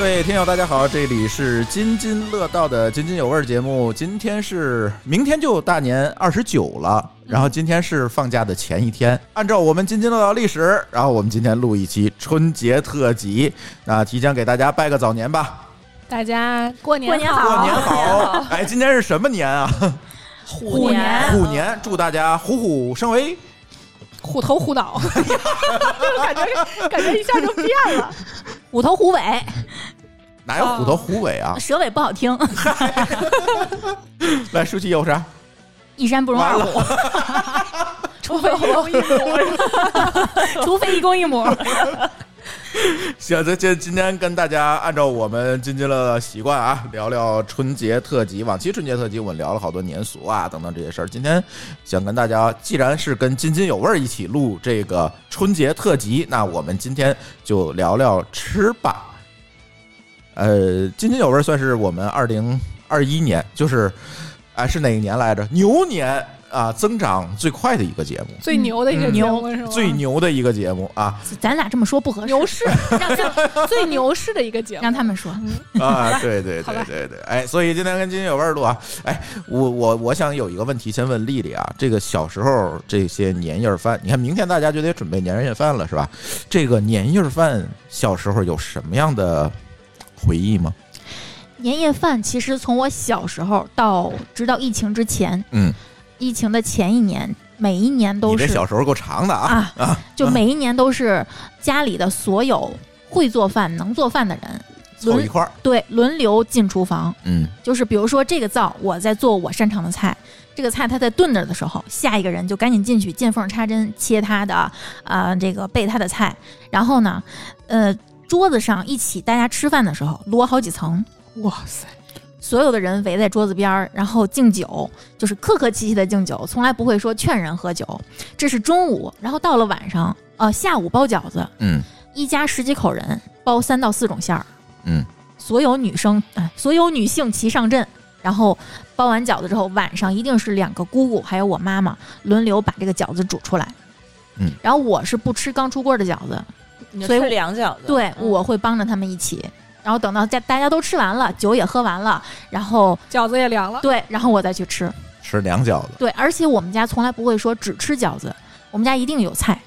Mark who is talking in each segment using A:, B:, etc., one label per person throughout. A: 位听友，大家好，这里是津津乐道的津津有味儿节目。今天是明天就大年二十九了，然后今天是放假的前一天。按照我们津津乐道历史，然后我们今天录一期春节特辑，那提前给大家拜个早年吧，
B: 大家过年
C: 过年好
A: 过年好！哎，今天是什么年啊？
C: 虎
B: 年
A: 虎年，祝大家虎虎哎生威。
B: 虎头虎脑，
C: 感觉感觉一下就变了，
B: 嗯
C: 虎头虎尾，
A: 哪有虎头虎尾啊？
C: 蛇尾不好听，
A: 来，舒淇有啥？
C: 一山不容
A: 完
C: 二
A: 了
C: 虎，，除非一公一母，除非一公一母，
A: 行，这今今天跟大家按照我们津津乐道的习惯啊，聊聊春节特辑。往期春节特辑我们聊了好多年俗啊等等这些事儿。今天想跟大家，既然是跟津津有味儿一起录这个春节特辑，那我们今天就聊聊吃吧。呃，津津有味儿算是我们二零二一年，就是啊、是哪一年来着？牛年啊、增长最快的一个节目。
B: 最牛的一个
C: 嗯
B: 节目是吗？
A: 最牛的一个节目啊
C: 咱俩这么说不合适，
B: 牛市，
C: 让他们
B: 最牛市的一个节目
C: 让。他们说，
A: 啊，对对
B: 好
A: 对
B: 吧
A: 对对，哎，所以今天跟津津有味儿录啊，哎，我我我想有一个问题先问丽丽啊，这个小时候这些年夜饭，你看明天大家就得准备年夜饭了是吧？这个年夜饭小时候有什么样的回忆吗？
C: 年夜饭其实从我小时候到直到疫情之前，
A: 嗯，
C: 疫情的前一年，每一年
A: 你
C: 都
A: 这
C: 是
A: 小时候够长的啊，
C: 啊就每一年都是家里的所有会做饭、能做饭的人
A: 凑一块儿，
C: 对轮流进厨房，
A: 嗯
C: 就是比如说这个灶我在做我擅长的菜，这个菜它在炖着的时候，下一个人就赶紧进去见缝插针切他的，呃，这个备他的菜，然后呢，呃，桌子上一起大家吃饭的时候摞好几层，
B: 哇塞，
C: 所有的人围在桌子边儿，然后敬酒，就是客客气气的敬酒，从来不会说劝人喝酒。这是中午，然后到了晚上，呃，下午包饺子，
A: 嗯
C: 一家十几口人包三到四种馅儿，
A: 嗯，
C: 所有女生，哎、所有女性齐上阵。然后包完饺子之后，晚上一定是两个姑姑还有我妈妈轮流把这个饺子煮出来。
A: 嗯，
C: 然后我是不吃刚出锅的饺子，所以我
D: 两饺子
C: 对，
D: 嗯
C: 我会帮着他们一起。然后等到家大家都吃完了，酒也喝完了，然后
B: 饺子也凉了。
C: 对，然后我再去吃。
A: 吃凉饺子，
C: 对，而且我们家从来不会说只吃饺子，我们家一定有菜。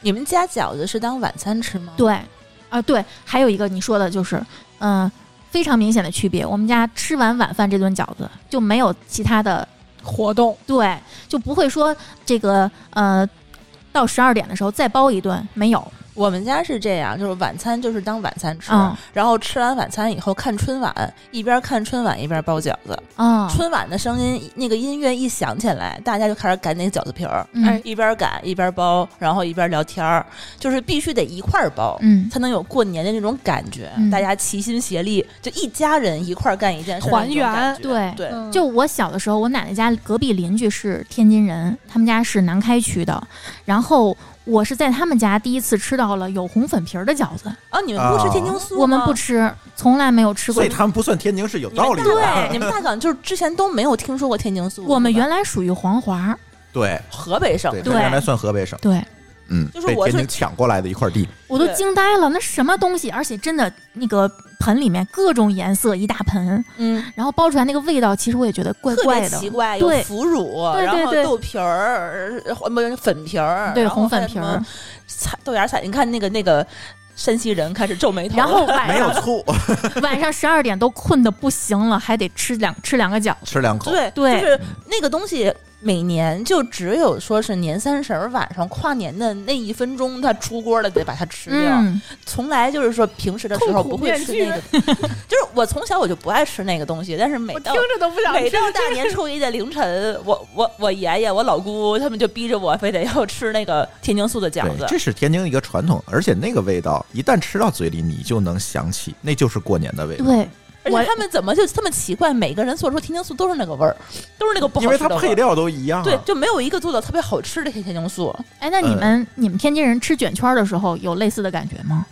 D: 你们家饺子是当晚餐吃吗？，
C: 对，啊、对，还有一个你说的就是，嗯、非常明显的区别，我们家吃完晚饭这顿饺子就没有其他的，
B: 活动
C: 对，就不会说这个呃，到十二点的时候再包一顿，没有，
D: 我们家是这样，就是晚餐就是当晚餐吃，
C: 嗯
D: 然后吃完晚餐以后看春晚，一边看春晚一边包饺子。
C: 啊，
D: 春晚的声音，那个音乐一响起来，大家就开始擀那个饺子皮儿，
C: 嗯
B: 哎
D: 一边擀一边包，然后一边聊天儿，就是必须得一块儿包。
C: 嗯，
D: 才能有过年的那种感觉，
C: 嗯
D: 大家齐心协力，就一家人一块儿干一件事儿，
B: 团圆
C: 对
D: 对，
B: 嗯
C: 就我小的时候，我奶奶家隔壁邻居是天津人，他们家是南开区的，然后我是在他们家第一次吃到了有红粉皮儿的饺子，
D: 啊，你们不吃
A: 啊
D: 天津酥吗？
C: 我们不吃，从来没有吃
A: 所
C: 过
A: 以。他们不算天津是有
D: 你们
A: 道理的
D: 大
A: 啊，
D: 你们大港就是之前都没有听说过天津酥。
C: 我们
D: 对吧
C: 原来属于黄花儿，
A: 对
D: 河北省
A: 对，他
C: 对
A: 原来算河北省，
C: 对
A: 嗯，
D: 就是
A: 被
D: 我
A: 天津
D: 是
A: 抢过来的一块地，
C: 我都
D: 对
C: 惊呆了，那什么东西？而且真的那个盆里面各种颜色一大盆，
D: 嗯，
C: 然后包出来那个味道，其实我也觉得怪
D: 特别
C: 怪
D: 奇
C: 的。
D: 怪，有
C: 对
D: 腐乳，
C: 对
D: 然后
C: 对
D: 豆皮儿，不粉皮儿，
C: 对，
D: 然后
C: 红粉
D: 还有
C: 皮
D: 什
C: 儿
D: 么，菜豆芽菜。你看那个那个山西人开始皱眉头了，
C: 然后晚
A: 没有
C: 上
A: 醋，
C: 晚上十二点都困得不行了，还得吃两吃两个饺子。
A: 吃两口，
D: 对
C: 对
D: 就是那个东西。每年就只有说是年三十儿晚上跨年的那一分钟，它出锅了得把它吃掉，
C: 嗯，
D: 从来就是说平时的时候
B: 痛苦
D: 不会吃那
B: 面
D: 个， 就是我从小我就不爱吃那个东西，但是每
B: 我
D: 到
B: 听着都不想
D: 每
B: 吃
D: 到。大年初一的凌晨，我我我爷爷、我老姑他们就逼着我非得要吃那个天津素的饺子
A: 对，。这是天津的一个传统，而且那个味道一旦吃到嘴里，你就能想起，那就是过年的味道。
C: 对，
D: 而
C: 我
D: 且他们怎么就这么奇怪？每个人做出天津素都是那个味儿，都是那个不好
A: 因
D: 吃
A: 为
D: 的
A: 它
D: 味儿
A: 配料都一样、啊，
D: 对，就没有一个做的特别好吃的天津素。
C: 哎，那你们、你们天津人吃卷圈儿的时候有类似的感觉吗？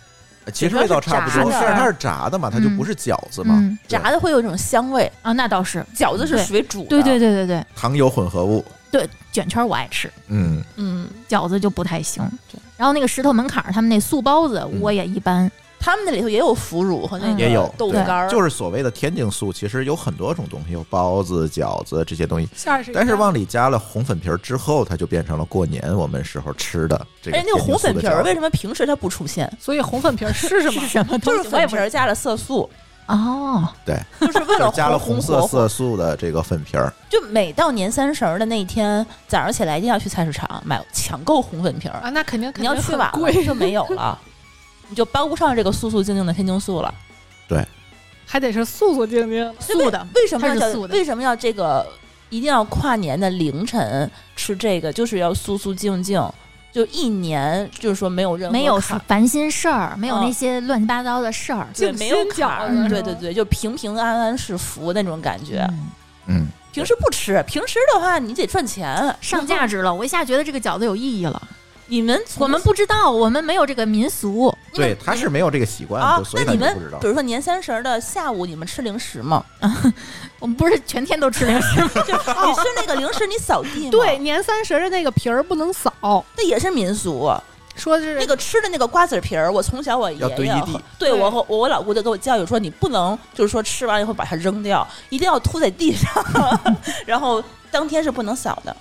A: 呃其实味道差不多，
C: 炸
A: 但
C: 的
A: 是它是炸的嘛，它就不是饺子嘛，
C: 嗯
A: 对
D: 炸的会有一种香味，
C: 啊，那倒是，
D: 饺子是
C: 对
D: 水煮的。
C: 对对，对对对
A: 糖油混合物。
C: 对，卷圈儿我爱吃，
A: 嗯，
D: 嗯，嗯
C: 饺子就不太行。然后那个石头门槛儿，他们那素包子我也一般，
D: 他们那里头也有腐乳和那
C: 嗯
D: 个
A: 也有
D: 豆
A: 对
D: 干儿，
A: 就是所谓的天津素，其实有很多种东西，有包子、饺子这些东西。
B: 馅儿是一样
A: 但是往里加了红粉皮儿之后，它就变成了过年我们时候吃的这个
D: 哎，那个红粉皮儿为什
A: 么？
D: 么平时它不出现？
B: 所以红粉皮儿是什么？
C: 什么
D: 就
C: 东
D: 是
C: 西？我
D: 粉
C: 也
D: 皮
C: 不知道
D: 儿加了色素，
C: 哦，
A: 对，
D: 就是 为
A: 就
D: 了
A: 是加了
D: 红
A: 红色
D: 火火
A: 色素的这个粉皮儿，
D: 就每到年三十儿的那一天早上起来，一定要去菜市场买抢购红粉皮儿。
C: 哎
B: 啊，那肯定肯
D: 你
B: 定
D: 要去
B: 很
D: 晚了
B: 贵，
D: 就没有 了，你就帮不上这个素素静静的天津素了。
B: 还得是素素净净的。
C: 素的
D: 为什么要
C: 它是
D: 叫
C: 素的
D: 为什么要这个？一定要跨年的凌晨吃这个，就是要素素静静，就一年就是说没有任何
C: 没有
D: 坎
C: 烦心事儿，没有
D: 嗯
C: 那些乱七八糟的事儿。
D: 对，
B: 静
D: 没有
B: 心
D: 坎
B: 饺子
D: 儿，
C: 是
D: 对
B: 吗
D: 对对，就平平安安是福那种感觉。
C: 嗯
A: 嗯，
D: 平时不吃，平时的话你得赚钱。
C: 上价值了，我一下觉得这个饺子有意义了。
D: 你们
C: 我们不知道，我们没有这个民俗，
D: 你们
A: 对，它是没有这个习惯
D: 啊
A: 的，，所以
D: 那
A: 它
D: 你
A: 就
D: 们
A: 不知道
D: 比。如说年三十儿的下午，你们吃零食吗？
C: 我们不是全天都吃零食吗？
D: 你吃那个零食，你扫地吗？
B: 对，，年三十的那个皮儿不能扫，
D: 那也是民俗。
B: 说是
D: 那个吃的那个瓜子皮儿，我从小我爷
A: 要堆一
D: 爷
A: 地
D: 和对我和我我老姑就给我教育说，你不能就是说吃完以后把它扔掉，一定要吐在地上， 然后当天是不能扫的。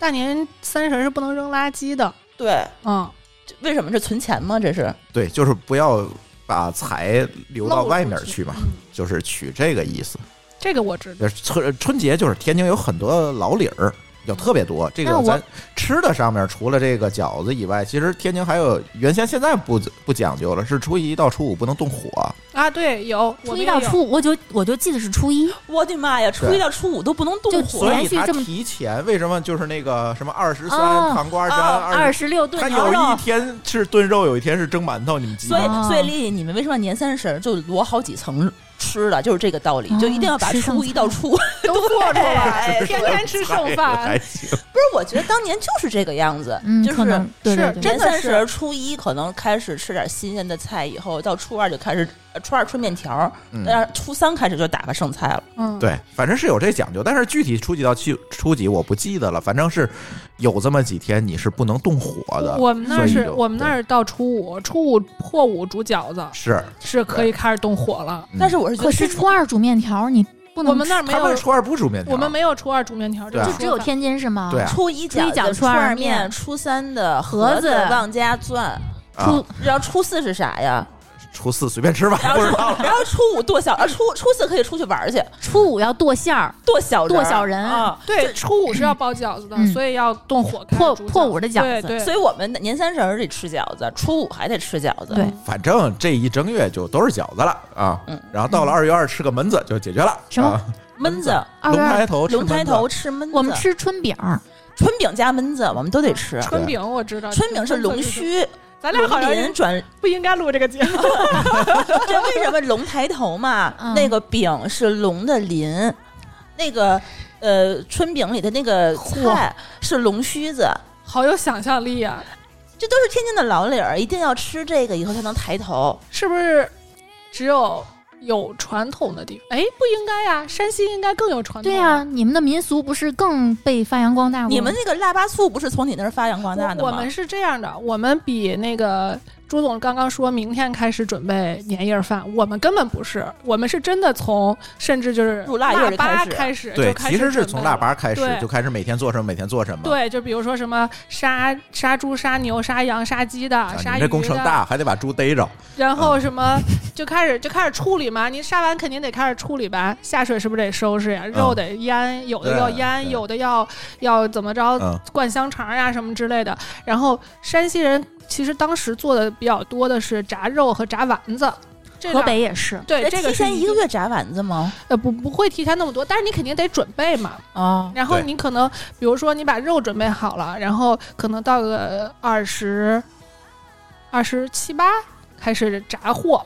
B: 大年三十是不能扔垃圾的。
D: 对，
B: 嗯，
D: 这为什么是存钱吗？这是
A: 对，就是不要把财流到
B: 漏出
A: 外面
B: 去
A: 去嘛，
B: 嗯
A: 就是取这个意思。
B: 这个我知
A: 就
B: 道。
A: 是春春节就是天津有很多老理儿，有特别多。这
C: 那
A: 个
C: 我
A: 咱吃的上面除了这个饺子以外，其实天津还有原先现在不不讲究了，是初一到初五不能动火。
B: 啊，对，有
C: 初一到初，五，我就我就记得是初一，
D: 我的妈呀，初
A: 对
D: 一到初五都不能动
C: 就
D: 火
A: 所
C: 连
A: 以
C: 续
A: 他
C: 这么
A: 提前为什么就是那个什么二十
C: 哦
A: 三糖瓜粘
D: 哦
A: 二
C: 二
A: 十，
C: 十六
A: 他
C: 炖牛
A: 有一
C: 肉，
A: 天是炖肉，有一天是蒸馒头，你们记
D: 所
A: 得
D: 以
A: 吗？，
D: 所以丽丽，你们为什么年三十儿就摞好几层吃的，就是这个道理，就一定要把
C: 哦吃剩
D: 初一到初五。
B: 都 做出
D: 哎
B: 来，
D: 对
B: 天天吃剩
A: 还
B: 饭。
A: 行，
D: 不是，我觉得当年就是这个样子，
C: 嗯，
D: 就
C: 可
D: 是
C: 能对对
B: 是
C: 对
B: 这真
D: 真
B: 的
D: 的
B: 是
D: 是初一可能开始吃点新鲜的菜，以后到初二就开始，呃初二吃面条儿，
A: 嗯
D: 但是初三开始就打发剩菜了。
B: 嗯，，
A: 对，反正是有这讲究，但是具体初几到七初几我不记得了，反正是有这么几天你是不能动火的。
B: 我们那
A: 所
B: 儿
A: 以
B: 是
A: 就
B: 我们那儿到初五，初五破五煮饺子
A: 是，
B: 是可以开始动火了。
A: 嗯
D: 但是我是觉
C: 可
D: 得
C: 是初二煮面条，你不能
B: 我们那儿没
A: 他们
B: 有，
A: 初二不煮面条，
B: 我们没有初二煮面条，
A: 对啊
B: 是
C: 就只有天津是吗？
A: 对啊
D: 初一
C: 初一饺
D: 子、
C: 子初
D: 初
C: 二
D: 二
C: 面
D: 初三的
C: 盒
D: 盒子
C: 子
D: 往家攥，
A: 啊
C: 初
D: 然后初四是啥 呀？
A: 初四随便吃吧，
D: 然
A: 不
D: 后
A: 知道
D: 然后初五剁小，啊初初四可以出去玩儿去，
C: 初五要剁馅儿，
D: 剁小
C: 剁小人
D: 啊。
B: 对，初五是要包饺子的
C: 嗯，
B: 所以要动火开始
C: 破
B: 煮饺子
C: 破五的饺子
B: 对
D: 所
B: 对，
D: 以我们年三十儿得吃饺子，初五还得吃饺子。
C: 对，
A: 反正这一正月就都是饺子了啊。
D: 嗯
A: 然后到了二月二吃个焖子就解决了。
C: 什么
A: 啊
D: 焖子，
C: 二
A: 龙
C: 月二
A: 抬头吃焖子，
D: 龙抬头吃焖子，
C: 我们吃春饼，
D: 春饼加焖子，我们都得
A: 啊
D: 吃。
B: 春饼我知道，
D: 春饼是龙
B: 须。
D: 须，
B: 咱俩好
D: 龙
B: 像
D: 鳞转，
B: 不应该录这个节目。
D: 这为什么龙抬头嘛？
C: 嗯
D: 那个饼是龙的鳞，那个呃春饼里的那个菜是龙须子，
B: 好有想象力啊！
D: 这都是天津的老理儿，一定要吃这个以后才能抬头。
B: 是不是只有有传统的地方？哎，不应该呀、山西应该更有传统。啊
C: 对呀，你们的民俗不是更被发扬光大吗？
D: 你们那个腊八醋不是从你那儿发扬光大的
B: 我，我
D: 吗
B: 们？是这样的，我们比那个朱总刚刚说明天开始准备年夜饭，我们根本不是，我们是真的从甚至就是
D: 入腊月就开
B: 八
D: 始
B: 开始，
A: 对
B: 就，开始
A: 其实是
B: 准备
A: 从腊
B: 了。
A: 八开始
B: 对
A: 就开始每天做什么，每天做什么。
B: 对，就比如说什么杀杀猪、杀牛、杀羊、杀鸡的，
A: 啊，
B: 杀
A: 你
B: 鱼的，
A: 这工程大，还得把猪逮着。
B: 然后
A: 嗯
B: 什么就开始就开始处理嘛，您杀完肯定得开始处理吧，下水是不是得收拾呀？肉得腌，有的要腌，
A: 嗯对
B: 有的要要怎么着
A: 嗯，
B: 灌香肠呀什么之类的。然后山西人其实当时做的比较多的是炸肉和炸丸子，这
C: 河
B: 两
C: 北也是，
B: 对
D: 那
B: 这个
D: 哎提
B: 是
D: 前一个月炸丸子吗？
B: 呃不不会提前那么多，但是你肯定得准备嘛。
D: 啊，
B: 然后
A: 对
B: 你可能比如说你把肉准备好了，然后可能到个二十、二十七八开始炸货，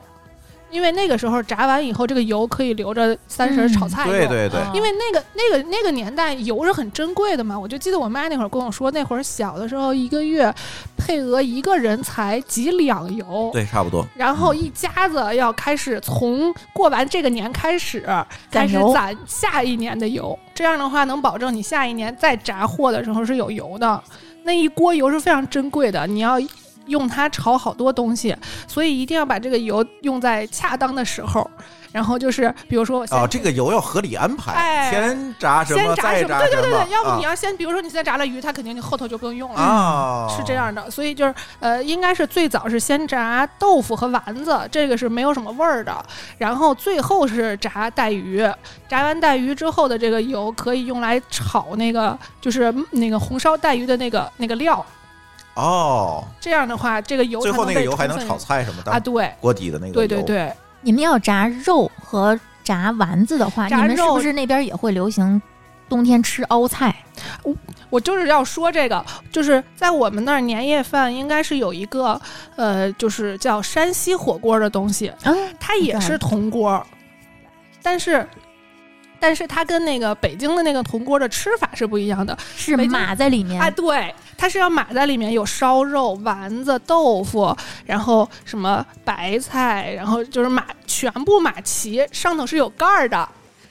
B: 因为那个时候炸完以后，这个油可以留着三十
C: 嗯
B: 炒菜用。
A: 对对对，
D: 啊
B: 因为那个那个那个年代油是很珍贵的嘛，我就记得我妈那会儿跟我说，那会儿小的时候一个月配额一个人才几两油，
A: 对，差不多。
B: 然后一家子要开始从过完这个年开始开始
C: 油
B: 攒下一年的油，这样的话能保证你下一年再炸货的时候是有油的。那一锅油是非常珍贵的，你要用它炒好多东西，所以一定要把这个油用在恰当的时候。然后就是比如说我先
A: 哦，这个油要合理安排，
B: 哎
A: 先炸什
B: 先
A: 么，
B: 炸
A: 再
B: 什么，
A: 炸
B: 对
A: 什
B: 对
A: 么，
B: 对对，要不你
A: 啊
B: 要先，比如说你现在炸了鱼，它肯定你后头就不用用了。
A: 啊，
B: 是这样的，所以就是呃，应该是最早是先炸豆腐和丸子，这个是没有什么味儿的，然后最后是炸带鱼，炸完带鱼之后的这个油可以用来炒那个就是那个红烧带鱼的那个那个料，
A: 哦。
B: 这样的话这个油
A: 最后
B: 才
A: 那个
B: 被
A: 油还
B: 充
A: 能
B: 分
A: 炒菜什么
B: 啊，
A: 的，
B: 对
A: 锅底的那个油。
B: 对对对，
C: 你们要炸肉和炸丸子的话，你
B: 炸
C: 们是
B: 肉
C: 不是那边也会流行冬天吃凹菜？
B: 我就是要说这个，就是在我们那儿年夜饭应该是有一个呃，就是叫山西火锅的东西，
C: 啊，
B: 它也是铜锅，但是。但是它跟那个北京的那个铜锅的吃法是不一样的，
C: 是
B: 北京
C: 码在里面
B: 哎，对，它是要码在里面，有烧肉、丸子、豆腐，然后什么白菜，然后就是码全部码齐，上头是有盖儿的，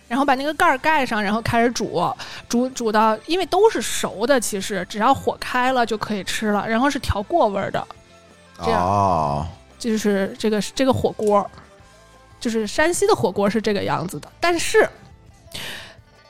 B: 然后把那个盖儿盖上，然后开始煮，煮煮到因为都是熟的，其实只要火开了就可以吃了，然后是调过味儿的，这样
A: 哦，
B: 就是这个这个火锅，就是山西的火锅是这个样子的。但是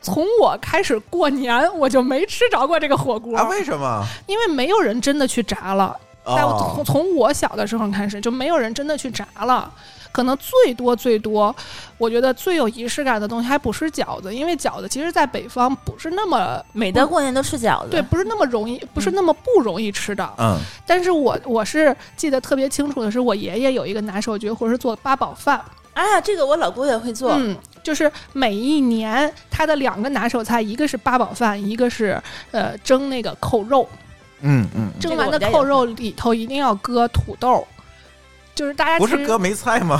B: 从我开始过年，我就没吃着过这个火锅，
A: 啊，为什么？
B: 因为没有人真的去炸了。在我从
A: 哦，
B: 从我小的时候开始，就没有人真的去炸了。可能最多最多，我觉得最有仪式感的东西还不是饺子，因为饺子其实在北方不是那么
D: 每到过年都吃饺子，
B: 对，不是那么容易，不是那么不容易吃的。
A: 嗯，
B: 但是我我是记得特别清楚的是，我爷爷有一个拿手绝活是做八宝饭，
D: 啊，这个我老姑也会做，
B: 嗯，就是每一年他的两个拿手菜，一个是八宝饭，一个是呃蒸那个扣肉，
A: 嗯嗯，
D: 这个
B: 蒸完
D: 我
B: 的
D: 们家也
B: 扣
D: 会
B: 肉里头一定要搁土豆。就是大家
A: 不
B: 其
A: 是
B: 实
A: 搁梅菜吗？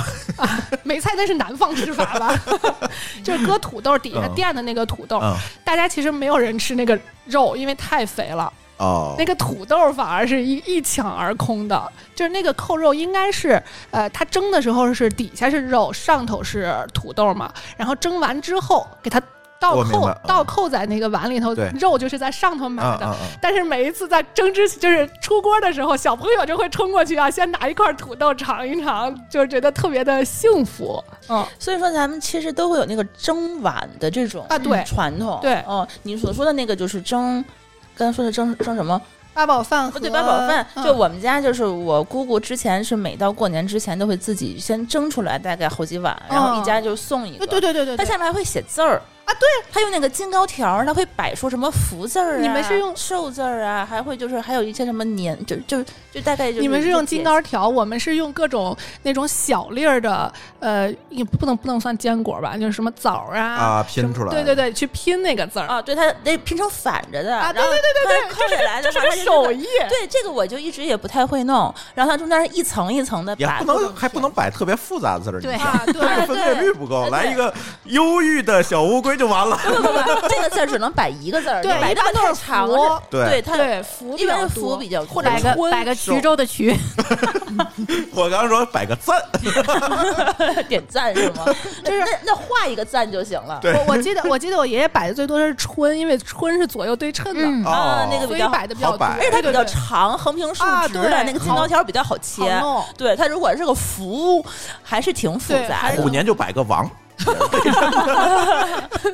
B: 梅菜，那是南方吃法吧？ 就是搁土豆底下
A: 嗯
B: 垫的那个土豆，
A: 嗯，
B: 大家其实没有人吃那个肉，因为太肥了。
A: 哦，
B: 那个土豆反而是一一抢而空的，就是那个扣肉应该是，呃，它蒸的时候是底下是肉，上头是土豆嘛，然后蒸完之后给它倒
A: 我明
B: 扣
A: 白嗯
B: 倒扣在那个碗里头
A: 对，
B: 肉就是在上头
A: 啊
B: 码的。
A: 啊啊！
B: 但是每一次在蒸之就是出锅的时候，小朋友就会冲过去啊，先拿一块土豆尝一尝，就是觉得特别的幸福。嗯，
D: 所以说咱们其实都会有那个蒸碗的这种
B: 啊对
D: 传统，
B: 对
D: 哦，你所说的那个就是蒸。刚才说的蒸蒸什么？
B: 八宝饭
D: 不
B: 和
D: 哦对，八宝饭。
B: 嗯
D: 就我们家就是我姑姑之前是每到过年之前都会自己先蒸出来大概好几碗，然后一家就送一
B: 嗯
D: 个。
B: 对对对对对，
D: 它下面还会写字儿
B: 啊
D: 对，它用那个金膏条儿，它会摆出什么福字儿啊，
B: 你们是用
D: 寿字儿啊，还会就是还有一些什么年，就就就大概就是
B: 你们是用金
D: 一
B: 膏条，我们是用各种那种小粒儿的，呃，也不能不能算坚果吧，就是什么枣儿啊，
A: 啊，拼出来，
B: 对对，对，去拼那个字
D: 些
B: 儿，
D: 啊，对，它得拼成反着的
B: 啊对
D: 然后
B: 对对
D: 对扣起来的
B: 这
D: 话，
B: 是个
D: 它就
B: 手艺。
D: 对，这个我就一直也不太会弄，然后它中间是一层一层的
A: 也
D: 把
A: 不
D: 各种，
A: 能还不能摆特别复杂的字儿，你
C: 对
A: 想
B: 啊，
A: 这
B: 对
A: 个分辨率不够，
D: 对
A: 来一个忧郁的小乌龟就完了。
D: 不不不，这个字儿只能摆一个字儿，
B: 对
D: 你摆
B: 一般
D: 太
B: 都是
D: 长
B: 福
D: 了，
A: 对
D: 它
B: 对，福
D: 一般是
B: 比较
D: 福
B: 多
D: 比较多，
B: 或者
C: 摆个
B: 春
C: 摆个
A: 手
C: 衢州 的衢，
A: 我刚说摆个赞，
D: 点赞是 吗？就是那那画一个赞就行了。
A: 对
B: 我我记得我记得我爷爷摆的最多的是春，因为春是左右对称的，
C: 嗯，
A: 哦
D: 啊，那个
B: 所
D: 比
B: 以
D: 较好
B: 摆的比较
A: 好
B: 多，
A: 摆
D: 而且它
B: 对
D: 比较
B: 对
D: 长，横平竖
B: 啊
D: 直的，
B: 对
D: 那个金刀条比较好
B: 好
D: 切。
B: 弄。
D: 对它如果是个福，还是挺复
B: 对
D: 杂
B: 还是
A: 虎
D: 的。
A: 年就摆个王，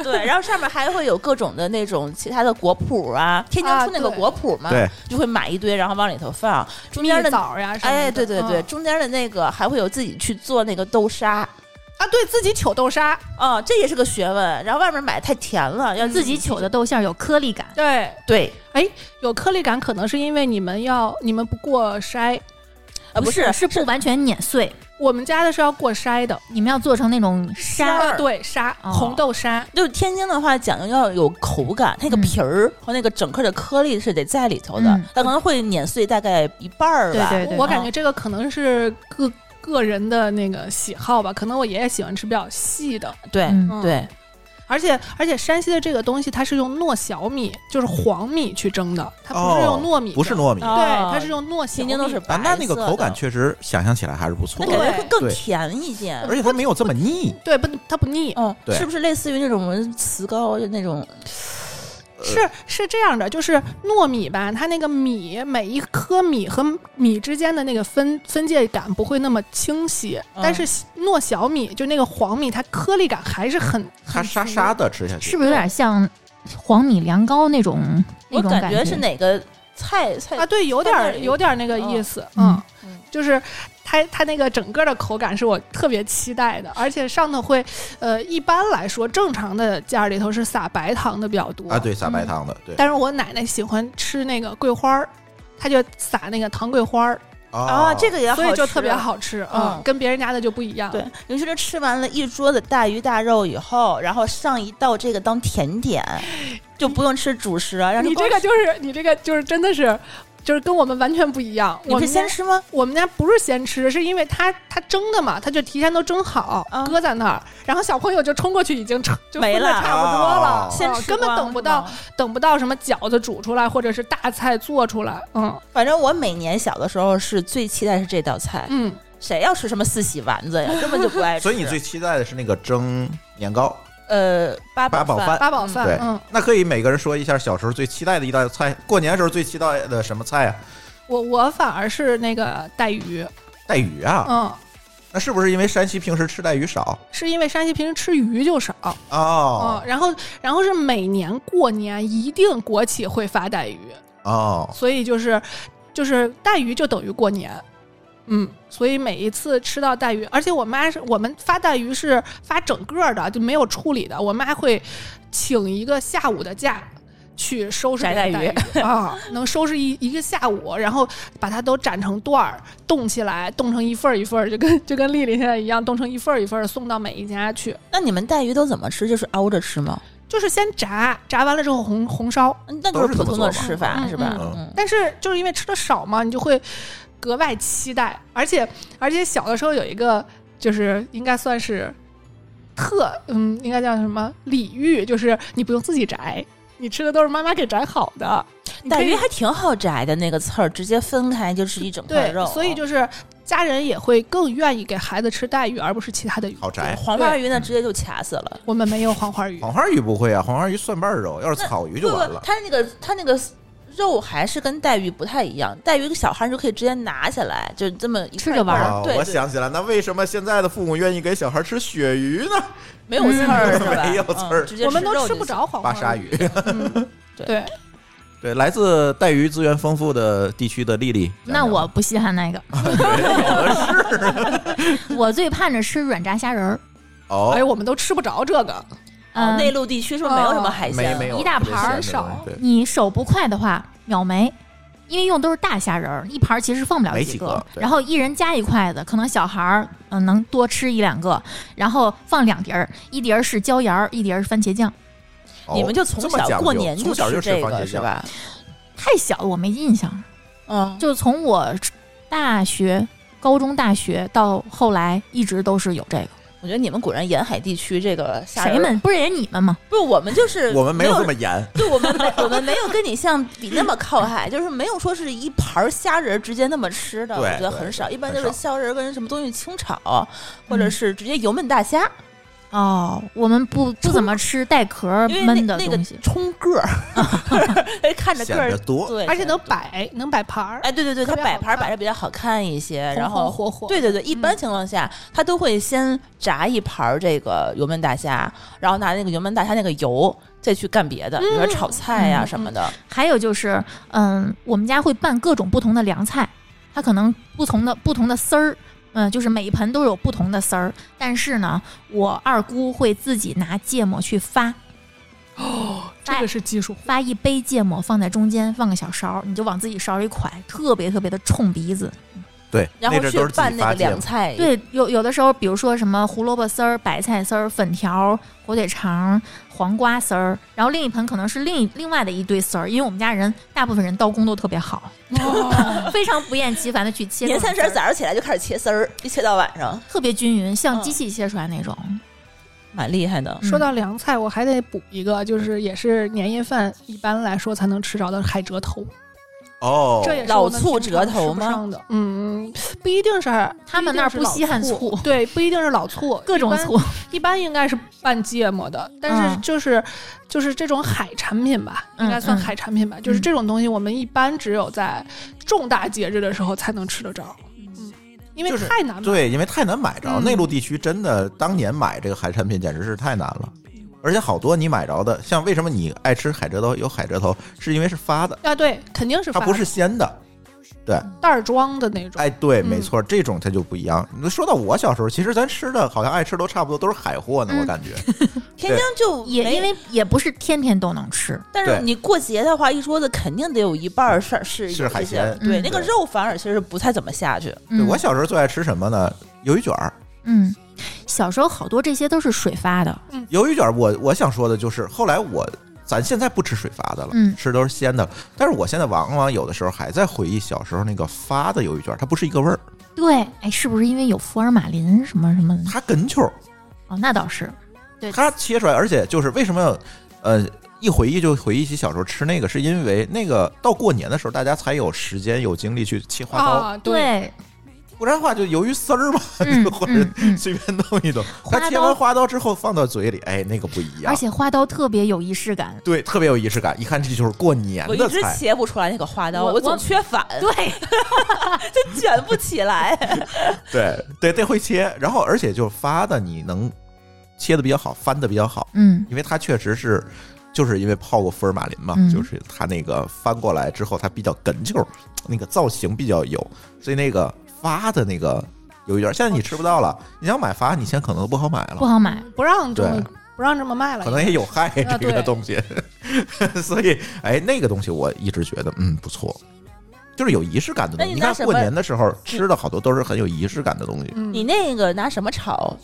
D: 对，然后上面还会有各种的那种其他的果脯啊，天津
B: 啊
D: 出那个
B: 对
D: 果脯嘛，
A: 对
D: 就会买一堆，然后往里头放。中
B: 蜜
D: 间的
B: 枣呀什么的，
D: 哎，对对对，
B: 嗯
D: 中间的那个还会有自己去做那个豆沙。
B: 啊，对自己糗豆沙，
D: 哦，这也是个学问。然后外面买太甜了，要
C: 自己
D: 求
C: 糗的豆馅儿有颗粒感，
B: 对，
D: 嗯对，
B: 哎有颗粒感，可能是因为你们要你们不过筛，
D: 啊不是
C: 是不完全碾碎，
B: 我们家的是要过筛的，
C: 你们要做成那种
D: 沙
C: 沙
D: 儿
B: 啊对沙、
C: 哦
B: 红豆沙，
D: 就是天津的话，讲究要有口感，它那个
C: 嗯
D: 皮儿和那个整个的颗粒是得在里头的
C: 嗯，
D: 它可能会碾碎大概一半儿吧。
C: 对对
B: 我感觉这个可能是个个人的那个喜好吧，可能我爷爷喜欢吃比较细的，
D: 对
C: 嗯
D: 对
B: 而且而且山西的这个东西它是用糯小米，就是黄米去蒸的，它不
A: 哦
B: 是用糯米、啊
A: 不是，糯米
D: 哦
B: 对，它是用糯小
D: 天
B: 米，
D: 津都是
A: 啊，
D: 白
A: 那那个
D: 色的
A: 口感确实想象起来还是不错
D: 那
A: 的
D: 感，觉
B: 对
D: 会更
A: 对
D: 甜一些。
A: 而且它没有这么腻。
B: 对不它不腻，
D: 嗯，
A: 对
D: 是不是类似于那种我们糍糕就那种
B: 是
A: 呃
B: 是这样的，就是糯米吧，它那个米每一颗米和米之间的那个分分界感不会那么清晰，
D: 嗯
B: 但是糯小米就那个黄米，它颗粒感还是很
A: 它
B: 很
A: 沙
B: 足
A: 沙的吃下去
C: 是。不是有点像黄米凉糕那种那
D: 我
C: 种
D: 感
C: 觉
D: 觉是哪个菜菜
B: 啊，对，有点
D: 在
B: 儿
D: 那里
B: 有点儿那个
D: 嗯
B: 意思，
C: 嗯
D: 嗯
B: 就是它它那个整个的口感是我特别期待的，而且上头会，呃，一般来说正常的馅儿里头是撒白糖的比较多
A: 啊，，对，撒白糖的，对
B: 但是我奶奶喜欢吃那个桂花儿，她就撒那个糖桂花儿，
D: 啊，这
A: 个
D: 个也好吃，
B: 所以就特别好吃，
D: 嗯
B: 嗯，跟别人家的就不一样，
D: 对，，尤其是吃完了一桌子大鱼大肉以后，然后上一道这个当甜点，就不用吃主食啊。然后
B: 你这个就是你这个就是真的是。就是跟我们完全不一样。
D: 你
B: 我
D: 是
B: 们家
D: 先吃吗？
B: 我们家不是先吃，是因为它它蒸的嘛，它就提前都蒸好，
D: 啊
B: 搁在那儿，然后小朋友就冲过去已经成就
D: 没
B: 分得
D: 了
B: 差不多了，
A: 哦
D: 先
B: 啊
D: 吃
B: 根本
D: 光
B: 等不
D: 是吗
B: 到等不到什么饺子煮出来或者是大菜做出来，嗯
D: 反正我每年小的时候是最期待是这道菜，
B: 嗯，
D: 谁要吃什么四喜丸子呀，根本就不爱 吃。
A: 所以你最期待的是那个蒸年糕，
D: 呃八
A: 八宝
D: 宝
A: 饭
B: 八宝
A: 对
B: 饭，嗯，
A: 那可以每个人说一下小时候最期待的一道菜，过年时候最期待的什么菜啊？
B: 我我反而是那个带鱼，
A: 带鱼啊，
B: 嗯，
A: 那是不是因为山西平时吃带鱼少
B: 是因为山西平时吃鱼就少，
A: 哦
B: 嗯，然后然后是每年过年一定国企会发带鱼，
A: 哦，
B: 所以就是就是带鱼就等于过年，嗯，所以每一次吃到带鱼，而且我妈是我们发带鱼是发整个的，就没有处理的，我妈会请一个下午的假。去收拾
D: 摘
B: 这个
D: 带
B: 带
D: 鱼
B: 啊， 能收拾一一个下午，然后把它都斩成段儿，冻起来，冻成一份儿一份儿，就跟就跟丽丽现在一样，冻成一份儿一份儿送到每一家去。
D: 那你们带鱼都怎么吃？就是熬着吃吗？
B: 就是先炸，炸完了之后红红烧。
D: 嗯那
A: 都
D: 就是是
A: 这么
D: 普通的
A: 做吧
D: 吃法
B: 嗯
D: 是吧？
A: 嗯
D: 嗯，
B: 但是就是因为吃的少嘛，你就会格外期待。而且而且小的时候有一个就是应该算是特嗯，应该叫什么礼遇，就是你不用自己摘，你吃的都是妈妈给摘好的。你
D: 带
B: 可以
D: 鱼还挺好摘的，那个刺儿直接分开就是一整块
B: 对
D: 肉，，哦
B: 所以就是家人也会更愿意给孩子吃带鱼，而不是其他的鱼。
A: 好
D: 对
A: 宅。
D: 黄花鱼呢直接就卡死了。
B: 我们没有黄花鱼，
A: 黄花鱼不会啊，黄花鱼蒜瓣肉，要是草鱼就
D: 不
A: 完
D: 不
A: 了，
D: 它那个它那个肉还是跟带鱼不太一样，带鱼个小孩儿就可以直接拿起来，就这么一
C: 吃
D: 块
C: 着
D: 一块儿
C: 玩
A: 啊
D: 对，
A: 我
D: 对
A: 想起来，那为什么现在的父母愿意给小孩吃鳕鱼呢？
D: 没有刺
A: 嗯
D: 儿是吧？
A: 没有
D: 嗯
A: 刺儿
D: 直接
B: 我们
D: 肉
B: 都
D: 就
B: 吃不
D: 行。
B: 着黄花
A: 巴沙鱼。
B: 嗯
D: 对
B: 对，
A: 对，来自带鱼资源丰富的地区的丽丽，
C: 那我不稀罕那个， 我最盼着吃软炸虾仁儿，
A: 哦
B: 哎，，我们都吃不着这个。
D: 哦
C: 嗯，
D: 内陆地区是不是没有什么
B: 哦
D: 海鲜
A: 没
D: 啊？
A: 没有
C: 一大
A: 特别
C: 盘
B: 儿
A: 咸
B: 少
A: 的东西对
C: 你手不快的话，秒没。因为用都是大虾仁儿，一盘儿其实放不了
A: 没
C: 几
A: 几
C: 个，
A: 个对
C: 然后一人夹一筷子，可能小孩儿嗯、呃能多吃一两个，然后放两碟儿，一碟儿是椒盐儿，一碟儿是番茄酱。
A: 哦
D: 你们就从
A: 这么
D: 小
A: 讲究
D: 过年
A: 从小
D: 吃
A: 就
D: 这
A: 番
D: 个
A: 茄
D: 是
A: 酱？
D: 吧？
C: 太小了我没印象，
D: 嗯，
C: 就从我大学、高中、大学到后来一直都是有这个。
D: 我觉得你们果然沿海地区这个虾仁
C: 谁们不是也你们吗？
D: 不是我们就是
A: 我们没
D: 没
A: 有这么严，
D: 对我们没我们没有跟你像比那么靠海，就是没有说是一盘儿虾仁儿直接那么吃的，我
A: 对
D: 觉得
A: 对
D: 很少，
A: 对
D: 一般
A: 很
D: 就
A: 少
D: 是虾仁儿跟什么东西清炒，或
B: 嗯
D: 者是直接油焖大虾，
C: 哦，我们不不怎么吃带壳儿
B: 嗯
D: 因为
C: 焖
D: 那
C: 的
D: 那个
C: 东西。
D: 冲个儿， 哎看着
A: 显
D: 个儿
A: 得，多。
D: 对，
B: 而且
D: 显得
B: 能摆能摆盘儿，
D: 哎，对对对，
B: 特
D: 它
B: 别
D: 摆
B: 好
D: 盘儿
B: 看
D: 摆着比较好看一些，然
B: 红红火
D: 后。
B: 火。嗯
D: 对对对，一般情况下，它都会先炸一盘儿这个油焖大虾，然后拿那个油焖大虾那个油再去干别的，比如说炒菜呀、
C: 嗯
D: 什么的。
C: 还有就是，嗯，我们家会拌各种不同的凉菜，它可能不同的不同的丝儿，嗯，就是每一盆都有不同的丝儿。但是呢，我二姑会自己拿芥末去发
B: 这个是技术活。
C: 发一杯芥末，放在中间，放个小勺儿，你就往自己勺里蒯，特别特别的冲鼻子。
A: 对，
D: 然后
A: 那阵儿
D: 去
A: 都是自
D: 拌
A: 己
D: 那
A: 发
D: 个
A: 芥
D: 凉
A: 末。
D: 菜，
C: 对，有有的时候，比如说什么胡萝卜丝儿、白菜丝儿、粉条、火腿肠、黄瓜丝儿，然后另一盆可能是另一另外的一堆丝儿，因为我们家人大部分人刀工都特别好，
B: 哦
C: 非常不厌其烦的去切各
D: 年
C: 种丝儿。
D: 三十儿早上起来就开始切丝儿，一切到晚上，
C: 特别均匀，像
D: 嗯
C: 机器切出来那种。
D: 蛮厉害的。
C: 嗯
B: 说到凉菜，我还得补一个，就是也是年夜饭一般来说才能吃着的海蜇头。
A: 哦，
B: 这也是
D: 老
B: 我们
D: 醋
B: 平常
D: 折头
B: 吃不
D: 吗
B: 上的嗯，不一定是
C: 他们那儿不稀罕
B: 不一定是老
C: 醋
B: 醋，对，不一定是老醋，
C: 各种
B: 一般
C: 醋，
B: 一般应该是拌芥末的，但是
C: 嗯
B: 就是、就是这种海产品吧，
C: 嗯
B: 应该算
C: 嗯
B: 海产品吧，就是这种东西我们一般只有在重大节日的时候才能吃得着，嗯，因为
A: 就是
B: 太难买。
A: 对，因为太难买着，
B: 嗯
A: 内陆地区真的当年买这个海产品简直是太难了，而且好多你买着的，像为什么你爱吃海蜇头？有海蜇头是因为是发的，
B: 啊，对，肯定是
A: 它
B: 发
A: 不是鲜的。
B: 袋儿装的那种。
A: 哎，对，
B: 嗯
A: 没错，这种它就不一样。那说到我小时候，其实咱吃的好像爱吃都差不多，都是海货呢，
C: 嗯
A: 我感觉。
D: 天津就
C: 也
D: 没
C: 因为也不是天天都能吃。
D: 但
A: 对
D: 是你过节的话，一桌子肯定得有一半儿是是有
A: 是海
D: 这些
A: 鲜
D: 对
C: 嗯
D: 那个
A: 对
D: 肉反而其实不太怎么下去。
A: 对
C: 嗯
A: 我小时候最爱吃什么呢？鱿鱼卷儿。
C: 嗯，小时候好多这些都是水发的。
A: 鱿鱼卷儿，我我想说的就是，后来我咱现在不吃水发的了，
C: 嗯
A: 吃都是鲜的。但是我现在往往有的时候还在回忆小时候那个发的鱿鱼卷儿，它不是一个味儿，
C: 对，哎，是不是因为有福尔马林什么什么的？
A: 它哏球儿，
C: 哦，那倒是。嗯对
A: 它切出来，而且就是为什么，呃，一回忆就回忆起小时候吃那个，是因为那个到过年的时候，大家才有时间有精力去切花刀，
B: 啊，对，
C: 对，
A: 不然的话就鱿鱼丝儿嘛，
C: 哦嗯
A: 或者
C: 嗯嗯，
A: 随便弄一弄。
C: 花
A: 它
C: 刀
A: 切完花刀之后放到嘴里，哎，那个不一样
C: 而。且花刀特别有仪式感。
A: 对，特别有仪式感。一看这就是过年
D: 我
A: 的
D: 一直
A: 菜，
D: 切不出来那个花刀，
C: 我
D: 我
C: 我
D: 总缺 反，
C: 对，
D: 就卷不起 来。
A: 对对，得会切。然后而且就发的你能切的比较好，翻的比较好，
C: 嗯，
A: 因为它确实是。就是因为泡过福尔马林嘛，
C: 嗯
A: 就是它那个翻过来之后，它比较哏球，那个造型比较有，所以那个发的那个有一点儿。现在你吃不到了，你想买发，你现在可能都不好买
C: 不
A: 了，
C: 好买。
B: 不让这么
A: 对
B: 不让这么卖了，
A: 可能也有害
B: 啊
A: 这个
B: 对
A: 东西。 所以，哎，那个东西我一直觉得嗯不错，就是有仪式感的东西。
D: 那你
A: 你看
D: 拿什
A: 过
D: 么
A: 年的时候吃的好多都是很有仪式感的东西，
B: 嗯，
D: 你那个拿什么炒？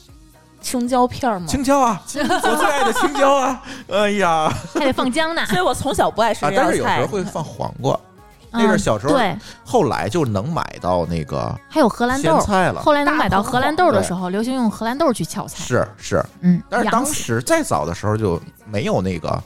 D: 青椒片儿吗？
A: 青椒啊，我最爱的青椒 啊！哎呀，
C: 还得放 姜呢。
D: 所以我从小不爱吃
A: 啊
D: 这，道
A: 但是有时
D: 菜。
A: 候 会放黄瓜，
C: 嗯
A: 那是小时候
C: 对，
A: 后来就能买到那个
C: 还有荷兰豆
A: 咸。菜了。
C: 后来能买到荷兰豆的
A: 对
C: 时候，流行用荷兰豆去翘菜。
A: 是是，
C: 嗯，
A: 但是
C: 洋
A: 当
C: 气
A: 时再早的时候就没有那个，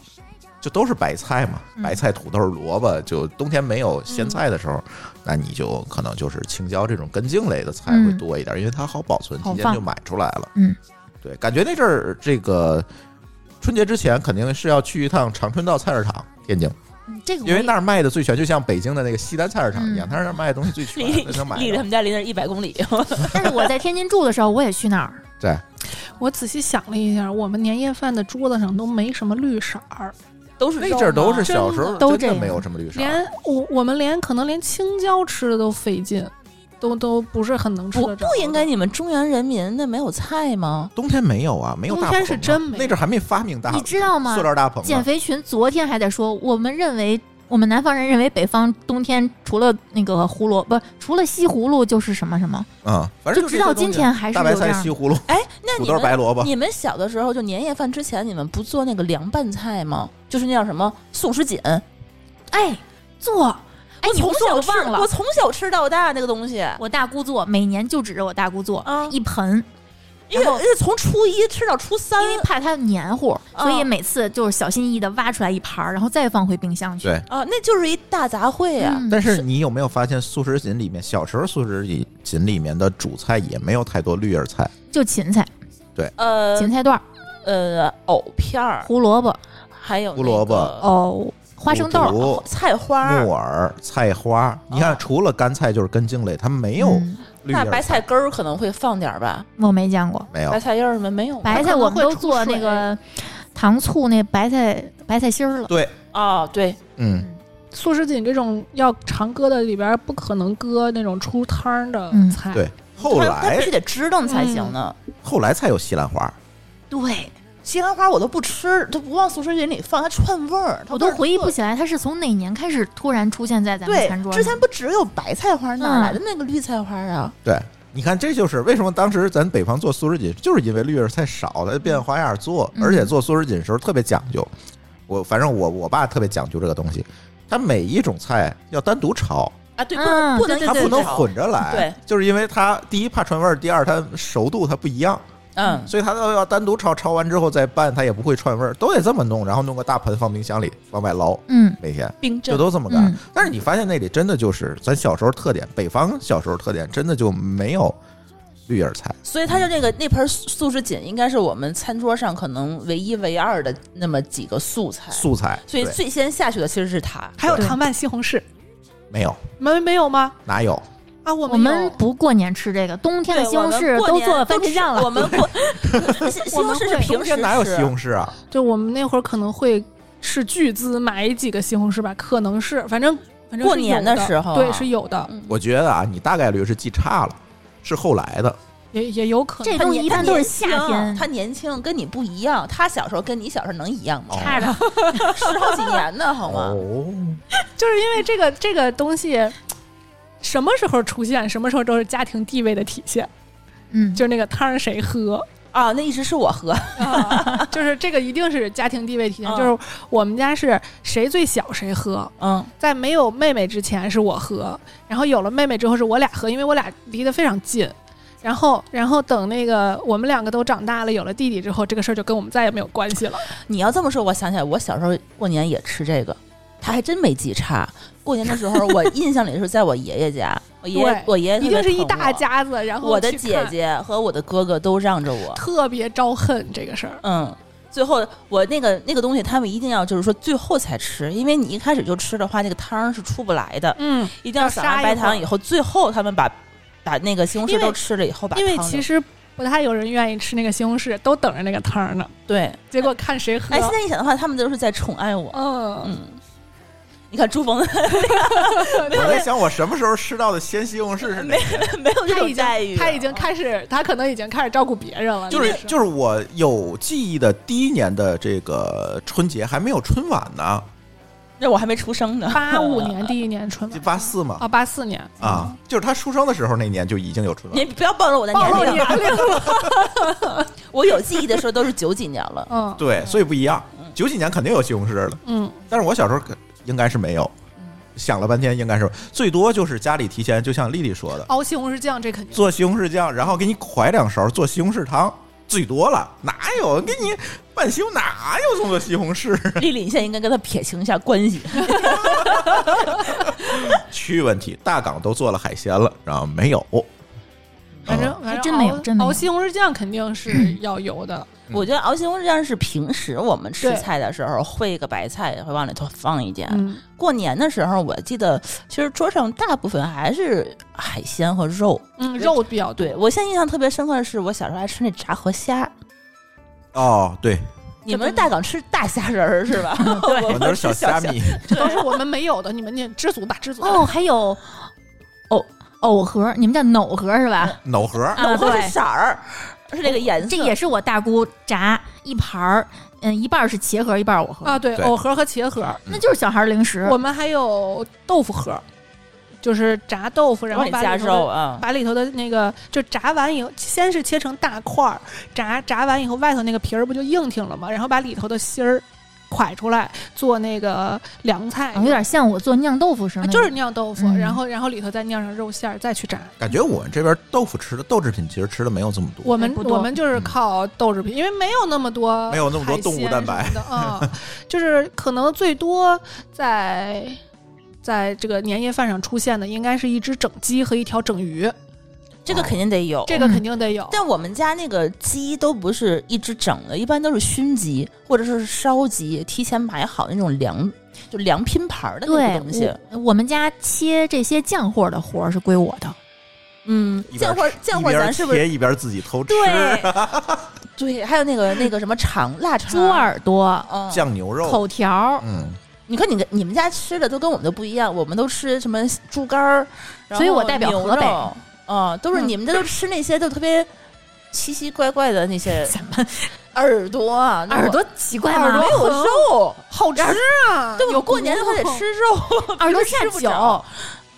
A: 就都是白菜嘛，
C: 嗯
A: 白菜、土豆、萝卜，就冬天没有咸菜的时候，那你就可能就是青椒这种根茎类的菜会
C: 嗯
A: 多一点，因为它好保存，
C: 好
A: 提前
C: 放
A: 就买出来了。
C: 嗯，
A: 对，感觉那阵儿这个春节之前肯定是要去一趟长春道菜市场，天津。
C: 嗯这个我
A: 因为
C: 也
A: 那儿卖的最全，就像北京的那个西单菜市场一样，
C: 嗯
A: 它那儿卖的东西最全
D: 离，
A: 那能买
D: 离他
A: 的。
D: 们家离那一百公里，
C: 但是我在天津住的时候，我也去那儿。
A: 对，
B: 我仔细想了一下，我们年夜饭的桌子上都没什么绿色儿，
D: 都是
A: 那
D: 肉
A: 阵儿都
D: 吗
A: 是小时
B: 真
A: 候
B: 的
C: 都这
A: 真
C: 样
A: 的没有什么绿色，
B: 连我我们连可能连青椒吃的都费劲，都都不是很能吃
D: 不
B: 得着。
D: 不应该你们中原人民那没有菜吗？
A: 冬天没有啊，没有大
B: 冬
A: 棚啊。
B: 天是真没有
A: 那阵儿还没发明大
C: 你知道吗
A: 塑？料大棚
C: 减
A: 呢。
C: 肥群昨天还在说，我们认为我们南方人认为北方冬天除了那个胡萝卜，除了西葫芦就是什么什么，
A: 嗯，反正
C: 就直到
A: 这些东
C: 今
A: 西
C: 天还是
A: 大白
C: 有这
A: 菜、
C: 样
A: 西。葫芦、
D: 哎，那
A: 土
D: 你
A: 豆、
D: 们
A: 白萝卜，
D: 你们小的时候就年夜饭之前，你们不做那个凉拌菜吗？就是那叫什么宋什锦，
C: 哎，做，哎，
D: 我
C: 你不
D: 从
C: 说
D: 小
C: 我
D: 吃
C: 忘了
D: 我，从小吃到大那个东西，
C: 我大姑做，每年就指着我大姑做
D: 嗯
C: 一盆，
D: 因为是从初一吃到初三
C: 因，为怕它黏糊，所以
D: 嗯
C: 每次就是小心翼翼的挖出来一盘儿，然后再放回冰箱去。
A: 对
D: 啊，那就是一大杂烩啊呀、
C: 嗯
A: 但是你有没有发现素食锦里面，小时候素食锦锦里面的主菜也没有太多绿叶菜，
C: 就芹菜、
D: 嗯
C: 芹菜段儿、
D: 呃呃，藕片儿，
C: 胡萝卜、
D: 还有
A: 胡萝卜
D: 那个哦
C: 藕、花生豆儿、
A: 土
D: 菜哦花
A: 豆、
D: 儿
A: 木。耳、菜花。你看，除了干菜就是根茎类，它没有
C: 嗯
A: 绿
D: 那
A: 叶
D: 白
A: 菜，
D: 菜根儿可能会放点儿吧，
C: 我没见过。
A: 没有
D: 白。菜叶儿什么没有
C: 白菜我们都做那个糖醋那白菜白菜心儿了。
A: 对，
D: 啊？对，
A: 嗯，
B: 素食锦这种要常搁的里边，不可能搁那种出汤儿的
C: 嗯
B: 菜。
A: 对。后
D: 它它必
A: 来
D: 须得支棱才行呢。
A: 后来才有西兰花，
C: 对，
D: 西兰花我都不吃，都不往素食锦里放，它串味儿，它
C: 我都
D: 味儿
C: 回忆
D: 特
C: 不起来它是从哪年开始突然出现在咱们
D: 对
C: 餐桌，嗯
D: 之
C: 上。
D: 前不只有白菜花，哪来的那个绿菜花啊？
A: 对。你看，这就是为什么当时咱北方做素食锦，就是因为绿叶菜少，它就变花样做，
C: 嗯
A: 而且做素食锦的时候特别讲究。我反正我我爸特别讲究这个东西，他每一种菜要单独炒，
D: 啊，对
C: 嗯对对
A: 它
C: 对
A: 不能
D: 炒
A: 混着来，
D: 对，
A: 就是因为它第一怕串味儿，第二它熟度它不一样，
D: 嗯，
A: 所以它都要单独焯，焯完之后再拌，它也不会串味儿，都得这么弄，然后弄个大盆放冰箱里往外捞，
C: 嗯
A: 每天
D: 冰
A: 就
D: 镇
A: 都这么干。
C: 嗯
A: 但是你发现那里真的就是咱小时候特点，北方小时候特点真的就没有绿叶菜，
D: 所以它的那个那盆素食锦应该是我们餐桌上可能唯一唯二的那么几个素菜，
A: 素菜
D: 所以
A: 对
D: 最先下去的其实是它。
B: 还有
C: 对
B: 糖拌西红柿，
A: 没有
B: 你们没有吗？
A: 哪有
B: 啊，我
C: 我
B: 们
C: 们
B: 有
C: 不过年吃这个，冬天的
D: 对
C: 西红
D: 我们
C: 柿
D: 过
C: 都
D: 年
C: 做番茄酱
D: 我
C: 了。
D: 们过 西西
B: 我
D: 红
B: 们
D: 柿是
B: 会
D: 平时
A: 哪有
D: 吃
A: 西红柿啊？
B: 就我们那会儿可能会斥巨资买几个西红柿吧，可能是，反正反正是
D: 过年
B: 有
D: 的
B: 的
D: 时候啊
B: 对，是有的，
D: 嗯
A: 我觉得啊，你大概率是记差了，是后来的。
B: 也也有可能
C: 这
D: 他
C: 东西
D: 年
C: 一般
D: 他
C: 都是
D: 年
C: 夏
D: 轻
C: 天
D: 他年轻跟你不一样，他小时候跟你小时候能一样吗？
C: 差着，
D: 十好几年呢，好吗？
A: 哦，
B: 就是因为这个这个东西。什么时候出现，什么时候都是家庭地位的体现。
C: 嗯，
B: 就是那个汤儿谁喝，
D: 啊，那一直是我喝，
B: 啊 就是这个一定是家庭地位体现。
D: 嗯
B: 就是我们家是谁最小谁喝，
D: 嗯，
B: 在没有妹妹之前是我喝，然后有了妹妹之后是我俩喝，因为我俩离得非常近。然后，然后等那个我们两个都长大了，有了弟弟之后，这个事儿就跟我们再也没有关系了。
D: 你要这么说，我想起来，我小时候过年也吃这个，他还真没记差。过年的时候，我印象里是在我爷爷家， 我爷
B: 对
D: 爷我爷爷特
B: 一定
D: 别
B: 是一
D: 哎疼
B: 大
D: 我，
B: 家子，然后
D: 我的
B: 去
D: 姐
B: 看
D: 姐和我的哥哥都让着 我，
B: 特别招恨这个事儿。
D: 嗯。最后，我那个那个东西，他们一定要就是说最后才吃，因为你一开始就吃的话，那个汤儿是出不来的。
B: 嗯，
D: 一定要撒完白糖以后，最后他们把把那个西红柿
B: 因为
D: 都吃了以后把汤
B: 因
D: 留，
B: 为其实不太有人愿意吃那个西红柿，都等着那个汤儿呢。
D: 对，
B: 结果看谁喝。
D: 哎，现在一想的话，他们都是在宠爱我。
B: 嗯，
D: 嗯，你看朱峰
A: 我在想我什么时候吃到的鲜西红柿是哪年？
D: 没有这
B: 他
D: 种
B: 已经
D: 待遇，啊
B: 他已经开始，他可能已经开始照顾别人了。
A: 就是
B: 那时候
A: 就是我有记忆的第一年的这个春节还没有春晚呢，
D: 那我还没出生呢，
B: 八五年第一年春
A: 就
D: 嗯
B: 晚
A: 八四嘛
B: 啊，八四年
A: 啊，就是他出生的时候那年就已经有春晚
D: 你不要暴露我的
B: 暴露
D: 年
B: 年
D: 龄，
B: 龄 了。
D: 我有记忆的时候都是九几年 了。
B: 嗯，
A: 对，所以不一样。
D: 嗯
A: 九几年肯定有西红柿了，
B: 嗯，
A: 但是我小时候可应该是没有。想了半天，应该是最多就是家里提前，就像丽丽说的，
B: 熬西红柿酱这肯定。
A: 做西红柿酱，然后给你㧟两勺做西红柿汤，最多了。哪有给你拌西红哪有这么多西红柿？
D: 丽丽，你现在应该跟他撇清一下关系。
A: 嗯区域问题，大港都做了海鲜了，然后没有。
B: 反正
A: 嗯
B: 反正
C: 哎真没有
B: 熬
C: 真没有
B: 熬西红柿酱肯定是要有 的。
A: 嗯
D: 我觉得熬西红柿酱是平时我们吃
B: 对
D: 菜的时候烩个白菜会往里头放一点，
B: 嗯，
D: 过年的时候我记得其实桌上大部分还是海鲜和肉，
B: 嗯，肉比较多。
D: 对我现在印象特别深刻的是，我小时候爱吃那炸河虾。
A: 哦，对，
D: 你们大港吃大虾仁儿是吧？
B: 嗯
D: 对
A: 我
D: 我
A: 那
D: 们
A: 是小
D: 吃
A: 虾
D: 虾。
A: 米，
B: 这都是我们没有的，你们那知足吧，知足吧。
C: 哦，还有藕藕盒，你们叫藕盒是吧？
A: 脑盒儿，
C: 啊，
D: 我会
C: 对
D: 是，色儿，是嗯那个颜色。
C: 这也是我大姑炸一盘儿，嗯，一半儿是茄盒，一半儿藕盒，
B: 啊，对，
A: 对
B: 藕盒和茄盒，
C: 那就是小孩儿零食。
B: 我们还有豆腐盒，就是炸豆腐，然后
C: 哦
D: 往里
B: 把
D: 加
B: 里头的
D: 肉啊，
B: 把里头的那个就炸完以后，先是切成大块儿，炸炸完以后外头那个皮儿不就硬挺了吗？然后把里头的芯儿蒯出来做那个凉菜，
C: 啊有点像我做酿豆腐时候
B: 啊
C: 那
B: 就是
C: 种
B: 酿豆腐，
C: 嗯哎
B: 然后然后里头再酿上肉馅儿再去炸。
A: 感觉我们这边豆腐吃的豆制品其实吃的没有这么多，
B: 我们
C: 不多
B: 我们就是
A: 嗯
B: 靠豆制品，因为没有那么多
A: 没有那么多
B: 海
A: 动物
B: 鲜
A: 蛋白
B: 什么的啊、就是可能最多在在这个年夜饭上出现的，应该是一只整鸡和一条整鱼，
D: 这
B: 哦
D: 个肯定得有。
B: 这
A: 哦
B: 个肯定得有。
D: 但我们家那个鸡都不是一只整的，一般都是熏鸡或者是烧鸡，提前买好那种凉，就凉拼盘儿的那
C: 对
D: 个东西。
C: 我，我们家切这些酱货的活儿是归我的，
D: 嗯，
A: 一边
D: 酱货酱货
A: 一边
D: 咱是不是
A: 切一边自己偷吃，
D: 对对？还有那个那个什么肠腊 肠，
C: 猪耳朵、
D: 嗯，
A: 酱牛肉，
C: 口条儿，
A: 嗯，
D: 你看你跟你们家吃的都跟我们都不一样，我们都吃什么猪肝儿，然后
C: 所以我代表河北
D: 牛肉，嗯，都是
C: 嗯
D: 你们这都吃那些都特别奇奇怪怪的 那些
C: 怎么
D: 耳朵啊，那我
C: 耳朵奇怪
D: 耳朵
C: 吗？
D: 有肉，
B: 好吃啊！
D: 对我
B: 有
D: 过年的
B: 骨
D: 话得
B: 头
D: 吃肉，
C: 耳朵
D: 别人
C: 下
D: 吃不
C: 酒
D: 着，。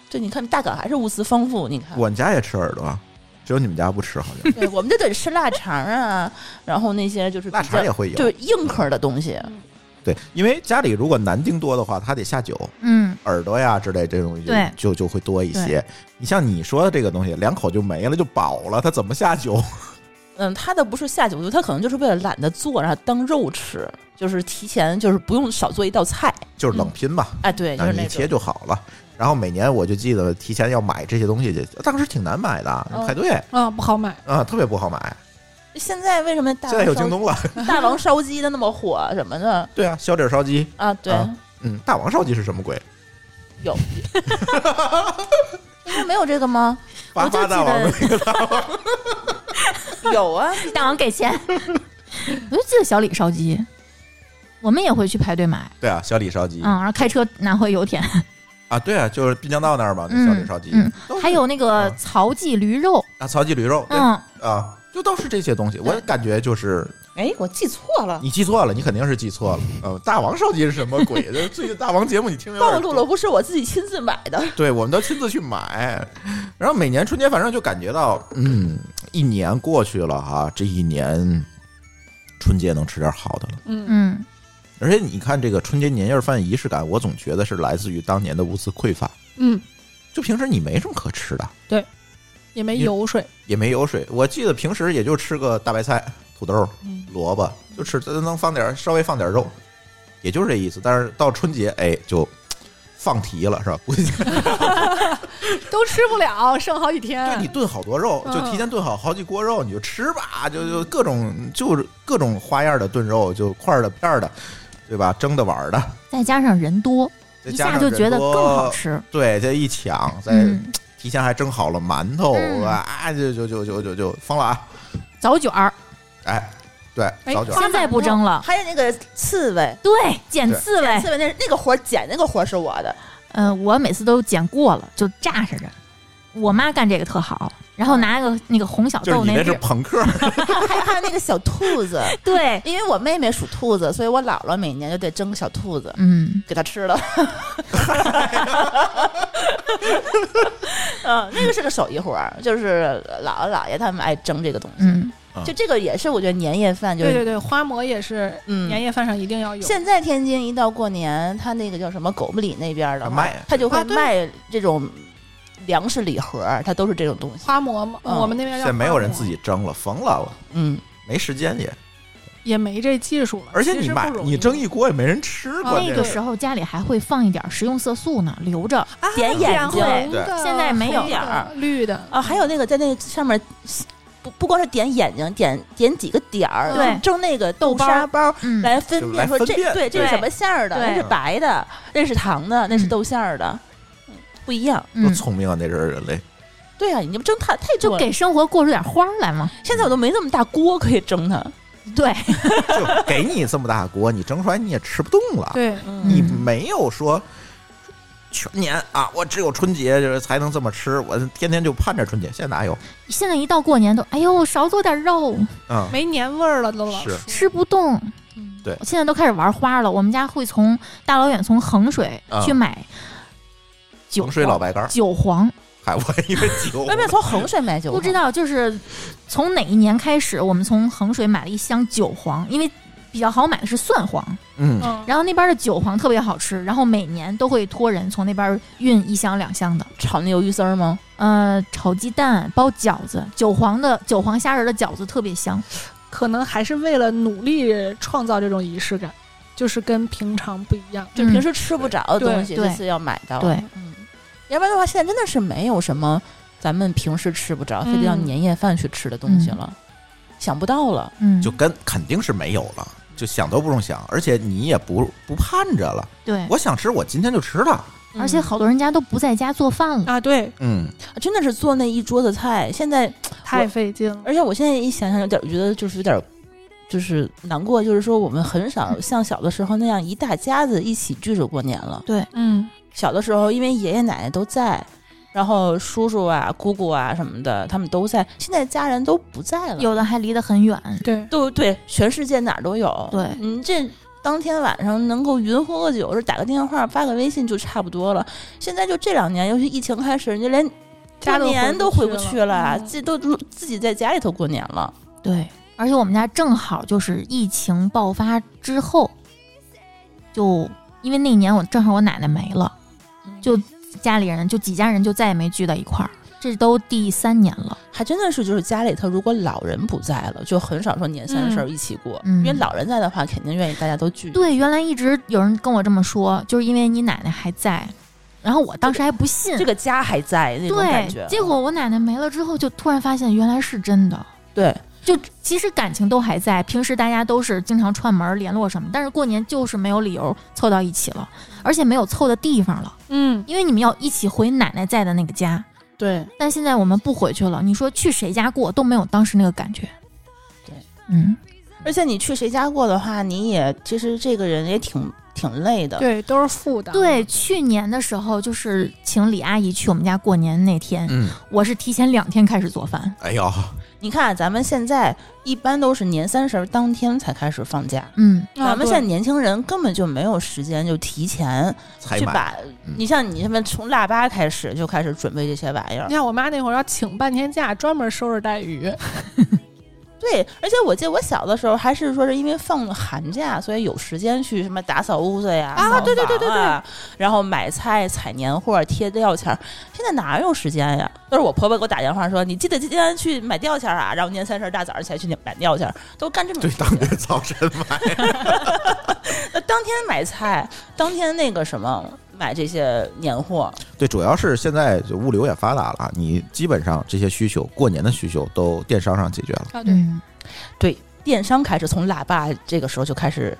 D: 对，你看大港还是物资丰富，你看。
A: 我们家也吃耳朵，只有你们家不吃，好 像
D: 对，我们就得吃腊肠啊，然后那些就是比较
A: 腊肠也会有
D: 就是硬壳的东西。
A: 对，因为家里如果男丁多的话，他得下酒，
C: 嗯，
A: 耳朵呀之类这种就
C: 对
A: 就就会多一
C: 对
A: 些。你像你说的这个东西，两口就没了，就饱了，他怎么下酒？
D: 嗯，他的不是下酒，我觉得他可能就是为了懒得做，然后当肉吃，就是提前就是不用少做一道菜。
A: 就是冷拼
C: 嗯
A: 吧，
D: 哎，对，就是
A: 但
D: 那
A: 你切
D: 种。
A: 就好了。然后每年我就记得提前要买这些东西，啊当时挺难买的，
C: 哦
D: 嗯
A: 排队
B: 啊，不好买。
A: 啊，特别不好买。
D: 现在为什么大
A: 现在有
D: 王烧
A: 京东了，
D: 大王烧鸡的那么火什么的
A: 对啊，小底儿烧鸡，
D: 啊？对，
A: 啊嗯，大王烧鸡是什么鬼？
D: 有，应该没有这个吗？
A: 发
C: 我就
A: 发大王
C: 记得
D: 有啊，
C: 大王给钱， 我就记得小李烧鸡，我们也会去排队买，
A: 对啊，小李烧鸡
C: 嗯，然后开车拿回油田，
A: 啊，对啊，就是滨江道那儿嘛，那
C: 嗯
A: 小李烧鸡，
C: 嗯
A: 都是
C: 还有那个曹记驴肉，
A: 啊，曹记驴肉，对
C: 嗯，
A: 啊，就都是这些东西。我感觉就是
D: 哎，我记错了，
A: 你记错了，你肯定是记错了。呃，大王烧鸡是什么鬼？这最近大王节目你听着有
D: 暴
A: 点
D: 露了，不是我自己亲自买的。
A: 对，我们都亲自去买。然后每年春节，反正就感觉到，嗯，一年过去了啊，这一年春节能吃点好的了。
B: 嗯，
C: 嗯，
A: 而且你看这个春节年夜饭仪式感，我总觉得是来自于当年的物资匮乏。
B: 嗯，
A: 就平时你没什么可吃的，
B: 也没
A: 也
B: 油水。
A: 也没油水。我记得平时也就吃个大白菜、土豆、
B: 嗯
A: 萝卜，就吃能放点稍微放点肉，也就是这意思。但是到春节，哎，就放题了，是吧？不，就
B: 都吃不了，剩好几
A: 你
B: 天。
A: 炖好多肉，就
B: 嗯
A: 提前炖好好几锅肉，你就吃吧，就就各种就是各种花样的炖肉，就块儿的片儿的，对吧？蒸的碗儿的，
C: 再加上人多，
A: 再
C: 一
A: 加
C: 下
A: 上
C: 就觉得
A: 人
C: 更
A: 多
C: 好。吃，
A: 对，这一抢，再
C: 嗯，
A: 提前还蒸好了馒头、
C: 嗯
A: 啊，就就就就就就疯了啊！
C: 早卷儿
A: 哎，对，
B: 哎
A: 早卷儿
C: 现在不蒸了，
D: 还有那个刺猬，
C: 对，捡刺猬，
D: 刺猬那那个活儿捡那个活儿是我的，
C: 嗯，我每次都捡过了，就炸着着。我妈干这个特好，然后拿个那个红小
A: 哦就是
C: 豆
A: 你那是
C: 纸，
A: 朋克，
D: 还还有那个小兔子，
C: 对，
D: 因为我妹妹属兔子，所以我姥姥每年就得蒸个小兔子
C: 嗯，
D: 给她吃了。 嗯，那个是个手艺活儿，就是姥姥姥爷他们爱蒸这个东西。
C: 嗯，
D: 就这个也是我觉得年夜饭，就
B: 对
D: 是
B: 对对，花馍也是
D: 嗯
B: 年夜饭上一定要有。
D: 现在天津一到过年，他那个叫什么狗不理那边的话
A: 卖
D: 他就会
B: 啊对
D: 卖这种粮食礼盒，他都是这种东西。
B: 花馍嘛，
D: 嗯
B: 我们那边
A: 哦现
B: 叫
A: 在没有
B: 花
A: 人
B: 馍
A: 自己蒸了，疯了，我
D: 嗯，
A: 没时间也。
B: 也没这技术了。
A: 而且
B: 其
A: 你
B: 实
A: 买
B: 不容
A: 你
B: 易
A: 蒸一锅也没人吃，
B: 啊
A: 关
C: 那
A: 键
C: 个
A: 是
C: 时候家里还会放一点食用色素呢，留着。
B: 啊
D: 点眼
B: 染
D: 睛
B: 红
A: 对
B: 的
C: 现在没有
B: 红的
D: 了
B: 绿的
D: 啊，还有那个在那上面，不不光是点眼睛，点点几个点儿，
C: 对
D: 蒸那个豆
C: 包
D: 沙包。
C: 嗯，
D: 来分
A: 就来
D: 辨说
A: 分
D: 这
A: 辨
D: 对这是
C: 对
D: 什么馅儿的，
C: 对
D: 那是白的，那是糖的，那是
C: 嗯
D: 豆馅儿的，嗯不一样。
A: 多
C: 嗯，
A: 聪明啊！那阵儿人类，
D: 对啊，你们蒸太太
C: 就
D: 多了，
C: 给生活过出点花儿来嘛。
D: 现在我都没那么大锅可以蒸它。
A: 嗯
C: 对，
A: 就给你这么大锅，你蒸出来你也吃不动了。
B: 对，
D: 嗯
A: 你没有说全年啊，我只有春节就是才能这么吃，我天天就盼着春节。现在哪有？
C: 现在一到过年都，哎呦，少做点肉，
A: 嗯，
B: 没年味儿了都老
A: 是
C: 吃不动。
A: 对
C: 我现在都开始玩花了。我们家会从大老远从衡水
A: 啊
C: 去买韭
A: 衡水老白干儿，
C: 韭黄，
A: 嗨，我还以为 酒
D: 外面从衡水买酒，
C: 不知道就是从哪一年开始，我们从衡水买了一箱韭黄，因为比较好买的是蒜黄，
A: 嗯，
B: 嗯，
C: 然后那边的韭黄特别好吃，然后每年都会托人从那边运一箱两箱的。
D: 炒那鱿鱼丝儿吗？
C: 呃，炒鸡蛋、包饺子，韭黄的韭黄虾仁的饺子特别香。
B: 可能还是为了努力创造这种仪式感，就是跟平常不一样。
D: 就
C: 嗯
D: 平时吃不着的东西，
C: 对对
D: 这次要买到。
C: 对，
D: 嗯，要不然的话，现在真的是没有什么咱们平时吃不着，非得要
B: 嗯
D: 年夜饭去吃的东西了，想不到了。
C: 嗯，
A: 就跟肯定是没有了，就想都不用想，而且你也不不盼着了。
C: 对，
A: 我想吃，我今天就吃它。
C: 而且好多人家都不在家做饭了。
B: 啊，对，
A: 嗯，
D: 真的是做那一桌子菜，现在，
B: 太费劲了。
D: 而且我现在一想想，有点觉得就是有点。就是难过，就是说我们很少
C: 嗯
D: 像小的时候那样一大家子一起聚着过年了。
C: 对，
B: 嗯，
D: 小的时候，因为爷爷奶奶都在，然后叔叔啊、姑姑啊什么的，他们都在。现在家人都不在了，
C: 有的还离得很远。
B: 对，
D: 对对，全世界哪儿都有。
C: 对
D: 你这当天晚上能够云喝个酒，是打个电话、发个微信就差不多了。现在就这两年，尤其疫情开始，人家连
B: 家
D: 过年都
B: 回
D: 回不
B: 去
D: 去
B: 了
D: 了，
B: 嗯
D: 自己都自己在家里头过年了。
C: 对，而且我们家正好就是疫情爆发之后，就因为
D: 嗯
C: 那年我正好我奶奶没了，就家里人就几家人就再也没聚到一块儿。这都第三年了。
D: 还真的是就是家里头如果老人不在了，就很少说年三十儿一起过，
C: 嗯
D: 因为老人在的话，肯定愿意大家都聚。
C: 对，原来一直有人跟我这么说，就是因为你奶奶还在，然后我当时还不信。
D: 这个家还在那种感觉
C: 对，，
D: 嗯
C: 结果我奶奶没了之后，就突然发现原来是真的。
D: 对
C: 就其实感情都还在，平时大家都是经常串门儿联络什么，但是过年就是没有理由凑到一起了，而且没有凑的地方了，
B: 嗯，
C: 因为你们要一起回奶奶在的那个家。
D: 对，
C: 但现在我们不回去了，你说去谁家过都没有当时那个感觉。
D: 对，
C: 嗯，
D: 而且你去谁家过的话，你也其实这个人也挺挺累的。
B: 对，都是负担。
C: 对，，去年的时候就是请李阿姨去我们家过年那天，
A: 嗯，
C: 我是提前两天开始做饭。
A: 哎呦，
D: 你看啊咱们现在一般都是年三十儿当天才开始放假。
C: 嗯，
D: 咱们现在
B: 在
D: 年轻人根本就没有时间，就提前
A: 才
D: 去
A: 买，
D: 把
A: 嗯
D: 你像你什么从腊八开始就开始准备这些玩意儿
B: 你，看我妈那会儿要请半天假，专门收拾带鱼。
D: 对，而且我记得我小的时候还是说是因为放了寒假，所以有时间去什么打扫屋子呀，
B: 啊
D: 扫
B: 对对对
D: 房
B: 对
D: 啊，然后买菜、采年货、贴吊签儿。现在哪有时间呀？都是我婆婆给我打电话说，你记得今天去买吊签儿啊，然后年三十大早上起来去买吊签儿，都干这 种
A: 对，
D: 事
A: 当
D: 情。
A: 天早晨买，
D: 那当天买菜，当天那个什么买这些年货，
A: 对，主要是现在就物流也发达了，啊你基本上这些需求，过年的需求都电商上解决了，
B: 啊，对，
C: 嗯，
D: 电商开始从腊八这个时候就开始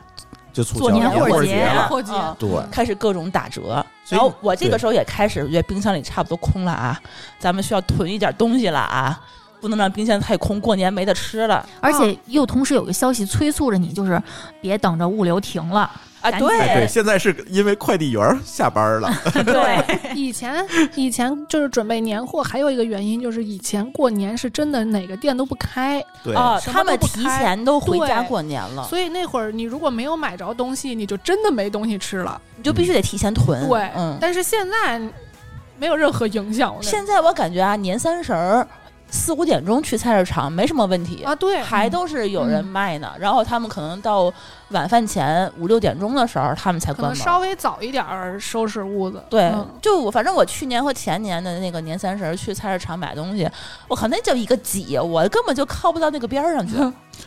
A: 就促
D: 做
A: 销
C: 年
A: 年
C: 货
A: 货
C: 节
A: 节
C: 了
A: 了。
B: 过节
D: 嗯
A: 对，
D: 开始各种打折，
A: 所以
D: 然后我这个
A: 对
D: 时候也开始觉得冰箱里差不多空了啊，咱们需要囤一点东西了啊，不能让冰箱太空，过年没得吃了
C: 而且又同时有个消息催促着你，就是别等着物流停了。
D: 啊！
C: 赶紧
A: 哎，对，
D: 对
A: 现在是因为快递员儿下班 了，
D: 对，
B: 以前以前就是准备年货，还有一个原因就是以前过年是真的哪个店都不开，
A: 对，
D: 哦，
B: 什么
D: 他们
B: 都不
D: 提
B: 开
D: 前都回家
B: 对
D: 过年
A: 啊
D: 了，
B: 所以那会儿你如果没有买着东西，你就真的没东西吃了。
D: 你就必须得提前囤。
B: 对，
D: 嗯，
B: 但是现在没有任何影响了。
D: 现在我感觉啊，年三十儿四五点钟去菜市场没什么问题
B: 啊，对，嗯
D: 还都是有人卖呢，然后他们可能到晚饭前五六点钟的时候，他们才
B: 可
D: 关
B: 能
D: 门。
B: 稍微早一点儿收拾屋子。
D: 对，
B: 嗯
D: 就我反正我去年和前年的那个年三十儿去菜市场买东西，我靠，那叫一个挤，我根本就靠不到那个边儿上去。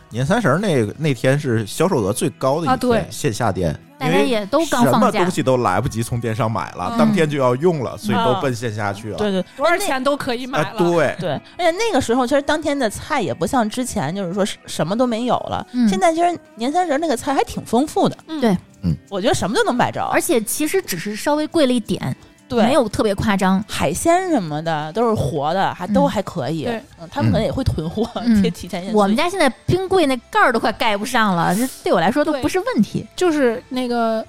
A: 年三十儿那那天是销售额最高的一天，
B: 啊对
A: 线下店，
C: 大家也都刚
A: 什
C: 放
A: 么
C: 假
A: 东，西都来不及从电商买了，
B: 嗯
A: 当天就要用了，所以都
D: 啊
A: 奔线下去了。
D: 对对，
B: 多少
D: 哎那
B: 钱都可以买
A: 啊，
B: 了。
A: 对，
D: 对，而且那个时候其实当天的菜也不像之前，就是说是什么都没有了。
C: 嗯
D: 现在其实年三十儿那个菜还挺丰富的，
B: 嗯
C: 对
D: 我觉得什么都能买着，
C: 而且其实只是稍微贵了一点，
D: 对
C: 没有特别夸张。
D: 海鲜什么的都是活的，还都
C: 嗯
D: 还可以。
B: 对
D: 嗯，他们可能也会囤货，
C: 嗯
D: 提提前先
C: 我们
D: 做
C: 家现在冰柜那盖儿都快盖不上 了，这对我来说都不是问题。
B: 就是那个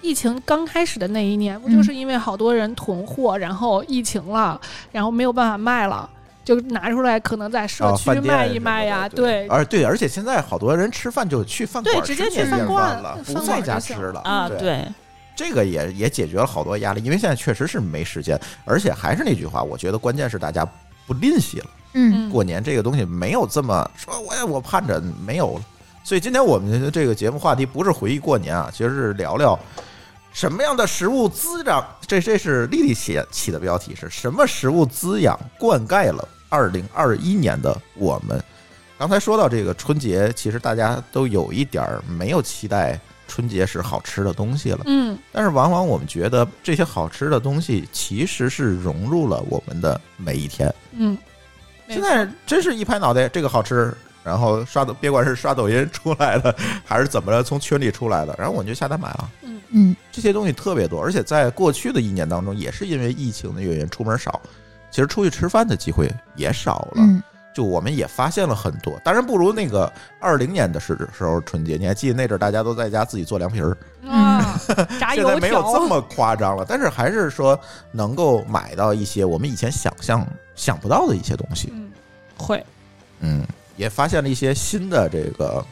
B: 疫情刚开始的那一年，不
D: 嗯
B: 就是因为好多人囤货，然后疫情了，然后没有办法卖了，就拿出来可能在社
A: 啊，
B: 区
A: 饭店
B: 卖
A: 什
B: 一
A: 么
B: 卖
A: 的
B: 呀，
A: 对，
B: 对。
A: 而对，而且现在好多人吃饭就去饭馆
B: 对
A: 儿
B: 直
A: 吃
B: 接去
A: 年
B: 饭
A: 夜
B: 馆儿
A: 了，不
B: 饭馆
A: 在
B: 儿
A: 家
B: 就
A: 吃
B: 行
A: 了
D: 啊，
A: 对，
D: 对，
A: 这个也也解决了好多压力，因为现在确实是没时间，而且还是那句话，我觉得关键是大家不吝惜了。
C: 嗯，
B: 嗯，
A: 过年这个东西没有这么说，我我盼着没有了。所以今天我们的这个节目话题不是回忆过年啊，其实是聊聊什么样的食物滋长。这这是丽丽写起的标题是什么食物滋养灌溉了二零二一年的我们？刚才说到这个春节，其实大家都有一点儿没有期待春节时好吃的东西了。
B: 嗯，
A: 但是往往我们觉得这些好吃的东西其实是融入了我们的每一天。
B: 嗯，没
A: 现在真是一拍脑袋，这个好吃。然后刷抖，别管是刷抖音出来的，还是怎么着，从群里出来的，然后我就下单买了。
C: 嗯，
A: 这些东西特别多，而且在过去的一年当中，也是因为疫情的原因，出门少，其实出去吃饭的机会也少了。
C: 嗯，
A: 就我们也发现了很多，当然不如那个二零年的时时候春节。你还记得那阵儿大家都在家自己做凉皮儿，
B: 啊，
D: 嗯
B: 炸
A: 现在
B: 油
A: 没有这
B: 条，
A: 么夸张了，但是还是说能够买到一些我们以前想象想不到的一些东西。
B: 嗯，会，
A: 嗯，也发现了一些新的这个，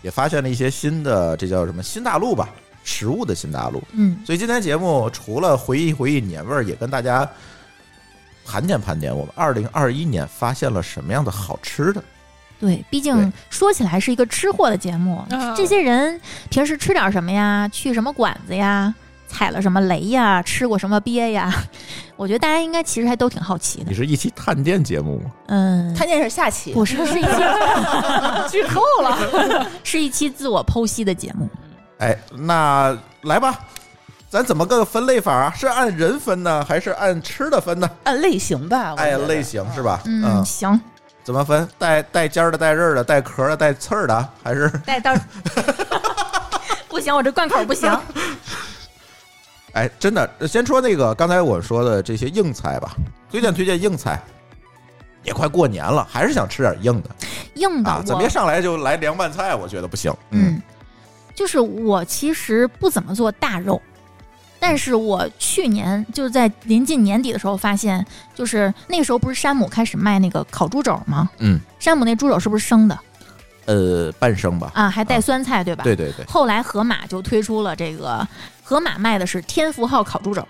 A: 也发现了一些新的这叫什么新大陆吧，食物的新大陆。
C: 嗯，
A: 所以今天节目除了回忆回忆年味儿，也跟大家盘点盘点我们二零二一年发现了什么样的好吃的。
C: 对，毕竟
A: 对
C: 说起来是一个吃货的节目，
B: 啊
C: 这些人平时吃点什么呀？去什么馆子呀？踩了什么雷呀，吃过什么鳖呀， 我觉得大家应该其实还都挺好奇的
A: 你。是一期探店节目吗？
C: 嗯，
D: 看见是下期，
C: 不是是 一期
B: 剧透 了，
C: 是一期自我剖析的节目。
A: 哎，那来吧，咱怎么个分类法啊？是按人分呢，还是按吃的分呢？
D: 按类型吧，我
A: 哎
D: 觉，得
A: 类型是？吧？
C: 嗯，行，
A: 怎么分？带带尖儿的、带刃儿的、带壳儿的、带刺儿的，啊还是
C: 带到。 不行，我这贯口不行。
A: 哎，真的，先说那个刚才我说的这些硬菜吧，推荐推荐硬菜。也快过年了，还是想吃点硬 的
C: 硬的
A: 啊！咱
C: 我
A: 别上来就来凉拌菜，我觉得不行。
C: 嗯，就是我其实不怎么做大肉，但是我去年就在临近年底的时候发现，就是那个时候不是山姆开始卖那个烤猪肘吗？
A: 嗯，
C: 山姆那猪肘是不是生的
A: 呃，半生吧。
C: 啊？还带酸菜对吧？
A: 对对对，
C: 后来盒马就推出了这个，盒马卖的是天福号烤猪肘，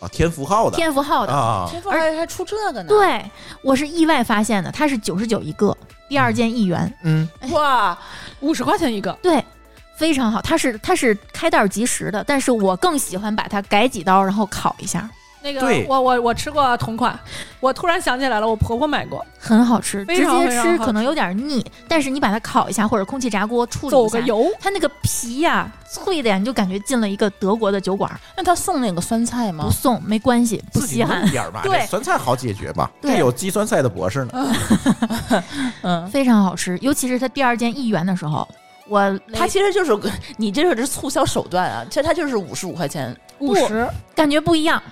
A: 啊，天福号的
C: 天福号的。
A: 啊，
D: 天凤还还出这个呢？，
C: 对，我是意外发现的，它是九十九一个，第二件一元，
A: 嗯，
D: 哇，
B: 五十块钱一个，
C: 对，非常好。它是它是开袋即食的，但是我更喜欢把它改几刀，然后烤一下，
B: 那个
A: 对
B: 我我我吃过同款，我突然想起来了，我婆婆买过，
C: 很好吃。
B: 非
C: 直
B: 常
C: 接
B: 非常
C: 吃
B: 好
C: 可能有点腻，但是你把它烤一下或者空气炸锅处理
B: 走
C: 一
B: 个
C: 下，
B: 油，
C: 它那个皮呀、脆的呀，你就感觉进了一个德国的酒馆。
D: 那他送那个酸菜吗
C: 不？送没关系，不
A: 自己
C: 稀
A: 弄
C: 罕
A: 一，点 儿吧，
C: 对
A: 这酸菜好解决吧？
C: 对
A: 这有鸡酸菜的博士呢。
D: 嗯，
C: 非常好吃。尤其是它第二件一元的时候，我雷
D: 他其实就是个你这就是促销手段啊，其实他就是五十五块钱。
B: 五十，
C: 感觉不一样。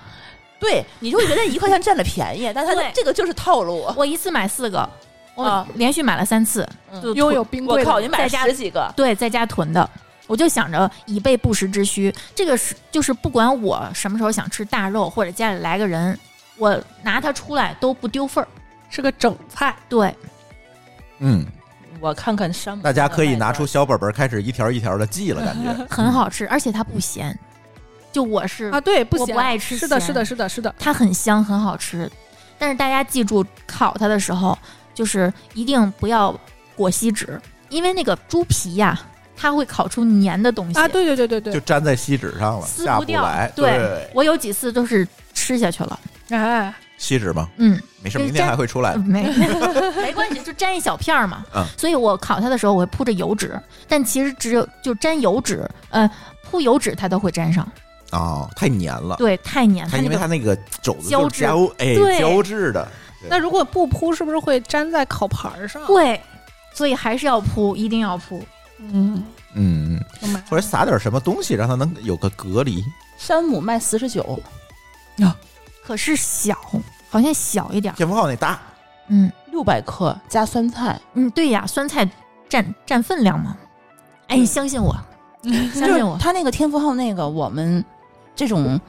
D: 对，你就会觉得一块钱占了便 宜，但他
C: 对
D: 这个就是套路。
C: 我一次买四个，我
B: 哦
D: 啊
C: 连续买了三次，
D: 嗯
C: 就
B: 拥
C: 囤
B: 有冰
D: 我
B: 柜
D: 靠，
B: 的，
D: 你买
C: 在家
D: 了十几个，
C: 对，在家囤的。我就想着以备不时之需，这个是就是不管我什么时候想吃大肉，或者家里来个人，我拿它出来都不丢份儿。
B: 是个整菜，
C: 对，
A: 嗯，
D: 我看看山姆，
A: 大家可以拿出。小本本开始一条一条的记了，感 觉
C: 很好吃，而且它不咸。就我是，
B: 嗯啊，对，不
C: 嗯我
B: 咸，
C: 不爱吃
B: 是的，
C: 咸
B: 是的，是的，是的，
C: 它很香，很好吃。但是大家记住，烤它的时候就是一定不要裹锡纸，因为那个猪皮呀、它会烤出粘的东西
B: 啊，对对对对
A: 就
B: 对，
A: 粘在锡纸上了，
C: 撕
A: 下
C: 不掉
A: 来。
C: 对
A: 对，
C: 我有几次都是吃下去了，
B: 哎，
A: 锡纸嘛，
C: 嗯，
A: 没事，
C: 对
A: 明天
C: 粘
A: 还会出来的。
C: 没 没关系，就沾一小片儿嘛。
A: 嗯
C: 所以我烤它的时候，我会铺着油纸，但其实只有就沾油纸，呃，铺油纸它都会沾上。
A: 哦，太粘了，
C: 对，太粘，它
A: 因
C: 那
A: 为
C: 个
A: 它那个肘子
C: 胶
A: 就是
C: 质
A: 胶哎
C: 对
A: 胶质的，
B: 那如果不铺，是不是会粘在烤盘儿上？
C: 对，所以还是要铺，一定要铺。
B: 嗯，
A: 嗯，
B: 我买
A: 或者撒点什么东西让它能有个隔离。
D: 山姆卖四十九，
C: 可是小，好像小一点儿。
A: 天福号那大，
C: 嗯
D: 六百克加酸菜，
C: 嗯，对呀，酸菜占占分量嘛。哎，你相信我，相信
D: 就是
C: 我，
D: 他那个天福号那个，我们这种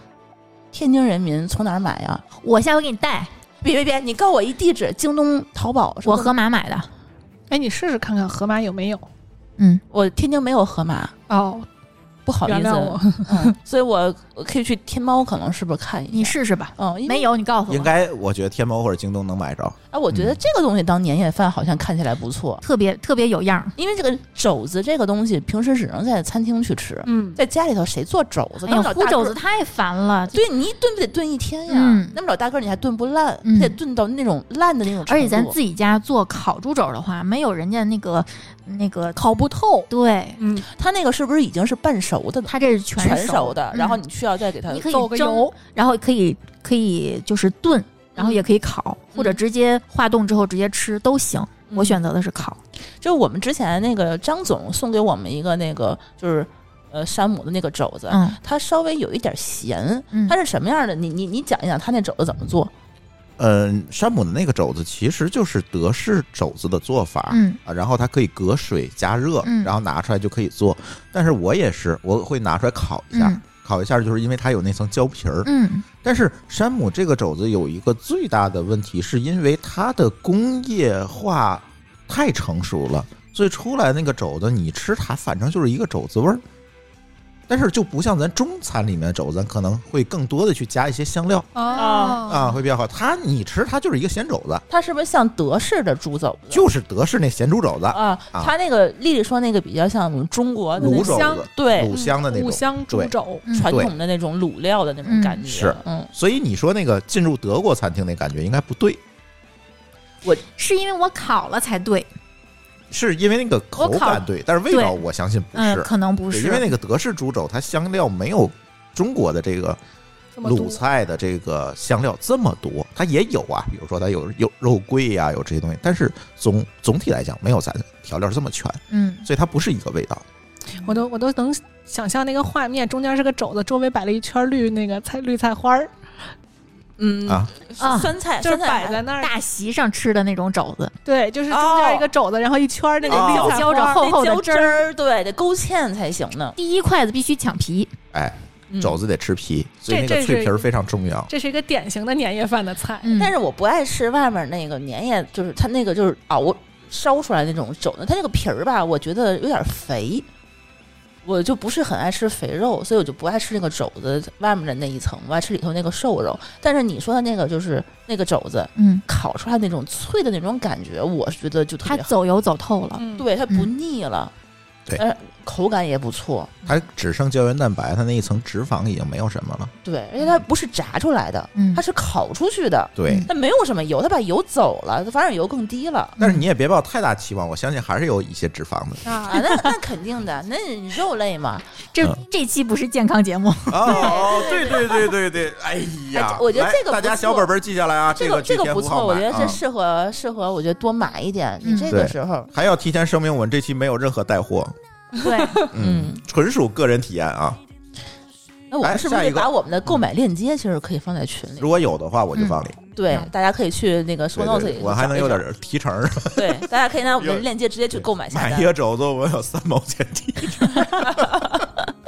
D: 天津人民从哪儿买呀？
C: 我下回给你带，
D: 别别别，你告我一地址，京东、淘宝什么
C: 我
D: 的。
C: 盒马买的。
B: 哎，你试试看看盒马有没有？
C: 嗯，
D: 我天津没有盒马，
B: 哦，
D: 不好意
B: 原
D: 思，
B: 谅我，
D: 嗯 所以我我可以去天猫，可能是不是看一下？
C: 你试试吧。
D: 嗯，因为
C: 没。有，你告诉
A: 应
C: 我，
A: 该我觉得天猫或者京东能买着。
D: 哎，我觉得这个东西当年夜饭好像看起来不错，
C: 特别特别有样儿。
D: 因为这个肘子这个东西，平时只能在餐厅去吃，
B: 嗯，
D: 在家里头谁做肘子？
C: 哎
D: 那
C: 呀
D: 么，老
C: 烀
D: 大
C: 肘
D: 个
C: 子
D: 儿，
C: 太烦了，
D: 对你一炖不得炖一天呀？
C: 嗯
D: 那么老大个儿你还炖不烂，
C: 嗯
D: 得炖到那种烂的那种程度。
C: 而且咱自己家做烤猪肘的话，没有人家那个那个烤不透。对，
B: 嗯，
D: 它那个是不是已经是半熟的了？
C: 它这是全
D: 全
C: 熟
D: 熟的，
C: 嗯
D: 然后你呃需要再给它
C: 你可
B: 走
C: 以
B: 个
C: 蒸
B: 油，
C: 然后可以可以就是炖，然后也可以烤，
D: 嗯
C: 或者直接化冻之后直接吃都行。我选择的是烤，
D: 嗯就是我们之前那个张总送给我们一个那个就是呃山姆的那个肘子，
C: 嗯
D: 它稍微有一点咸，
C: 嗯
D: 它，是什么样的？你你你讲一讲它那肘子怎么做？
A: 嗯，山姆的那个肘子其实就是德式肘子的做法，
C: 嗯
A: 啊，然后它可以隔水加热，
C: 嗯
A: 然后拿出来就可以做。但是我也是，我会拿出来烤一下，
D: 啊
C: 嗯
A: 烤一下就是因为它有那层胶皮儿。
C: 嗯
A: 但是山姆这个肘子有一个最大的问题，是因为它的工业化太成熟了，所以出来那个肘子你吃它，反正就是一个肘子味儿。但是就不像咱中餐里面肘子，咱可能会更多的去加一些香料啊，
B: 哦
A: 会比较好。它你吃它就是一个咸肘子，
D: 它是不是像德式的猪肘子？
A: 就是德式那咸猪肘子，
D: 啊，
A: 啊
D: 它那个丽丽说那个比较像我们中国的那
A: 卤
D: 种
A: 肘
B: 香
A: 子、
D: 对
A: 卤香的那种。
B: 五香猪
A: 对
B: 肘，
C: 嗯
D: 传统的那种卤料的那种
C: 嗯
D: 感觉。
A: 是
D: 嗯，
A: 所以你说那个进入德国餐厅那感觉应该不对，
C: 是因为我烤了才对，
A: 是因为那个口
C: 我烤
A: 感对，但是味道我相信不
C: 嗯、
D: 啊
A: 是，
C: 可能不
A: 对
C: 是，
A: 因为那个德式猪肘它香料没有中国的这个
B: 这么多
A: 鲁菜的这个香料这么多，它也有啊，比如说它有有肉桂呀、有这些东西，但是总总体来讲没有咱调料这么全，
C: 嗯，
A: 所以它不是一个味道。
B: 我都我都能想象那个画面，中间是个肘子，周围摆了一圈绿那个菜绿菜花儿，
D: 嗯
A: 啊
C: 啊
D: 酸菜
B: 就是
D: 酸菜
B: 摆
D: 还
B: 在那儿。
C: 大席上吃的那种肘子，
B: 对，就是中间一个肘子，然后一圈儿那个
A: 哦
B: 绿菜
C: 浇
B: 花
C: 着
B: 儿。
C: 厚厚的
D: 得浇
C: 汁
D: 汁
C: 儿，
D: 儿，对，得勾芡才行呢。
C: 第一筷子必须抢皮，
A: 哎，
D: 嗯
A: 肘子得吃皮，所以
B: 这
A: 那个
B: 这
A: 脆
B: 是
A: 皮儿非常重要。
B: 这是一个典型的年夜饭的菜，
C: 嗯，
D: 但是我不爱吃外面那个粘液，就是它那个就是熬烧出来那种肘子，它那个皮儿吧，我觉得有点肥，我就不是很爱吃肥肉，所以我就不爱吃那个肘子外面的那一层，我爱吃里头那个瘦肉。但是你说的那个就是那个肘子
C: 嗯，
D: 烤出来那种脆的那种感觉，我觉得就特
C: 它
D: 别好，
C: 走油走透了，
B: 嗯，
D: 对，它不腻了，
A: 对
D: 呃，口感也不错，
A: 它只剩胶原蛋白，它那一层脂肪已经没有什么了。
D: 对，而且它不是炸出来的，
C: 嗯
D: 它是烤出去的，
A: 对，
C: 嗯
D: 它没有什么油，它把油走了，反而油更低了。
A: 但是你也别抱太大期望，我相信还是有一些脂肪 的。
B: 啊，
D: 啊，那那肯定的，那你肉类嘛，
C: 这
A: 嗯
C: 这期不是健康 节目，
A: 哦，对对对对对，哎
D: 哎我觉得这个
A: 来大家
D: 不错
A: 小本本记下来啊，
D: 这
A: 个
D: 这
A: 这
D: 个不错，我觉得这
A: 嗯
D: 适合适合，我觉得多买一点。
C: 嗯
D: 你这个时候，
A: 还要提前声明，我们这期没有任何带货，
C: 对，
A: 嗯，纯属个人体验啊。
D: 那我们
A: 哎
D: 是不
A: 下
D: 是可
A: 一
D: 以
A: 个
D: 把我们的购买链接其实可以放在群里？
A: 如果有的话，我就放里。
D: 对
C: 嗯，
D: 大家可以去那个 show
A: 对
D: notes
A: 对
D: 里
A: 对我还能有
D: 找一
A: 点
D: 找。
A: 提成儿。
D: 对，大家可以拿我们的链接直接去购买下
A: 买
D: 单
A: 一。个肘子，我有三毛钱提成。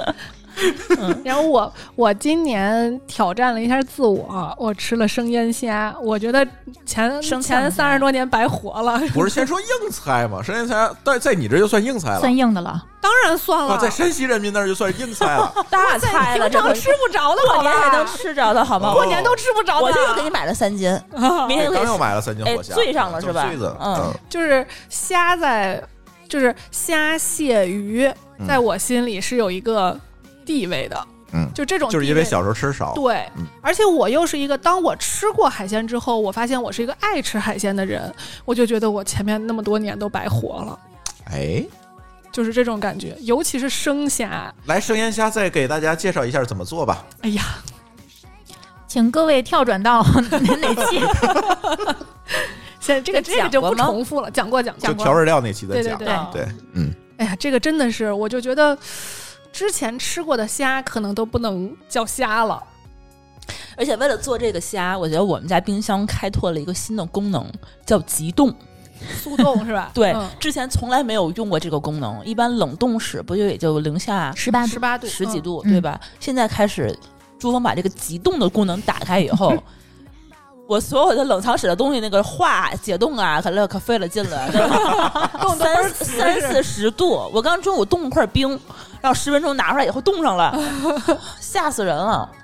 B: 然后我我今年挑战了一下自我，我吃了生腌虾，我觉得前
D: 生呛
B: 前
D: 虾
B: 三十多年白活了，
A: 不是先说硬菜吗？生腌菜，但在你这就算硬菜了
C: 算。硬的了，
B: 当然算
A: 啊，
B: 了，
A: 在山西人民那儿就算硬菜了。
D: 大菜了，
B: 平
D: 这
B: 常
D: 回
B: 吃不着的，
D: 过
B: 好
D: 年还能
B: 吧？
A: 哦
D: 吃着的好吗？
A: 过
B: 过年都吃不着
D: 我
B: 的，啊
D: 这又给你买了三斤，明
A: 对
D: 天就可
A: 刚
D: 以
A: 又
D: 吃。
A: 买了三斤活虾，
D: 哎醉上了是吧
A: 醉的，
D: 嗯
B: 就是虾在，就是虾蟹鱼，
A: 嗯
B: 在我心里是有一个地位的。
A: 嗯
B: 就这种
A: 就是
B: 地
A: 因为
B: 位
A: 小时候吃少。
B: 对
A: 嗯，
B: 而且我又是一个，当我吃过海鲜之后，我发现我是一个爱吃海鲜的人，我就觉得我前面那么多年都白活了，
A: 哎，
B: 就是这种感觉。尤其是生虾，
A: 来生腌虾，再给大家介绍一下怎么做吧。
B: 哎呀，
C: 请各位跳转到 哪期？
B: 现在这个
D: 这
B: 这个就
D: 讲过
B: 不
D: 吗
B: 重复了，讲过讲过
A: 就。调味料那期再
B: 对对
A: 讲。
B: 对，
D: 啊
A: 对，嗯，
B: 哎呀，这个真的是，我就觉得之前吃过的虾可能都不能叫虾了。
D: 而且为了做这个虾，我觉得我们家冰箱开拓了一个新的功能，叫急冻。？
B: 速冻是吧
D: 对，
B: 嗯
D: 之前从来没有用过这个功能。一般冷冻室不就也就零下
C: 十八
B: 十
C: 度，
B: 八度，
D: 十几度，
C: 嗯
D: 对吧？现在开始，朱峰把这个急冻的功能打开以后，我所有的冷藏室的东西，那个化解冻啊，可乐可费了劲了，对吧三三四十度。我刚中午冻了块冰，然后十分钟拿出来以后冻上了，吓死人了。
B: 嗯。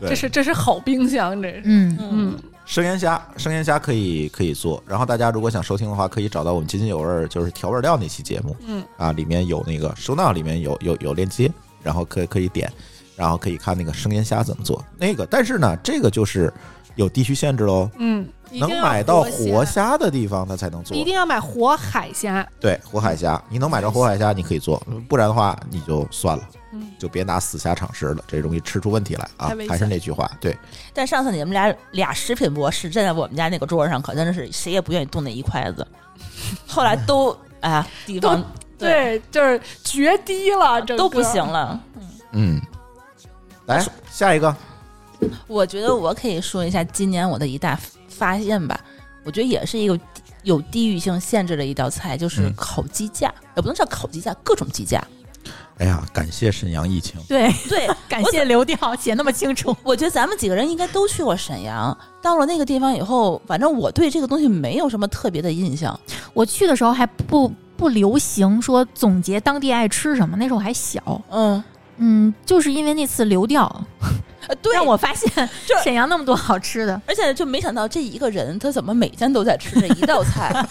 A: 对
B: 这是这是好冰箱，这是。
C: 嗯，
D: 嗯，
A: 生腌虾，生腌虾可以可以做。然后大家如果想收听的话，可以找到我们津津有味儿，就是调味料那期节目。
B: 嗯
A: 啊，里面有那个收纳，里面有有有链接，然后可以可以点，然后可以看那个生腌虾怎么做。那个，但是呢，这个就是有地区限制喽，
B: 嗯，一定
A: 能
B: 要
A: 买到活
B: 活，
A: 虾的地方它才能做
B: 一。定要买活海虾。
A: 对，活海虾，你能买着活海虾，你可以做，不然的话你就算了，
B: 嗯，
A: 就别拿死虾尝试了，这容易吃出问题来啊
B: 太危！险
A: 还是那句话，对，
D: 但上次你们俩俩食品博士站在我们家那个桌上，可真的是谁也不愿意动那一筷子。后来都哎呀，地
B: 都
D: 方
B: 对，就是绝滴了，整
D: 都
B: 个
D: 不行。了。
A: 嗯。来下一个，
D: 我觉得我可以说一下今年我的一大发现吧，我觉得也是一个有地域性限制的一道菜，就是
A: 嗯
D: 烤鸡架，也不能叫烤鸡架，各种鸡
C: 嗯
D: 架。
A: 哎呀，感谢沈阳疫情。
C: 对，
D: 对，
C: 感谢流调写那么清楚，
D: 我觉得咱们几个人应该都去过沈阳，到了那个地方以后，反正我对这个东西没有什么特别的印象。
C: 我去的时候还不不流行说总结当地爱吃什么，那时候我还小，
D: 嗯，
C: 嗯，就是因为那次流调，
D: 呃，对，
C: 让我发现
D: 这
C: 沈阳那么多好吃的。
D: 而且就没想到这一个人他怎么每天都在吃这一道菜，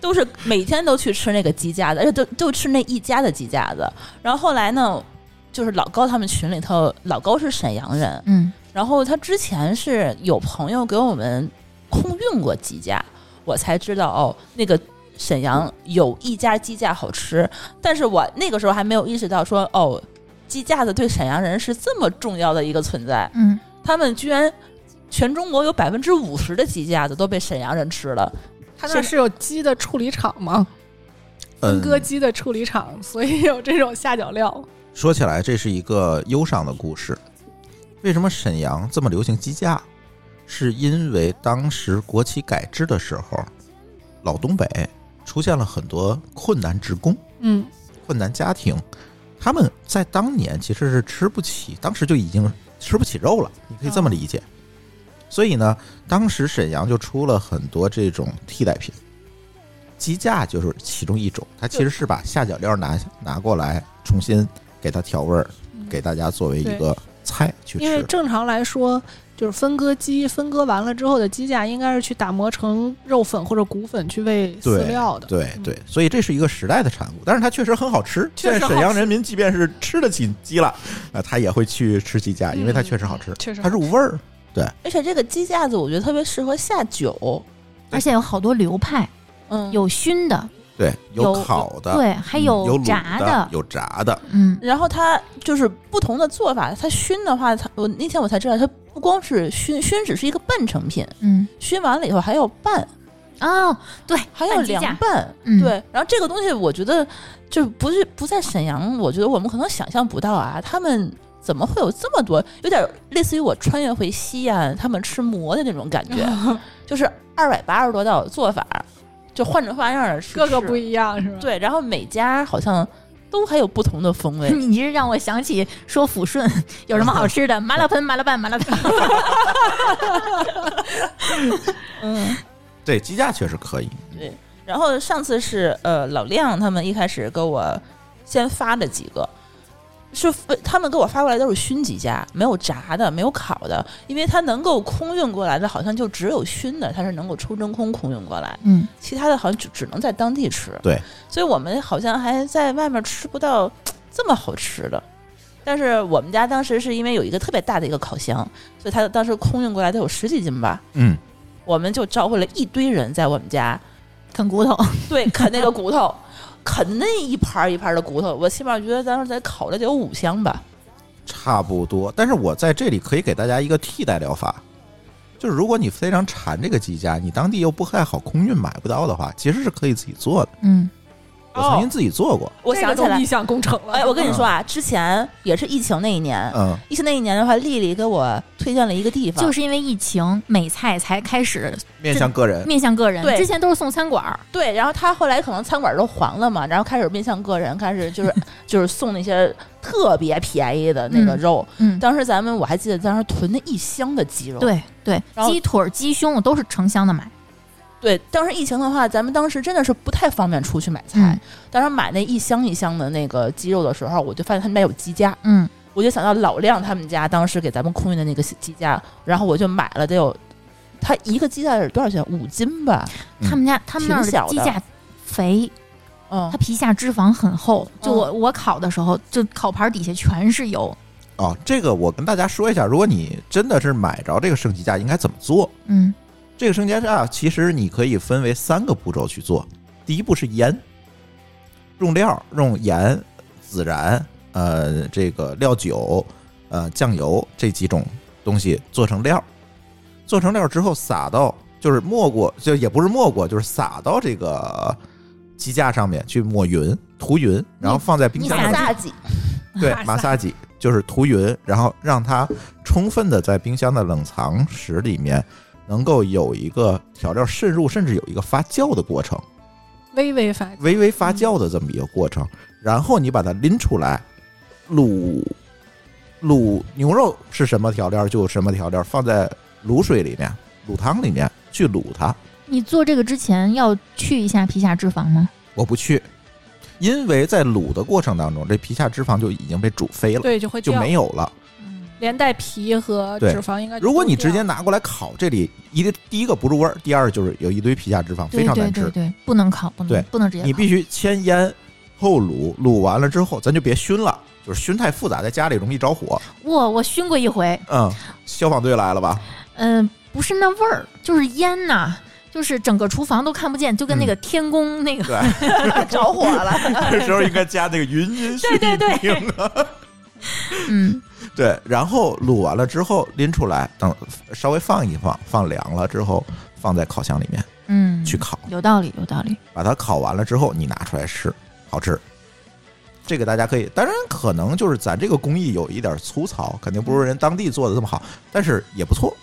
D: 都是每天都去吃那个鸡架子，而且都就吃那一家的鸡架子。然后后来呢，就是老高他们群里头，老高是沈阳人，
C: 嗯，
D: 然后他之前是有朋友给我们空运过鸡架，我才知道哦，那个沈阳有一家鸡架好吃，但是我那个时候还没有意识到说哦，鸡架子对沈阳人是这么重要的一个存在。
C: 嗯，
D: 他们居然全中国有百分之五十的鸡架子都被沈阳人吃了。
B: 他
D: 是
B: 那是有鸡的处理厂吗？
A: 嗯，
B: 分割鸡的处理厂，所以有这种下脚料。
A: 说起来，这是一个忧伤的故事。为什么沈阳这么流行鸡架？是因为当时国企改制的时候，老东北出现了很多困难职工、
B: 嗯，
A: 困难家庭，他们在当年其实是吃不起，当时就已经吃不起肉了，你可以这么理解。
B: 哦
A: 所以呢，当时沈阳就出了很多这种替代品，鸡架就是其中一种。它其实是把下脚料拿拿过来，重新给它调味儿，给大家作为一个菜去
B: 因为
A: 吃。
B: 正常来说，就是分割鸡分割完了之后的鸡架，应该是去打磨成肉粉或者骨粉去喂饲
A: 对
B: 料的。
A: 对对，所以这是一个时代的产物，但是它确实很好吃。
B: 嗯确实
A: 现在沈
B: 好
A: 阳
B: 吃
A: 人民即便是吃得起鸡了，呃，他也会去吃鸡架，因为它
B: 嗯
A: 确实好吃，
B: 确实
A: 它
B: 好
A: 入味儿。
D: 而且这个鸡架子我觉得特别适合下酒，
C: 而且有好多流派，
D: 嗯，
C: 有熏的，
A: 对，
C: 有
A: 烤的，
C: 对，还
A: 嗯有卤
C: 炸
A: 的，，有炸的，
C: 嗯，
D: 然后它就是不同的做法，它熏的话，它我那天我才知道，它不光是熏，熏只是一个半成品，
C: 嗯，
D: 熏完了以后还要拌，
C: 哦，对，
D: 还要
C: 拌鸡
D: 凉
C: 架，
D: 拌。
C: 嗯
D: 对，然后这个东西我觉得就不是不在沈阳，我觉得我们可能想象不到啊，他们怎么会有这么多，有点类似于我穿越回西安，他们吃馍的那种感 觉，就是二百八十多道做法，就换着花样的吃，
B: 各个
D: 吃
B: 不一样是吧？
D: 对，然后每家好像都还有不同的风
B: 嗯
D: 味。
C: 你这让我想起说抚顺有什么好吃的，麻辣盆、麻辣拌、麻辣烫。
D: 嗯。
A: 对，鸡架确实可以。
D: 对，然后上次是呃老亮他们一开始给我先发的几个，是呃他们给我发过来都是熏鸡架，没有炸的，没有烤的，因为它能够空运过来的，好像就只有熏的，它是能够抽真空空运过来，
C: 嗯，
D: 其他的好像只只能在当地吃。
A: 对，
D: 所以我们好像还在外面吃不到这么好吃的。但是我们家当时是因为有一个特别大的一个烤箱，所以它当时空运过来得有十几斤吧，
A: 嗯，
D: 我们就召回了一堆人在我们家
C: 啃骨头，
D: 对， 啃那个骨头，啃那一盘儿一盘儿的骨头，我起码觉得当时得烤了得有五箱吧。
A: 差不多。但是我在这里可以给大家一个替代疗法，就是如果你非常馋这个鸡架，你当地又不太好空运买不到的话，其实是可以自己做的。
C: 嗯，
A: 我曾经自己做过，
D: 我
B: 这
D: 想
B: 个
D: 起
B: 就
D: 来
B: 逆，向工程了。
D: 哎，我跟你说啊，之前也是疫情那一年，
A: 嗯，
D: 疫情那一年的话，丽丽给我推荐了一个地 方，
C: 就是是因为疫情，美菜才开始
A: 面向个人，
C: 面向个人，
D: 对
C: 之前都是送餐馆儿。
D: 对，然后她后来可能餐馆都黄了嘛，然后开始面向个人，开始就是就是送那些特别便宜的那个
C: 嗯
D: 肉。
C: 嗯，
D: 当时咱们我还记得当时囤了一箱的鸡肉，
C: 对对
D: 然，后
C: 鸡腿儿、鸡胸我都是成箱的买。
D: 对，当时疫情的话，咱们当时真的是不太方便出去买菜，
C: 嗯
D: 当时买那一箱一箱的那个鸡肉的时候，我就发现他们家有鸡架，
C: 嗯，
D: 我就想到老亮他们家当时给咱们空运的那个鸡架，然后我就买了得有，他一个鸡架是多少钱？五斤吧。
A: 嗯
C: 他们家他们那儿
D: 挺小的
C: 鸡架肥，
D: 嗯
C: 它，皮下脂肪很厚。就
D: 嗯
C: 我我烤的时候，就烤盘底下全是油。
A: 哦，这个我跟大家说一下，如果你真的是买着这个生鸡架，应该怎么做？
C: 嗯
A: 这个生鸡架啊其实你可以分为三个步骤去做。第一步是腌，用料用盐、孜然、呃这个料酒、呃酱油这几种东西做成料，做成料之后撒到就是没过，就也不是没过，就是撒到这个鸡架上面去抹匀、涂匀，然后放在冰
D: 你
A: 箱
C: 你
A: 里
C: 撒
D: 萨鸡，
A: 对，
B: 马
A: 马
B: 萨
A: 萨几就是涂匀，然后让它充分的在冰箱的冷藏室里面，能够有一个调料渗入，甚至有一个发酵的过程，
B: 微微发酵
A: 微微发酵的这么一个过程。然后你把它拎出来，卤卤牛肉是什么调料就什么调料，放在卤水里面、卤汤里面去卤它。
C: 你做这个之前要去一下皮下脂肪吗？
A: 我不去，因为在卤的过程当中，这皮下脂肪就已经被煮飞了，
B: 对，就会
A: 就
B: 掉
A: 没有了。
C: 嗯
B: 连带皮和
A: 对
B: 脂肪应该就
A: 如果
B: 都
A: 你直
B: 掉
A: 接拿过来烤，这里一个第一个不入味儿，第二就是有一堆皮下脂肪，非
C: 对
A: 常
C: 对
A: 难
C: 对
A: 吃。
C: 对，不能烤，不
A: 对
C: 能不能直接烤。
A: 你必须先腌后卤，卤完了之后咱就别熏了，就是熏太复杂，在家里容易着火。
C: 我我熏过一回，
A: 嗯，消防队来了吧？
C: 嗯、不是那味儿，就是烟呐、就是整个厨房都看不见，就跟那个天宫那个、
A: 对，
D: 着火了，
A: 这时候应该加那个云音续
C: 对对对
A: 命啊。
C: 嗯，
A: 对，然后卤完了之后拎出来，等稍微放一放，放凉了之后放在烤箱里面
C: 嗯，
A: 去烤，
C: 有道理，有道理。
A: 把它烤完了之后你拿出来吃，好吃。这个大家可以，当然可能就是咱这个工艺有一点粗糙，肯定不如人当地做的这么好，但是也不错。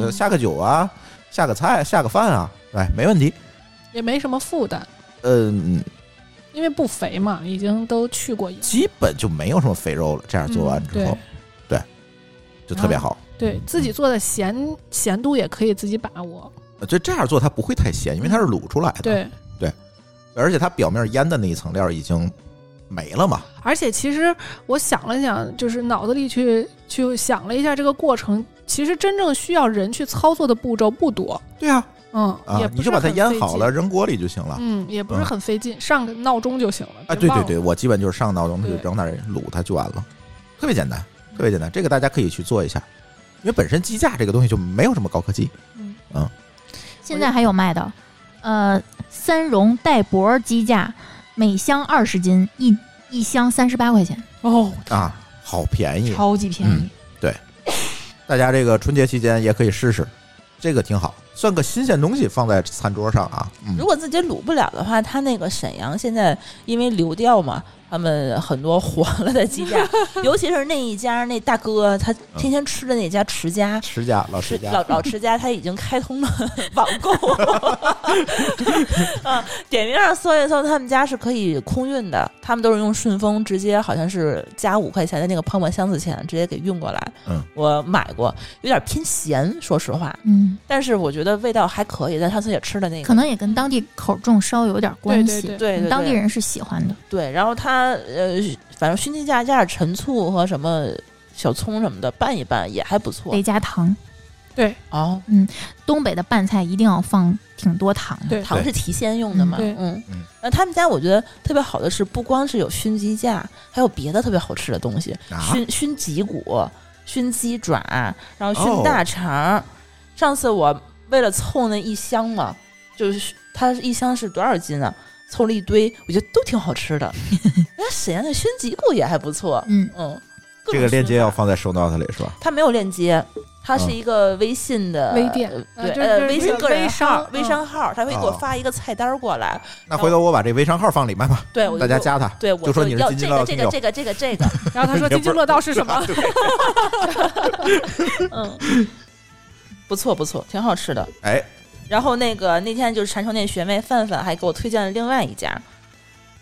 A: 呃，
B: 嗯
A: 下个酒啊，下个菜，下个饭啊，哎，没问题。
B: 也没什么负担，
A: 嗯，
B: 因为不肥嘛，已经都去过一次，
A: 基本就没有什么肥肉了。这样做完之后，
B: 嗯
A: 就特别好。
B: 对嗯对自己做的咸咸度也可以自己把握，
A: 呃就这样做它不会太咸，因为它是卤出来的。
B: 对，
A: 而且它表面腌的那一层料已经没了嘛。
B: 而且其实我想了想，就是脑子里去去想了一下这个过程，其实真正需要人去操作的步骤不多，
A: 对啊，
B: 嗯，
A: 啊
B: 也，
A: 你
B: 不
A: 就是把它
B: 很
A: 腌
B: 费
A: 好
B: 劲
A: 了，，扔锅里就行了。
B: 嗯，也不是
A: 嗯
B: 很费劲，上个闹钟就行了，
A: 啊，
B: 别
A: 对
B: 忘
A: 对
B: 了
A: 对，，我基本就是上闹钟就
B: 对
A: 扔那儿卤它就完了，特别简单，特别简单。这个大家可以去做一下，因为本身鸡架这个东西就没有什么高科技。
C: 现在还有卖的，呃，三荣带脖鸡架，每箱二十斤，一一箱三十八块钱，
B: 哦，
A: 啊，好便宜，嗯
C: 超级便宜。
A: 大家这个春节期间也可以试试，这个挺好，算个新鲜东西放在餐桌上啊。嗯
D: 如，果自己卤不了的话，他那个沈阳现在因为流调嘛，他们很多黄了的鸡架，尤其是那一家那大哥，他天天吃的那家池家。
A: 持家老持
D: 是
A: 家
D: 老老池家，他已经开 通了网购， 啊，点名上搜一搜，他们家是可以空运的，他们都是用顺丰直接，好像是加五块钱的那个泡沫箱子钱，直接给运过来。
A: 嗯，
D: 我买过，有点偏咸，说实话，
C: 嗯，
D: 但是我觉得味道还可以。但上次也吃了那个，
C: 可能也跟当地口重稍有点关
B: 对对
C: 系。嗯
B: 对
D: 对对对
C: 当地人是喜欢的。
D: 对，然后它呃，反正熏鸡架加点陈醋和什么小葱什么的拌一拌也还不错
C: 得加糖，
D: 哦。
C: 东北的拌菜一定要放挺多糖的。
B: 对
D: 糖是提鲜用的嘛？
B: 对
D: 嗯
A: 嗯，
D: 那他们家我觉得特别好的是，不光是有熏鸡架，还有别的特别好吃的东西，
A: 啊，
D: 熏熏脊骨、熏鸡爪，然后
A: 哦
D: 熏大肠儿。上次我为了凑那一箱嘛，就是它一箱是多少斤啊？凑了一堆，我觉得都挺好吃的。 哎那沈阳的熏脊骨也还不错，
C: 嗯，
D: 嗯，各
A: 这
D: 种
A: 个链
D: 熏
A: 接要
D: 法
A: 放在 show note 里是吧？
D: 它没有链接，它是
A: 嗯
D: 一个微信的
B: 微店啊
D: 对，
B: 就是
D: 呃，
B: 就是
D: 微信
B: 微
D: 个人
B: 微商
D: 号、微
B: 嗯
D: 商号，他会给我
A: 哦
D: 发一个菜单过来，
A: 那回头我把这微商号放里面吧，
D: 对，我就
A: 大家。加它。
D: 对，我
A: 就说你是
D: 要
A: 津
D: 这
A: 津乐
D: 个
A: 道
D: 这
A: 听
D: 个
A: 友
D: 这个这个这个，
B: 然后他说
A: 也不
B: 津津乐道是什么？
D: 嗯，不错不错，挺好吃的。
A: 哎，
D: 然后那个那天就是禅城那学妹范范还给我推荐了另外一家，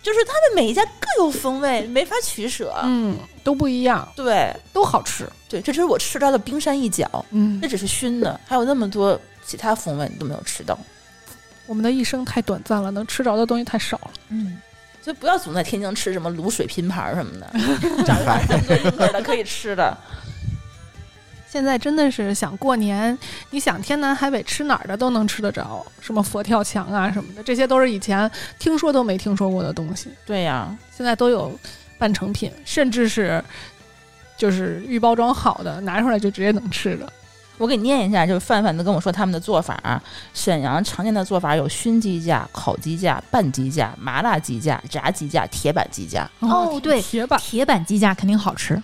D: 就是他们每一家各有风味，没法取舍。
B: 嗯，都不一样，
D: 对
B: 都好吃，
D: 对，这只是我吃到的冰山一角，
B: 嗯
D: 那，只是熏的，还有那么多其他风味你都没有吃到。
B: 我们的一生太短暂了，能吃着的东西太少了。
C: 嗯，
D: 所以不要总在天津吃什么卤水拼盘儿什么的，找一碗这么多硬味儿的可以吃的。
B: 现在真的是想过年，你想天南海北吃哪儿的都能吃得着，什么佛跳墙啊什么的，这些都是以前听说都没听说过的东西，
D: 对呀、
B: 现在都有半成品，甚至是就是预包装好的，拿出来就直接能吃的。
D: 我给你念一下，就是范范的跟我说他们的做法啊。沈阳常见的做法有熏鸡架、烤鸡架、拌鸡架、麻辣鸡架、炸鸡架、铁板 鸡架。
C: 哦对
B: 铁板
C: 铁板鸡架肯定好吃，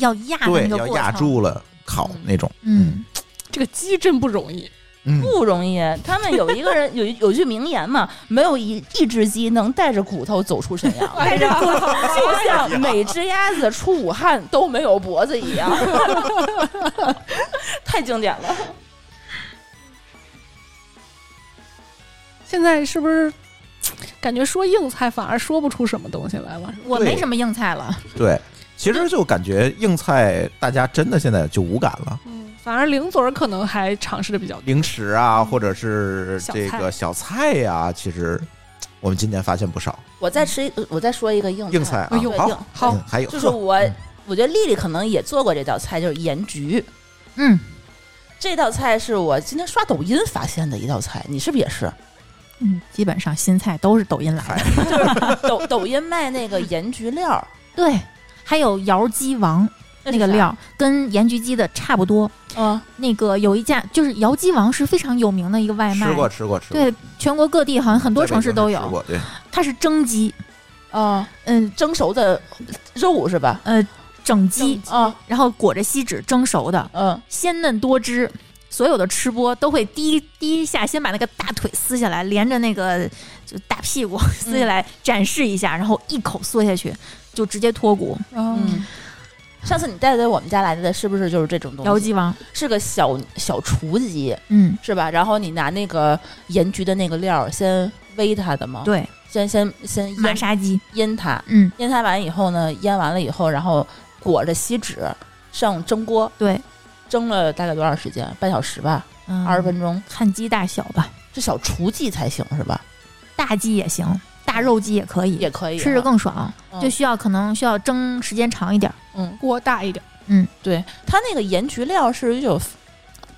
C: 要压的
A: 对，
C: 那
A: 要
C: 个过
A: 压
C: 程。
A: 住了烤那种。
C: 嗯，
B: 这个鸡真不容易，
A: 嗯，
D: 不容易，他们有一个人 有一有句名言嘛，没有一一只鸡能带着骨头走出沈阳，
B: 哎呀，
D: 就像每只鸭子出武汉都没有脖 子一样，太经典了。
B: 现在是不是感觉说硬菜反而说不出什么东西来了？
C: 我
A: 对
C: 没什么硬菜了。
A: 对，其实就感觉硬菜大家真的现在就无感了。
B: 嗯，反而零嘴儿可能还尝试的比较多。
A: 零食啊，或者是
B: 小
A: 这
B: 菜
A: 个小菜呀、其实我们今年发现不少
D: 我再吃一，我再说一个硬
A: 硬
D: 菜，
A: 菜啊
B: 哎呦，
A: 好
D: 硬
B: 好
A: 嗯，还有
D: 就是我
A: 嗯，
D: 我觉得丽丽可能也做过这道菜，就是盐焗。
C: 嗯，
D: 这道菜是我今天刷抖音发现的一道菜，你是不是也是？
C: 嗯，基本上新菜都是抖音来的。
D: 抖抖音卖那个盐焗料儿，
C: 对，还有窑鸡王那
D: 是
C: 个
D: 啥，
C: 料儿跟盐焗鸡的差不多。
D: 嗯，
C: 那个有一家就是窑鸡王是非常有名的一个外 卖
A: 吃，过吃过吃过，
C: 对，全国各地好像很多
A: 在北
C: 城市
A: 京
C: 都
A: 吃
C: 有。
A: 过对，
C: 它是蒸鸡，
D: 哦，
C: 嗯
D: 蒸熟的肉是吧？
C: 呃，整鸡，
D: 啊，
C: 然后裹着锡纸蒸熟的，
D: 嗯，
C: 鲜嫩多汁。所有的吃播都会第一第一下先把那个大腿撕下来，连着那个就大屁
D: 嗯
C: 股 撕下来展示一下，然后一口缩下去，就直接脱骨。
D: 嗯，上次你带到我们家来的是不是就是这种
C: 姚
D: 东西？
C: 鸡王，
D: 是个小小雏鸡
C: 嗯，
D: 是吧？然后你拿那个盐焗的那个料儿先煨它的嘛，
C: 对，
D: 先先先
C: 马
D: 腌
C: 杀鸡，
D: 腌它，
C: 嗯，
D: 腌它完以后呢，腌完了以后，然后裹着锡纸上蒸锅，
C: 对，
D: 蒸了大概多长时间？半小时吧，
C: 嗯
D: 二十分钟。
C: 看鸡大小吧，
D: 这小雏鸡才行是吧？
C: 大鸡也行，大肉鸡也可以，
D: 也可以啊
C: 吃着更爽，
D: 嗯
C: 就需要可能需要蒸时间长一点儿。
D: 嗯，
B: 锅大一点，
D: 对，它那个盐焗料是有。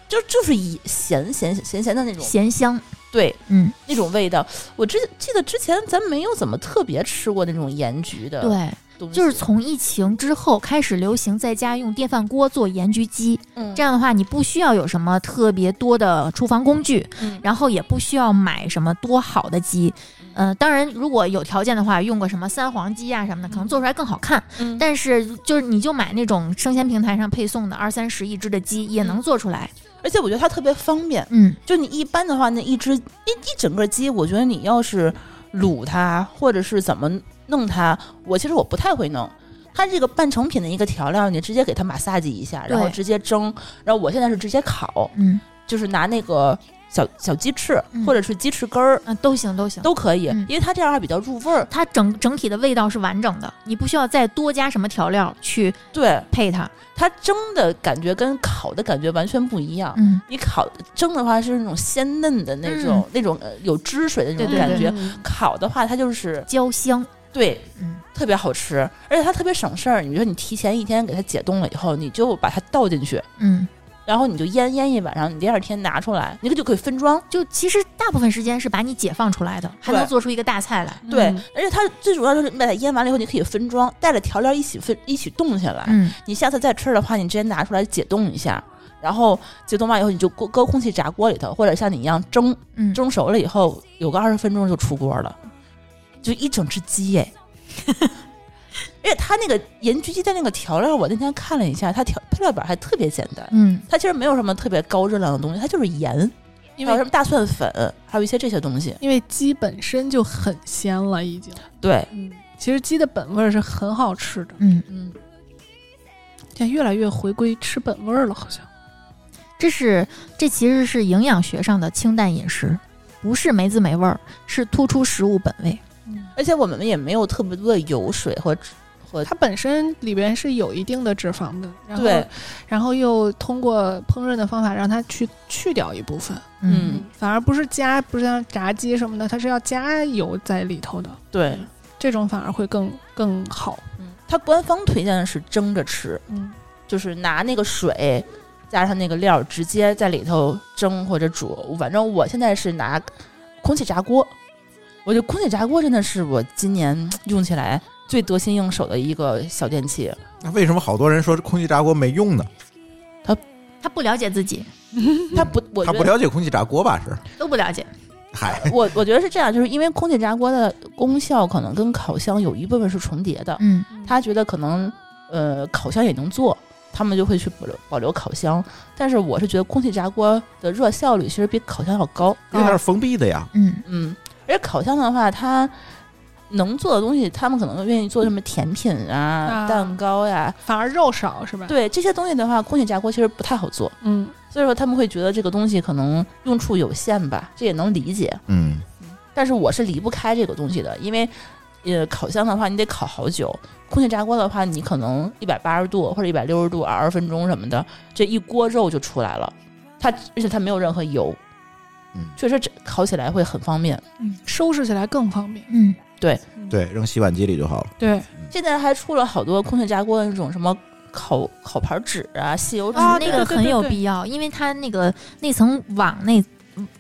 D: 就就是以咸咸咸咸的那种，
C: 咸香，
D: 对，
C: 嗯，
D: 那种味道。我之记得之前咱没有怎么特别吃过那种盐焗的
C: 对，
D: 东西，
C: 就是从疫情之后开始流行在家用电饭锅做盐焗鸡，
D: 嗯
C: 这样的话你不需要有什么特别多的厨房工具，
D: 嗯
C: 然后也不需要买什么多好的鸡，嗯、当然如果有条件的话，用个什么三黄鸡啊什么的，可能做出来更好看。
D: 嗯
C: 但是就是你就买那种生鲜平台上配送的二三十一只的鸡也能做出来，
D: 而且我觉得它特别方便。
C: 嗯，
D: 就你一般的话，那一只一一整个鸡，我觉得你要是卤它，或者是怎么弄它，我其实我不太会弄。它这个半成品的一个调料，你直接给它马萨鸡一下，然后
C: 对
D: 直接蒸。然后我现在是直接烤，
C: 嗯
D: 就是拿那个小小鸡翅、
C: 嗯
D: 或者是鸡翅根儿
C: 啊都行都行。
D: 都可以，
C: 嗯
D: 因为它这样还比较入味儿。
C: 它整整体的味道是完整的，你不需要再多加什么调料去
D: 对，
C: 配它。
D: 它蒸的感觉跟烤的感觉完全不一样。
C: 嗯，
D: 你烤蒸的话是那种鲜嫩的那种、
C: 嗯
D: 那种呃有汁水的那
C: 对
D: 种
C: 对
D: 感觉，
B: 嗯
D: 烤的话它就是
C: 焦香。
D: 对
C: 嗯，
D: 特别好吃，而且它特别省事儿。你说你提前一天给它解冻了以后，你就把它倒进去，
C: 嗯，
D: 然后你就腌腌一晚上，你第二天拿出来，你这就可以分装。
C: 就其实大部分时间是把你解放出来的，还能
D: 对
C: 做出一个大菜来。
D: 对，
B: 嗯
D: 而且它最主要就是把它腌完了以后，你可以分装，带着调料一起分一起冻起来。
C: 嗯，
D: 你下次再吃的话，你直接拿出来解冻一下，然后解冻完以后，你就搁搁空气炸锅里头，或者像你一样蒸，
C: 嗯
D: 蒸熟了以后有个二十分钟就出锅了，就一整只鸡 哎。而且它那个盐焗鸡的那个调料，我那天看了一下，它调配料表还特别简单，
C: 嗯，
D: 它其实没有什么特别高热量的东西，它就是盐，
B: 因
D: 还有
B: 为
D: 什么大蒜粉，还有一些这些东西。
B: 因为鸡本身就很鲜了，已经。
D: 对，
B: 嗯，其实鸡的本味儿是很好吃的，
C: 嗯，
D: 嗯，
B: 现在越来越回归吃本味儿了，好像。
C: 这是这其实是营养学上的清淡饮食，不是没滋没味儿，是突出食物本味。
D: 而且我们也没有特别多的油水和和
B: 它本身里边是有一定的脂肪的，然后
D: 对，
B: 然后又通过烹饪的方法让它去去掉一部分，
D: 嗯
B: 反而不是加，不是像炸鸡什么的，它是要加油在里头的，
D: 对，
B: 这种反而会更更好。
D: 它官方推荐的是蒸着吃，
B: 嗯，
D: 就是拿那个水加上那个料，直接在里头蒸或者煮。反正我现在是拿空气炸锅，我觉得空气炸锅真的是我今年用起来最得心应手的一个小电器。
A: 那为什么好多人说空气炸锅没用呢？
C: 他不了解自己，
D: 它不，我
A: 他
D: 觉
A: 不
D: 得哦
A: 了解空气炸锅吧？是，
C: 都不了解。
A: 嗨，
D: 我我觉得是这样，就是因为空气炸锅的功效可能跟烤箱有一部分是重叠的，
C: 嗯，
D: 他觉得可能呃烤箱也能做，他们就会去保留保留烤箱。但是我是觉得空气炸锅的热效率其实比烤箱要高，
A: 因为它是封闭的呀。
C: 嗯
D: 嗯，而且烤箱的话，它能做的东西，他们可能愿意做什么甜品啊、
B: 啊
D: 蛋糕呀、
B: 反而肉少是吧？，
D: 对这些东西的话，空气炸锅其实不太好做，
B: 嗯，
D: 所以说他们会觉得这个东西可能用处有限吧，这也能理解。
A: 嗯，
D: 但是我是离不开这个东西的，因为。呃，烤箱的话，你得烤好久；空气炸锅的话，你可能一百八十度或者一百六十度，二十分钟什么的，这一锅肉就出来了。它而且它没有任何油，
A: 嗯，
D: 确实这烤起来会很方便。
B: 收拾起来更方便。
C: 嗯，
A: 对，扔洗碗机里就好了。
B: 对
D: 现在还出了好多空气炸锅那种什么烤烤盘纸啊、吸油纸，
B: 啊对
C: 那个
B: 对对
C: 很有
B: 对
C: 必要，因为它那个那层网那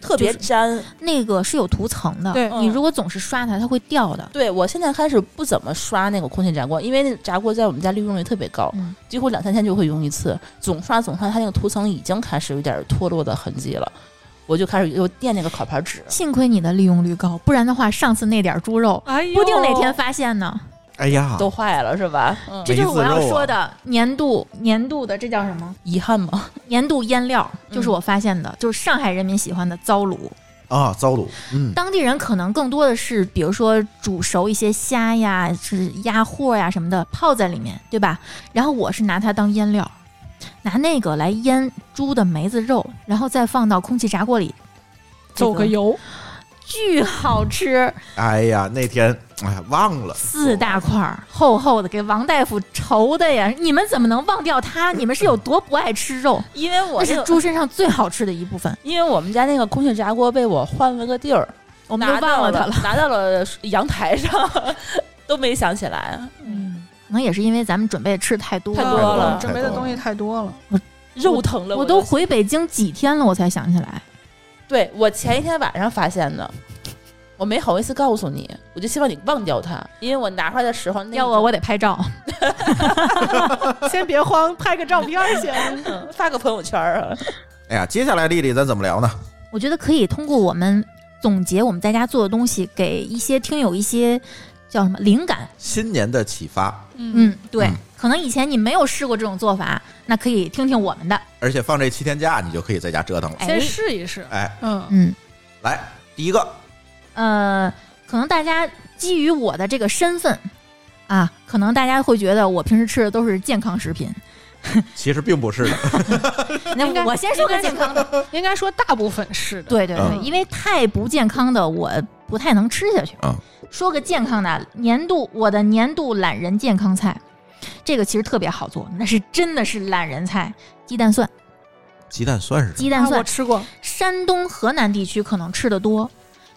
D: 特别粘。
C: 那个是有涂层的，
B: 对
C: 你如果总是刷它，它会掉的。
D: 对我现在开始不怎么刷那个空气炸锅，因为那个炸锅在我们家利用率特别高，
C: 嗯
D: 几乎两三天就会用一次。总刷总刷，它那个涂层已经开始有点脱落的痕迹了，我就开始又垫那个烤盘纸。
C: 幸亏你的利用率高，不然的话，上次那点儿猪肉，
B: 哎呦，
C: 不定哪天发现呢。
A: 哎呀，
D: 都坏了是吧？嗯，
C: 这就是我
A: 梅
C: 要
A: 子肉啊
C: 说的年度年度的这叫什么？
D: 遗憾吗？
C: 年度腌料，
D: 嗯
C: 就是我发现的，就是上海人民喜欢的糟卤。
A: 啊，糟卤，嗯，
C: 当地人可能更多的是，比如说煮熟一些虾呀、是鸭货呀什么的，泡在里面，对吧？然后我是拿它当腌料，拿那个来腌猪的梅子肉，然后再放到空气炸锅里，
B: 走个油，
C: 巨好吃，
A: 哎呀，那天哎呀忘了
C: 四大块儿厚厚的，给王大夫愁的呀！你们怎么能忘掉 它？你们是有多不爱吃肉？
D: 因为我
C: 那
D: 那
C: 是
D: 个，
C: 猪身上最好吃的一部分，
D: 因为我们家那个空气炸锅被我换了个地儿，
C: 我们都
D: 拿
C: 忘
D: 到
C: 了它
D: 了
C: 了。，
D: 拿到了阳台上， 都没想起来。
C: 嗯，可能也是因为咱们准备吃太多
B: 嗯
D: 太
A: 多
D: 了
B: 准备的东西太多了。
D: 肉疼了，
C: 我
D: 我
C: 都
D: 就
C: 回北京几天了，我才想起来。
D: 对我前一天晚上发现的，我没好意思告诉你，我就希望你忘掉它，因为我拿出来的时候，那
C: 要 我我得拍照。
B: 先别慌，拍个照片儿先。
D: 我发个朋友圈儿啊，
A: 哎呀，接下来丽丽咱怎么聊呢？
C: 我觉得可以通过我们总结我们在家做的东西，给一些听友一些叫什么灵感。
A: 新年的启发，
C: 嗯，对，
A: 嗯
C: 可能以前你没有试过这种做法，那可以听听我们的。
A: 而且放这七天假，你就可以在家折腾了。
C: 哎
B: 先，试一试。
A: 哎，
B: 嗯，
C: 嗯，
A: 来第一个，
C: 呃，可能大家基于我的这个身份啊，可能大家会觉得我平时吃的都是健康食品。
A: 其实并不是的，
C: 那
B: 应该
C: 我先说个健康的，
B: 嗯应该说大部分是的。
C: 对对对，
B: 嗯
C: 因为太不健康的我不太能吃下去。
A: 嗯
C: 说个健康的，年度我的年度懒人健康菜，这个其实特别好做，那是真的是懒人菜，鸡蛋蒜，
A: 鸡蛋算是
C: 鸡
B: 啊
C: 蛋蒜，
B: 我吃过，
C: 山东、河南地区可能吃的多。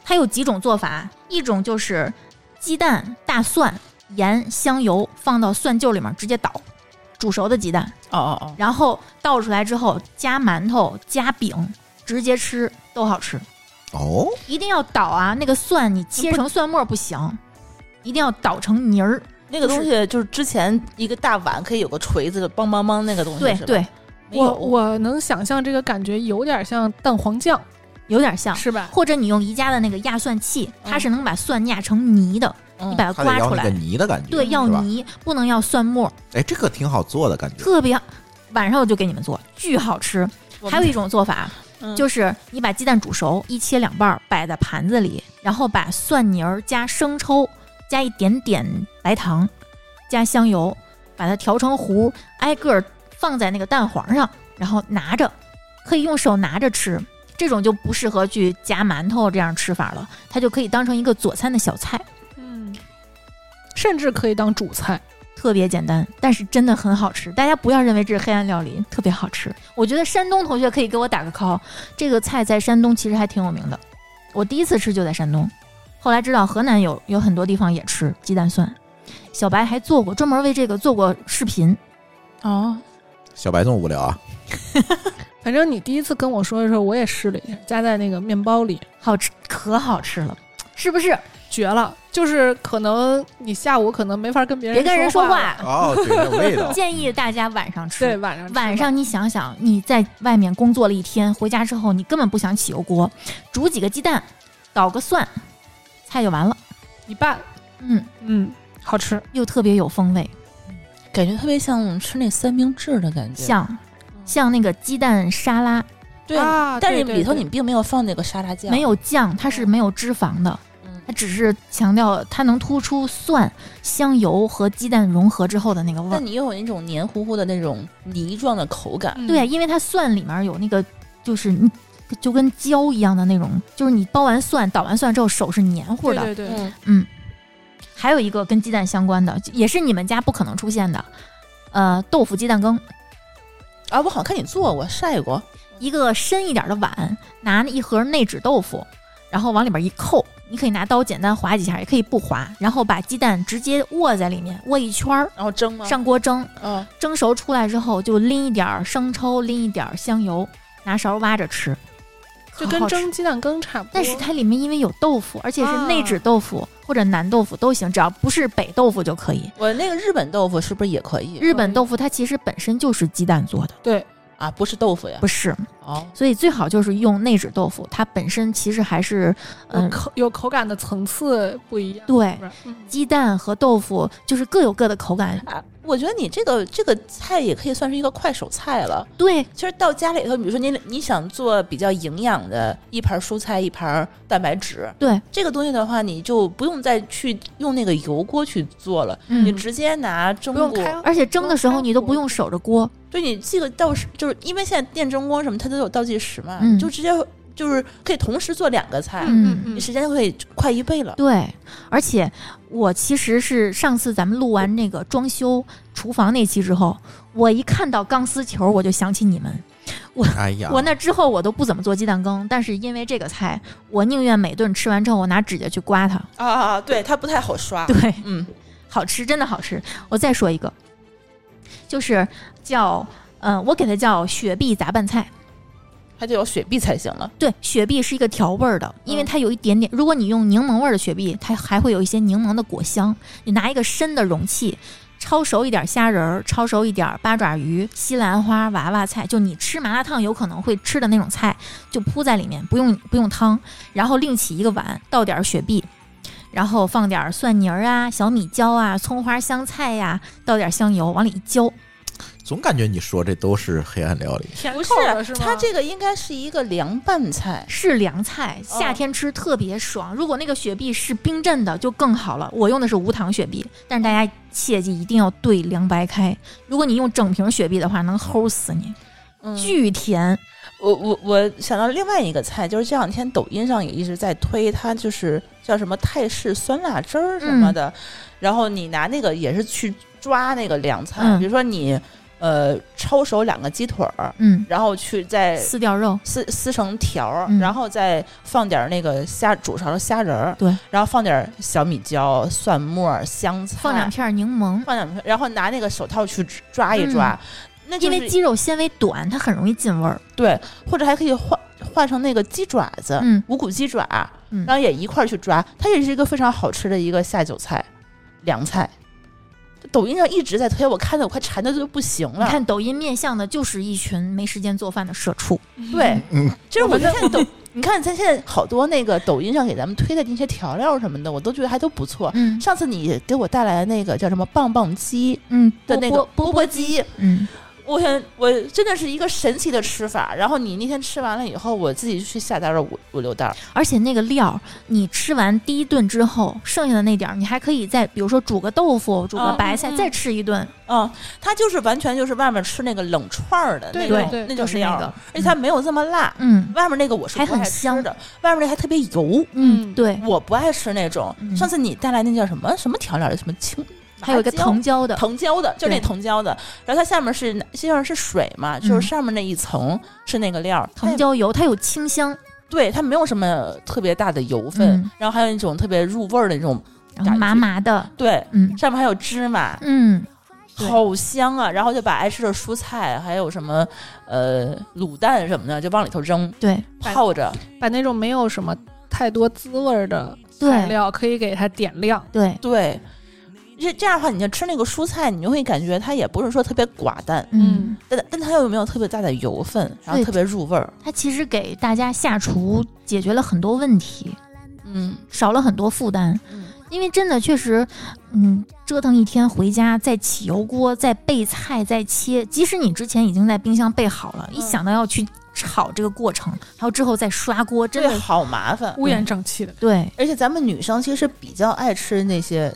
C: 它有几种做法，一种就是鸡蛋、大蒜、盐、香油放到蒜臼里面直接捣，煮熟的鸡蛋，
D: 哦哦哦，
C: 然后倒出来之后加馒头、加饼，直接吃都好吃。
A: 哦，
C: 一定要捣啊，那个蒜你切成蒜末不行，一定要捣成泥儿。
D: 那个东西就是之前一个大碗可以有个锤子，梆梆梆那个东西，
C: 对
D: 是吧，
C: 对，
D: 没有
B: 我我能想象这个感觉有点像蛋黄酱，
C: 有点像。
B: 是吧？
C: 或者你用宜家的那个压蒜器，它是能把蒜压成泥的，
D: 嗯
C: 你把它
A: 嗯它得
C: 刮
A: 要
C: 出
A: 那个
C: 来。
A: 泥的感觉，
C: 对，要
A: 是吧？
C: 泥，不能要蒜末，
A: 哎，这个挺好做的感觉，
C: 特别好。晚上我就给你们做，巨好吃。
D: 我们
C: 还有一种做法，
D: 嗯
C: 就是你把鸡蛋煮熟，一切两半儿，摆在盘子里，然后把蒜泥儿加生抽，加一点点白糖，加香油，把它调成糊，挨个儿放在那个蛋黄上，然后拿着，可以用手拿着吃。这种就不适合去夹馒头这样吃法了，它就可以当成一个佐餐的小菜，
B: 嗯，甚至可以当主菜。
C: 特别简单，但是真的很好吃。大家不要认为这是黑暗料理，特别好吃。我觉得山东同学可以给我打个 call，这个菜在山东其实还挺有名的。我第一次吃就在山东，后来知道河南有有很多地方也吃鸡蛋蒜。小白还做过，专门为这个做过视频。
D: 哦，
A: 小白这么无聊啊？
B: 反正你第一次跟我说的时候，我也试了一下，加在那个面包里，
C: 好吃，可好吃了，是不是？
B: 绝了！就是可能你下午可能没法跟别人
C: 别跟人说
B: 说，
C: 话，，
A: 哦，对，那味道
C: 建议大家晚上
B: 对，
C: 吃。
B: 晚上吃吧
C: 晚上你想想，你在外面工作了一天，回家之后你根本不想起油锅，煮几个鸡蛋，捣个蒜，菜就完了。
B: 一半，
C: 嗯，
B: 嗯，好吃。
C: 又特别有风味，
D: 感觉特别像吃那三明治的感觉，
C: 像嗯像那个鸡蛋沙拉，
D: 对
B: 啊
D: 但是
B: 对对
D: 里头
B: 对
D: 你并没有放那个沙拉酱，
C: 没有酱，它是没有脂肪的
D: 嗯，
C: 它只是强调它能突出蒜、香油和鸡蛋融合之后的那个味儿
D: 但。你又有那种黏糊糊的那种泥状的口感，
B: 嗯
C: 对，，因为它蒜里面有那个，就是你就跟胶一样的那种，就是你剥完蒜、捣完蒜之后手是黏糊的。
B: 对对对，
D: 嗯，
C: 还有一个跟鸡蛋相关的，也是你们家不可能出现的，呃，豆腐鸡蛋羹。
D: 啊，我好像看你做过晒过，
C: 一个深一点的碗，拿一盒内酯豆腐，然后往里边一扣，你可以拿刀简单划几下，也可以不划，然后把鸡蛋直接握在里面，握一圈儿，
D: 然后蒸吗？
C: 上锅蒸，
D: 嗯，
C: 蒸熟出来之后就拎一点儿生抽，拎一点儿香油，拿勺挖着吃，
B: 就
C: 可
B: 跟
C: 好吃
B: 蒸鸡啊蛋羹差不多。
C: 但是它里面因为有豆腐，而且是内酯豆腐、或者南豆腐都行，只要不是北豆腐就可以。
D: 我那个日本豆腐是不是也可以
C: 日本豆腐它其实本身就是鸡蛋做的，
B: 对，
D: 啊？不是豆腐呀？
C: 不是，
D: 哦，
C: 所以最好就是用内酯豆腐，它本身其实还是，
B: 有
C: 嗯，
B: 呃口有口感的层次不一样。
C: 对，
B: 是吧
C: 鸡蛋和豆腐就是各有各的口感。
D: 啊，我觉得你这个这个菜也可以算是一个快手菜了。
C: 对，
D: 其实到家里头，比如说你你想做比较营养的一盘蔬菜一盘蛋白质，
C: 对
D: 这个东西的话，你就不用再去用那个油锅去做了，
C: 嗯
D: 你直接拿蒸
B: 不用
D: 锅，
B: 开，
C: 而且蒸的时候你都不用
B: 开火
C: 守着锅，
D: 对你这个倒是就是因为现在电蒸锅什么它都有倒计时嘛，
C: 嗯
D: 你就直接就是可以同时做两个菜，
C: 嗯
D: 你时间就可以快一倍了。
C: 对，而且我其实是上次咱们录完那个装修厨房那期之后，我一看到钢丝球，我就想起你们。
A: 哎呀，
C: 我那之后我都不怎么做鸡蛋羹，但是因为这个菜，我宁愿每顿吃完之后，我拿指甲去刮它。
D: 啊，对，它不太好刷。
C: 对，
D: 嗯，
C: 好吃，真的好吃。我再说一个，就是叫嗯、呃我给它叫雪碧杂拌菜。
D: 它就有雪碧才行了。
C: 对，雪碧是一个调味儿的，因为
D: 嗯
C: 它有一点点，如果你用柠檬味儿的雪碧，它还会有一些柠檬的果香。你拿一个深的容器，焯熟一点虾仁儿，焯熟一点八爪鱼、西兰花、娃娃菜，就你吃麻辣烫有可能会吃的那种菜，就铺在里面，不用不用汤，然后另起一个碗，倒点儿雪碧。然后放点儿蒜泥儿啊、小米椒啊、葱花、香菜呀、倒点儿香油，往里一浇，
A: 总感觉你说这都是黑暗料理，
B: 甜
D: 不
B: 口的是吗？
D: 它这个应该是一个凉拌菜。
C: 是凉菜，夏天吃特别爽。如果那个雪碧是冰镇的，就更好了。我用的是无糖雪碧，但是大家切记一定要兑凉白开。如果你用整瓶雪碧的话，能齁死你，
D: 嗯
C: 巨甜。
D: 我我我想到另外一个菜，就是这两天抖音上也一直在推，它就是叫什么泰式酸辣汁儿什么的，然后你拿那个也是去抓那个凉菜，
C: 嗯
D: 比如说你呃焯熟两个鸡腿儿，
C: 嗯，
D: 然后去再
C: 撕掉肉，
D: 撕撕成条儿，
C: 嗯
D: 然后再放点儿那个虾煮熟的虾仁儿，
C: 对，
D: 然后放点儿小米椒、蒜末儿、香菜，
C: 放两片柠檬，
D: 放两片，然后拿那个手套去抓一抓，那就
C: 嗯因
D: 是
C: 为鸡肉纤维短，它很容易进味儿。
D: 对，或者还可以换换成那个鸡爪子，
C: 嗯
D: 五谷鸡爪，
C: 嗯
D: 然后也一块儿去抓，它也是一个非常好吃的一个下酒菜，凉菜。抖音上一直在推，我看的我快馋的就不行
C: 你
D: 了。
C: 看抖音面向的就是一群没时间做饭的社畜。
D: 对，
A: 嗯，
D: 就是我们看抖，你看咱现在好多那个抖音上给咱们推的那些调料什么的，我都觉得还都不错。
C: 嗯
D: 上次你给我带来的那个叫什么棒棒鸡
C: 嗯，
D: 的那个
C: 波
D: 钵
C: 波
D: 钵，鸡，
C: 嗯，
D: 我很我真的是一个神奇的吃法。然后你那天吃完了以后，我自己去下单了五五六袋儿，
C: 而且那个料，你吃完第一顿之后，剩下的那点儿，你还可以再，比如说煮个豆腐，煮个
D: 嗯
C: 白菜，
B: 嗯嗯
C: 再吃一顿。
D: 嗯，它就是完全就是外面吃那个冷串儿的
B: 对
D: 那种
B: 对
D: 那
C: 就
D: 嗯种
C: 是
D: 料
C: 那
D: 儿，
C: 个，
D: 而且它没有这么辣。
C: 嗯
D: 外面那个我是
C: 还
D: 不爱
C: 很香
D: 吃的，外面那个还特别油，
C: 嗯
B: 嗯
C: 对，
D: 我不爱吃那种。
C: 嗯
D: 上次你带来那叫什么什么调料儿，什么青，
C: 还有一个
D: 麻椒
C: 藤椒的，
D: 藤椒的，就是那
C: 对
D: 藤椒的，然后它下面是下面是水嘛，就
C: 嗯
D: 是上面那一层是那个料儿，它
C: 藤
D: 也
C: 椒油，它有清香，
D: 对它没有什么特别大的油分，
C: 嗯
D: 然后还有一种特别入味儿的那种，
C: 然后麻麻的，
D: 对，
C: 嗯
D: 上面还有芝麻，
C: 嗯，对
D: 好香啊！然后就把爱吃的蔬菜还有什么呃卤蛋什么的就往里头扔
C: 对
B: 哎
D: 泡着，
B: 把那种没有什么太多滋味儿的材
C: 对
B: 料，可以给它点亮。
C: 对，
D: 对。这这样的话，你就吃那个蔬菜，你就会感觉它也不是说特别寡淡，
C: 嗯，
D: 但但它又没有特别大的油分，然后
C: 对
D: 特别入味儿。
C: 它其实给大家下厨解决了很多问题，
D: 嗯，
C: 少了很多负担
D: 嗯。
C: 因为真的确实，嗯，折腾一天回家，再起油锅，再备菜，再切。即使你之前已经在冰箱备好了，一
D: 嗯
C: 想到要去炒这个过程，还有之后再刷锅，真
D: 对，
C: 的
D: 好麻烦。
B: 乌烟瘴气的，
C: 对
D: 而且咱们女生其实比较爱吃那些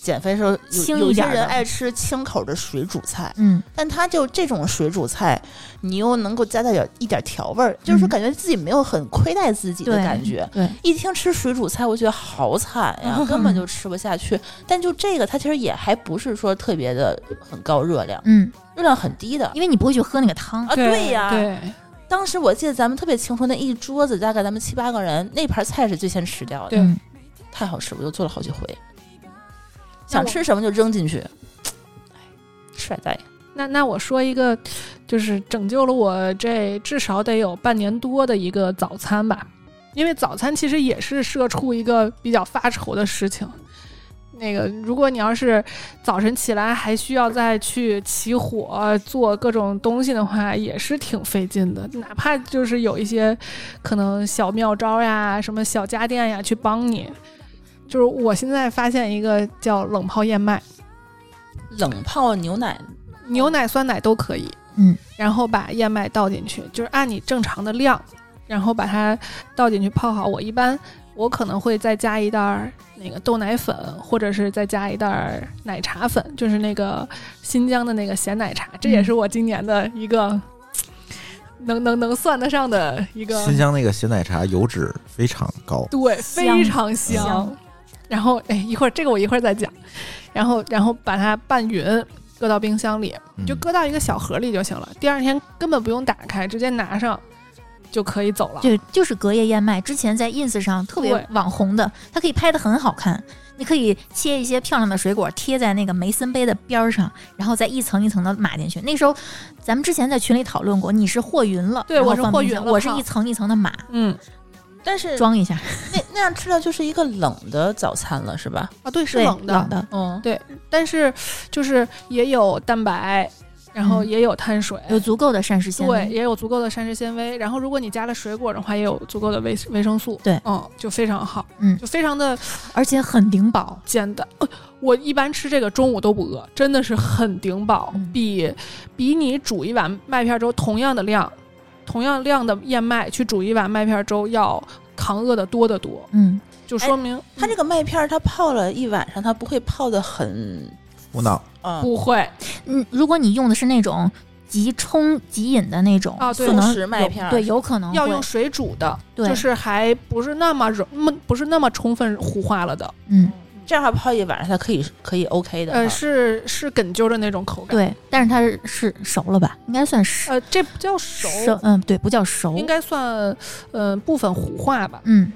D: 减肥时候有
C: 轻
D: 有
C: 一
D: 些
C: 点儿的
D: 人爱吃清口的水煮菜，
C: 嗯，
D: 但它就这种水煮菜，你又能够加到点一点调味儿，就是
C: 嗯
D: 感觉自己没有很亏待自己的
C: 对
D: 感觉。
C: 对，
D: 一听吃水煮菜，我觉得好惨 呀，根本就吃不下去。但就这个，它其实也还不是说特别的很高热量，
C: 嗯，
D: 热量很低的
C: 因为你不会去喝那个汤，
D: 啊。
B: 对
D: 呀，
B: 对，
D: 当时我记得咱们特别清楚，那一桌子大概咱们七八个人，那盘菜是最先吃掉的，
B: 对
C: 嗯
D: 太好吃了，我就做了好几回，
B: 我
D: 想吃什么就扔进去，哎帅呆！
B: 那那我说一个，就是拯救了我这至少得有半年多的一个早餐吧，因为早餐其实也是社畜一个比较发愁的事情。那个，如果你要是早晨起来还需要再去起火做各种东西的话，也是挺费劲的。哪怕就是有一些可能小妙招呀、什么小家电呀去帮你。就是我现在发现一个叫冷泡燕麦，
D: 冷泡牛奶
B: 牛奶、酸奶都可以。
C: 嗯，
B: 然后把燕麦倒进去，就是按你正常的量，然后把它倒进去泡好。我一般我可能会再加一袋儿那个豆奶粉，或者是再加一袋儿奶茶粉，就是那个新疆的那个咸奶茶，这也是我今年的一个。能能能算得上的一个
A: 新疆那个鲜奶茶油脂非常高，
B: 对，
C: 香
B: 非常香。
C: 香
B: 然后哎，一会儿这个我一会儿再讲。然后然后把它拌匀，搁到冰箱里，
A: 嗯
B: 就搁到一个小盒里就行了。第二天根本不用打开，直接拿上就可以走了。
C: 对，就是隔夜燕麦，之前在 ins 上特别
B: 对
C: 网红的，它可以拍的很好看。你可以切一些漂亮的水果贴在那个梅森杯的边儿上，然后再一层一层的码进去。那时候咱们之前在群里讨论过，你是和匀了，
B: 对
C: 然后
B: 我是
C: 放
B: 和
C: 冰
B: 匀
C: 箱
B: 了
C: 我是
B: 泡
C: 一层一层的码
B: 嗯
D: 但是
C: 装一下。
D: 那那样吃的就是一个冷的早餐了，是吧？
B: 啊，对，是
C: 对
B: 冷的，
C: 冷的，
D: 嗯，
B: 但是就是也有蛋白，然后
C: 嗯
B: 也有碳水。
C: 有足够的膳食纤维。
B: 对，也有足够的膳食纤维。然后，如果你加了水果的话，也有足够的维维生素。
C: 对
B: 嗯，就非常好，
C: 嗯
B: 就非常的
C: 而且很顶饱。
B: 简单。呃我一般吃这个中午都不饿，真的是很顶饱，
C: 嗯
B: 比比你煮一碗麦片粥同样的量，同样量的燕麦去煮一碗麦片粥要扛饿的多得多，
C: 嗯，
B: 就说明
D: 它这个麦片儿它泡了一晚上，它不会泡的很，
A: 无脑
D: 嗯，
B: 不会。
C: 嗯，如果你用的是那种即冲即饮的那种，
B: 啊对
C: 可能
D: 速食麦
C: 有
D: 片儿
C: 对，有可能
B: 要
C: 嗯会
B: 用水煮的，
C: 对
B: 就是还不是那么容，嗯不是那么充分糊化了的，
C: 嗯，
D: 这样的话泡一晚上它可以可以 OK 的哈。嗯
B: 呃，是是梗啾的那种口感。，
C: 对，但是它是是熟了吧？应该算熟
B: 呃，这不叫熟，
C: 熟，嗯，对，不叫熟，
B: 应该算呃部分糊化吧。
C: 嗯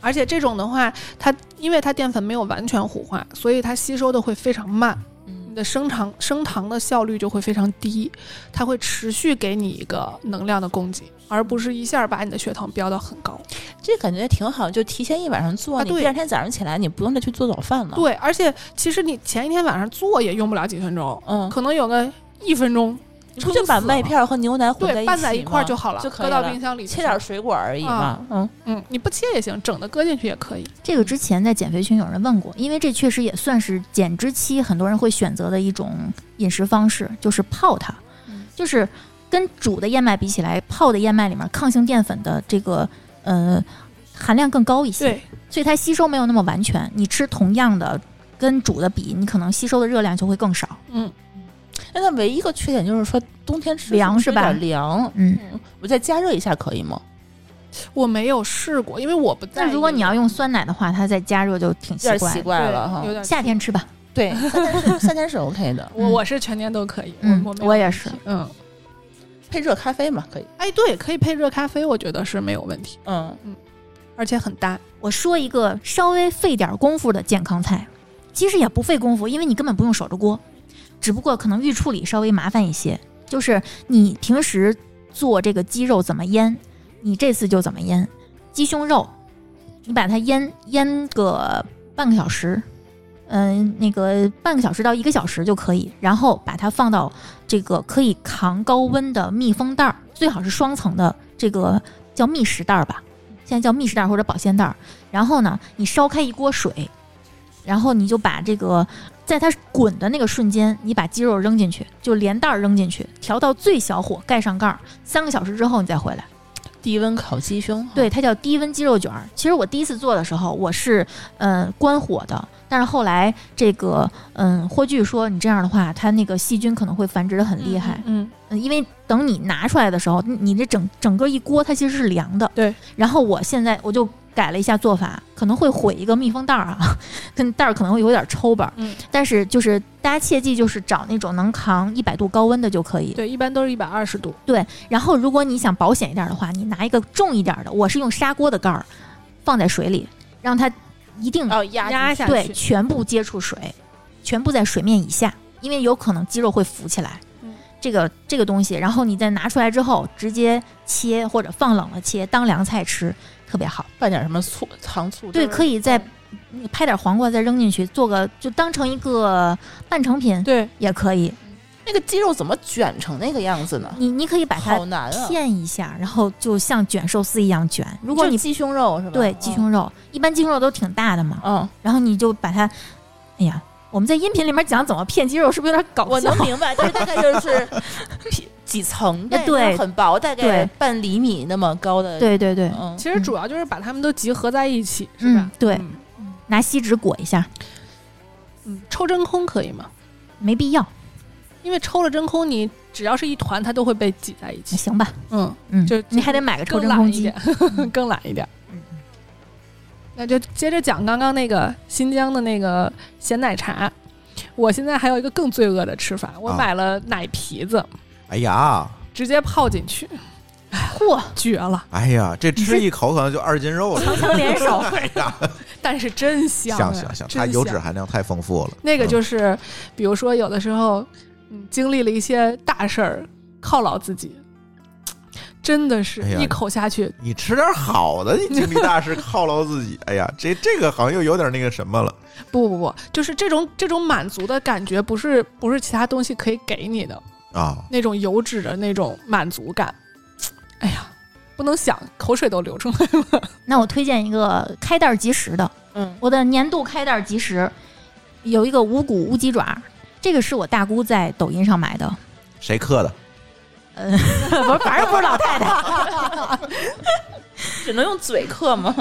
B: 而且这种的话，它因为它淀粉没有完全糊化，所以它吸收的会非常慢，你
D: 嗯
B: 的升糖升糖的效率就会非常低，它会持续给你一个能量的供给，而不是一下把你的血糖飙到很高。
D: 这感觉挺好，就提前一晚上做，
B: 啊
D: 你
B: 对
D: 第二天早上起来你不用再去做早饭了。，
B: 对，而且其实你前一天晚上做也用不了几分钟，
D: 嗯，
B: 可能有个一分钟，
D: 你不就把麦片儿和牛奶混在
B: 对
D: 一起
B: 拌在一块儿
D: 吗
B: 就好了，
D: 就可
B: 搁
D: 以
B: 到
D: 了
B: 冰箱里
D: 切点
B: 吃。
D: 水果而已嘛
B: 啊。
D: 嗯，
B: 嗯，你不切也行，整的搁进去也可以。
C: 这个之前在减肥群有人问过，因为这确实也算是减脂期很多人会选择的一种饮食方式，就是泡它，就是跟煮的燕麦比起来，泡的燕麦里面抗性淀粉的这个呃含量更高一些，
B: 对，
C: 所以它吸收没有那么完全。你吃同样的跟煮的比，你可能吸收的热量就会更少。
B: 嗯，
D: 哎那它唯一一个缺点就是说冬天吃
C: 凉是
D: 是不有
C: 吧
D: 点凉，
C: 嗯，
D: 我再加热一下可以吗？
B: 我没有试过，因为我不在意。
C: 那如果你要用酸奶的话，它再加热就挺奇
D: 有点
C: 怪
D: 奇
C: 的。
D: 怪
B: 对
D: 了哈
B: 有。点
C: 夏天吃吧，
D: 对， 夏天是夏天是 OK 的，
B: 我
C: 嗯
B: 我是全年都可以，
C: 嗯
B: 我我没有
C: 我也是，
B: 嗯，
D: 配热咖啡嘛可以。
B: 哎，对，可以配热咖啡，我觉得是没有问题，
D: 嗯，
B: 而且很搭。
C: 我说一个稍微费点功夫的健康菜，其实也不费功夫，因为你根本不用守着锅，只不过可能预处理稍微麻烦一些。就是你平时做这个鸡肉怎么腌，你这次就怎么腌。鸡胸肉，你把它腌腌个半个小时，嗯，那个半个小时到一个小时就可以，然后把它放到这个可以扛高温的密封袋儿，最好是双层的，这个叫密食袋儿吧，现在叫密食袋儿或者保鲜袋儿。然后呢，你烧开一锅水，然后你就把这个在它滚的那个瞬间，你把鸡肉扔进去，就连袋儿扔进去，调到最小火，盖上盖儿，三个小时之后你再回来。
D: 低温烤鸡胸哈。
C: 对，它叫低温鸡肉卷儿。其实我第一次做的时候，我是嗯、呃关火的，但是后来这个嗯霍炬说你这样的话，它那个细菌可能会繁殖的很厉害。
B: 嗯，
C: 嗯，因为等你拿出来的时候，你你这整整个一锅它其实是凉的。
B: 对。
C: 然后我现在我就改了一下做法，可能会毁一个密封袋儿啊， 跟袋儿可能会有点抽吧。
B: 嗯，
C: 但是就是大家切记，就是找那种能扛一百度高温的就可以。
B: 对，一般都是一百二十度。
C: 然后如果你想保险一点的话，你拿一个重一点的，我是用砂锅的盖儿放在水里，让它一定
E: 哦压
B: 压
E: 压
B: 下
C: 对
B: 去
C: 全部接触水，全部在水面以下，因为有可能肌肉会浮起来。
B: 嗯
C: 这个这个东西，然后你再拿出来之后，直接切或者放冷了切，当凉菜吃，特别好。
D: 拌点什么醋、糖醋汁儿，
C: 对，可以再你拍点黄瓜再扔进去，做个就当成一个半成品
B: 对，
C: 也可以。
D: 那个鸡肉怎么卷成那个样子呢？
C: 你你可以把它
D: 好难啊！
C: 片一下，然后就像卷寿司一样卷。如果
D: 就是
C: 你
D: 鸡胸肉是吧？
C: 对
D: 嗯
C: 鸡，胸肉，一般鸡胸肉都挺大的嘛，
D: 嗯，
C: 然后你就把它，哎呀，我们在音频里面讲怎么片鸡肉，是不是有点搞笑？
D: 我能明白，就是大概就是 几几层呗，
C: 哎对
D: 就是很薄，大概
C: 对
D: 半厘米那么高的，，
C: 对对对，
D: 嗯，
B: 其实主要就是把它们都集合在一起，是
C: 嗯
B: 吧？
C: 对
B: 嗯，
C: 拿锡纸裹一下，
B: 嗯，抽真空可以吗？
C: 没必要，
B: 因为抽了真空，你只要是一团，它都会被挤在一起。
C: 行吧？
B: 嗯，
C: 嗯，
B: 就
C: 你还得买个抽
B: 更
C: 真
B: 懒
C: 空
B: 一
C: 机 嗯
B: 点，，更懒一点。那就接着讲刚刚那个新疆的那个咸奶茶。我现在还有一个更罪恶的吃法，我
A: 啊
B: 买了奶皮子，
A: 哎呀，
B: 直接泡进去，
C: 嚯，
B: 绝了！
A: 哎呀，这吃一口可能就二斤肉了。
C: 强强联 手，
A: 哎呀，
B: 但是真香啊，
A: 想想想，它
B: 真
A: 油
B: 香
A: 脂含量太丰富了。
B: 那个
A: 嗯
B: 就是，比如说有的时候，嗯，经历了一些大事儿，犒劳自己，真的是
A: 哎呀
B: 一口下去，
A: 你吃点好的，你经历大事犒劳自己。哎呀，这这个好像又有点那个什么了。
B: 不不不，就是这种这种满足的感觉，不是不是其他东西可以给你的
A: 啊、
B: 那种油脂的那种满足感。哎呀，不能想，口水都流出来了。
C: 那我推荐一个开袋儿即食的，
D: 嗯，
C: 我的年度开袋儿即食有一个五谷乌鸡爪，这个是我大姑在抖音上买 的，
A: 谁刻的？
C: 呃，不是，反正不是老太太，
D: 只能用嘴嗑吗？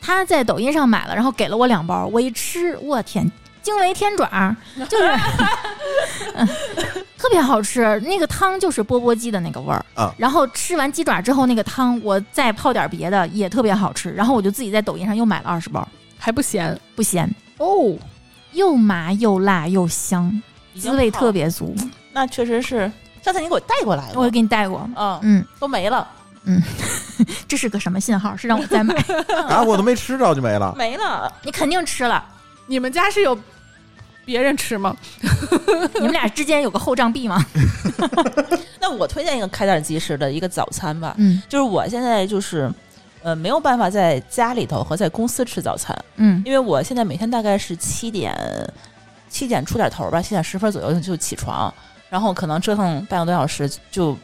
C: 她在抖音上买了，然后给了我两包，我一吃，我天！惊为天爪，就是嗯特别好吃。那个汤就是钵钵鸡的那个味儿
A: 啊
C: 然后吃完鸡爪之后，那个汤我再泡点别的也特别好吃。然后我就自己在抖音上又买了二十包，
B: 还不咸
C: 不咸，
B: 哦，
C: 又麻又辣又香， 滋味特
D: 别，
C: 别足。
D: 那确实是。上次你给我带过来
C: 我
D: 了，
C: 给你带过，
D: 嗯，
C: 嗯，
D: 都没了，
C: 这是个什么信号？是让我再买？
A: 啊，我都没吃着就没了。
D: 没了，
C: 你肯定吃了，
B: 你们家是有别人吃吗？
C: 你们俩之间有个厚账壁吗？
D: 那我推荐一个开袋即食的一个早餐吧，
C: 嗯
D: 就是我现在就是，呃，没有办法在家里头和在公司吃早餐，
C: 嗯
D: 因为我现在每天大概是七点七点出点头吧，七点十分左右就起床，然后可能折腾半个多小时，就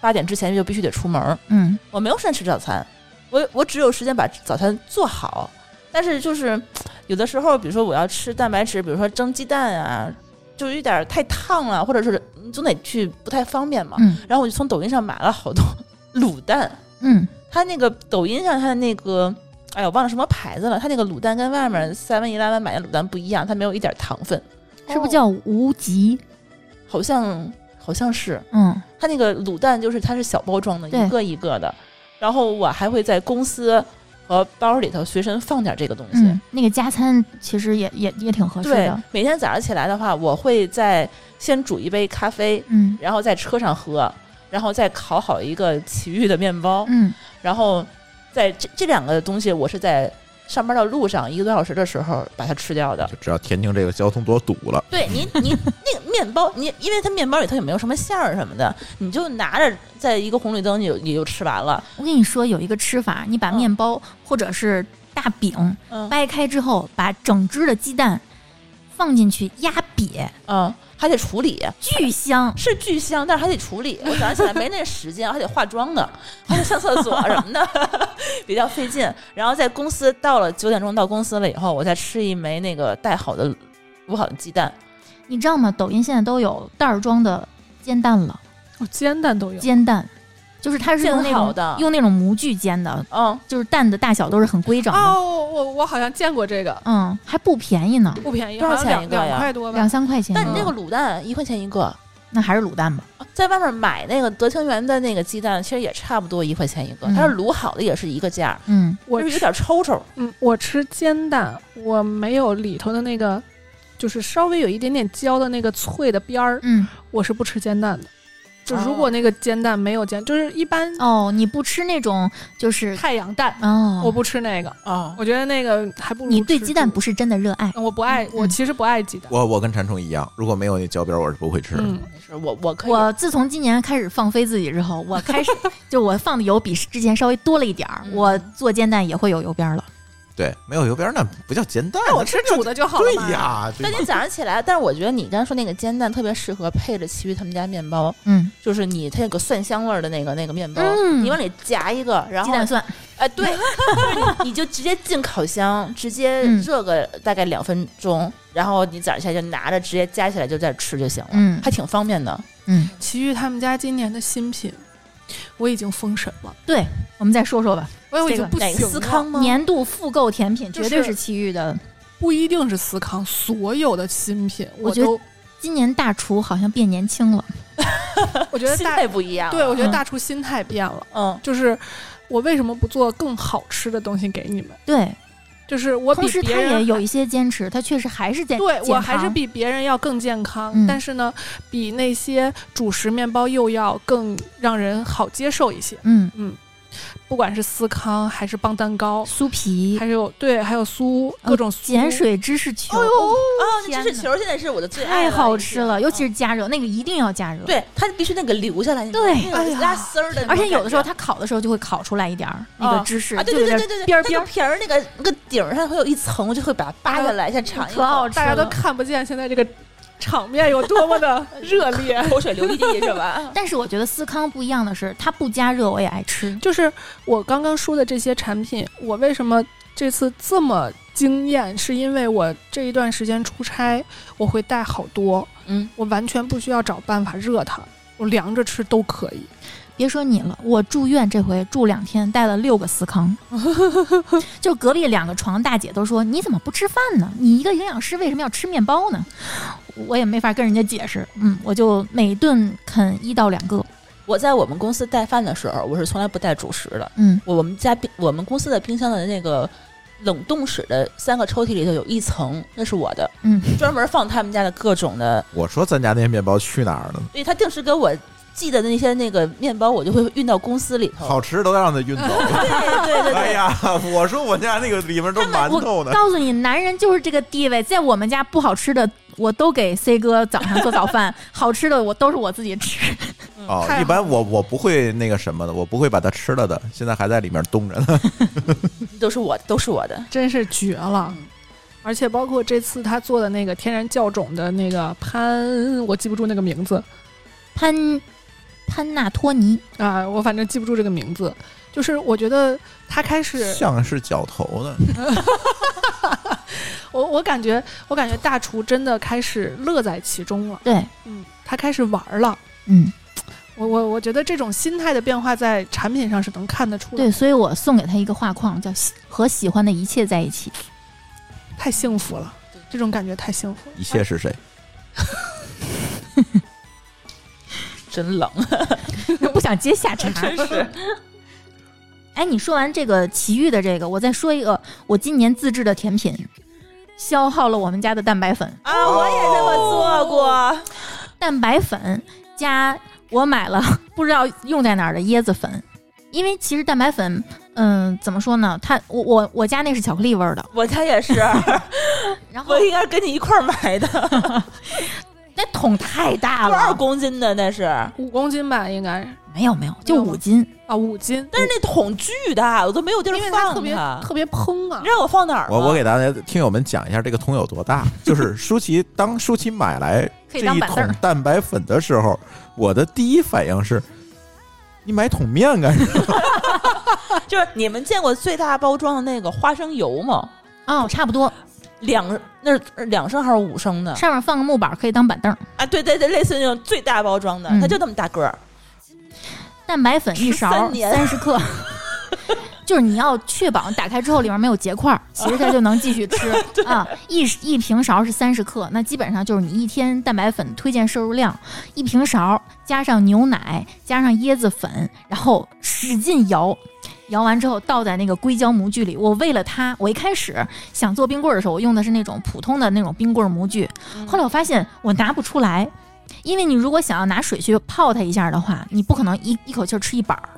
D: 八点之前就必须得出门。
C: 嗯，
D: 我没有时间吃早餐，我我只有时间把早餐做好。但是就是有的时候，比如说我要吃蛋白质，比如说蒸鸡蛋啊，就有点儿太烫了，或者是嗯总得去不太方便嘛。
C: 嗯
D: 然后我就从抖音上买了好多卤蛋，
C: 嗯
D: 它那个抖音上它那个，哎呀，我忘了什么牌子了。它那个卤蛋跟外面 Seven Eleven 买的卤蛋不一样，它没有一点糖分，
C: 是不是叫无极？
D: 好像好像是
C: 嗯
D: 它那个卤蛋就是它是小包装的，
C: 对
D: 一个一个的。然后我还会在公司和包里头随身放点这个东西。
C: 嗯，那个加餐其实也也也挺合适
D: 对
C: 的。，
D: 每天早上起来的话，我会在先煮一杯咖啡，
C: 嗯
D: 然后在车上喝，然后再烤好一个奇遇的面包。
C: 嗯
D: 然后在这这两个东西，我是在上班的路上一个多小时的时候把它吃掉的。
A: 就知道天津这个交通多堵了。
D: 对你，你 那个面包，你因为它面包里头也没有什么馅儿什么的，你就拿着在一个红绿灯你就你就吃完了。
C: 我跟你说有一个吃法，你把
D: 嗯
C: 面包或者是大饼
D: 嗯
C: 掰开之后，把整只的鸡蛋放进去压瘪，
D: 嗯，还得处理，
C: 巨香。
D: 是巨香，但是还得处 理。我早上起来没那时间，还得化妆呢，还得上厕所什么的， 比较费劲。然后在公司到了九点钟到公司了以后，我再吃一枚那个带好的卤好的鸡蛋。
C: 你知道吗？抖音现在都有袋儿装的煎蛋了，
B: 哦，煎蛋都有，
C: 煎蛋。就是它是用那
D: 煎好
C: 种
D: 的
C: 用那种模具煎的，
D: 嗯，
C: 就是蛋的大小都是很规整的，
B: 哦，我我我好像见过这个，
C: 嗯，还不便宜呢，
B: 不便宜，
D: 多少
B: 好像
D: 钱
B: 两
D: 一个呀
B: 两块多吧
D: 嗯
C: 两？三块钱呢。
D: 但你那个卤蛋一块钱一个，
C: 那还是卤蛋吧，
D: 啊在外面买那个德清源的那个鸡蛋，其实也差不多一块钱一个，
C: 嗯
D: 它是卤好的也是一个价儿，
C: 嗯
B: 我
D: 就是有
B: 吃
D: 点抽抽。
B: 嗯，我吃煎蛋，我没有里头的那个，就是稍微有一点点焦的那个脆的边儿，
C: 嗯，
B: 我是不吃煎蛋的。就如
D: 哦
B: 果那个煎蛋没有煎，就是一般
C: 哦，你不吃那种就是
B: 太阳蛋，
C: 哦，
B: 我不吃那个，
D: 哦，
B: 我觉得那个还不如
C: 你对
B: 吃
C: 鸡蛋
B: 猪
C: 不是真的热爱，
B: 我不爱，我
C: 嗯
B: 其实不爱鸡蛋。
A: 我我跟馋虫一样，如果没有那胶边，我是不会吃的。
B: 嗯，
D: 是我我可以，
C: 我自从今年开始放飞自己之后，我开始就我放的油比之前稍微多了一点儿，
D: 嗯
C: 我做煎蛋也会有油边儿了。
A: 对，没有油边那不叫煎蛋，
B: 那我吃煮的就好了
A: 对
B: 嘛。
A: 呀，对
D: 但你早上起来，但是我觉得你刚才说那个煎蛋特别适合配着其余他们家面包，
C: 嗯，
D: 就是你它有个蒜香味儿的那个那个面包，
C: 嗯
D: 你往里夹一个，然
C: 鸡
D: 后
C: 蛋蒜，
D: 哎对，就是你你就直接进烤箱，直接
C: 嗯
D: 热个大概两分钟，然后你早上起来就拿着直接夹起来就在吃就行了，
C: 嗯
D: 还挺方便的。
C: 嗯，
B: 奇遇他们家今年的新品，我已经封神了，
C: 对，我们再说说吧。
B: 我我已
C: 这
B: 经
C: 个
B: 不
D: 哪
B: 行啊
D: 个司
B: 了。
D: 康吗？
C: 年度复购甜品
B: 就
C: 绝对
B: 是
C: 是奇遇的，
B: 不一定是司康，所有的新品
C: 我
B: 我
C: 觉得
B: 都，
C: 今年大厨好像变年轻了。
B: 我觉得
D: 心
B: 大
D: 态不一样，
B: 对我觉得
C: 嗯
B: 大厨心态变了，
D: 嗯，
B: 就是我为什么不做更好吃的东西给你们？
C: 对，
B: 就是我比
C: 同时
B: 别
C: 他也
B: 人
C: 有一些坚持，他确实还是在
B: 对
C: 哎减
B: 我还是
C: 糖
B: 比别人要更健康，
C: 嗯
B: 但是呢，比那些主食面包又要更让人好接受一些。
C: 嗯
B: 不管是司康还是棒蛋糕，
C: 酥皮
B: 还、有对，还有酥各种酥
C: 嗯哦碱，水芝士球，
D: 哎呦哦，那
C: 天
D: 芝士球现在是我的最爱
C: 太
D: 了，
C: 好
D: 已经
C: 吃了，尤其
D: 嗯
C: 是加热那个一定要加热。，
D: 对它必须那个留下来，你
C: 对
D: 那
B: 哎
D: 个
B: 呀
D: 拉丝儿的那种感觉，
C: 而且有的时候它烤的时候就会烤出来一点儿那
D: 哦
C: 个芝士，
D: 啊，对
C: 就
D: 对
C: 有
D: 对
C: 点
D: 对对，
C: 边儿边儿
D: 它那个皮儿那个那个顶儿上会有一层，就会把它扒下来，先尝一
C: 嗯可好
D: 口，
B: 哦
C: 吃
B: 大家都
C: 了
B: 看不见现在这个场面有多么 的 热烈。
D: 口水流一地是吧？
C: 但是我觉得司康不一样的是，它不加热我也爱吃。
B: 就是我刚刚说的这些产品，我为什么这次这么惊艳，是因为我这一段时间出差，我会带好多，
D: 嗯，
B: 我完全不需要找办法热它，我凉着吃都可以。
C: 别说你了，我住院这回住两天，带了六个司康， 就隔壁两个床大姐都说你怎么不吃饭呢？你一个营养师为什么要吃面包呢？我也没法跟人家解释，嗯，我就每顿啃一到两个，
D: 我在我们公司带饭的时候，我是从来不带主食的。
C: 嗯
D: 我们家冰，我们公司的冰箱的那个冷冻室的三个抽屉里头有一层，那是我的，
C: 嗯，
D: 专门放他们家的各种的。
A: 我说咱家那些面包去哪儿了？
D: 所以他定时给我寄的那些那个面包，我就会运到公司里头。
A: 好吃都要让他运走。
D: 对对对
A: 哎
D: 对，
A: 呀，我说我家那个里面都馒头呢。
C: 告诉你，男人就是这个地位，在我们家不好吃的我都给 C 哥早上做早饭， 好吃的我都是我自己吃。
A: 哦
B: 太，好
A: 一般我我不会那个什么的，我不会把它吃了的，现在还在里面冻着呢。
D: 都是我，都是我的。
B: 真是绝了。
D: 嗯
B: 而且包括这次他做的那个天然酵种的那个潘，我记不住那个名字
C: 潘潘纳托尼，
B: 啊、我反正记不住这个名字。就是我觉得他开始，
A: 像是绞头的，
B: 我我感觉我感觉大厨真的开始乐在其中了，
C: 对，
B: 嗯，他开始玩儿了。
C: 嗯，
B: 我我我觉得这种心态的变化在产品上是能看得出来，
C: 对，，所以我送给他一个画框，叫喜“和喜欢的一切在 一起
B: 太幸福了，这种感觉太幸福了。
A: 一切是 谁？
D: 真冷，”，
C: 不想接下茬。
D: 是。
C: 哎，你说完这个奇遇的这个，我再说一个，我今年自制的甜品，消耗了我们家的蛋白粉，
D: 啊，我也这么做过。
C: 蛋白粉加我买了不知道用在哪儿的椰子粉，因为其实蛋白粉，嗯，怎么说呢？它我我我家那是巧克力味儿的，
D: 我家 也是，
C: 然后
D: 我应该跟你一块儿买的，
C: 那桶太大
D: 多少
C: 了，
D: 公斤的那是？
B: 五公斤吧，应该是
C: 没有没有，就
B: 没有吗
C: 五斤，
B: 啊，五斤，
D: 但是那桶巨大，我都没有地儿
B: 因为它
D: 放
B: 特别
D: 它。
B: 特别蓬啊
D: 你，让我放哪儿吗？
A: 我我给大家听友们讲一下这个桶有多大。就是舒淇当舒淇买来这
C: 可以当
A: 一
C: 板凳
A: 桶
C: 儿。
A: 蛋白粉的时候，我的第一反应是：你买桶面干什么？
D: 就是你们见过最大包装的那个花生油吗？
C: 哦，差不多，
A: 啊
D: 两那是两升还是五升的
C: 上面放个木板儿可以当板凳儿。
D: 啊？对对对，类似那种最大包装的，
C: 嗯
D: 它就那么大个儿。
C: 蛋白粉一勺
D: 13年
C: 三十克， 就是你要确保打开之后里面没有结块 儿，其实它就能继续吃啊。一一平勺是三十克，那基本上就是你一天蛋白粉推荐摄入量，一平勺加上牛奶，加上椰子粉，然后使劲摇。摇完之后倒在那个硅胶模具里，我为了它，我一开始想做冰棍儿的时候，我用的是那种普通的那种冰棍儿模具，
D: 嗯
C: 后来我发现我拿不出来，因为你如果想要拿水去泡它一下的话，你不可能一一口气儿吃一板儿，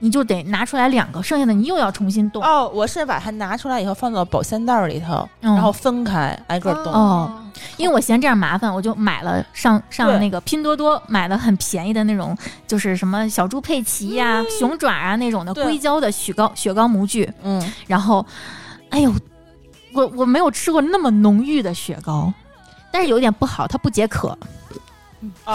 C: 你就得拿出来两个，剩下的你又要重新冻。
D: 哦，我是把它拿出来以后放到保鲜袋里头，
C: 嗯
D: 然后分开挨个
B: 啊
D: 冻。
C: 哦因为我嫌这样麻烦，我就买了上上
D: 对
C: 那个拼多多买了很便宜的那种，就是什么小猪佩奇呀、熊爪啊那种的
D: 嗯对
C: 硅胶的雪糕雪糕模具，
D: 嗯，
C: 然后，哎呦，我我没有吃过那么浓郁的雪糕，但是有一点不好，它不解渴。
D: 哦嗯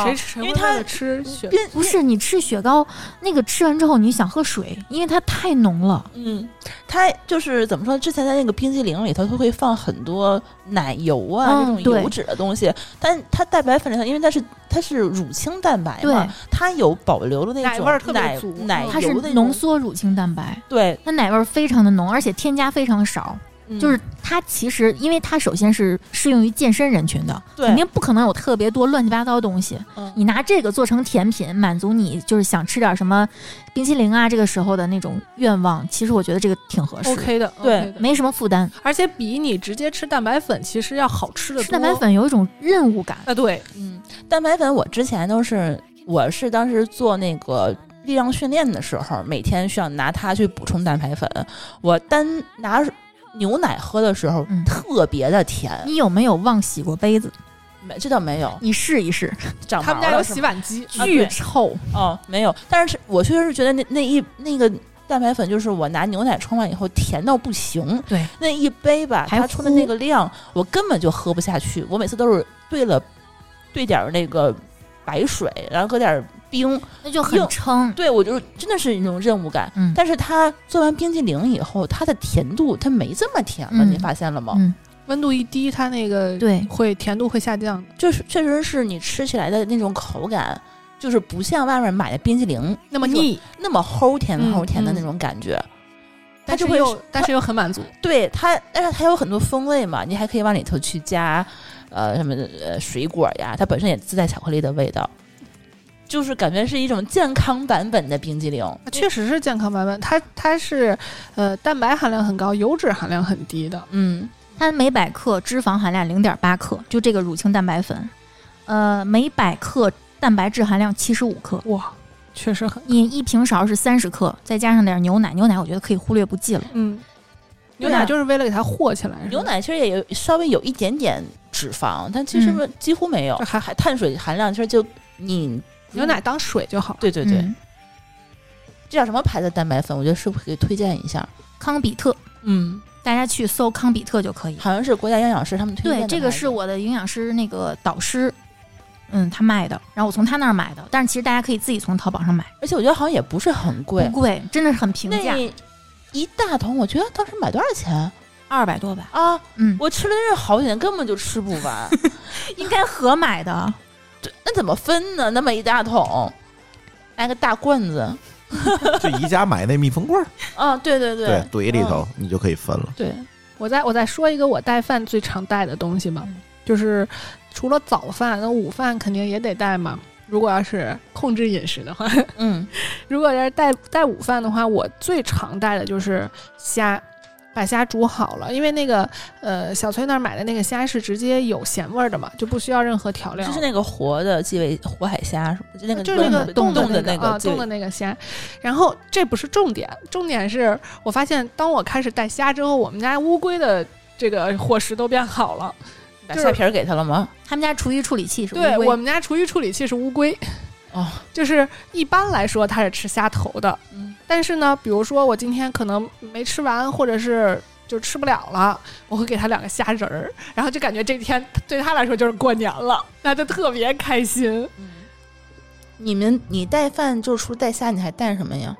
B: 谁谁
D: 因
B: 会为
D: 为它
B: 了吃雪
D: 冰
C: 不是你吃雪糕，那个吃完之后你想喝水，因为它太浓了。
D: 嗯，它就是怎么说？之前在那个冰激凌里头，它会放很多奶油啊、
C: 嗯
D: 这种
C: 对
D: 油脂的东西，但它蛋白粉里头，因为它是它是乳清蛋白
C: 对
D: 嘛，它有保留的那
B: 奶
D: 种
B: 味儿特别
D: 奶
B: 足
D: 奶
B: 嗯
C: 它是
D: 油的那种
C: 浓缩乳清蛋白，
D: 对，
C: 它奶味儿非常的浓，而且添加非常少。
D: 嗯
C: 就是它其实，因为它首先是适用于健身人群的，
D: 对
C: 肯定不可能有特别多乱七八糟的东西。
D: 嗯
C: 你拿这个做成甜品，满足你就是想吃点什么冰淇淋啊，这个时候的那种愿望，其实我觉得这个挺合适的。
B: OK 的，
D: 对
B: OK 的，
C: 没什么负担。
B: 而且比你直接吃蛋白粉其实要好吃的
C: 吃蛋白粉有一种任务感，
B: 啊，对，
D: 嗯，蛋白粉我之前都是，我是当时做那个力量训练的时候，每天需要拿它去补充蛋白粉。我单拿牛奶喝的时候，
C: 嗯
D: 特别的甜，
C: 你有没有忘洗过杯子？
D: 没这倒没有，
C: 你试一试，
D: 长
B: 他们
D: 毛
B: 家有
D: 了是
B: 洗
D: 吗
B: 碗机，
D: 啊
C: 巨
D: 对
C: 臭。
D: 哦，没有，但是我确实是觉得那那一那个。蛋白粉就是我拿牛奶冲完以后甜到不行，
C: 对，
D: 那一杯吧，
C: 还
D: 它冲的那个量，我根本就喝不下去。我每次都是兑了兑点儿那个白水，然后搁点儿冰，
C: 那就很
D: 硬
C: 撑。
D: 对我就是真的是一种任务感。
C: 嗯
D: 但是它做完冰激凌以后，它的甜度它没这么甜了，
C: 嗯
D: 你发现了吗？
C: 嗯，
B: 温度一低，它那
D: 嗯
B: 个
C: 对，
B: 会甜度会下降的，
D: 就是确实是你吃起来的那种口感，就是不像外面买的冰激凌
B: 那么腻，
D: 那么齁甜
B: 嗯
D: 齁甜的
B: 嗯
D: 那种感觉。它
B: 但是
D: 就会
B: 又但是又很满足，
D: 对它，但是它有很多风味嘛，你还可以往里头去加，呃，什么呃水果呀，它本身也自带巧克力的味道，就是感觉是一种健康版本的冰激凌。
C: 啊
B: 确实是健康版本，它它是呃蛋白含量很高，油脂含量很低的，
D: 嗯，
C: 它每百克脂肪含量零点八克，就这个乳清蛋白粉，呃，每百克蛋白质含量七十五克。
B: 哇，确实很，
C: 你一平勺是三十克，再加上点牛奶，牛奶我觉得可以忽略不计了。
B: 嗯，牛
D: 对啊
B: 奶就是为了给它和起
C: 嗯
B: 来，是吧
D: 牛奶其实也有稍微有一点点脂肪，但其实
C: 嗯
D: 几乎没有，
B: 这还
D: 还碳水含量其实就你
B: 牛奶当水就好，
D: 对对对，
C: 嗯
D: 这叫什么牌子蛋白粉？我觉得是不是可以推荐一下？
C: 康比特，
D: 嗯，
C: 大家去搜康比特就可以了。
D: 好像是国家营养师他们推荐
C: 对，
D: 的
C: 这个
D: 牌子
C: 是我的营养师那个导师，嗯，他卖的，然后我从他那儿买的。但是其实大家可以自己从淘宝上买，
D: 而且我觉得好像也不是很贵
C: 不，贵，真的是很平价，
D: 那一大桶，我觉得当时买多少钱
C: 二百多吧。
D: 啊？
C: 嗯，
D: 我吃了那是好几年，根本就吃不完，
C: 应该合买的。
D: 这那怎么分呢？那么一大桶，来个大罐子
A: 就宜家买那蜜蜂棍儿，
D: 啊？对对嗯
A: 对怼
D: 对，
A: 里头你就可以分了。
D: 对，
B: 我再我再说一个我带饭最常带的东西吧，
C: 嗯
B: 就是除了早饭，那午饭肯定也得带嘛。如果要是控制饮食的话，
D: 嗯，
B: 如果要是带带午饭的话，我最常带的就是虾，把虾煮好了，因为那个呃小崔那儿买的那个虾是直接有咸味儿的嘛，就不需要任何调料。
D: 就是那个活的基围活海虾，是不是就那个
B: 就是那个
D: 冻
B: 的
D: 的
B: 那
D: 那
B: 个啊，
D: 鸡尾
B: 冻的那个虾。然后这不是重点，重点是我发现，当我开始带虾之后，我们家乌龟的这个伙食都变好了。
D: 把
B: 就是
D: 虾皮儿给他了吗？
C: 他们家厨余处理器是乌
B: 对
C: 龟
B: 我们家厨余处理器是乌龟，
D: 哦，
B: 就是一般来说它是吃虾头的，
D: 嗯
B: 但是呢，比如说我今天可能没吃完，或者是。就吃不了了，我会给它两个虾仁儿，然后就感觉这天对它来说就是过年了，那就特别开心。
D: 你们你带饭就除了带虾，你还带什么呀？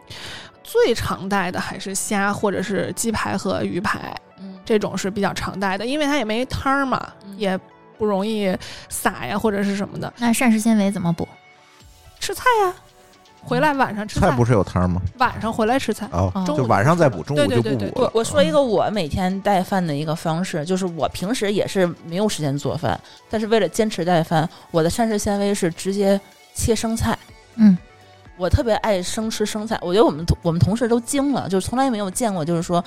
B: 最常带的还是虾或者是鸡排和鱼排，
D: 嗯，
B: 这种是比较常带的，因为它也没汤儿嘛，
D: 嗯
B: 也不容易撒呀或者是什么的，
C: 那膳食纤维怎么补？
B: 吃菜呀、回来晚上吃
A: 菜
B: 菜，
A: 不是有汤吗？
B: 晚上回来吃菜。
A: 哦，
C: 哦
A: 就晚上再补，中午
B: 对对
A: 就
B: 对
A: 不
B: 对
A: 补
B: 对
A: 了啊
B: 对。
D: 我说一个我每天带饭的一个方式，就是我平时也是没有时间做饭，但是为了坚持带饭，我的膳食纤维是直接切生菜。
C: 嗯，
D: 我特别爱生吃生菜，我觉得我们同我们同事都惊了，就是从来没有见过，就是说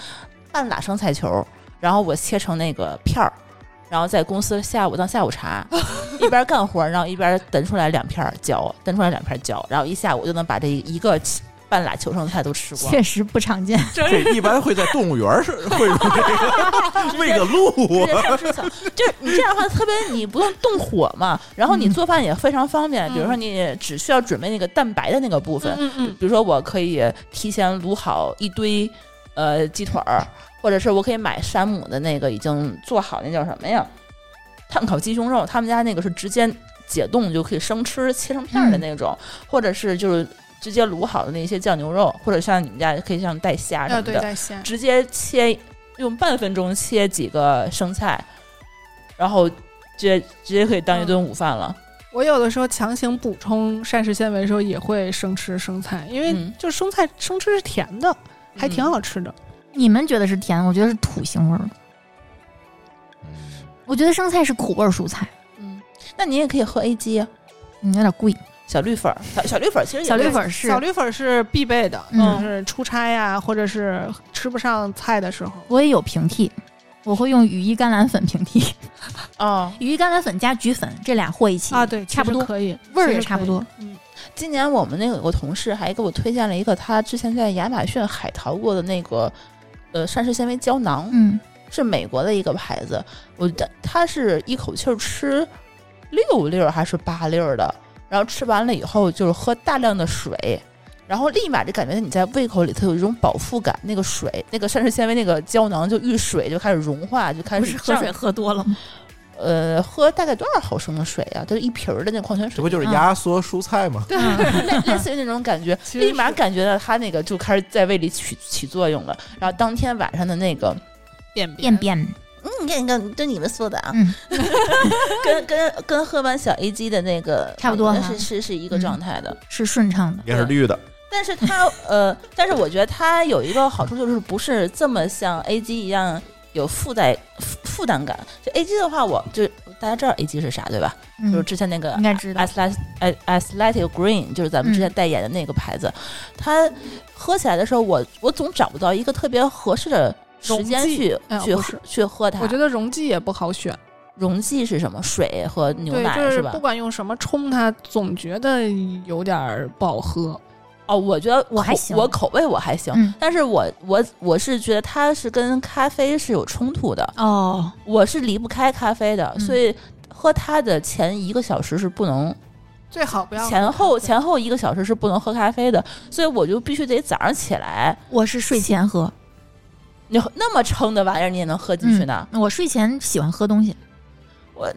D: 半拉生菜球，然后我切成那个片儿，然后在公司下午当下午茶，一边干活，然后一边蹬出来两片儿嚼，蹬出来两片儿嚼，然后一下午就能把这一个切半拉球生菜都吃光。
C: 确实不常见。
A: 这一般会在动物园儿是会有这个 喂个鹿啊
D: 直接上市场，就是你这样的话，特别你不用动火嘛，然后你做饭也非常方便。
B: 嗯
D: 比如说，你只需要准备那个蛋白的那个部分，
B: 嗯嗯
D: 比如说我可以提前卤好一堆呃鸡腿儿，或者是我可以买山姆的那个已经做好那叫什么呀？炭烤鸡胸肉，他们家那个是直接解冻就可以生吃，切成片儿的
B: 嗯
D: 那种，或者是就是直接卤好的那些酱牛肉，或者像你们家可以像带
B: 嗯，
D: 虾啊什
B: 要
D: 么
B: 对
D: 的，
B: 待鲜。
D: 直接切，用半分钟切几个生菜，然后直接直接可以当一顿午饭了。
B: 我有的时候强行补充膳食纤维的时候，也会生吃生菜，因为
D: 嗯
B: 就是生菜生吃是甜的，还挺好吃的。
C: 你们觉得是甜，我觉得是土腥味儿。我觉得生菜是苦味儿蔬菜，
D: 嗯，那你也可以喝 A 鸡啊，
C: 嗯，有点贵。
D: 小绿粉儿，小小绿粉儿其实也
C: 小绿
D: 是
C: 粉儿是
B: 小绿粉儿是必备的，
C: 嗯
B: 就是出差呀、或者是吃不上菜的时候，
C: 我也有平替，我会用羽衣甘蓝粉平替，
D: 哦。
C: 羽衣甘蓝粉加菊粉这俩和一起
B: 啊，对，
C: 差不多
B: 其实可以，
C: 味儿
B: 其
C: 也
B: 实可以
C: 差不多。
B: 嗯，
D: 今年我们那个有个同事还给我推荐了一个他之前在亚马逊海淘过的那个呃膳食纤维胶囊，
C: 嗯，
D: 是美国的一个牌子，我的它是一口气儿吃六粒儿还是八粒儿的，然后吃完了以后就是喝大量的水，然后立马就感觉你在胃口里头有一种饱腹感，那个水那个膳食纤维那个胶囊就遇水就开始融化，就开
C: 不
D: 始
C: 是喝
D: 胀
C: 水喝多了吗？
D: 呃，喝大概多少毫升的水啊？就是一瓶儿的那矿泉
A: 这
D: 水
A: 不，就是压缩蔬菜吗？
D: 类 类似于那种感觉，
B: 其实
D: 立马
B: 是
D: 感觉到它那个就开始在胃里起起作用了，然后当天晚上的那个。
B: 便
C: 便便
D: 嗯，你看，你看，就你们说的啊，
C: 嗯
D: 跟跟跟喝完小 A 鸡的那个
C: 差不多哈
D: 是是是一
B: 嗯
D: 个状态的。
C: 是顺畅的。
A: 也是绿的，
D: 但是它呃，但是我觉得它有一个好处就是不是这么像 A 鸡一样有负担负负担感。就 A 鸡的话，我就大家知道 A 鸡是啥对吧？
C: 嗯
D: 就是，之哎前那个
C: 应该知道。
D: Athletic Athletic Green，就是咱们之前
C: 嗯
D: 代言的那个牌子，它喝起来的时候，我我总找不到一个特别合适的时间
B: 溶剂
D: 去、
B: 哎呀
D: 去
B: 不
D: 喝
B: 是
D: 去喝它。
B: 我觉得溶剂也不好选，
D: 溶剂是什么？水和牛
B: 对，
D: 奶
B: 就是
D: 吧
B: 不？管用什么冲它，总觉得有点儿不好喝。
D: 哦，我觉得
C: 我还
D: 口
C: 行
D: 我口味我还行，
C: 嗯
D: 但是我我我是觉得它是跟咖啡是有冲突的，
C: 哦，
D: 我是离不开咖啡的，
C: 嗯
D: 所以喝它的前一个小时是不能，
B: 最好不要
D: 前后前后一个小时是不能喝咖啡的，所以我就必须得早上起来，
C: 我是睡前喝
D: 你喝那么撑的玩意儿你也能喝进去呢，
C: 嗯。我睡前喜欢喝东西，
D: 我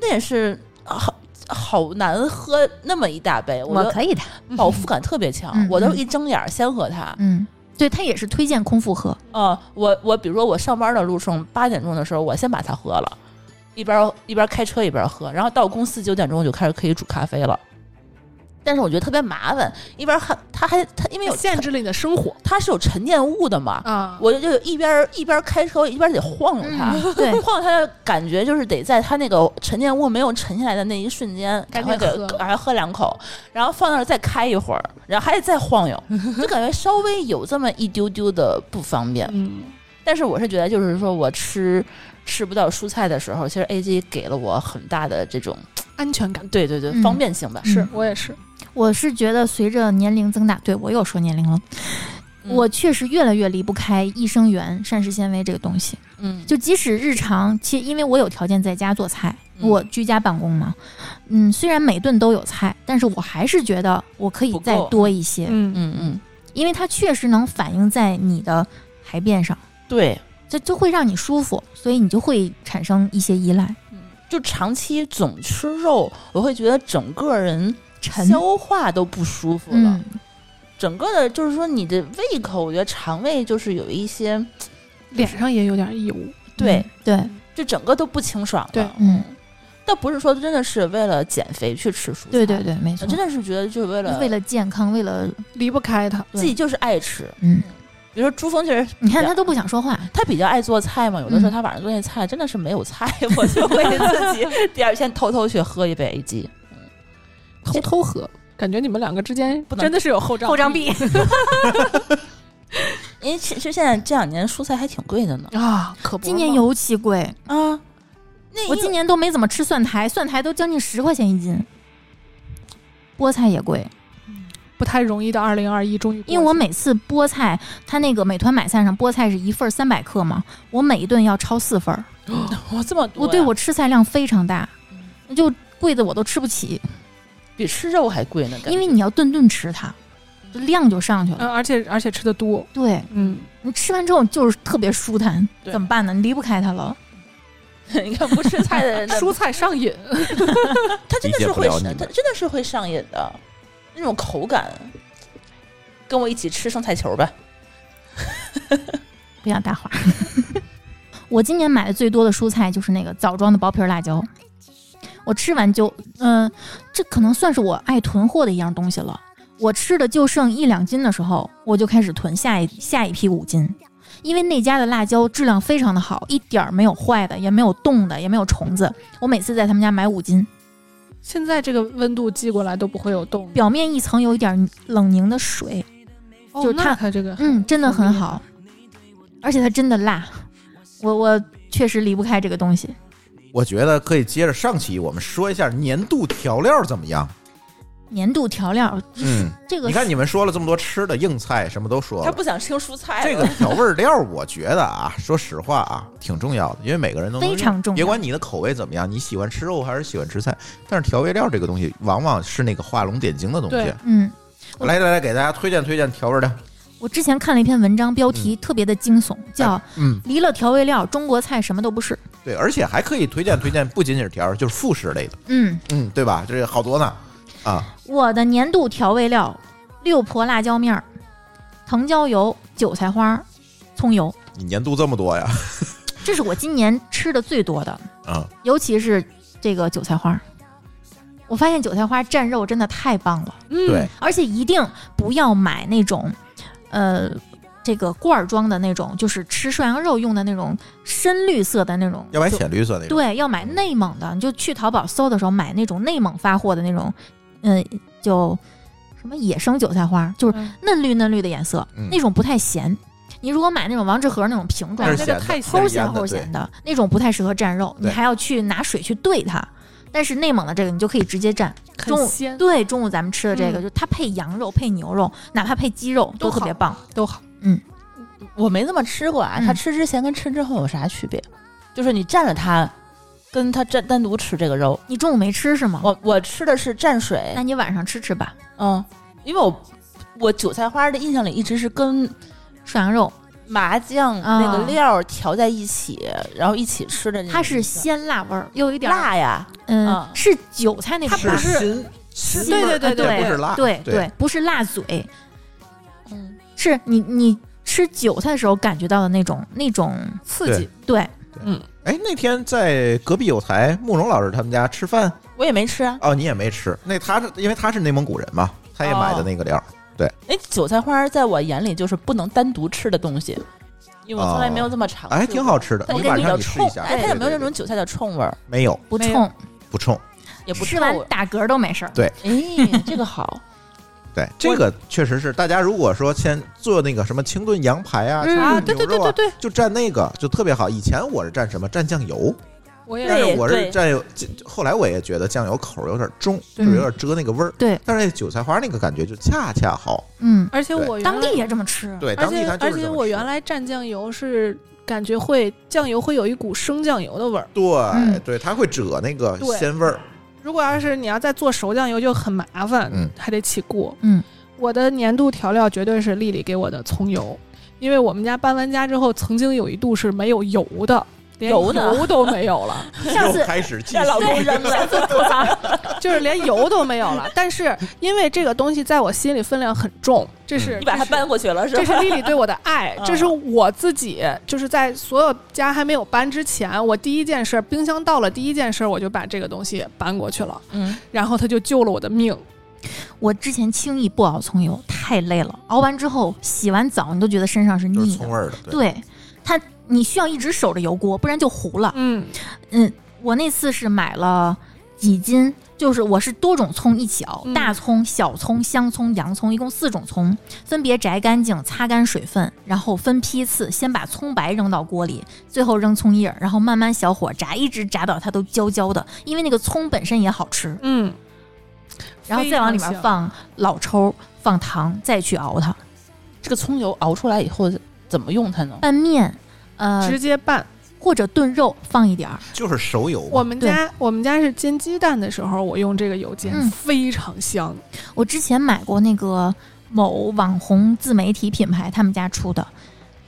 D: 那也是好好难喝那么一大杯，我
C: 我
D: 觉得
C: 可以的。
D: 饱腹感特别强，
C: 嗯
D: 我都
C: 嗯
D: 是一睁眼儿先喝它，
C: 嗯，对，它也是推荐空腹喝。
D: 哦，我我比如说我上班的路上八点钟的时候，我先把它喝了，一边一边开车一边喝，然后到公司九点钟我就开始可以煮咖啡了。但是我觉得特别麻烦，一边还它还它因为有
B: 限制了你的生活
D: 它是有沉淀物的嘛，
B: 啊。
D: 我就一边一边开车一边得晃悠它，
C: 嗯对
D: 晃悠它的感觉就是得在它那个沉淀物没有沉下来的那一瞬间，
B: 赶紧
D: 赶快给
B: 喝
D: 赶快喝两口，然后放那儿再开一会儿，然后还得再晃 悠，就感觉稍微有这么一丢丢的不方便。
B: 嗯，
D: 但是我是觉得，就是说我吃吃不到蔬菜的时候，其实 A G 给了我很大的这种，
B: 安全感
D: 对对对，
C: 嗯
D: 方便性吧。
C: 是
B: 是我也是，
C: 我是觉得随着年龄增大，对我又说年龄了，
D: 嗯
C: 我确实越来越离不开益生元、膳食纤维这个东西。
D: 嗯，
C: 就即使日常，其实因为我有条件在家做菜，
D: 嗯
C: 我居家办公嘛，嗯，虽然每顿都有菜，但是我还是觉得我可以
D: 不够
C: 再多一些，
B: 嗯
D: 嗯嗯，
C: 因为它确实能反映在你的排便上，
D: 对，
C: 这就会让你舒服，所以你就会产生一些依赖。
D: 就长期总吃肉，我会觉得整个人
C: 沉
D: 消化都不舒服了，
C: 嗯，
D: 整个的就是说你的胃口，我觉得肠胃就是有一些
B: 脸上也有点异物。
D: 对，
C: 嗯对，
D: 就整个都不清爽了。
B: 对
C: 嗯，
D: 但倒不是说真的是为了减肥去吃蔬菜，
C: 对对对，没
D: 我
C: 错，
D: 真的是觉得就是为了
C: 为了健康，为了
B: 离不开它。
D: 自己就是爱吃。
C: 嗯，
D: 比如说朱峰，其实
C: 你看他都不想说话，
D: 他比较爱做菜嘛，有的时候
C: 嗯
D: 他晚上做那菜真的是没有菜， 我就会自 己第二天偷偷去喝一杯 A 鸡。
B: 偷偷喝，感觉你们两个之间
E: 不能
B: 真的是有后账
C: 后张臂
D: 因为其实现在这两年蔬菜还挺贵的呢。
B: 啊，可不。
C: 今年尤其贵，
D: 啊，那
C: 我
D: 因
C: 今
D: 为
C: 年都没怎么吃蒜苔，蒜苔都将近十块钱一斤，菠菜也贵，
B: 不太容易的，二零二一终于过去了，
C: 因为我每次菠菜，它那个美团买菜上菠菜是一份三百克嘛，我每一顿要超四份儿，
D: 我这么多
C: 我对
D: 呀
C: 我吃菜量非常大，
D: 嗯
C: 就贵的我都吃不起，
D: 比吃肉还贵呢，感觉
C: 因为你要顿顿吃它，这量就上去了。
B: 嗯，而且而且吃的多，
C: 对
B: 嗯，
C: 你吃完之后就是特别舒坦，
D: 对
C: 怎么办呢？你离不开它了。
D: 你看不吃菜的 人的，
B: 蔬菜上瘾，
D: 他真的
A: 理
D: 是
A: 解不
D: 会
A: 了
D: 上，
A: 你
D: 他
A: 们
D: 真的是会上瘾的，那种口感。跟我一起吃生菜球吧，
C: 不想搭话。 我今年买的最多的蔬菜就是那个枣庄的薄皮儿辣椒，我吃完就，嗯、这可能算是我爱囤货的一样东西了。我吃的就剩一两斤的时候，我就开始囤下一下一批五斤，因为那家的辣椒质量非常的好，一点儿没有坏的，也没有冻的，也没有虫子。我每次在他们家买五斤，
B: 现在这个温度寄过来都不会有冻，
C: 表面一层有一点冷凝的水，
B: 哦
C: 就是它
B: 那它这个，
C: 嗯，真的很好，而且它真的辣。我我确实离不开这个东西。
A: 我觉得可以接着上期，我们说一下年度调料怎么样？
C: 年度调料，
A: 嗯，
C: 这个
A: 你看你们说了这么多吃的硬菜，什么都说
D: 他
A: 了。
D: 不想吃蔬菜
A: 这
D: 了。
A: 个调味料，我觉得啊，说实话啊，挺重要的，因为每个人都能
C: 非常重要
A: 别管你的口味怎么样，你喜欢吃肉还是喜欢吃菜，但是调味料这个东西，往往是那个画龙点睛的东西
B: 对。
C: 嗯，我
A: 来来来，给大家推荐推荐调味料。
C: 我之前看了一篇文章，标题特别的惊悚，叫《
A: 嗯，
C: 离了调味料，中国菜什么都不是》。
A: 对，而且还可以推荐推荐，不仅仅是调料，就是副食类的，
C: 嗯，
A: 嗯，对吧？这个好多呢。啊，
C: 我的年度调味料：六婆辣椒面儿、藤椒油、韭菜花儿、葱油，
A: 你年度这么多呀？
C: 这是我今年吃的最多的，
A: 啊，
C: 尤其是这个韭菜花儿。我发现韭菜花蘸肉真的太棒了，
B: 嗯，
A: 对，
C: 而且一定不要买那种，呃，这个罐儿装的那种，就是吃涮羊肉用的那种深绿色的那种，
A: 要买浅绿色那种。
C: 对，要买内蒙的，你就去淘宝搜的时候买那种内蒙发货的那种，嗯，就什么野生韭菜花，就是
B: 嗯
C: 嫩绿嫩绿的颜色，
A: 嗯
C: 那种不太咸。你如果买那种王致和那种瓶装
A: 那
B: 那
A: 是
C: 的，
A: 咸
B: 个
A: 的
B: 太
C: 齁
A: 是
C: 咸
A: 腌的
C: 齁
A: 对
C: 咸的那种不太适合蘸肉，你
A: 对
C: 还要去拿水去兑它。但是内蒙的这个你就可以直接蘸，
B: 很
C: 中午
B: 鲜，
C: 对，中午咱们吃的这个，
B: 嗯
C: 就它配羊肉、配牛肉，哪怕配鸡肉
B: 都
C: 特别
B: 好
C: 棒。
B: 都好，
D: 我没这么吃过啊，
C: 嗯
D: 他吃之前跟吃之后有啥区别？就是你蘸了它，跟他单单独吃这个肉，
C: 你中午没吃是吗？
D: 我我吃的是蘸水
C: 那，你晚上吃吃吧，
D: 嗯，因为我我韭菜花的印象里一直是跟
C: 涮羊肉
D: 麻酱
C: 啊
D: 那个料儿调在一起，然后一起吃的那种。
C: 它是鲜辣味儿，又有一点儿
D: 嗯辣呀，
C: 嗯
D: 嗯，
C: 是韭菜那种
B: 它
C: 辣
B: 不
A: 是
B: 是
A: 新新
B: 对对对
C: 对
A: 不是辣，
C: 对
A: 对，
C: 不是辣嘴，
D: 嗯，
C: 是你你吃韭菜的时候感觉到的那种那种
B: 刺激，
C: 对，
A: 哎，那天在隔壁有台慕容老师他们家吃饭，
D: 我也没吃啊。
A: 哦，你也没吃。那他是因为他是内蒙古人嘛，他也买的那个料。
D: 那哎韭菜花在我眼里就是不能单独吃的东西，因为我从来没有这么尝试过。
A: 哎，挺好吃的，
D: 但
A: 你
D: 跟
A: 晚
D: 比
A: 上
D: 较
A: 你试
D: 冲
A: 一，下。
D: 哎，它
A: 对
D: 也没有
A: 对对
D: 那种韭菜的冲味儿，
A: 没有
C: 不
B: 没有
C: 冲，
A: 不冲。
D: 也不
C: 吃
D: 臭
C: 完打嗝都没事儿。
D: 哎，这个好，
A: 对，这个确实是大家如果说先做那个什么清炖羊排啊，清
B: 啊，
A: 炖
B: 对对
A: 牛
B: 对
A: 肉
B: 对
A: 啊，
B: 对，
A: 就蘸那个就特别好。以前我是蘸什么？蘸酱油，
B: 我
A: 但是
B: 也
D: 对
A: 我是蘸油，后来我也觉得酱油口儿有点重，就
C: 嗯
A: 是有点遮那个味儿。
C: 对，
A: 但是那韭菜花那个感觉就恰恰好。
C: 嗯，
B: 而且
A: 对
B: 我原
C: 当地
B: 来
C: 也这么吃。
A: 对，
B: 而
A: 当地
B: 且
A: 它就
B: 而
A: 是
B: 且
A: 这么
B: 我
A: 吃
B: 原来蘸酱油是感觉会酱油会有一股生酱油的味儿，
A: 对
C: 嗯
A: 对，它会遮那个
B: 对
A: 鲜味儿。
B: 如果要是你要再做熟酱油就很麻烦，
A: 嗯
B: 还得起锅。
C: 嗯，
B: 我的年度调料绝对是丽丽给我的葱油，因为我们家搬完家之后，曾经有一度是没有油的，连
E: 油呢
B: 油都没 有了，
C: 上次
A: 又开始继
E: 让老
A: 续，
E: 公扔了，
B: 就是连油都没有了。但是因为这个东西在我心里分量很重，这是
E: 嗯你把它
B: 这是
E: 搬过去了是
B: 这
E: 吧？
B: 是丽丽对我的爱
E: 嗯，
B: 这是我自己，就是在所有家还没有搬之前，我第一件事，冰箱到了，第一件事我就把这个东西搬过去了，
D: 嗯，
B: 然后他就救了我的命。
C: 我之前轻易不熬葱油，太累了。熬完之后，洗完澡你都觉得身上是
A: 就是
C: 腻
A: 葱
C: 的。
A: 味儿的，对
C: 对，它你需要一直守着油锅，不然就糊了。
B: 嗯，
C: 嗯，我那次是买了几斤，就是我是多种葱一起熬，
B: 嗯
C: 大葱、小葱、香葱、洋葱，一共四种葱，分别摘干净，擦干水分，然后分批次先把葱白扔到锅里，最后扔葱叶儿，然后慢慢小火炸，一直炸到它都焦焦的，因为那个葱本身也好吃，
B: 嗯，
C: 然后再往里面放老抽。放糖，再去熬它。
D: 这个葱油熬出来以后怎么用它呢？
C: 拌面，呃，
B: 直接拌。
C: 或者炖肉放一点儿，
A: 就是熟油
B: 我
A: 嘛，
B: 们家我们家是煎鸡蛋的时候，我用这个油煎，
C: 嗯
B: 非常香。
C: 我之前买过那个某网红自媒体品牌他们家出的，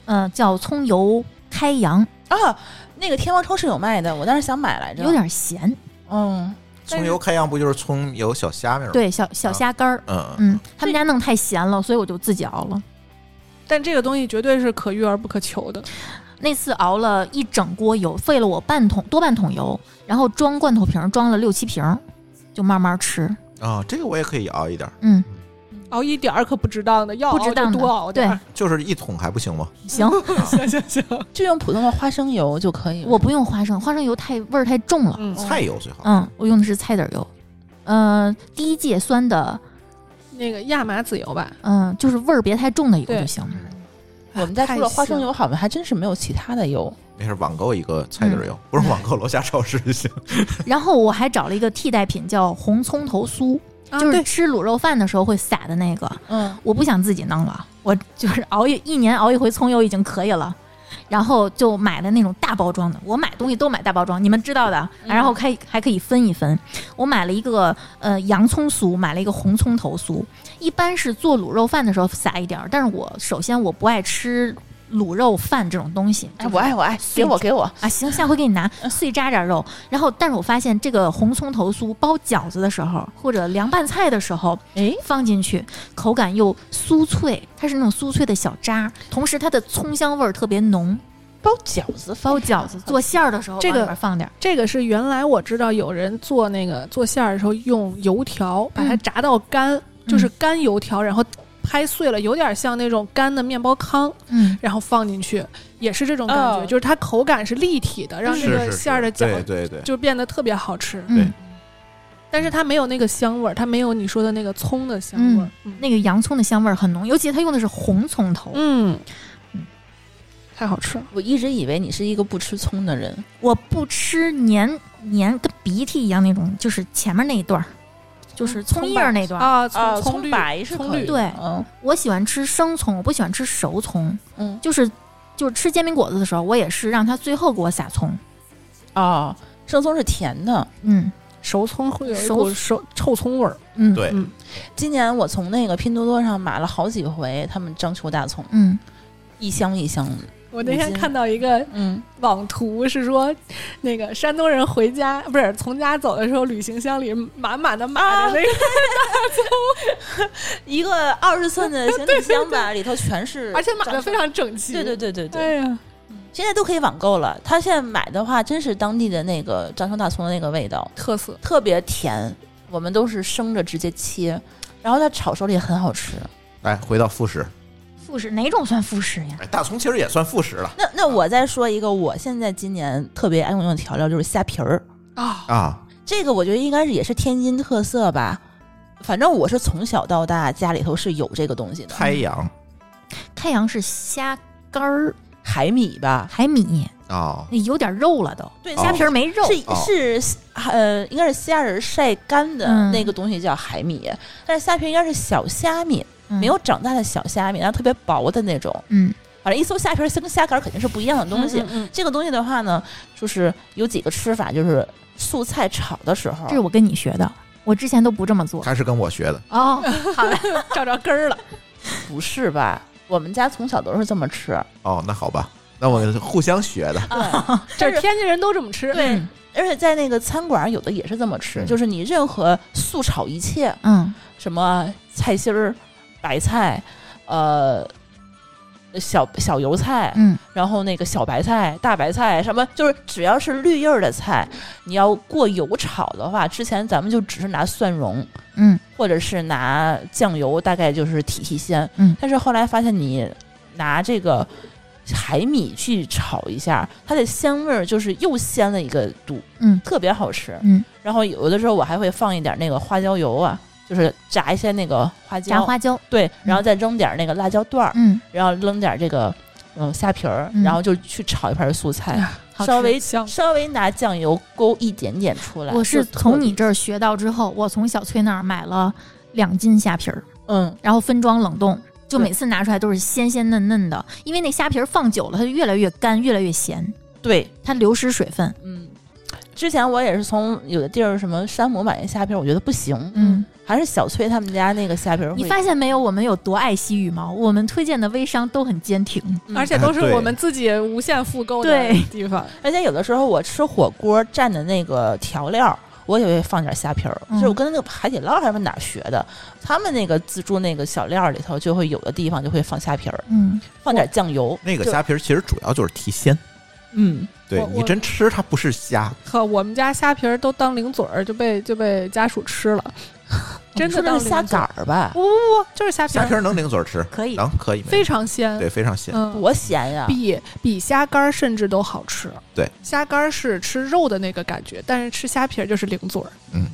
C: 呃，叫葱油开阳，
D: 啊，那个天猫超市有卖的，我当时想买来着。
C: 有，点咸，
D: 嗯，
A: 葱油开阳不就是葱油小虾米儿吗？
C: 对，小小虾干儿。
A: 嗯，嗯，
C: 嗯，他们家弄太咸了，所以我就自己熬了。
B: 但这个东西绝对是可遇而不可求的。
C: 那次熬了一整锅油，费了我半桶多半桶油，然后装罐头瓶儿装了六七瓶儿，就慢慢吃。
A: 啊，这个我也可以熬一点儿，
C: 嗯，
B: 熬一点儿可不值当的，要熬
C: 不值当的
B: 就多熬点儿。
A: 就是一桶还不行吗？
C: 行，
B: 嗯行行行，
D: 就用普通的花生油就可以了。
C: 我不用花生，花生油太味儿太重了。
B: 嗯，
A: 菜油最好，
C: 嗯，我用的是菜籽儿油，嗯、低芥酸的，
B: 那个亚麻籽油吧，
C: 嗯、就是味儿别太重的油
B: 对
C: 就行。
A: 嗯
D: 我们家除了
B: 啊太
D: 花生
B: 香
D: 油，好像还真是没有其他的油。
A: 没事，网购一个菜籽儿
B: 嗯
A: 油，不是网购，楼下超市就行。
C: 然后我还找了一个替代品，叫红葱头酥，
B: 啊
C: 就是
B: 对
C: 吃卤肉饭的时候会撒的那个。
D: 嗯，
C: 我不想自己弄了，我就是熬一一年熬一回葱油已经可以了。然后就买了那种大包装的，我买东西都买大包装，你们知道的。啊
B: 嗯
C: 然后还还可以分一分。我买了一个呃洋葱酥，买了一个红葱头酥。一般是做卤肉饭的时候撒一点儿，但是我首先我不爱吃卤肉饭这种东西，
D: 哎，
C: 就
D: 我爱我爱，给我给我。
C: 啊，行，下回给你拿碎渣渣肉。然后，但是我发现这个红葱头酥包饺子的时候，或者凉拌菜的时候
D: 哎，
C: 放进去，口感又酥脆，它是那种酥脆的小渣，同时它的葱香味儿特别浓。
D: 包饺子放
C: 包饺子做馅儿的时候，
B: 这
C: 往里
B: 个
C: 面放点儿，
B: 这个是原来我知道有人做那个做馅儿的时候用油条把
C: 嗯
B: 它炸到干，就是干油条，然后拍碎了，有点像那种干的面包糠，
C: 嗯，
B: 然后放进去，也是这种感觉，
D: 哦
B: 就是它口感是立体的，让
A: 是
B: 这个
A: 是
B: 馅儿的
A: 是，对
B: 饺
A: 对对，
B: 就变得特别好吃。
C: 嗯
A: 对
B: 但是它没有那个香味儿，它没有你说的那个葱的香味儿。嗯
C: 那个洋葱的香味儿很浓，尤其它用的是红葱头。
B: 嗯
C: 嗯
B: 太好吃了。
D: 我一直以为你是一个不吃葱的人，
C: 我不吃黏黏跟鼻涕一样那种，就是前面那一段儿，就是葱叶儿那段
B: 啊，
C: 儿。
B: 葱
D: 葱
B: 绿
D: 白是
B: 葱
D: 可以
B: 绿
D: 的
C: 对
D: 嗯
C: 我喜欢吃生葱，我不喜欢吃熟葱。
D: 嗯
C: 就是就是吃煎饼果子的时候，我也是让他最后给我撒葱。
D: 哦，生葱是甜的。
C: 嗯
B: 熟葱会有一
C: 熟
B: 股熟臭葱味儿。
C: 嗯，
A: 对
B: 嗯，
D: 今年我从那个拼多多上买了好几回他们章丘大葱，
C: 嗯，
D: 一箱一箱的。
B: 我那天看到一个
D: 嗯，
B: 网图是说，那个山东人回家不是从家走的时候，旅行箱里满满 的码着那个，
D: 啊一个二十寸的行李箱吧，里头全啊是
B: 而且码的
D: 章丘
B: 非。常整齐。
D: 对对对对对，
B: 哎呀，
D: 现在都可以网购了。他现在买的话，真是当地的那个章丘大葱的那个味道，
B: 特色。
D: 特别甜。我们都是生着直接切，然后它炒熟了也很好吃。
A: 来回到副食，
C: 副食哪种算副食呀？
A: 哎，大葱其实也算副食了
D: 那那我再说一个，我现在今年特别爱用的调料就是虾皮儿，
B: 啊，
A: 啊，
D: 这个我觉得应该是也是天津特色吧。反正我是从小到大家里头是有这个东西的，
A: 开阳
C: 太阳是虾干儿、
D: 海米吧，
C: 海米，
A: 啊，
C: 那有点肉了都，
D: 对
C: 虾皮儿没肉。
D: 哦是
A: 哦
D: 是呃，应该是虾仁晒干的
C: 嗯
D: 那个东西叫海米，但是虾皮应该是小虾米，
C: 嗯
D: 没有长大的小虾米，然后特别薄的那种。
C: 嗯
D: 反正一搜虾皮儿跟虾干儿肯定是不一样的东西。
B: 嗯
D: 这个东西的话呢，就是有几个吃法，就是素菜炒的时候
C: 这，是我跟你学的，我之前都不这么做。
A: 他是跟我学的，
C: 哦，好的，
B: 找着根儿了。
D: 不是吧？我们家从小都是这么吃，
A: 哦，那好吧，那我互相学的，
B: 这
D: 但是
B: 天津人都这么吃。
C: 对
D: 嗯而且在那个餐馆儿有的也是这么吃，
A: 嗯
D: 就是你任何速炒一切，
C: 嗯，
D: 什么菜心儿、白菜，呃，小小油菜，
C: 嗯，
D: 然后那个小白菜、大白菜，什么就是只要是绿叶儿的菜，你要过油炒的话，之前咱们就只是拿蒜蓉，
C: 嗯，
D: 或者是拿酱油，大概就是提提鲜，
C: 嗯
D: 但是后来发现你拿这个。海米去炒一下，它的鲜味儿就是又鲜了一个度，
C: 嗯
D: 特别好吃。
C: 嗯，
D: 然后有的时候我还会放一点那个花椒油啊，就是炸一些那个花椒，
C: 炸花椒，
D: 对，然后再扔点那个辣椒段儿，
C: 嗯，
D: 然后扔点这个嗯虾皮儿，
C: 嗯
D: 然后就去炒一盘素菜，
C: 好吃
D: 稍微
B: 香
D: 稍微拿酱油勾一点点出来。
C: 我是
D: 就特
C: 从
D: 别
C: 你这儿学到之后，我从小崔那儿买了两斤虾皮儿，
D: 嗯
C: 然后分装冷冻，就
D: 对
C: 每次拿出来都是鲜鲜嫩嫩的，因为那虾皮儿放久了，它就越来越干，越来越咸，
D: 对
C: 它流失水分。
D: 嗯。之前我也是从有的地儿什么山姆买的虾皮儿，我觉得不行，
C: 嗯，
D: 还是小崔他们家那个虾皮儿会。
C: 你发现没有，我们有多爱惜羽毛，我们推荐的微商都很坚挺。
D: 嗯
B: 而且都是
A: 对
B: 我们自己无限复购的
C: 对
B: 地方。
D: 而且有的时候我吃火锅蘸的那个调料，我也会放点虾皮儿。
C: 嗯
D: 就是我跟那个海底捞还是哪儿学的，他们那个自助那个小料里头就会有的地方就会放虾皮儿，
C: 嗯，
D: 放点酱油。
A: 那个
D: 就
A: 虾皮儿其实主要就是提鲜，
D: 嗯，
A: 对
B: 我
A: 你真吃它不是虾，
B: 呵，我们家虾皮儿都当零嘴儿，就被就被家属吃了，真的
D: 是
B: 当
D: 那是虾杆
B: 儿。
D: 儿吧？
B: 不不不，就是虾皮
A: 虾
B: 儿
A: 皮，儿能零嘴儿吃，
C: 可
B: 啊
C: 以。
A: 能可以，没
B: 非常鲜。
A: 对非常鲜，
B: 嗯，
D: 多咸呀！
B: 比比虾干儿甚至都好吃。
A: 对，
B: 虾干儿是吃肉的那个感觉，但是吃虾皮儿就是零嘴儿，
A: 嗯，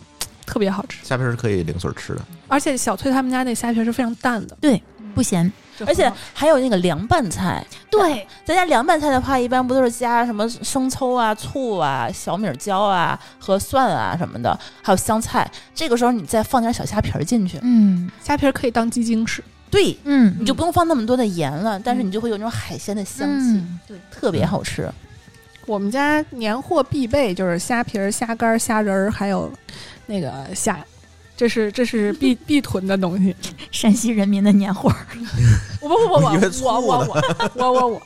B: 特别好吃。
A: 虾皮儿是可以零嘴儿吃的，
B: 而且小崔他们家那虾皮儿是非常淡的，
C: 不咸，
B: 就
D: 而
B: 很
D: 且
B: 好
D: 还有那个凉拌菜，
C: 对，
D: 咱家凉拌菜的话，一般不都是加什么生抽啊、醋啊、小米椒啊和蒜啊什么的，还有香菜。这个时候你再放点小虾皮儿进去，
C: 嗯
B: 虾皮儿可以当鸡精吃。
D: 对，
C: 嗯
D: 你就不用放那么多的盐了，但是
B: 嗯
D: 你就会有那种海鲜的香气，
C: 嗯，对，
D: 特别好吃。
B: 我们家年货必备就是虾皮儿、虾干儿、虾仁儿，还有那个虾，这是这是必必囤的东西。
C: 陕西人民的年货儿，
B: 我不不不
A: 以为
B: 不，
A: 醋
B: 我我我我我我，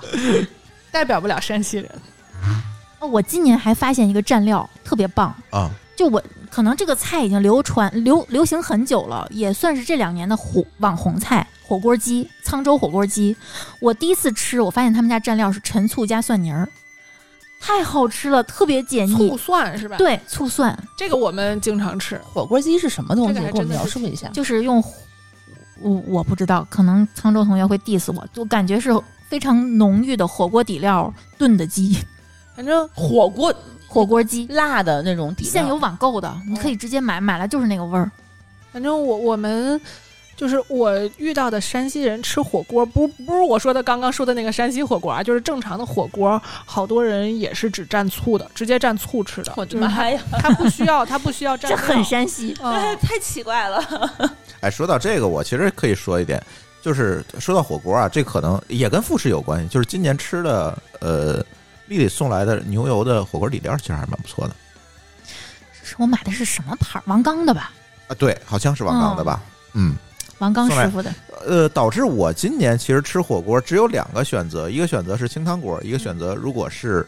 B: 代表不了山西人。
C: 哦我今年还发现一个蘸料特别棒，
A: 啊，
C: 就我可能这个菜已经流传流流行很久了，也算是这两年的火网红菜——火锅鸡，沧州火锅鸡。我第一次吃，我发现他们家蘸料是陈醋加蒜泥儿，太好吃了，特别解
B: 醋
C: 腻。
B: 蒜是吧？，
C: 嗯对，醋蒜
B: 这个我们经常吃。
D: 火锅鸡是什么东西？
B: 这个还
D: 给我
B: 真的
D: 描
B: 是
D: 述一下。
C: 就是用火，我我不知道，可能沧州同学会 diss 我，就感觉是非常浓郁的火锅底料炖的鸡，
D: 反正火锅
C: 火锅鸡，
D: 辣的那种底料，
C: 现有网购的，你可以直接买，买来就是那个味儿。
B: 反正我我们就是我遇到的山西人吃火锅，不不是我说的刚刚说的那个山西火锅啊，就是正常的火锅，好多人也是只蘸醋的，直接蘸醋吃的。
D: 我的
C: 嗯
B: 就是
D: 妈呀，
B: 他他不需要，他不需要蘸
C: 这
B: 料。
C: 很山西，
B: 嗯
D: 太奇怪了。
A: 哎，说到这个，我其实可以说一点，就是说到火锅啊，这可能也跟复试有关系。就是今年吃的，呃，丽丽送来的牛油的火锅底料，其实还蛮不错的
C: 是我买的是什么牌儿？王刚的吧，
A: 啊。对，好像是王刚的吧？嗯，
C: 王刚
A: 送来
C: 师傅的。
A: 呃，导致我今年其实吃火锅只有两个选择，一个选择是清汤锅，一个选择如果是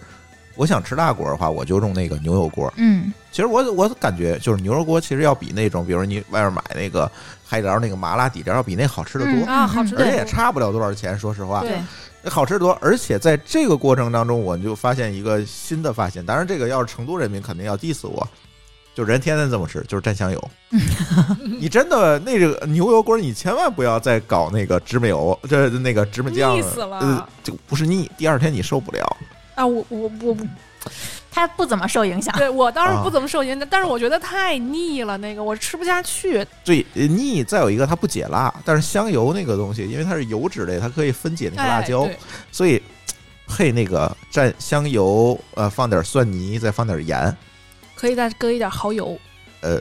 A: 我想吃辣锅的话，我就用那个牛油锅。
C: 嗯
A: 其实我我感觉就是牛油锅其实要比那种，比如你外面买那个海底捞那个麻辣底料要比那好吃的多。哎
C: 嗯
B: 啊，好吃
A: 而且
B: 的
A: 也差不了多少钱，说实话。
B: 对，
A: 好吃多，而且在这个过程当中，我就发现一个新的发现。当然，这个要是成都人民肯定要 diss 我，就人天天这么吃，就是蘸香 油。你真的那个牛油锅，你千万不要再搞那个芝麻油，这那个芝麻酱，
B: 腻死了
A: 呃，就不是腻，第二天你受不了。
B: 啊！我我我不
C: 他不怎么受影响。
B: 对我当
A: 啊
B: 然不怎么受引，但是我觉得太腻了，那个我吃不下去。
A: 对，呃腻。再有一个，它不解辣，但是香油那个东西，因为它是油脂类，它可以分解那个辣
B: 哎
A: 椒，
B: 对
A: 所以配那个蘸香油，呃，放点蒜泥，再放点盐，
B: 可以再搁一点蚝油，
A: 呃，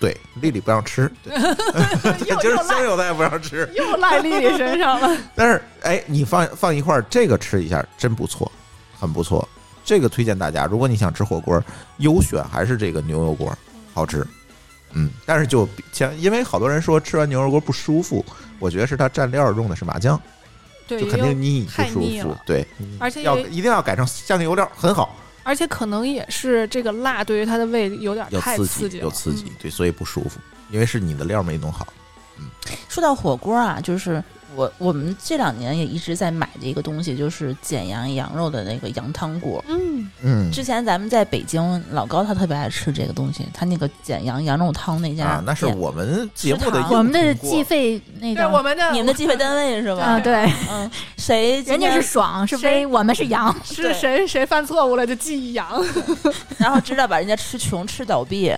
A: 对，丽丽不让吃，对，对
B: 又
A: 就是
B: 又
A: 哎香
B: 赖
A: 油她也不让吃。
B: 又赖丽丽身上了。
A: 但是，哎，你放放一块儿，这个吃一下，真不错，很不错。这个推荐大家，如果你想吃火锅，优选还是这个牛油锅，好吃。嗯，但是就比前，因为好多人说吃完牛油锅不舒服，我觉得是他蘸料用的是麻酱，
B: 对，
A: 就肯
B: 也有
A: 定腻不
B: 太
A: 舒
B: 腻
A: 服
B: 了。
A: 对，
B: 而且
A: 要
B: 也
A: 一定要改成香油料，很好，
B: 而且可能也是这个辣对于他的胃有点
A: 要
B: 太
A: 激，
B: 激了，
A: 有刺激
B: 嗯，
A: 对，所以不舒服，因为是你的料没弄好。
D: 说到火锅啊，就是我我们这两年也一直在买的一个东西，就是简阳羊肉的那个羊汤锅。
B: 嗯，
A: 嗯
D: 之前咱们在北京，老高他特别爱吃这个东西，他那个简阳羊肉汤那家
A: 啊，那是
D: 店
A: 我们节目的
D: 食堂
C: 我们的
A: 用途过
C: 计费那
B: 对，我
C: 个
B: 们的
E: 你们的计费单位是
C: 啊，
E: 吧？
C: 对，
E: 嗯，谁今
C: 人
E: 天
C: 家是爽是
B: 谁
C: 威，我们是羊，
B: 是
E: 对
B: 谁谁犯错误了就记一 阳，
E: 然后知道把人家吃穷、吃倒 闭，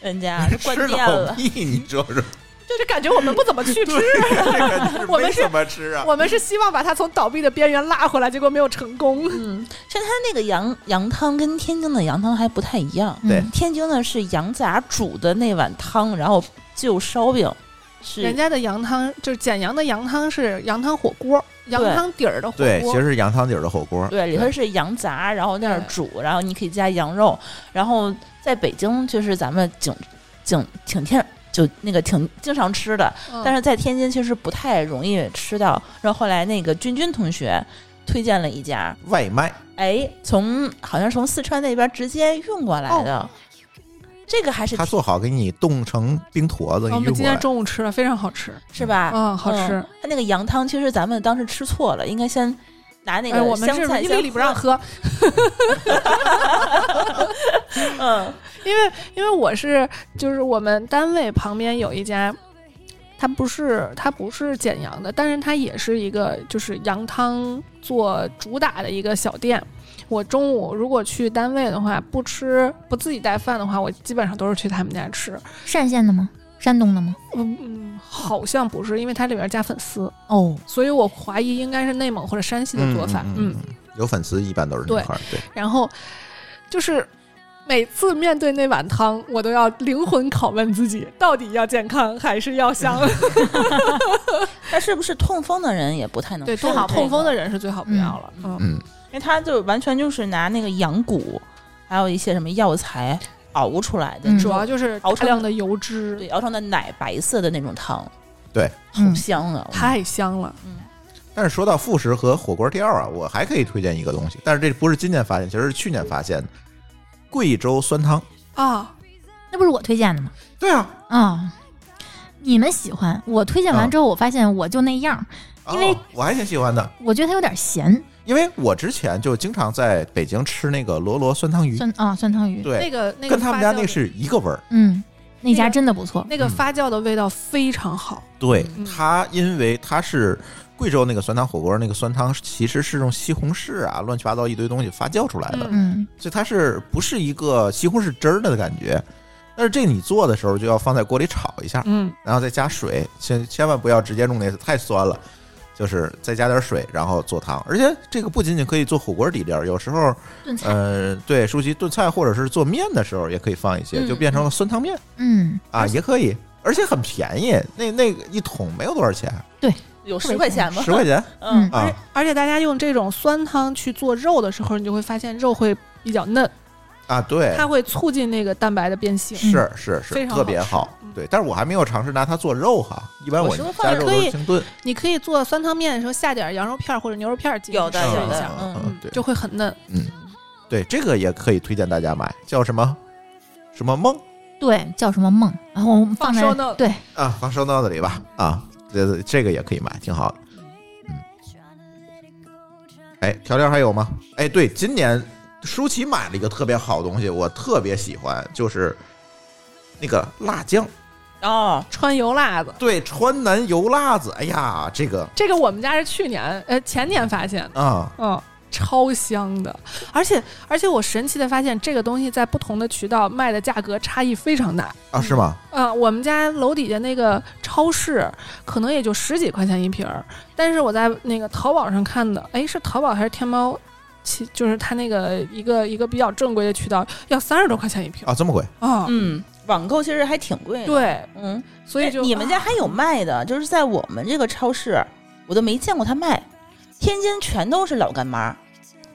E: 人家关
A: 吃
E: 店
A: 老
E: 了。
A: 屁，你这是
B: 就是感觉我们不怎么去 吃，
A: 这个
B: 我们
A: 没
B: 是
A: 怎么吃啊？
B: 我们是希望把他从倒闭的边缘拉回来，结果没有 成功。
D: 嗯，像他那个羊羊汤跟天津的羊汤还不太一样，
A: 对
C: 嗯
D: 天津的是羊杂煮的那碗汤，然后就烧饼，是
B: 人家的羊汤就是简阳的羊汤是羊汤火锅，羊
D: 对
B: 汤底儿的火锅。
A: 对，其实是羊汤底儿的火锅，
D: 对，里头是羊杂，然后那样
B: 对
D: 煮，然后你可以加羊肉，然后在北京就是咱们景景挺天就那个挺经常吃的，
B: 嗯
D: 但是在天津其实不太容易吃到。然后后来那个君君同学推荐了一家，
A: 外卖，
D: 哎，从好像是从四川那边直接运过来
B: 哦
D: 的，这个还是
A: 他做好给你冻成冰坨
D: 嗯
A: 子，
B: 我
A: 给
B: 们
A: 你
B: 今
A: 运过
B: 天
A: 来。
B: 中午吃了，非常好吃。
D: 是吧？
B: 嗯，好吃
D: 嗯。他那个羊汤其实咱们当时吃错了，应该先拿那
B: 哎，
D: 个
B: 我们
D: 香
B: 是
D: 菜
B: 一
D: 先
B: 粒粒不让
D: 喝，
B: 喝，
D: 嗯，
B: 因为因为我是就是我们单位旁边有一家，它不是它不是简阳的，但是它也是一个就是羊汤做主打的一个小店。我中午如果去单位的话，不吃不自己带饭的话，我基本上都是去他们家吃。
C: 单县的吗？山东的吗？
B: 嗯嗯，好像不是，因为它里边加粉丝，
C: 哦，
B: 所以我怀疑应该是内蒙或者山西的做法。嗯，
A: 有粉丝一般都是那
B: 对
A: 块儿，对，
B: 然后就是每次面对那碗汤，我都要灵魂拷问自己，到底要健康还是要香？
D: 那是不是痛风的人也不太能
B: 对，
D: 吃
B: 痛
D: 这个
B: 痛风的人是最好不要了。嗯，
A: 嗯，
D: 因为它就完全就是拿那个羊骨，还有一些什么药材熬出来的，
C: 嗯
B: 主
D: 主
B: 要
D: 要
B: 就是
D: 熬
B: 大
D: 成
B: 量的油脂，
D: 对熬成的奶白色的那种汤，好
C: 嗯，
D: 香啊！
B: 太香了。
A: 但是说到副食和火锅店儿啊，我还可以推荐一个东西，但是这不是今年发现，其实是去年发现的，贵州酸汤。
B: 啊，
C: 那不是我推荐的吗？
A: 对啊，
C: 啊、你们喜欢我推荐完之后，我发现我就那样儿，因为
A: 哦我还挺喜欢的，
C: 我觉得它有点咸，
A: 因为我之前就经常在北京吃那个罗罗酸汤鱼，
C: 酸啊、酸汤鱼，
A: 对，
B: 那个那个
A: 跟他们家
B: 发酵
A: 那
B: 的
A: 是一个味儿。
C: 嗯，那
B: 那
C: 家
B: 个
C: 真的不错，
B: 那个发酵的味道非常好。
A: 对
B: 嗯
A: 它，因为它是贵州那个酸汤火锅，那个酸汤其实是用西红柿啊、乱七八糟一堆东西发酵出来的，
B: 嗯
C: 嗯，
A: 所以它是不是一个西红柿汁儿的感觉？但是这你做的时候就要放在锅里炒一下，
B: 嗯，
A: 然后再加水，千千万不要直接弄那个太酸了，就是再加点水，然后做汤。而且这个不仅仅可以做火锅底料，有时候
C: 炖菜，
A: 呃，对，舒淇炖菜或者是做面的时候也可以放一些，
D: 嗯
A: 就变成了酸汤面
C: 嗯，
A: 啊，也可以，而且很便宜，那那个一桶没有多少钱，
E: 有十块钱吗？
A: 十块钱
C: 嗯
A: 啊
B: 而而且大家用这种酸汤去做肉的时候，你就会发现肉会比较嫩，
A: 啊，对，
B: 它会促进那个蛋白的变性。
A: 是是是，
B: 非常
A: 特别
B: 好吃
A: 好
B: 嗯。
A: 对，但是我还没有尝试拿它做肉哈，一般
B: 我是不是
A: 加
B: 放
A: 肉
B: 可
A: 都
B: 以
A: 是清炖，
B: 你可以做酸汤面的时候下点羊肉片儿或者牛肉片儿进去
E: 有的
B: 试
E: 有
B: 一
E: 的
B: 下，
A: 嗯
B: 嗯，
A: 对嗯
B: 就会很嫩。
A: 对，这个也可以推荐大家买，叫什么什么梦
C: 对，叫什么梦？然后我们放在
B: 放 show note
C: 对，
A: 啊，放收 note 里吧啊，这这个也可以买，挺好的。嗯，哎，调料还有吗？哎，对，今年舒淇买了一个特别好的东西，我特别喜欢，就是那个辣酱，
D: 哦，
B: 川油辣子，
A: 对，川南油辣子。哎呀，这个
B: 这个我们家是去年呃前年发现的，
A: 啊，
B: 嗯，超香的，而且而且我神奇的发现这个东西在不同的渠道卖的价格差异非常大。
A: 啊，是吗？
B: 嗯，我们家楼底下那个超市可能也就十几块钱一瓶儿，但是我在那个淘宝上看的，哎，是淘宝还是天猫？其就是它那个一个一个比较正规的渠道要三十多块钱一瓶
A: 啊，这么贵？
B: 啊，
D: 嗯，网购其实还挺贵的，，
B: 对，
D: 嗯，
B: 所以
D: 哎
B: 就啊
D: 你们家还有卖的，就是在我们这个超市，我都没见过他卖。天津全都是老干妈，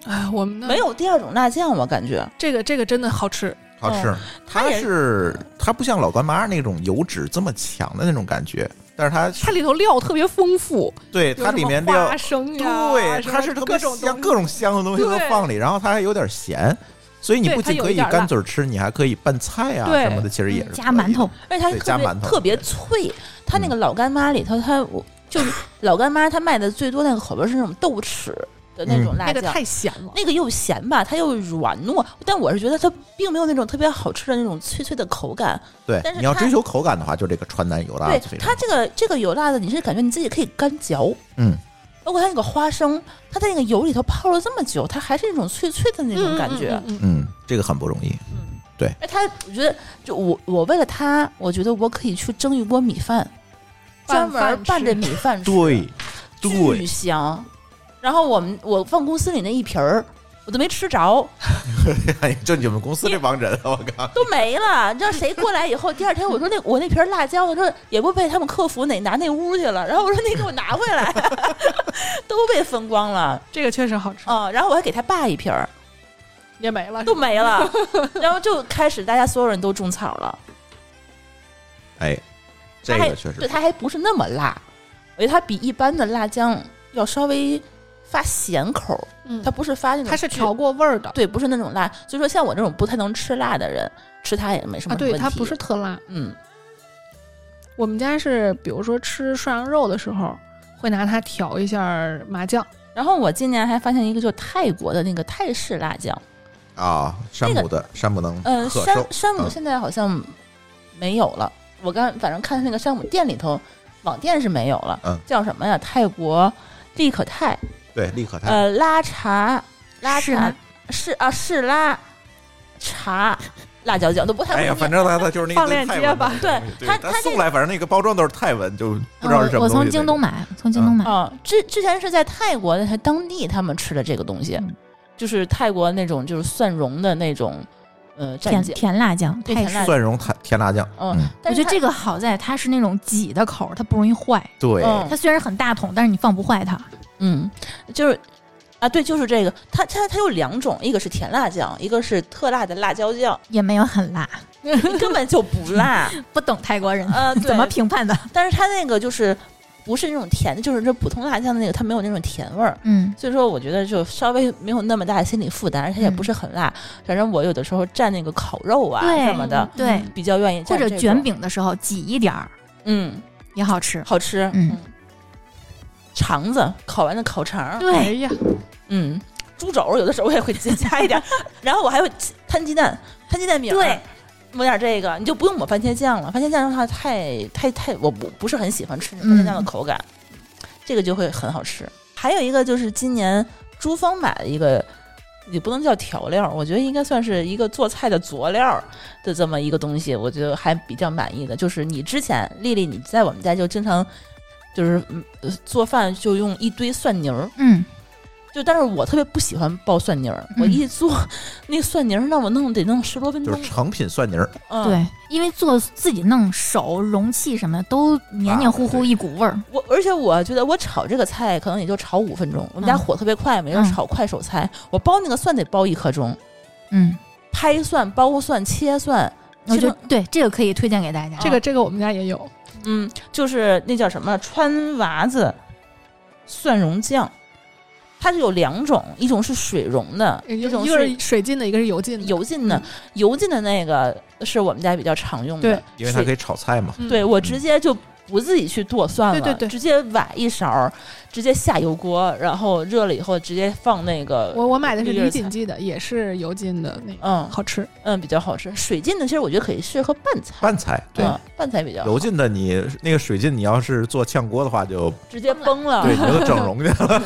B: 哎，我们那
D: 没有第二种辣酱，我感觉。
B: 这个这个真的好吃，哦
A: 好吃，它
D: 它也
A: 是它不像老干妈那种油脂这么强的那种感觉，但是它
B: 它里头料特别丰富，
A: 对
B: 有
A: 它
B: 什
A: 里
B: 么
A: 面料
B: 花生呀，
A: 对，
B: 什
A: 它
B: 么
A: 是特别
B: 各种
A: 香，
B: 东
A: 各种香的东西都
B: 对
A: 放里，然后它还有点咸，所以你
B: 对
A: 不
B: 它
A: 仅
B: 有
A: 可
B: 一
A: 以
B: 点辣
A: 干嘴儿吃，你还可以拌菜啊
B: 对
A: 什么的，其实也是
C: 嗯加
A: 可以的
C: 馒头，
D: 而且它
A: 对
D: 特
A: 加
D: 别
A: 馒头
D: 特别
A: 对
D: 脆，它那
A: 嗯
D: 个老干妈里头，它我就是老干妈，它卖的最多那个口味是那种豆豉的那种
A: 嗯
D: 辣
B: 那个
D: 酱，
B: 太咸了。
D: 那个又咸吧，它又软糯，但我是觉得它并没有那种特别好吃的那种脆脆的口感。
A: 对
D: 但，是
A: 你要
D: 它
A: 追求口感的话，就这个川南有辣
D: 对
A: 脆，
D: 它这个这个有辣的，你是感觉你自己可以干嚼，
A: 嗯，
D: 包括它那个花生，它在那个油里头泡了这么久，它还是那种脆脆的那种感觉。
B: 嗯嗯嗯嗯
A: 嗯，这个很不容易。
D: 哎，他我觉得，就我我为了他，我觉得我可以去蒸一锅米饭，专
B: 拌饭
D: 门拌
B: 吃
D: 着米 饭吃，
A: 对，
D: 巨
A: 对，
D: 香。然后我们我放公司里那一瓶儿，我都没吃着，
A: 哎就你们公司这帮人啊，我靠，
D: 都没了。你知道谁过来以后，第二天我说那我那瓶辣椒，我说也不被他们客服哪拿那屋去了。然后我说那给我拿回来， 都被分光了
B: 这个确实好吃，
D: 啊、然后我还给他爸一瓶儿，
B: 也没了。
D: 都没了。然后就开始大家所有人都种草了。
A: 哎，这
D: 它还
A: 个确实
D: 对，它还不是那么辣，我觉得它比一般的辣酱要稍微发咸口儿，
B: 嗯，
D: 它不是发那种
B: 它是
D: 剧
B: 调过味儿的
D: 对，不是那种辣。所以说，像我这种不太能吃辣的人，吃它也没什么
B: 啊，
D: 问题。
B: 对，它不是，特辣。
D: 嗯，
B: 我们家是，比如说吃涮羊肉的时候，会拿它调一下麻酱。
D: 然后我今年还发现一个，就是泰国的那个泰式辣酱，
A: 啊，山姆的山姆能
D: 嗯、呃，
A: 可
D: 山
A: 受，
D: 山姆
A: 嗯
D: 现在好像没有了。我刚反正看那个山姆店里头，网店是没有了，
A: 嗯
D: 叫什么呀？泰国利可泰，
A: 对，立可泰
D: 呃，拉茶，拉
C: 是吗
D: 茶是啊，是拉 茶辣椒酱都不太会
A: 哎呀，
D: 念
A: 反正他他就是那个
B: 放链接吧
A: 对
D: 对
A: 他
D: 他
A: 他
D: 他这
A: 送来，反正那个包装都是泰文，就不知道是什
C: 嗯
A: 么
C: 我
A: 东
C: 呃我
A: 西嗯
C: 从
A: 那
C: 京东
A: 种。
C: 买，从京东买，
D: 啊，之之前是在泰国的，他当地他们吃的这个东西，
C: 嗯
D: 就是泰国那种就是蒜蓉的那种，呃，蘸
C: 甜
D: 酱。
C: 甜辣酱，
D: 对
C: 泰
D: 甜
C: 式
D: 辣
A: 蒜蓉甜甜辣酱，
D: 嗯
A: 嗯，
D: 但
C: 我觉
D: 是
C: 得这个好在它是那种挤的口儿，它不容易坏。
A: 对，
D: 嗯
C: 它虽然很大桶，但是你放不坏它。
D: 嗯，就是啊，对，就是这个，它它它有两种，一个是甜辣酱，一个是特辣的辣椒酱，
C: 也没有很辣，
D: 根本就不 辣。
C: 不懂泰国人
D: 呃，对
C: 怎么评判的。
D: 但是它那个就是不是那种甜的，就是这普通辣酱的那个，它没有那种甜味儿。
C: 嗯，
D: 所以说，我觉得就稍微没有那么大的心理负担，而且它也
C: 嗯
D: 不是很辣。反正我有的时候蘸那个烤肉啊
C: 对
D: 什么的，
C: 对，
D: 比较愿意蘸
C: 或者
D: 这
C: 卷
D: 种，
C: 饼的时候挤一点儿
D: 嗯，
C: 也好吃。
D: 好吃，
C: 嗯，
D: 肠子烤完的烤肠，
B: 哎
C: 对，
B: 呀，
D: 嗯，猪肘有的时候我也会加加一点儿，然后我还会摊鸡蛋，摊鸡蛋饼，
C: 对，
D: 抹点这个，你就不用抹番茄酱了，番茄酱的话太太太，我不不是很喜欢吃番茄酱的口感，这个就会很好吃。还有一个就是今年珠峰买的一个。也不能叫调料，我觉得应该算是一个做菜的佐料的这么一个东西，我觉得还比较满意的。就是你之前丽丽你在我们家就经常就是嗯呃做饭就用一堆蒜泥儿，
C: 嗯，
D: 就但是我特别不喜欢爆蒜泥儿，
C: 嗯
D: 我一做那蒜泥儿，那我弄得弄十多分
A: 就
D: 钟
A: 是。成品蒜泥儿，
D: 嗯，
C: 对，因为做自己弄手容器什么的都黏黏糊糊一股味儿。
D: 我而且我觉得我炒这个菜可能也就炒五分钟，我
C: 嗯
D: 们家火特别快嘛，要炒快手菜，我包那个蒜得包一刻钟，
C: 嗯，
D: 拍蒜、包蒜、切蒜，
C: 我
D: 切
C: 觉得
D: 成
C: 对这个可以推荐给大家。
B: 这个这个我们家也有，
D: 嗯，就是那叫什么川娃子蒜蓉酱，它是有两种，一种是水溶的，一
B: 一
D: 种
B: 个是水浸的，一个是油浸的。
D: 油浸
C: 嗯
D: 的，油浸的那个是我们家比较常用的
B: 对，
A: 因为它
D: 水
A: 可以炒菜嘛。
B: 嗯
D: 对我直接就不自己去剁蒜了，
B: 对对对
D: 直接崴一勺儿，直接下油锅，然后热了以后直接放那个，
B: 我我买的是
D: 绿叶
B: 李
D: 菜
B: 锦记的，也是油浸的那个，
D: 嗯
B: 好吃。
D: 嗯比较好吃。水浸的其实我觉得可以适合拌菜，
A: 拌菜对，
D: 嗯拌菜比较好
A: 油浸的你那个水浸，你要是做炝锅的话，就
D: 直接崩了。
A: 对，你就整容 去了。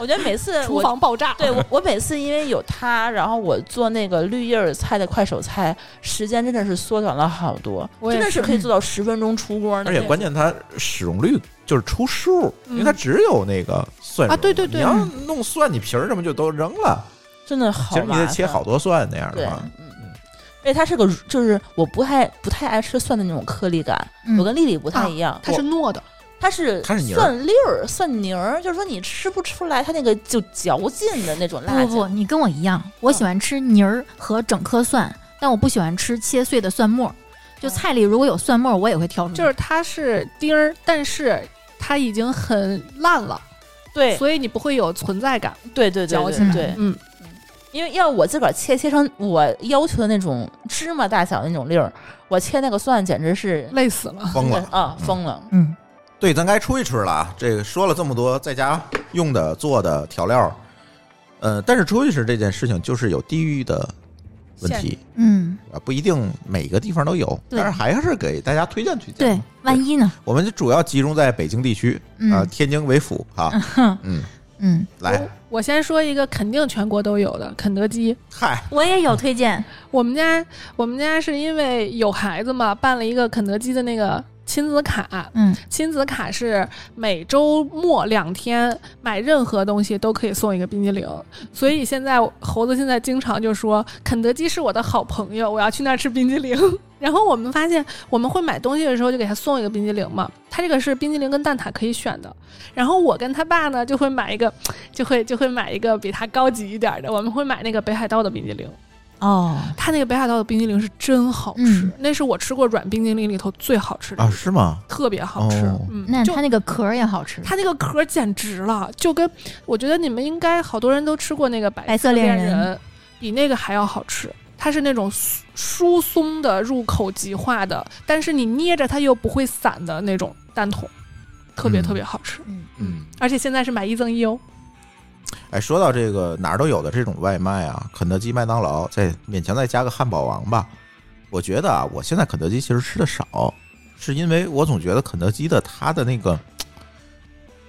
D: 我觉得每次
B: 厨
D: 我。
B: 房爆炸，
D: 对我，我每次因为有它，然后我做那个绿叶儿菜的快手菜，时间真的是缩短了好多，
B: 我也
D: 真的
B: 是
D: 是可以做到十分钟出锅那
A: 而
D: 种。
A: 且关键它使用率就是出数，因为
D: 嗯
A: 它只有那个蒜
B: 啊对
A: 蓉
B: 对对
A: 你要是弄蒜，你皮儿什么就都扔了。
D: 真的嗯好
A: 其实你得
D: 麻
A: 切
D: 烦
A: 好多蒜那样
D: 对
A: 的话，，
D: 嗯，因为它是个，就是我不太不太爱吃蒜的那种颗粒感，
C: 嗯
D: 我跟丽丽不太一样，
B: 啊它是
D: 我
B: 糯的，
D: 它是
A: 它是泥儿
D: 蒜粒儿、蒜泥儿，就是说你吃不出来它那个就嚼劲的那种辣
C: 不
D: 椒。
C: 不不，你跟我一样，我喜欢吃泥儿和整颗蒜，但我不喜欢吃切碎的蒜末儿。就菜里如果有蒜末，我也会挑出来。
B: 就是它是丁儿，但是它已经很烂了，
E: 对
B: 所以你不会有存在感。
E: 对对
B: 嚼
E: 对
B: 起
E: 对
C: 来
E: 对，
B: 嗯，
D: 因为要我自个儿切切成我要求的那种芝麻大小的那种粒儿，我切那个蒜简直是
B: 累死了。
A: 疯 了
D: 啊，疯了！
C: 嗯，
A: 对，咱该出去吃了啊！这个说了这么多在家用的、做的调料，呃，但是出去吃这件事情就是有地域的问题
C: 嗯，
A: 啊，不一定每个地方都有，
C: 对
A: 但是还是给大家推荐推荐。
C: 对，，万一呢？
A: 我们就主要集中在北京地区
C: 嗯
A: 啊，天津为辅哈。嗯，
C: 嗯，
A: 来，
B: 我先说一个肯定全国都有的肯德基。
A: 嗨，
C: 我也有推荐。
B: 我们家我们家是因为有孩子嘛，办了一个肯德基的那个亲子卡。
C: 嗯，
B: 亲子卡是每周末两天买任何东西都可以送一个冰激凌，所以现在猴子现在经常就说肯德基是我的好朋友，我要去那儿吃冰激凌。 然后我们发现我们会买东西的时候就给他送一个冰激凌嘛，他这个是冰激凌跟蛋挞可以选的。然后我跟他爸呢就会买一个，就会就会买一个比他高级一点的，我们会买那个北海道的冰激凌。
C: 哦，
B: 他那个北海道的冰激凌是真好吃，
C: 嗯
B: 那是我吃过软冰激凌里头最好吃的，
A: 啊，是吗？
B: 特别好吃。
A: 哦
B: 嗯，
C: 那
B: 就
C: 它那个壳儿也好吃。
B: 它那个壳简直了，就跟我觉得你们应该好多人都吃过那个白
C: 白色
B: 恋
C: 恋人
B: 比那个还要好吃。它是那种酥疏松的、入口即化的，但是你捏着它又不会散的那种蛋筒，特别
A: 嗯
B: 特别好吃。
C: 嗯，
A: 嗯，
B: 而且现在是买一赠一哦。
A: 哎，说到这个哪儿都有的这种外卖啊，肯德基、麦当劳，再勉强再加个汉堡王吧。我觉得啊，我现在肯德基其实吃的少，是因为我总觉得肯德基的它的那个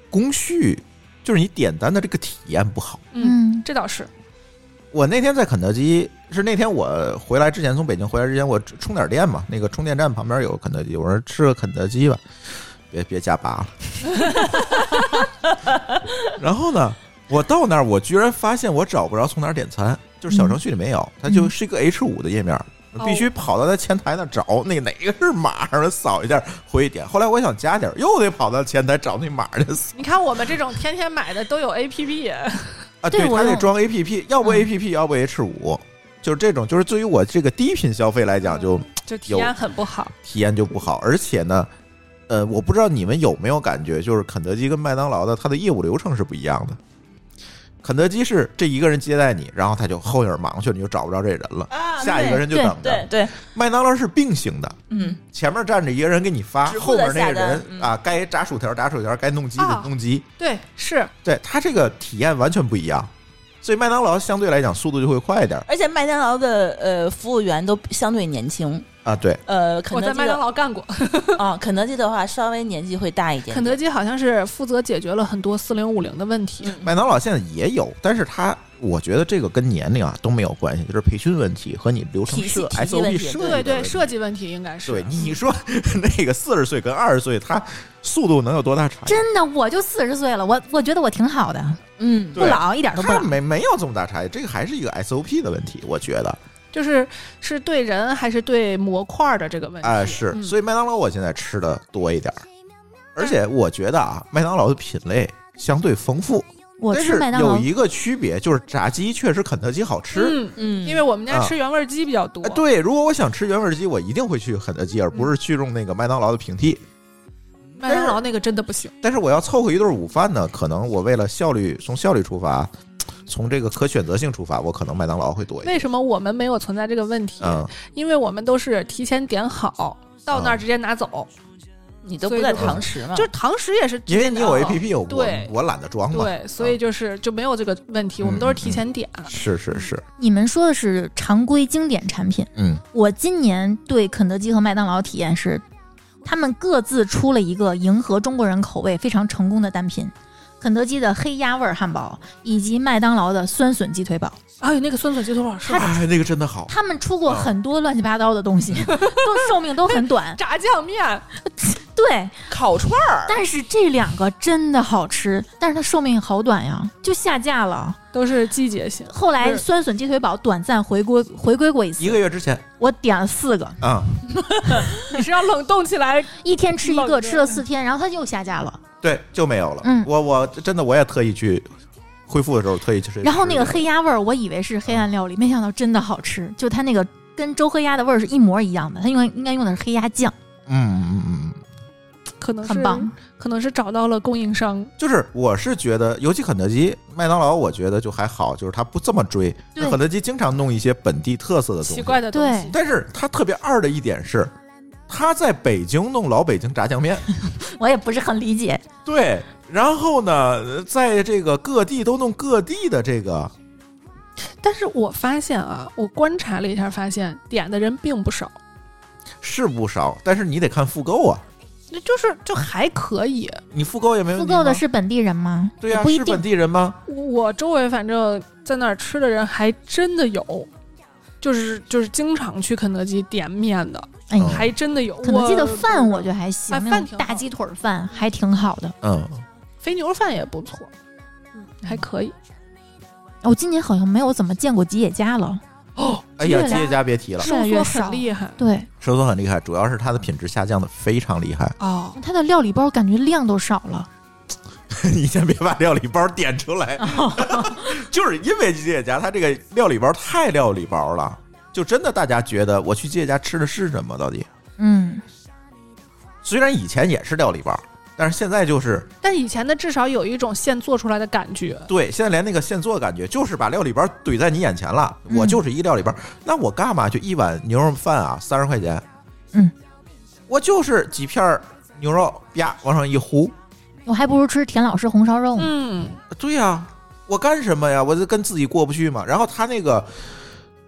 A: 工序，就是你点单的这个体验不好。
B: 嗯，
C: 嗯，
B: 这倒是。
A: 我那天在肯德基，是那天我回来之前，从北京回来之前，我充点电嘛，那个充电站旁边有个肯德基，我说吃个肯德基吧，别别加八了。然后呢，我到那儿，我居然发现我找不着从哪儿点餐，就是小程序里没有，它就是一个 H 五的页面。我必须跑到他前台那儿找那个哪个是码儿，扫一下回去点。后来我想加点儿，又得跑到前台找那码儿去扫。
B: 你看我们这种天天买的都有 A P P，
A: 啊，
C: 对我
A: 他得
C: 用
A: 装 APP，要不
C: 嗯
A: APP，、要不 H 五，就是这种，就是对于我这个低频消费来讲，就
B: 就体验很不好。
A: 体验就不好。而且呢，呃，我不知道你们有没有感觉，就是肯德基跟麦当劳的它的业务流程是不一样的。肯德基是这一个人接待你，然后他就后影忙去了，你就找不着这人了，
E: 啊
A: 下一个人就嗯等
E: 对
A: 着。
E: 对，
A: 麦当劳是并行的，
E: 嗯，
A: 前面站着一个人给你发，
E: 直
A: 后
E: 播的
A: 面那
E: 下
A: 个
E: 单
A: 人、
E: 嗯
A: 啊，该炸薯条炸薯条，该弄鸡
B: 啊
A: 的弄鸡。
B: 对，是
A: 对他这个体验完全不一样，所以麦当劳相对来讲速度就会快一点
E: 而且麦当劳的呃服务员都相对年轻，
A: 啊。对，
E: 呃，肯
B: 我
E: 德
B: 在
E: 基
B: 麦当
E: 的
B: 劳干过。
E: 啊，肯德基的话稍微年纪会大一点点，
B: 肯德基好像是负责解决了很多四零五零的问题。
E: 嗯
A: 麦当劳现在也有，但是它我觉得这个跟年龄啊都没有关系，就是培训问题和你流程
E: 体系
A: 设
E: 体系问题
A: SOP 设计的
B: 对对，
A: 问题
B: 设。计问题应该是。
A: 对，你说那个四十岁跟二十岁，他速度能有多大差异？
C: 真的，我就四十岁了，我我觉得我挺好的，
E: 嗯，
A: 对
C: 不老，一点都不
A: 他
C: 老。
A: 没没有这么大差异，这个还是一个 SOP 的问题，我觉得
B: 就是是对人还是对模块儿的这个问题？
A: 啊、是，
B: 嗯
A: 所以麦当劳我现在吃的多一点儿，而且我觉得啊，麦当劳的品类相对丰富，
C: 我
A: 但
C: 吃
A: 是
C: 麦当劳
A: 有，一个区别就是炸鸡确实肯德基好吃，
B: 嗯，
E: 嗯，
B: 因为我们家
A: 啊
B: 吃原味儿鸡比较多。
A: 哎，对，如果我想吃原味鸡，我一定会去肯德基，而
C: 嗯
A: 不是去用那个麦当劳的平替。
B: 麦当劳那个真的不行。
A: 但是我要凑合一顿午饭呢，可能我为了效率，从效率出发，从这个可选择性出发，我可能麦当劳会多一点。
B: 为什么我们没有存在这个问题？
A: 嗯，
B: 因为我们都是提前点好，到
A: 啊
B: 那儿直接拿走。
E: 你都不在堂食嘛，
B: 就是堂食也是直
A: 因
B: 接
A: 为
B: 拿
A: 你
B: 走，
C: 啊
A: 有 A P P，我
B: 对
A: 我懒得装嘛。啊嗯
B: 对，所以就是就没有这个问题，我们都是提前点。
A: 是是是，
C: 你们说的是常规经典产品。
A: 嗯
C: 我今年对肯德基和麦当劳体验是，他们各自出了一个迎合中国人口味非常成功的单品。肯德基的黑鸭味儿汉堡以及麦当劳的酸笋鸡腿堡，
B: 哎，那个酸笋鸡腿堡是吧
A: 哎，那个真的好。
C: 他们出
A: 啊
C: 过很多乱七八糟的东西， 都寿命都 很短。
B: 炸酱面，
A: 啊
C: 对，
E: 烤串儿，
C: 但是这两个真的好吃，但是它寿命好短呀，就下架了。
B: 都是季节性。
C: 后
B: 不
C: 来
B: 是
C: 酸笋鸡腿堡短暂回归回归过一
A: 一
C: 次，
A: 个月之前
C: 我点了四个，
A: 啊、
B: 你是要冷冻起来
C: 一天吃一
B: 冷着
C: 个，吃了四天，然后它又下架了。
A: 对，就没有了。
C: 嗯
A: 我我真的我也特意去恢复的时候特意去吃。
C: 然后那个黑鸭味儿，我以为是黑暗料理，没想到真的好吃，就它那个跟周黑鸭的味儿是一模一样的，它应该应该用的是黑鸭酱，
A: 嗯嗯嗯，
B: 可能
C: 很
B: 哦是
C: 棒。
B: 可能是找到了供应商，
A: 就是我是觉得，尤其肯德基、麦当劳，我觉得就还好，就是他不这么追。
C: 对
A: 肯德基经常弄一些本地特色的东西
B: 奇，怪的东西。
A: 但是他特别二的一点是，他在北京弄老北京炸酱 面，
C: 我也不是很理解。
A: 对，然后呢，呃在这个各地都弄各地的这个，
B: 但是我发现啊，我观察了一下，发现点的人并不少，
A: 是不少，但是你得看复购啊，
B: 那就是就还可以。
A: 你复购也
B: 嗯
A: 没问
C: 复
A: 题
C: 购的
A: 吗
C: 是本地人吗？
A: 对呀、
C: 也不一
A: 是
C: 定
A: 本。地人吗？
B: 我周围反正在那儿吃的人还真的有，就是就是经常去肯德基点面的，
C: 哎呀
A: 嗯，
B: 还真的有。
C: 肯德基的饭我
B: 觉
C: 觉得还行
B: 啊，
C: 那
B: 饭
C: 种
B: 挺
C: 大
B: 好
C: 鸡腿饭还挺好的。
A: 嗯，
B: 肥牛饭也不错，嗯，还可以。
C: 我哦今年好像没有怎么见过吉野家了。
A: 哎呀，
C: 越
A: 吉
C: 来
A: 野家别提了，
C: 哦越来越
B: 哦收缩
C: 少
B: 很厉害
C: 对，
A: 收缩很厉害，主要是它的品质下降的非常厉害。
B: 哦，
C: 它的料理包感觉量都少了。
A: 你先别把料理包点出来，
C: 哦
A: 就是因为吉野家它这个料理包太料理包了，就真的大家觉得我去吉野家吃的是什么？到底
C: 嗯，
A: 虽然以前也是料理包，但是现在就是
B: 但以前的至少有一种现做出来的感觉，
A: 对，现在连那个现做感觉就是把料理包怼在你眼前了。
C: 嗯
A: 我就是一料理包，那我干嘛就一碗牛肉饭啊，三十块钱，
C: 嗯，
A: 我就是几片儿牛肉呀往上一糊，
C: 我还不如吃田老师红烧肉呢。
B: 嗯，，
A: 对呀、我干什么呀？我就跟自己过不去嘛。然后他那个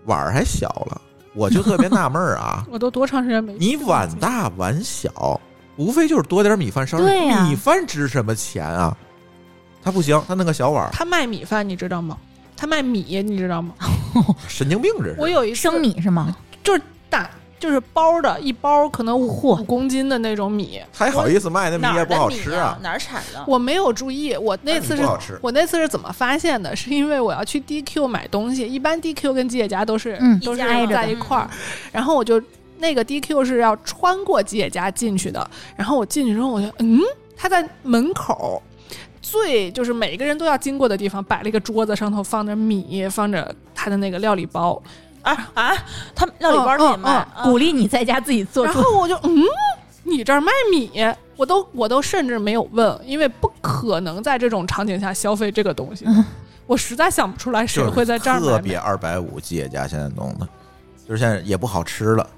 A: 碗儿还小了，我就特别纳闷儿啊
B: 我都多长时间没吃
A: 你碗大碗小，无非就是多点米饭烧
C: 对呀
A: 米饭值什么钱啊？他不行，他弄个小碗儿，
B: 他卖米饭，你知道吗？他卖米，你知道吗？
A: 神经病这
B: 我
A: 是。
B: 有一次
C: 生米是吗？
B: 大，就是包的，一包可能五
C: 嚯
B: 五公斤的那种米，
A: 他还好意思卖那
E: 哪
A: 米
E: 儿
A: 也
E: 的
A: 不好
E: 米
A: 吃
E: 呀
A: 啊？
E: 哪儿产的？
B: 我没有注意，我那次
A: 米
B: 是
A: 不好吃。
B: 我那次是怎么发现的？是因为我要去 DQ 买东西，一般 DQ 跟吉野家都是、
C: 嗯
B: 都是
E: 一家
C: 的
B: 在一块儿，然后我就那个 DQ 是要穿过吉野家进去的，然后我进去之后，我就嗯，他在门口。最就是每个人都要经过的地方，摆了一个桌子，上头放着米，放着他的那个料理包。
E: 啊啊，他们料理包儿也卖
B: 嗯，
C: 哦鼓励你在家自己做
B: 然
C: 出。
B: 后我就嗯，你这儿卖米，我都我都甚至没有问，因为不可能在这种场景下消费这个东西的。
C: 嗯
B: 我实在想不出来谁
A: 就是
B: 会在这儿
A: 特
B: 买
A: 别
B: 米。
A: 二百五，吉野家现在弄的，就是现在也不好吃了，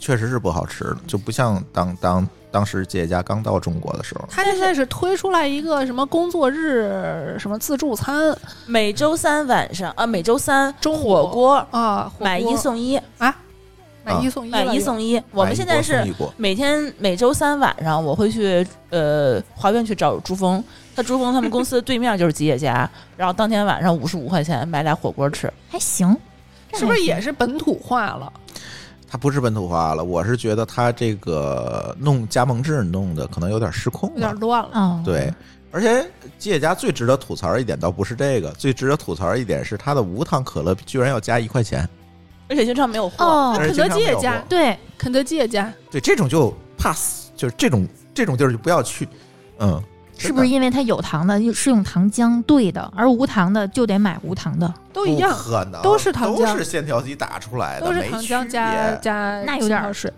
A: 确实是不好吃了，就不像当当当时吉野家刚到中国的时候。
B: 他现在是推出来一个什么工作日什么自助餐
E: 每周三晚上啊，每周三
B: 中午
E: 火锅
B: 啊，火锅
E: 买一送一，
B: 买一送一
E: 买
B: 了
E: 一
B: 又
E: 送一。我们现在
A: 买
E: 是
A: 一锅送
E: 每天每周三晚上，我会去呃华苑去找朱峰，他朱峰他们公司对面就是吉野家，然后当天晚上五十五块钱买俩火锅吃。
C: 还行，这
B: 是不是
C: 还行
B: 也是本土化了？
A: 一锅，它不是本土化了，我是觉得它这个弄加盟制弄的可能有点失控
B: 有点
A: 了。
B: 乱了。
C: 哦？
A: 对，，而且吉野家最值得吐槽一点倒不是这个，最值得吐槽一点是它的无糖可乐居然要加一块钱，
E: 而且经常没有货，
C: 哦
B: 那，
A: 而且
B: 肯德
A: 经常
B: 基
A: 没
B: 也
A: 有
B: 加
A: 货
C: 对，
B: 肯德基也加，
A: 对这种就 pass，就是这种这种地儿就不要去，嗯，真
C: 是
A: 的
C: 不是因为它有糖的又是用糖浆兑的，而无糖的就得买无糖的，
B: 都一样
A: 不，可能
B: 都是糖浆
A: 都是线条机打出来的，
B: 都是
A: 没
B: 糖
A: 区
B: 浆加
A: 别
B: 加
C: 那有点
B: 气泡水。
C: 鄙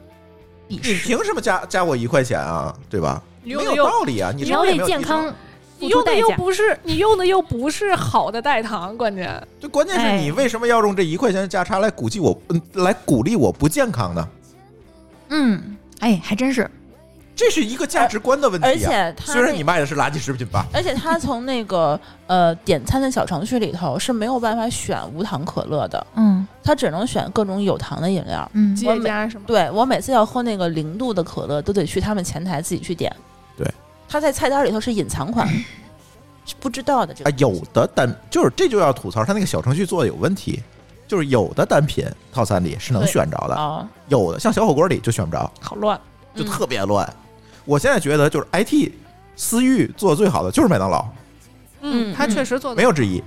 A: 你
C: 视。
A: 凭什么加加我一块钱啊？对吧？
B: 你
A: 没
B: 用的
A: 有
B: 又
A: 道理啊！你
C: 只
A: 说
C: 要
A: 我也
C: 为
A: 没有
C: 健
A: 提
C: 康付
B: 你
C: 出
B: 用的
C: 代
B: 又
C: 价，
B: 不是你用的又不是好的代糖，关键
A: 对，关键
E: 哎
A: 是你为什么要用这一块钱的价差来鼓励我，嗯来鼓励我不健康呢？
C: 嗯，哎，还真是，
A: 这是一个价值观的问题、啊。
E: 而且他
A: 虽然
E: 那
A: 你卖的是垃圾食品吧，
E: 而且他从那个呃点餐的小程序里头是没有办法选无糖可乐的，
C: 嗯
E: 他只能选各种有糖的饮料。
C: 嗯，
B: 吉野家什么
E: 对我每次要喝那个零度的可乐，都得去他们前台自己去点。
A: 对，
E: 他在菜单里头是隐藏 款，是不知道的。这
A: 啊
E: 个，
A: 有的单就是这就要吐槽他那个小程序做的有问题，就是有的单品套餐里是能
E: 对
A: 选着的，
E: 啊，
A: 有的像小火锅里就选不着，
B: 好乱，
A: 就
E: 嗯
A: 特别乱。我现在觉得就是 IT 私域做的最好的就是麦当劳，
B: 嗯，
E: 嗯
B: 他确实做的
A: 没有之一。
B: 嗯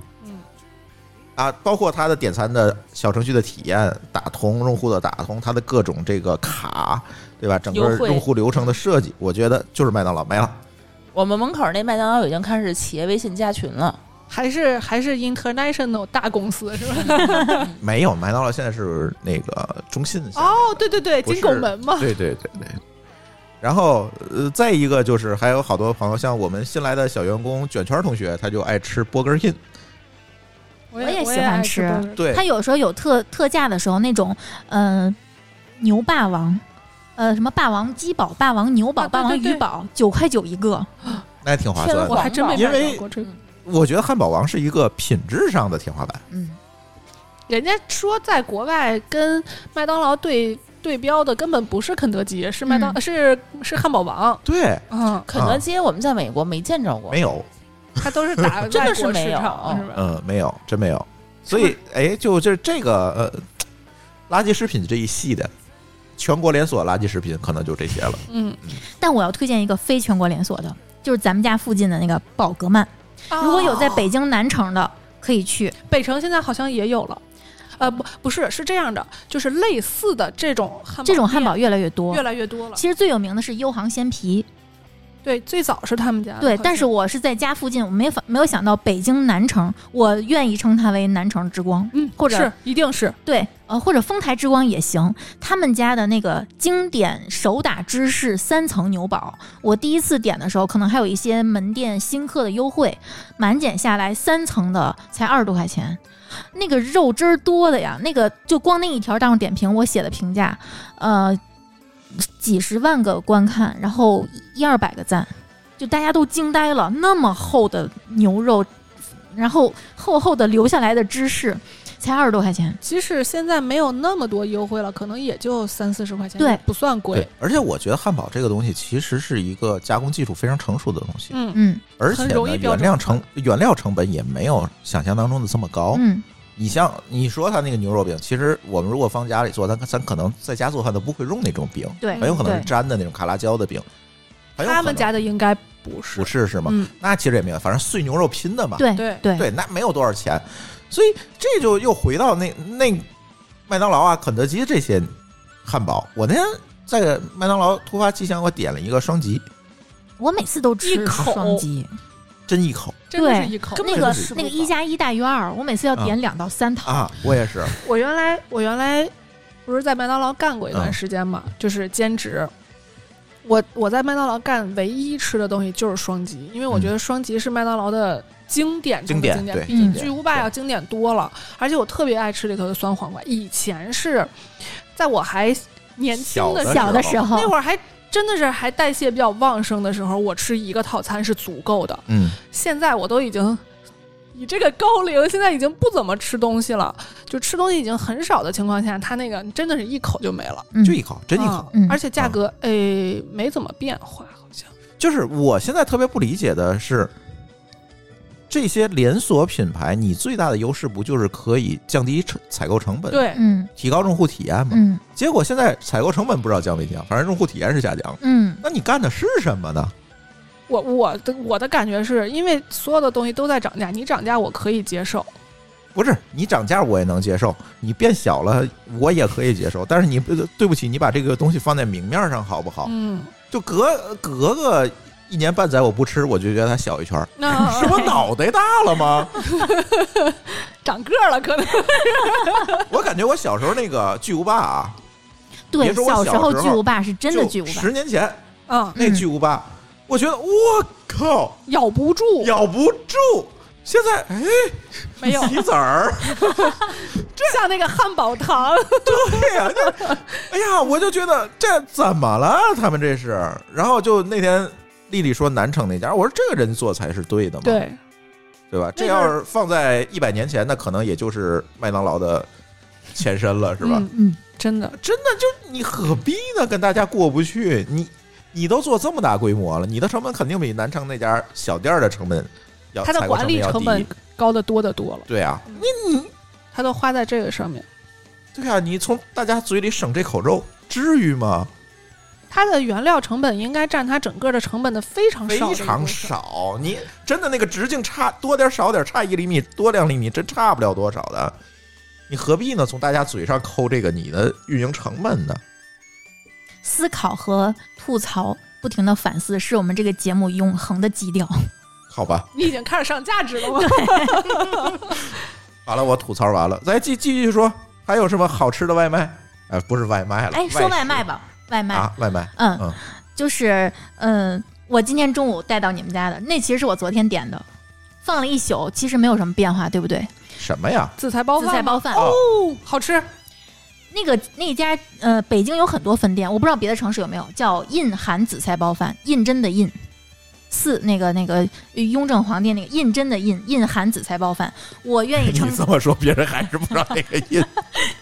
A: 啊，包括它的点餐的小程序的体验打通，用户的打通，它的各种这个卡，对吧？整个
E: 优惠
A: 用户流程的设计，我觉得就是麦当劳没了。
E: 我们门口那麦当劳已经开始企业微信加群了，
B: 还是还是 international 大公司是吧？
A: 没有，麦当劳现在是那个中信下面
B: 嗯哦，对对对，
A: 不
B: 金
A: 是
B: 拱门嘛，
A: 对对对对。然后，呃，再一个就是，还有好多朋友，像我们新来的小员工卷圈同学，他就爱吃 Burger King。
B: 我
C: 我也
B: 也
C: 喜欢
B: 爱
C: 吃
B: 波士顿
A: 对
C: 它，有时候有特特价的时候，那种呃牛霸王，呃什么霸王鸡堡、霸王牛堡、
B: 啊对
C: 霸王
B: 对对
C: 鱼堡，九块九一个。
A: 那还挺划算
E: 天
B: 我
A: 的。
E: 哪
B: 还真没
A: 因为
B: 买到过这个。
A: 我觉得汉堡王是一个品质上的天花板。
C: 嗯，
B: 人家说在国外跟麦当劳对对标的根本不是肯德基，是麦当、
C: 嗯
B: 是是汉堡王，
A: 对，
B: 嗯，
D: 肯德基我们在美国没见着过
A: 没，有，
B: 它都是 哦打
D: 真
B: 外
D: 的是
B: 国
D: 没
B: 市
D: 有
B: 场，是吧？
A: 嗯，没有，真没有。所以，哎，就这这个呃，垃圾食品这一系的全国连锁垃圾食品，可能就这些了。
B: 嗯，
C: 但我要推荐一个非全国连锁的，就是咱们家附近的那个宝格曼。
B: 哦
C: 如果有在北京南城的，可以去。
B: 北城现在好像也有了，呃，不不是是这样的，就是类似的这种汉堡
C: 这种汉
B: 店
C: 堡越来越多
B: 越。来越多了。
C: 其实最有名的是优航鲜皮，
B: 对，最早是他们家的
C: 对，
B: 啊好
C: 但是
B: 像
C: 我是在家附近，我没有没有想到北京南城，我愿意称它为南城之光，
B: 嗯，
C: 或者
B: 是一定是
C: 对，呃，或者丰台之光也行。他们家的那个经典手打芝士三层牛堡，我第一次点的时候，可能还有一些门店新客的优惠，满减下来三层的才二十多块钱。那个肉汁儿多的呀，那个就光那一条大众点评我写的评价，呃，几十万个观看，然后一二百个赞，就大家都惊呆了，那么厚的牛肉，然后厚厚的留下来的芝士，才二十多块钱。
B: 即使现在没有那么多优惠了，可能也就三四十块钱，
C: 对
B: 不算贵。，
A: 而且我觉得汉堡这个东西其实是一个加工技术非常成熟的东西，
B: 嗯，
C: 嗯
A: 而且
B: 很容
A: 呢，
B: 易标
A: 原
B: 准
A: 料
B: 化
A: 成原料成本也没有想象当中的这么高。
C: 嗯，
A: 你像你说他那个牛肉饼，其实我们如果放家里做，咱咱可能在家做饭都不会用那种饼，
C: 对，
A: 很有可能是
C: 对
A: 粘的那种卡拉椒的饼。很有
B: 嗯他
A: 可
B: 们
A: 能
B: 家的应该不是，
A: 不是是吗？
B: 嗯，
A: 那其实也没有，反正碎牛肉拼的嘛。
C: 对
B: 对
C: 对
A: 对，那没有多少钱，所以这就又回到那那麦当劳啊、肯德基这些汉堡。我那天在麦当劳突发奇想，我点了一个双极，
C: 我每次都吃
B: 一口
C: 双击，
A: 真一口
B: 真的是
C: 对
B: 一口。
C: 那
A: 真
C: 个
A: 的是
C: 那个一加一大于二，我每次要
A: 嗯
C: 点两到三套。
A: 啊！我也是，
B: 我原来我原来不是在麦当劳干过一
A: 嗯
B: 段时间嘛，就是兼职。我我在麦当劳干唯一吃的东西就是双极，因为我觉得双极是麦当劳的经典中
A: 嗯经
B: 的
A: 典
B: 经
A: 对，
B: 典，
A: 经
C: 嗯
B: 比巨
A: 典
B: 无霸要经典多了。而且我特别爱吃里头的酸黄瓜，以前是在我还年轻的时候。
C: 小的时候
B: 那，会儿还真的是还代谢比较旺盛的时候，我吃一个套餐是足够的。
A: 嗯，
B: 现在我都已经以这个高龄，现在已经不怎么吃东西了，就吃东西已经很少的情况下，它那个真的是一口就没了，
C: 嗯
A: 就一口，真一口。嗯
B: 嗯
C: 嗯
B: 而且价格诶、没怎么变化，好像
A: 就是我现在特别不理解的是，这些连锁品牌，你最大的优势不就是可以降低成采购成本，
B: 对。
C: 嗯
A: 提高用户体验吗？
C: 嗯
A: 结果现在采购成本不知道降没降，反正用户体验是下降了。
C: 嗯，
A: 那你干的是什么呢？
B: 我我的我的感觉是因为所有的东西都在涨价，你涨价我可以接受，
A: 不是你涨价我也能接受，你变小了我也可以接受，但是你不对不起，你把这个东西放在明面上好不好？
B: 嗯，
A: 就隔隔个一年半载我不吃，我就觉得它小一圈儿，
B: 那
A: 是我脑袋大了吗？
B: 长个儿 了，可能
A: 我感觉我小时候那个巨无霸啊，
C: 对
A: 别，说我
C: 小
A: 小
C: 时候
A: 时候
C: 巨无霸是真的
A: 就
C: 巨无霸，
A: 十年前
B: 嗯
A: 那巨无霸，我觉得我靠
B: 咬不住，
A: 咬不住，现在哎
B: 没有
A: 棋子儿。
B: 像那个汉堡 糖，
A: 对呀、就哎呀，我就觉得这怎么了？他们这是，然后就那天丽丽说南城那家，我说这个人做才是对的嘛，
B: 对，
A: 对吧？这
B: 那就是
A: 要是放在一百年前，那可能也就是麦当劳的前身了，是吧？
B: 嗯
C: 嗯，
B: 真的，
A: 真的就你何必呢？跟大家过不去，你你都做这么大规模了，你的成本肯定比南城那家小店儿的成本要
B: 它的
A: 采购
B: 管理
A: 要
B: 成
A: 低
B: 本高的多的多了，
A: 对啊，
B: 它都花在这个上面。
A: 对啊，你从大家嘴里省这口肉，至于吗？
B: 它的原料成本应该占它整个的成本的非
C: 嗯
B: 常少，
A: 非常。少，你真的那个直径差多点儿少点儿差一厘米多两厘米，真差不了多少的。你何必呢？从大家嘴上抠这个你的运营成本呢？
C: 思考和吐槽，不停的反思，是我们这个节目永恒的基调。
A: 好吧，
B: 你已经开始上价值了吗？
A: 好了，我吐槽完了，再继继续说，还有什么好吃的外卖？呃，不是外卖了，
C: 哎，说
A: 外
C: 外卖吧，外
A: 食
C: 卖，
A: 啊，外卖，
C: 嗯，
A: 嗯
C: 就是嗯，我今天中午带到你们家的，那其实是我昨天点的，放了一宿，其实没有什么变化，对不对？
A: 什么呀？
B: 紫菜包
C: 紫
B: 饭，
C: 菜包饭，
A: 哦，
B: 哦，好吃，
C: 那个那家呃，北京有很多分店，我不知道别的城市有没有，叫印韩紫菜包饭，胤禛的胤，四那个那个雍正皇帝那个胤禛的胤，印韩紫菜包饭，我愿意称
A: 你这么说，别人还是不知道那个 印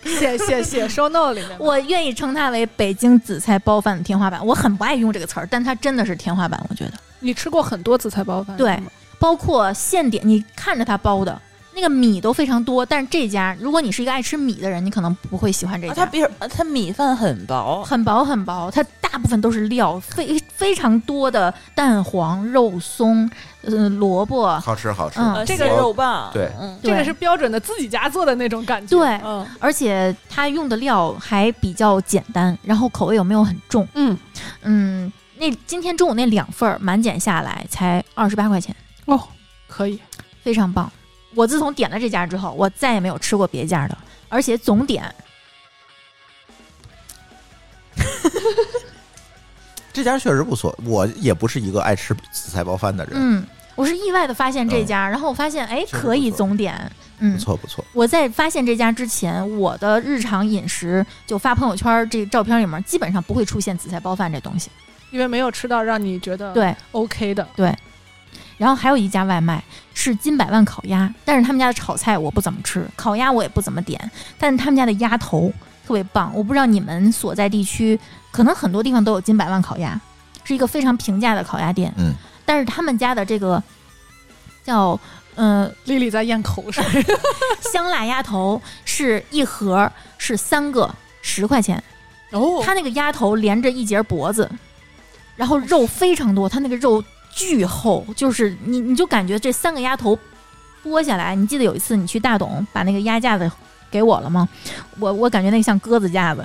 B: 写写写 show note 里面的。
C: 我愿意称它为北京紫菜包饭的天花板。我很不爱用这个词儿，但它真的是天花板，我觉得。
B: 你吃过很多紫菜包饭，
C: 对
B: 是吗
C: 包括现点，你看着它包的那个米都非常多，但是这家如果你是一个爱吃米的人，你可能不会喜欢这
E: 啊
D: 哦
C: 家。
E: 它比呃它米饭很薄，
A: 哦
C: 很薄很薄，它大部分都是料，非非常多的蛋黄、肉松、呃萝卜，
A: 好吃，好吃，
C: 嗯
E: 呃，这个
A: 我
E: 肉棒，
A: 对
E: 嗯，
B: 这
C: 对
B: 个是标准的自己家做的那种感觉。
C: 对，
E: 嗯，
C: 而且它用的料还比较简单，然后口味有没有很重？
B: 嗯，
C: 嗯，那今天中午那两份儿满减下来才二十八块钱，
B: 哦，可以，
C: 非常棒。我自从点了这家之后，我再也没有吃过别家的，而且总点
A: 这家确实不错。我也不是一个爱吃紫菜包饭的人，
C: 嗯，我是意外的发现这家，然后我发现哎
A: 嗯确实
C: 可以
A: 不错
C: 总点，嗯
A: 不，错不错。
C: 我在发现这家之前，我的日常饮食就发朋友圈儿这照片里面，基本上不会出现紫菜包饭这东西。
B: 因为没有吃到让你觉得
C: 对，
B: OK 的。
C: 然后还有一家外卖是金百万烤鸭，但是他们家的炒菜我不怎么吃，烤鸭我也不怎么点，但是他们家的鸭头特别棒。我不知道你们所在地区，可能很多地方都有金百万烤鸭，是一个非常平价的烤鸭店，
A: 嗯，
C: 但是他们家的这个叫嗯、呃
B: 丽丽在咽口 水，
C: 香辣鸭头是一盒儿是三个十块钱。
B: 哦
C: 它那个鸭头连着一截脖子，然后肉非常多，它那个肉巨厚，就是你你就感觉这三个鸭头剥下来，你记得有一次你去大董把那个鸭架子给我了吗？我我感觉那个像鸽子架子，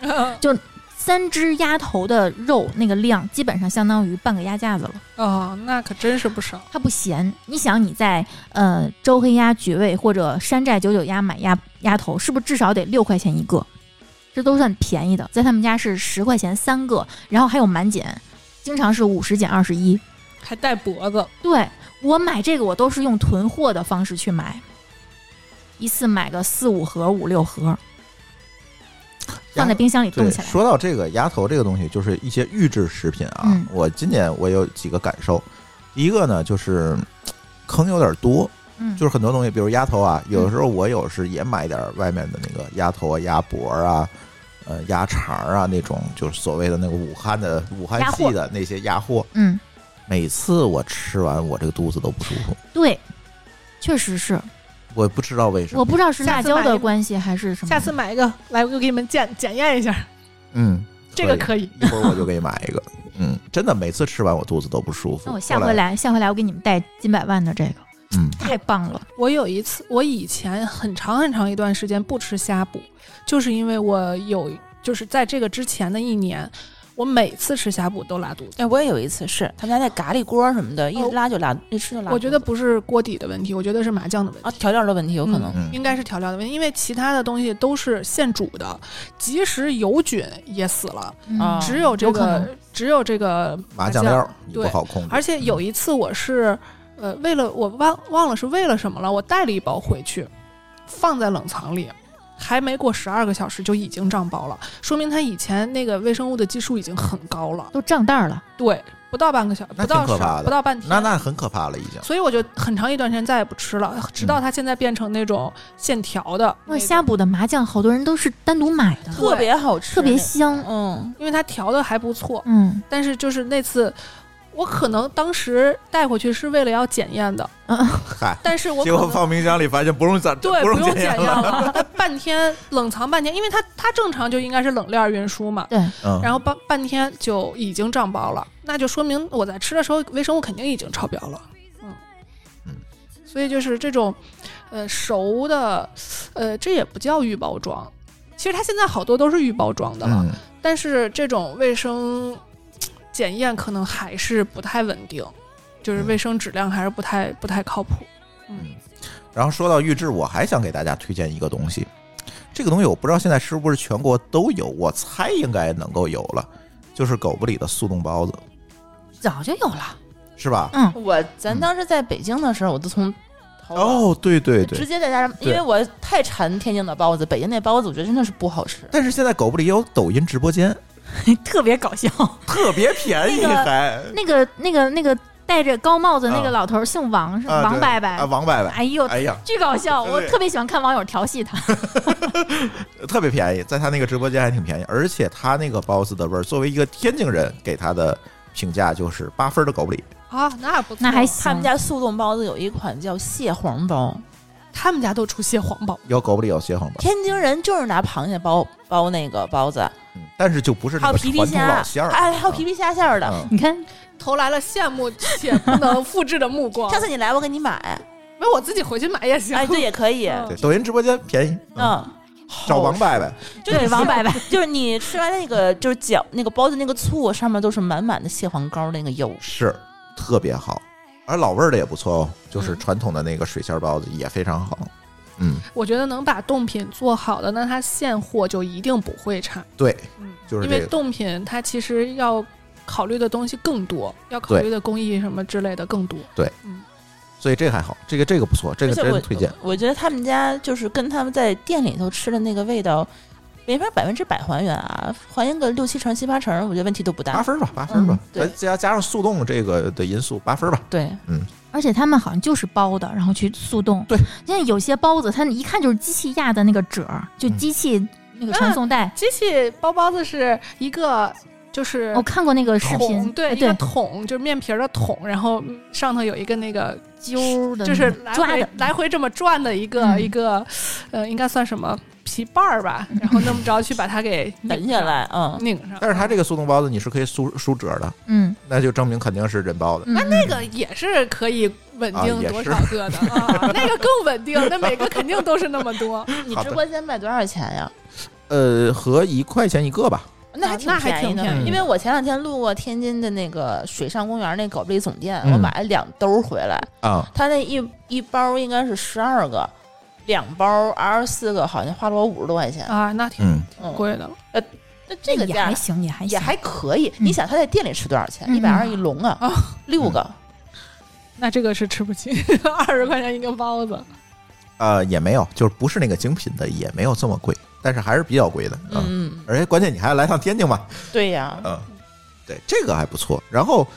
C: 三只鸭头的肉那个量基本上相当于半个鸭架子了。
B: 哦，那可真是不少。
C: 它不咸。你想你在呃周黑鸭、绝味或者山寨九九鸭买鸭鸭头，是不是至少得六块钱一个？这都算便宜的，在他们家是十块钱三个，然后还有满减，经常是五十减二十一。
B: 还带脖子，
C: 对我买这个，我都是用囤货的方式去买，一次买个四五盒、五六盒，放在冰箱里
A: 对
C: 冻，起来。
A: 说到这个鸭头这个东西，就是一些预制食品啊。
C: 嗯
A: 我今年我有几个感受，第一个呢就是坑有点多，
C: 嗯，
A: 就是很多东西，比如鸭头啊，有的时候我有时也买点儿外面的那个鸭头啊、鸭脖儿啊、呃鸭肠儿啊那种，就是所谓的那个武汉的武汉
C: 鸭货
A: 系的那些鸭货。
C: 嗯，
A: 每次我吃完，我这个肚子都不舒服，
C: 对，确实是，
A: 我不知道为什么。
C: 我不知道是
B: 下
C: 辣
B: 次
C: 椒
B: 买一
C: 的
B: 个
C: 关系还是什么。
B: 下次买一个来，我给你们检检验一下，
A: 嗯，
B: 这个可以。
A: 一会儿我就给你买一个。嗯，真的，每次吃完我肚子都不舒服。
C: 那我下
A: 后
C: 回
A: 来，
C: 来，下回来我给你们带金百万的这个，
A: 嗯，
C: 太棒了。
B: 我有一次，我以前很长很长一段时间不吃虾补，就是因为我有，就是在这个之前的一年，我每次吃虾补都拉肚子。
E: 哎，我也有一次是他们家那咖喱锅什么的，一
A: 嗯
B: 哦
E: 拉就拉，一吃就拉肚子。
B: 我觉得不是锅底的问题，我觉得是麻酱的问题。
E: 啊，调料的问题有可
B: 嗯
E: 能。
A: 嗯
B: 应该是调料的问题，因为其他的东西都是现煮的，即使有菌也死了，
E: 啊
B: 只有这
C: 嗯有可
B: 个
C: 能
B: 只有这个
A: 麻酱料儿你不
B: 对
A: 好控制，
B: 而且有一次我是，呃，为了我忘忘了是为了什么了，我带了一包回去，放在冷藏里，还没过十二个小时就已经胀包了，说明它以前那个微生物的基数已经很高了。
C: 都胀袋儿了。
B: 对，不到半个小时，
A: 那
B: 不到
A: 挺可
B: 十
A: 怕的
B: 不到半天。
A: 那那很可怕了，已经。
B: 所以我就很长一段时间再也不吃了，直
A: 嗯
B: 到它现在变成那种线条的
C: 哇，
B: 那种
C: 呷哺的麻酱好多人都是单独买的，
E: 特别好吃，
C: 特别香。
E: 嗯，
B: 因为它调的还不错。
C: 嗯，
B: 但是就是那次，我可能当时带回去是为了要检验的，
C: 嗯
A: 嗨，
B: 但是我可
A: 结果
B: 能
A: 放冰箱里发现不用再
B: 对，
A: 用
B: 用
A: 检
B: 检验
A: 了。
B: 了，它半天冷藏半天，因为它它正常就应该是冷链运输嘛，
C: 对，
A: 嗯，
B: 然后半半天就已经胀包了，那就说明我在吃的时候微生物肯定已经超标了，嗯
A: 嗯
B: 所以就是这种，呃，熟的，呃，这也不叫预包装，其实它现在好多都是预包装的了，
A: 嗯，
B: 但是这种卫生检验可能还是不太稳定，
A: 嗯
B: 就是卫生质量还是不太不太靠谱。
A: 然后说到预制，我还想给大家推荐一个东西，这个东西我不知道现在是不是全国都有，我猜应该能够有了，就是狗不理的速冻包子，
C: 早就有了。
A: 是吧？
C: 嗯，
F: 我咱当时在北京的时候，我都从
D: 啊
F: 淘宝
A: 哦，对对对
F: 直，接在家，因
A: 对
F: 为我太馋天津的包子，北京那包子我觉得真的是不好吃。
A: 但是现在狗不理也有抖音直播间，
C: 特别搞笑。
A: 特别便宜
C: 那个
A: 还
C: 那个、那个、那个戴着高帽子那
A: 啊
C: 个老头儿姓王，是
A: 啊
C: 王
A: 对
C: 伯伯。
A: 啊，王伯伯，
C: 哎呦，
A: 哎呀，
C: 巨搞笑！我
A: 对
C: 特别喜欢看网友调戏他。
A: 特别便宜，在他那个直播间还挺便宜，而且他那个包子的味儿，作为一个天津人给他的评价就是八分的狗不理，
B: 啊，那不错
C: 那还行
D: 他们家速冻包子有一款叫蟹黄包，
B: 他们家都出蟹黄包，
A: 有狗不理有蟹黄包，
D: 天津人就是拿螃蟹包包那个包子，
A: 嗯但是就不是
D: 还
A: 那
D: 有
A: 个
D: 皮皮
A: 传统老
D: 虾
A: 馅，儿，
D: 哎，还有皮皮虾馅儿的。
A: 嗯
C: 你看，
B: 投来了羡慕且不能复制的目光。
D: 下次你来，我给你买。
B: 没有我自己回去买也行。
D: 哎，这也可以。
C: 哦
B: 嗯
A: 对，抖音直播间便宜，嗯，
D: 嗯，
A: 找王伯伯，
D: 就是
C: 对王伯伯，
D: 就是你吃完那个就是饺那个包子那个醋上面都是满满的蟹黄膏那个油，
A: 是特别好，而老味儿的也不错哦，就是传统的那个水馅儿包子也非常好。嗯，
B: 我觉得能把冻品做好的，那它现货就一定不会差。
A: 对，
B: 嗯，
A: 就是
B: 因
A: 这
B: 为
A: 个，
B: 冻品它其实要考虑的东西更多，要考虑的工艺什么之类的更多。
A: 所以这还好，这个这个不错，这
D: 而
A: 个
D: 且我
A: 真推荐。
D: 我觉得他们家就是跟他们在店里头吃的那个味道。没法百分之百还原啊，还原个六七成、七八成，我觉得问题都不
A: 八
D: 大。
A: 分吧，八分吧，
D: 嗯对
A: 咱加加上速冻这个的因素，八分吧。
D: 对，
C: 而且他们好像就是包的，然后去速冻。
A: 对，
C: 现在有些包子，它一看就是机器压的那个褶儿，就
A: 嗯
C: 机器那个传送带。
B: 机器包包子是一个就是
C: 我看过那个视
B: 桶，
C: 频，
B: 对，
C: 哎
B: 一个
C: 对，
B: 桶就是面皮儿的桶，然后上头有一个那个
C: 揪的那个，
B: 就是嗯来
C: 抓
B: 回
C: 的，
B: 来回这么转的一个、
C: 嗯
B: 一个，呃，应该算什么皮瓣儿吧？然后那么着去把它 给
D: 等下来，嗯，
B: 拧上。
A: 但是它这个速冻包子你是可以梳梳褶的，
C: 嗯，
A: 那就证明肯定是人包的。
C: 嗯
B: 那
C: 嗯
B: 那个也是可以稳
A: 啊
B: 定
A: 也
B: 多
A: 是
B: 少个的啊 那个更稳定，那每个肯定都是那么多，
F: 你
A: 好的
F: 直播间卖多少钱呀？
A: 呃，合一块钱一个吧。
F: 那还
B: 啊
F: 挺
B: 那还
F: 便宜
B: 挺
F: 的，
B: 便
A: 宜
F: 因为我前两天路过天津的那个水上公园那狗不理总店，
A: 嗯
F: 我买了两兜回来，
A: 啊，
F: 他那一一包应该是十二个，两包二十四个，好像花了我五十多块钱。
B: 啊，那挺
A: 嗯，
F: 嗯，
B: 贵的了。
F: 那这个
C: 哎也
F: 价
C: 还行，也还
F: 也
C: 行，
F: 还可以。
C: 嗯
F: 你想他在店里吃多少钱？
C: 嗯
F: 一百二一笼啊
B: 哦，
F: 六
A: 嗯
F: 个。
B: 那这个是吃不起，二十块钱一个包子，
A: 呃，也没有，就是不是那个精品的，也没有这么贵，但是还是比较贵的。嗯，
F: 嗯，
A: 而且关键你还要来趟天津嘛。
F: 对呀，
A: 嗯，对，这个还不错。然后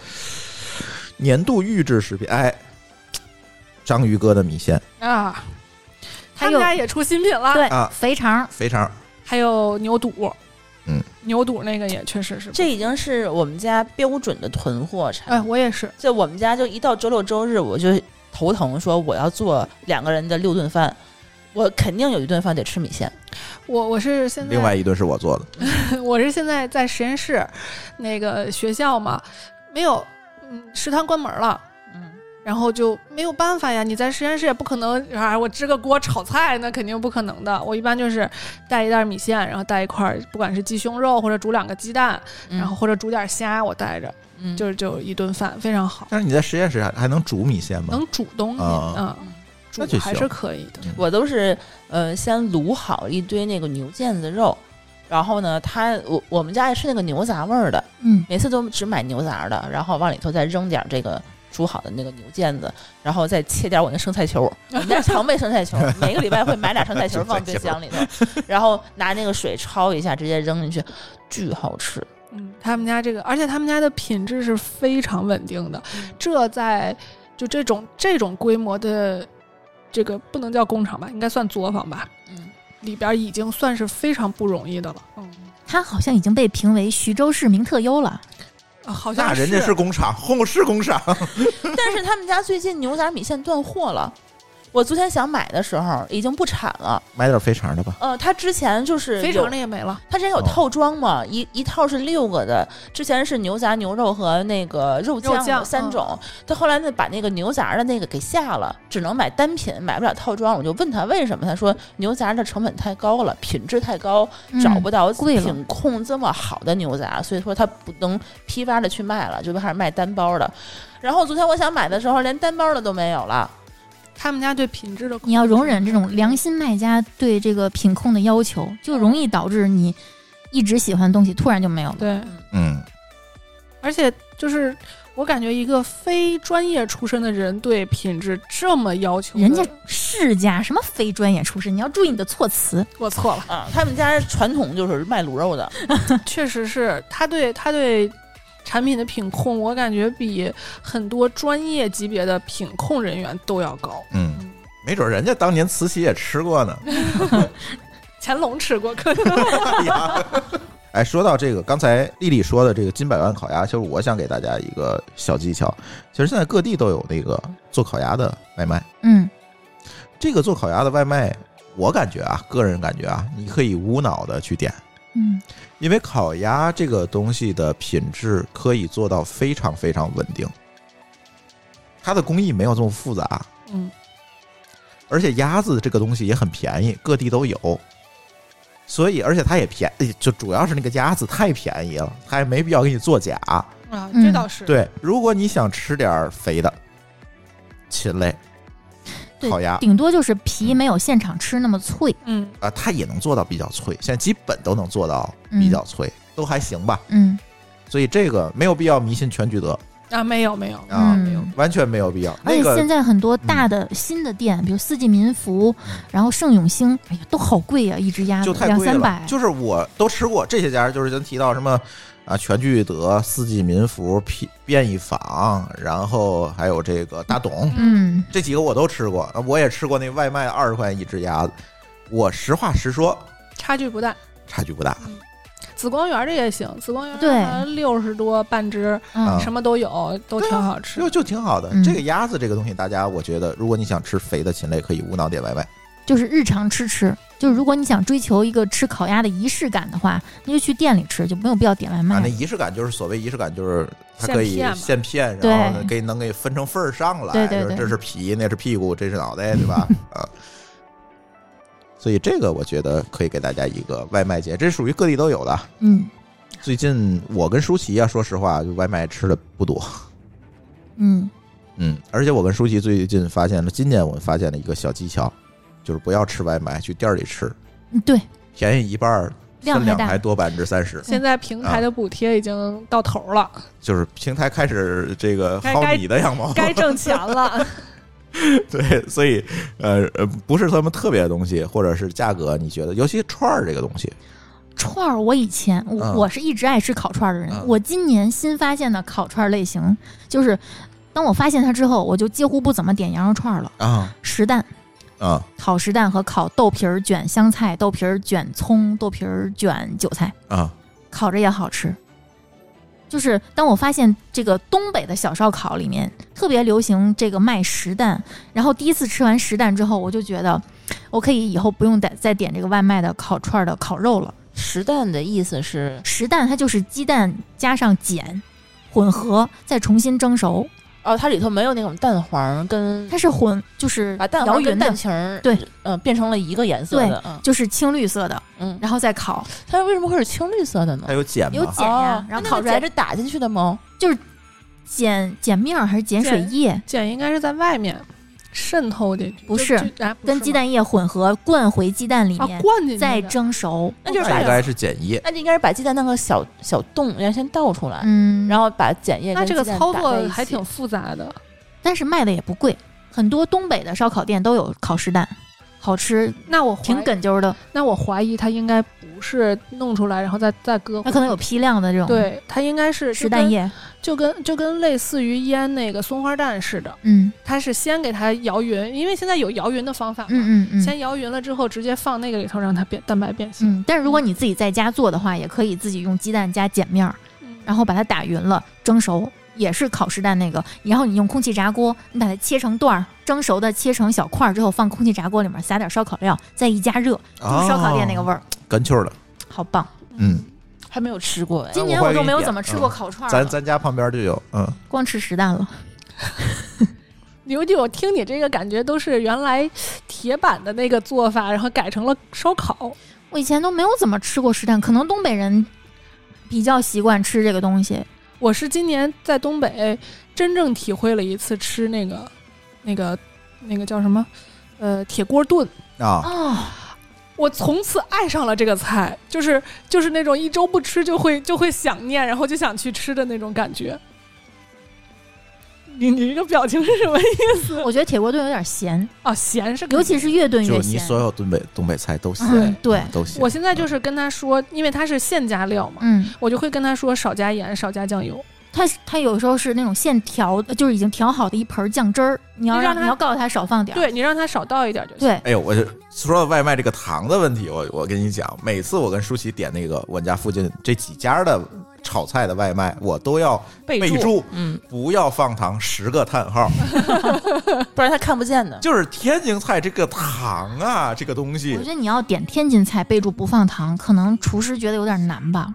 A: 年度预制食品，哎，章鱼哥的米线
B: 啊。他
C: 还有
B: 们家也出新品了，
C: 对
A: 啊
C: 肥肠，
A: 肥肠，
B: 还有牛肚，
A: 嗯，
B: 牛肚那个也确实是，
D: 这已经是我们家标准的囤货
B: 哎，
D: 产品。
B: 我也是，
D: 就我们家就一到周六周日，我就头疼，说我要做两个人的六顿饭，我肯定有一顿饭得吃米线。
B: 我我是现在
A: 另外一顿是我做的。
B: 我是现在在实验室，那个学校嘛，没有，嗯，食堂关门了，
D: 嗯，
B: 然后就没有办法呀。你在实验室也不可能啊，我支个锅炒菜那肯定不可能的。我一般就是带一袋米线，然后带一块儿，不管是鸡胸肉或者煮两个鸡蛋，然后或者煮点虾，我带着，
D: 嗯
B: 就是就一顿饭非常好，
A: 但是你在实验室还还能煮米线吗？
B: 能煮东西，
A: 啊
B: 嗯，
A: 那
B: 煮
A: 就
B: 还
A: 行
B: 是可以的。
A: 嗯
D: 我都是呃先卤好一堆那个牛腱子肉，然后呢，他我我们家爱吃那个牛杂味儿的，
C: 嗯，
D: 每次都只买牛杂的，然后往里头再扔点这个煮好的那个牛腱子，然后再切点我那生菜球，我们家常备生菜球，每个礼拜会买俩生菜球放冰箱里头，然后拿那个水焯一下，直接扔进去，巨好吃。
B: 嗯，他们家这个，而且他们家的品质是非常稳定的，
C: 嗯
B: 这在就这种这种规模的这个不能叫工厂吧，应该算作坊吧，
D: 嗯，
B: 里边已经算是非常不容易的了。嗯，
C: 它好像已经被评为徐州市名特优了。
B: 啊好像
A: 那人家是工厂，哄是工厂。
D: 但是他们家最近牛杂米线断货了。我昨天想买的时候已经不产了，
A: 买点肥肠的吧。
D: 呃，他之前就是
B: 肥
D: 有
B: 肠的也没了，
D: 它之前有
A: 哦
D: 套装嘛，一一套是六个的，之前是牛杂、牛肉和那个肉酱
B: 肉酱
D: 三种，他、后来呢把那个牛杂的那个给下了，只能买单品，买不了套装。我就问他为什么，他说牛杂的成本太高了，品质太高，
C: 嗯
D: 找不到
C: 贵了
D: 品控这么好的牛杂，所以说他不能批发的去卖了，就开始卖单包的。然后昨天我想买的时候，连单包的都没有了。
B: 他们家对品质的控
C: 你要容
B: 制
C: 忍这种良心卖家对这个品控的要求，就容易导致你一直喜欢的东西突然就没有了。
B: 对，
A: 嗯，
B: 而且就是我感觉一个非专业出身的人对品质这么要求的，
C: 人家世家什么非专业出身，你要注意你的措辞。
B: 我错了，
D: 啊，
E: 他们家传统就是卖卤肉的，
B: 确实是他对他对产品的品控，我感觉比很多专业级别的品控人员都要高。
A: 嗯，没准人家当年慈禧也吃过呢。
B: 乾隆吃过，可 能
A: 哎，说到这个，刚才丽丽说的这个金百万烤鸭，其实我想给大家一个小技巧。其实现在各地都有那个做烤鸭的外卖，
C: 嗯，
A: 这个做烤鸭的外卖，我感觉啊，个人感觉啊，你可以无脑的去点，
C: 嗯，
A: 因为烤鸭这个东西的品质可以做到非常非常稳定，它的工艺没有这么复杂，
B: 嗯，
A: 而且鸭子这个东西也很便宜，各地都有，所以而且它也便宜，就主要是那个鸭子太便宜了，它也没必要给你做假。
B: 啊，
C: 嗯
B: 这倒是。
A: 对，如果你想吃点儿肥的，禽类
C: 对
A: 烤鸭
C: 顶多就是皮没有现场吃那么脆。
B: 嗯，
A: 啊，它也能做到比较脆，现在基本都能做到比较脆，都还行吧。
C: 嗯
A: 所以这个没有必要迷信全聚德
B: 啊，没有没有，
A: 啊，
C: 嗯。
A: 完全没有必要。
C: 而
A: 那
C: 且
A: 个
C: 现在很多大的新的店，比如四季民福，然后盛永兴，哎呀，都好贵呀、一只鸭
A: 嗯
C: 子
A: 就太
C: 啊两
A: 贵
C: 三
A: 了
C: 百，，
A: 就是我都吃过这些家，就是咱提到什么啊，全聚德、四季民福、便便宜坊，然后还有这个大董，
C: 嗯，
A: 这几个我都吃过，我也吃过那外卖二十块钱一只鸭子。我实话实说，
B: 差距不大。
A: 差距不大。
B: 紫光园儿这也行，紫光园
C: 对
B: 六十多半只，
A: 啊
C: 嗯，
B: 什么都有，都挺好吃
A: 就。就挺好的
C: 嗯。
A: 这个鸭子这个东西，大家我觉得，如果你想吃肥的禽类，可以无脑点外卖。
C: 就是日常吃吃。就是如果你想追求一个吃烤鸭的仪式感的话，那就去店里吃，就没有必要点外
A: 啊，
C: 卖
A: 那。仪式感就是所谓仪式感，就是它可以
B: 现片嘛
A: 现片，
C: 对
A: 然后呢给能给分成份儿上来，
C: 对对
A: 就是
C: 对
A: 这是皮，那是屁股，这是脑袋，对 吧？啊，所以这个我觉得可以给大家一个外卖节，这属于各地都有的。
C: 嗯
A: 最近我跟舒淇啊，说实话，就外卖吃的不多，
C: 嗯，
A: 嗯，而且我跟舒淇最近发现了，今年我们发现了一个小技巧，就是不要吃外卖，去店儿里吃，
C: 嗯对，
A: 便宜一半儿，
C: 量
A: 分量
C: 大
A: 还。多百分之三十。
B: 现在平
A: 啊
B: 台的补贴已经到头 了，
A: 就是平台开始这个
B: 该该
A: 薅你的羊毛，
B: 该挣钱 了。
A: 对，所以呃呃，不是什么特别的东西，或者是价格，你觉得，尤其串儿这个东西，
C: 串儿，我以前我、
A: 嗯
C: 我是一直爱吃烤串儿的人。
A: 嗯
C: 我今年新发现的烤串儿类型，就是当我发现它之后，我就几乎不怎么点羊肉串儿了。
A: 啊
C: 实蛋、
A: 啊
C: 烤实蛋和烤豆皮儿卷香菜、豆皮儿卷葱、豆皮儿卷韭菜，
A: 啊，
C: 烤着也好吃。就是当我发现这个东北的小烧烤里面特别流行这个卖实蛋，然后第一次吃完实蛋之后，我就觉得我可以以后不用再再点这个外卖的烤串儿的烤肉了。
D: 实蛋的意思是
C: 实蛋它就是鸡蛋加上碱混合，再重新蒸熟，
D: 哦，它里头没有那种蛋黄跟
C: 它是混就是
D: 把啊蛋
C: 摇
D: 黄跟
C: 匀的
D: 蛋，形儿
C: 对，
D: 呃，变成了一个颜色的。
C: 就是青绿色的，
D: 嗯嗯，
C: 然后再烤，
D: 它为什么会是青绿色的呢
A: 它？有碱
C: 有
A: 吗？
C: 碱呀、
D: 哦
C: 然后
D: 那
C: 烤
D: 那
C: 出来
D: 碱是打进去的吗？
C: 碱碱面儿还是碱水
B: 碱
C: 液，
B: 碱应该是在外面渗透进去，
C: 不
B: 就是就啊不
C: 跟
B: 是
C: 鸡
B: 吗
C: 蛋液混合灌回鸡蛋里
B: 啊
C: 面，
B: 灌进去
C: 再
B: 的
C: 蒸熟。
D: 那就是
A: 它
D: 把
A: 应该是碱液。
D: 那就应该是把鸡蛋弄个小小洞，然后先倒出来，
C: 嗯，
D: 然后把碱液
B: 那
D: 跟
B: 这个
D: 鸡蛋
B: 操
D: 打在一
B: 作
D: 起
B: 还挺复杂的，
C: 但是卖的也不贵，很多东北的烧烤店都有烤实蛋，好吃，
B: 那我怀
C: 挺
B: 疑，
C: 哏啾的。
B: 那我怀疑它应该不是弄出来然后再再搁回去，
C: 它可能有批量的这种
B: 对，它应该是
C: 实蛋，液，
B: 就跟就跟就跟类似于腌那个松花蛋似的，
C: 嗯
B: 它是先给它摇匀，因为现在有摇匀的方法嘛，
C: 嗯嗯嗯。
B: 先摇匀了之后直接放那个里头让它变蛋白变形，
C: 嗯，但是如果你自己在家做的话，也可以自己用鸡蛋加碱面儿，嗯然
B: 后
C: 后把它打匀了蒸熟，也是烤实蛋那个。然后你用空气炸锅，你把它切成段儿，蒸熟的切成小块儿之后，放空气炸锅里面撒点烧烤料，再一加热，就是烧烤店
A: 哦
C: 那个味儿，
A: 干气啊儿的。
C: 好棒。
A: 嗯，
D: 还没有 吃过哎。
C: 今年
A: 我
C: 我
A: 会
C: 都没有
A: 给你
C: 怎么
A: 点
C: 吃过
A: 嗯
C: 烤串儿
A: 咱
C: 了，
A: 咱家旁边就有，嗯，
C: 光吃实蛋了。
B: 刘弟，我听你这个感觉都是原来铁板的那个做法，然后改成了烧烤，
C: 我以前都没有怎么吃过实蛋，可能东北人比较习惯吃这个东西。
B: 我是今年在东北真正体会了一次吃那个那个那个叫什么呃铁锅炖，
A: 啊，
C: 哦，
B: 我从此爱上了这个菜，就是就是那种一周不吃就会就会想念，然后就想去吃的那种感觉。你你这个表情是什么意思？
C: 我觉得铁锅炖有点咸，
B: 啊，咸是可以
C: 尤其是越炖
A: 就
C: 越
A: 你
C: 咸。
A: 所有东北东北菜都
C: 嗯
A: 咸，，
C: 对，
A: 都咸。
B: 我现在就是跟他说，因为他是现加料嘛，
C: 嗯，
B: 我就会跟他说少加盐，少加酱油。
C: 它它有时候是那种现调，呃就是已经调好的一盆酱汁儿，你要
B: 你让
C: 让
B: 它
C: 你要告诉他少放点儿。
B: 对啊你让他少倒一点就行。
C: 对，
A: 哎呦，我就说到外卖这个糖的问题，我我跟你讲，每次我跟舒淇点那个我们家附近这几家的炒菜的外卖，我都要
B: 备
A: 备
B: 注
A: 注
D: 嗯，
A: 不要放糖十个叹号。
D: 不然他看不见的。
A: 就是天津菜这个糖啊，这个东
C: 我
A: 西
C: 觉得你要点天津菜，备注不放糖，可能厨师觉得有点难吧。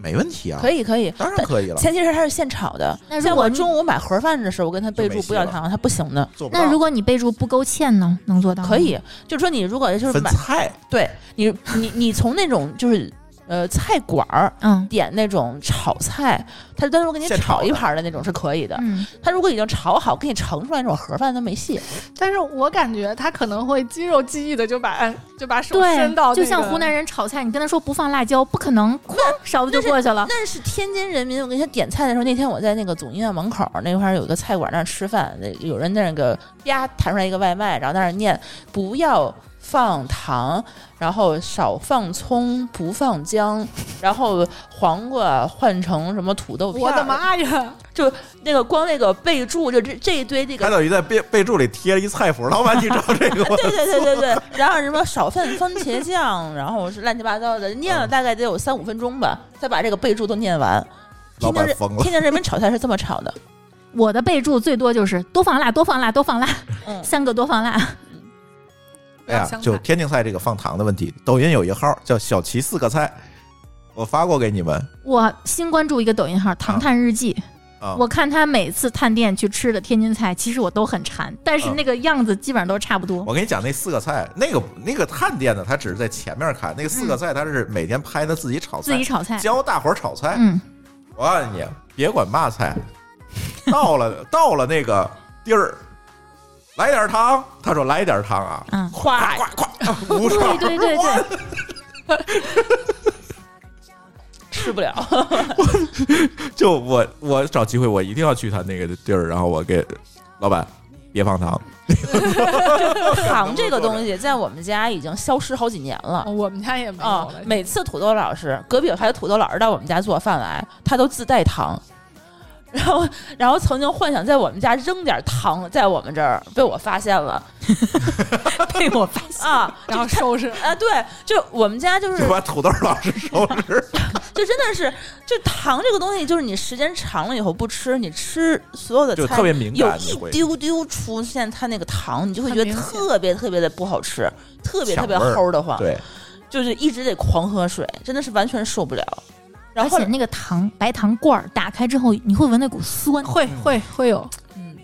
A: 没问题啊，
D: 可以可以，
A: 当然可以了，
D: 前提是它是现炒的。
C: 那如
D: 像
C: 果
D: 我
C: 你
D: 中午买盒饭的时候，我跟他
A: 就
D: 备注
A: 没戏
D: 不要
A: 了
D: 糖，他不行的。
A: 做不到
C: 那如果你备注不勾芡呢，能做到吗？
D: 可以，就是说你如果就是
A: 分
D: 买，
A: 菜
D: 对你你你从那种就是呃菜馆儿
C: 嗯
D: 点那种炒菜，他单独给你
A: 现炒
D: 炒一
A: 的
D: 盘儿的那种是可以的。
C: 嗯，
D: 他如果已经炒好，给你盛出来那种盒饭都没
B: 啊
D: 戏。
B: 但是我感觉他可能会肌肉记忆的就把 就把手伸到、
C: 对，就像湖南。人炒菜，你跟他说不放辣椒，不可能，哐，勺子就过去了。
D: 那是天津人民，我给他点菜的时候，那天我在那个总医院门口儿那块儿有一个菜馆儿那儿吃饭，那有人在那个啪弹出来一个外卖，然后在那儿念不要放糖，然后少放葱，不放姜，然后黄瓜换成什么土豆片
B: 我的
D: 儿
B: 妈呀！
D: 就那个光那个备注，就这这一堆这
A: 还
D: 个。
A: 等于在备备注里贴了一菜谱，老板你知道这 个吗？
D: 对对对对对，然后什么少份番茄酱，然后是乱七八糟的，念了大概得有三五分钟吧，才把这个备注都念完。
A: 老
D: 天津
A: 板
D: 人
A: 疯了
D: 天，津人民炒菜是这么炒的，
C: 我的备注最多就是多放辣，多放辣，多放辣，
D: 嗯，
C: 三个多放辣。
A: 哎呀
B: 不要，香
A: 就
B: 菜
A: 天津菜这个放糖的问题，抖音有一号叫小齐四个菜，我发过给你们
C: 我新关注一个抖音号“唐探日记”，
A: 啊。
C: 我看他每次探店去吃的天津菜，其实我都很馋，但是
A: 嗯
C: 那个样子基本上都差不多。
A: 我跟你讲，那四个菜，那个那个探店的，他只是在前面看，那个四个菜，他是每天拍他自己炒
C: 嗯自
A: 菜，
C: 己炒菜，
A: 教大伙儿炒菜。
C: 嗯，
A: 我告诉你，别管嘛菜，到了到了那个地儿，来点汤。他说来点汤啊，
C: 嗯啊
A: 咵咵咵，五勺。
C: 对对对对，
D: 吃不了。
A: 就我我找机会，我一定要去他那个地儿，然后我给老板别放糖。
D: 糖这个东西在我们家已经消失好几年了。
B: 哦我们家也哦没有
D: 啊、
B: 了。
D: 每次土豆老师，隔壁有还有土豆老师到我们家做饭来，他都自带糖。 然后，然后曾经幻想在我们家扔点糖在我们这儿，被我发现了
C: 被我发现。
D: 啊！
B: 然后收拾，
D: 啊，对，就我们家 就是
A: 就
C: 嗯
A: 把土豆老师收拾。
D: 就真的是，就糖这个东西，就是你时间长了以后不吃，你吃所有的
A: 就
D: 菜
A: 特别敏
D: 有
A: 感你
D: 一
A: 会
D: 丢丢出现它那个糖，你就会
B: 很
D: 觉得
B: 明显
D: 特别特别的不好吃，特别
A: 抢
D: 特别
A: 味儿
D: 齁的
C: 啊
D: 慌，
A: 对，
D: 就是一直得狂喝水，真的是完全受不了。然
C: 而
D: 后后
C: 且
D: 来
C: 那个糖白糖罐儿打开之后，你会闻那股酸，
B: 会会会有，
D: 嗯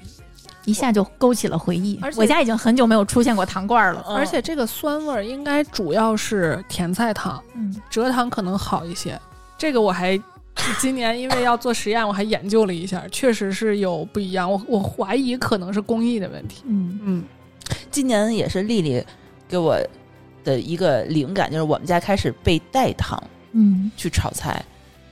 C: 一下就勾起了回忆
B: 而。且
C: 我家已经很久没有出现过糖罐儿了。
D: 嗯
B: 而且这个酸味儿应该主要是甜菜糖，
C: 嗯，
B: 蔗糖可能好一些。这个我 还今年因为要做实验，我还研究了一下，确实是有不一样。我我怀疑可能是工艺的问题。
C: 嗯，
B: 嗯，
D: 今年也是丽丽给我的一个灵感，就是我们家开始备代糖
C: 嗯，
D: 去炒菜，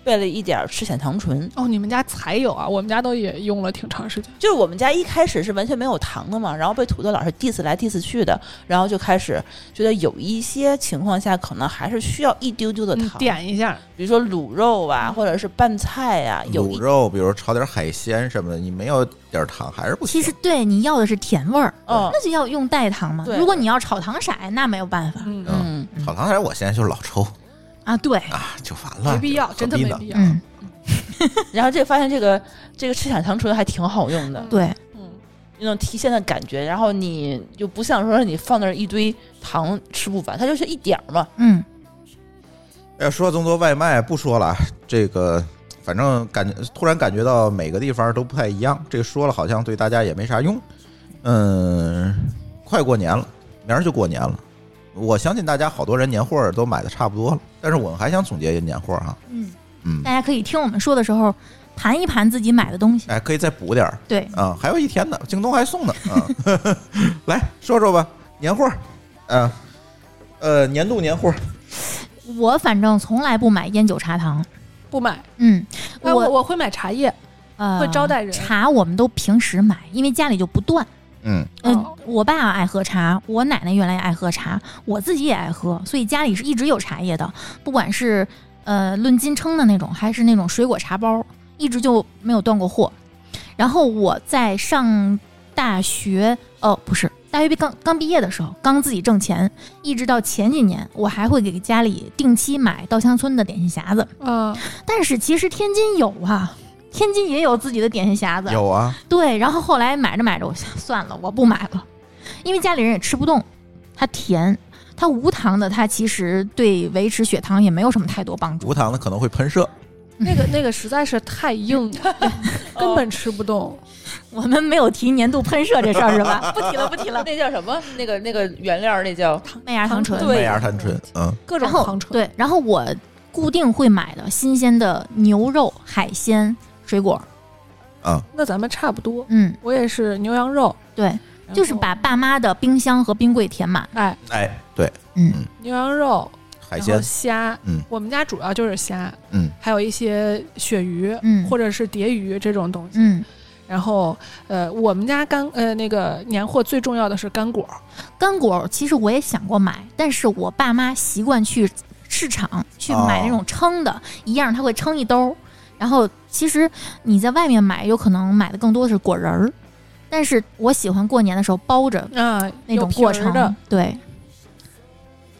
D: 备了一点儿赤藓糖醇，
B: 哦，你们家才有啊？我们家都也用了挺长时间。
D: 就是我们家一开始是完全没有糖的嘛，然后被土豆老师 diss 来 diss 去的，然后就开始觉得有一些情况下可能还是需要一丢丢的
B: 你
D: 糖，
B: 嗯点一下，
D: 比如说卤肉啊，或者是拌菜呀、有一
A: 卤肉，比如炒点海鲜什么的，你没有点糖还是不行。
C: 其实对你要的是甜味儿，
D: 嗯
C: 那就要用代糖嘛。
D: 对
C: 如果你要炒糖色，哎那没有办法
B: 嗯，
D: 嗯，
A: 炒糖色，我现在就是老抽
C: 啊。对，
A: 啊，就完了，
B: 没必要，
A: 何
B: 真的没
A: 呢
B: 必要。
C: 嗯，
D: 然后这发现这个这个赤藓糖醇还挺好用的，
C: 对，
B: 嗯，
D: 那种提鲜的感觉，然后你就不像说你放那儿一堆糖吃不完，它就是一点儿嘛，
C: 嗯，
A: 哎呀，说这么多外卖，不说了啊，这个反正感觉突然感觉到每个地方都不太一样，这个说了好像对大家也没啥用。嗯，快过年了，明儿就过年了，我相信大家好多人年货儿都买的差不多了，但是我们还想总结一下年货儿哈、
C: 嗯，
A: 嗯
C: 大，家可以听我们说的时候，盘一盘自己买的东西。
A: 哎，可以再补点儿
C: 对，
A: 啊，还有一天呢，京东还送呢啊。 来说说吧，年货，嗯、呃，年度年货，
C: 我反正从来不买烟酒茶糖。
B: 不买，
C: 嗯，
B: 但我
C: 我
B: 我会买茶叶，
C: 呃
B: 会招待人
C: 茶，我们都平时买，因为家里就不断。
A: 嗯，
C: 嗯、
B: 哦
C: 我爸爱喝茶，我奶奶原来也爱喝茶，我自己也爱喝，所以家里是一直有茶叶的，不管是呃论斤称的那种，还是那种水果茶包，一直就没有断过货。然后我在上大学，哦，不是大学毕刚刚毕业的时候，刚自己挣钱，一直到前几年，我还会给家里定期买稻香村的点心匣子。
B: 嗯，
C: 但是其实天津有啊，天津也有自己的点心匣子，
A: 有啊，
C: 对，然后后来买着买着，我想算了，我不买了，因为家里人也吃不动，它甜，它无糖的，它其实对维持血糖也没有什么太多帮助。
A: 无糖的可能会喷射，
B: 那个那个实在是太硬 了，根本吃不动。
C: 我们没有提年度喷射这事儿是 吧？
D: 不提了，不提 了。那叫什么？那个那个原料，那叫
C: 麦芽糖醇，
D: 对
A: 麦芽糖醇，嗯，
B: 各种
C: 然后
B: 糖醇，
C: 对，然后我固定会买的新鲜的牛肉、海鲜、水果，
A: 啊
B: 那咱们差不多。
C: 嗯，
B: 我也是牛羊肉，
C: 对，就是
B: 然后
C: 把爸妈的冰箱和冰柜填满，
B: 哎
A: 哎，对，
C: 嗯
A: 嗯
B: 牛羊肉，
A: 海
B: 然
A: 鲜
B: 后，虾，
A: 嗯
B: 我们家主要就是虾，
A: 嗯，
B: 还有一些鳕鱼，
C: 嗯
B: 或者是蝶鱼这种东西。
C: 嗯，
B: 然后呃，我们家干呃那个年货最重要的是干果，
C: 干果其实我也想过买，但是我爸妈习惯去市场去买那种称
B: 哦
C: 的，一样他会称一兜儿。然后其实你在外面买，有可能买的更多的是果仁儿，但是我喜欢过年的时候包着
B: 啊、
C: 嗯那种
B: 有皮
C: 过
B: 儿的
C: 程。，对，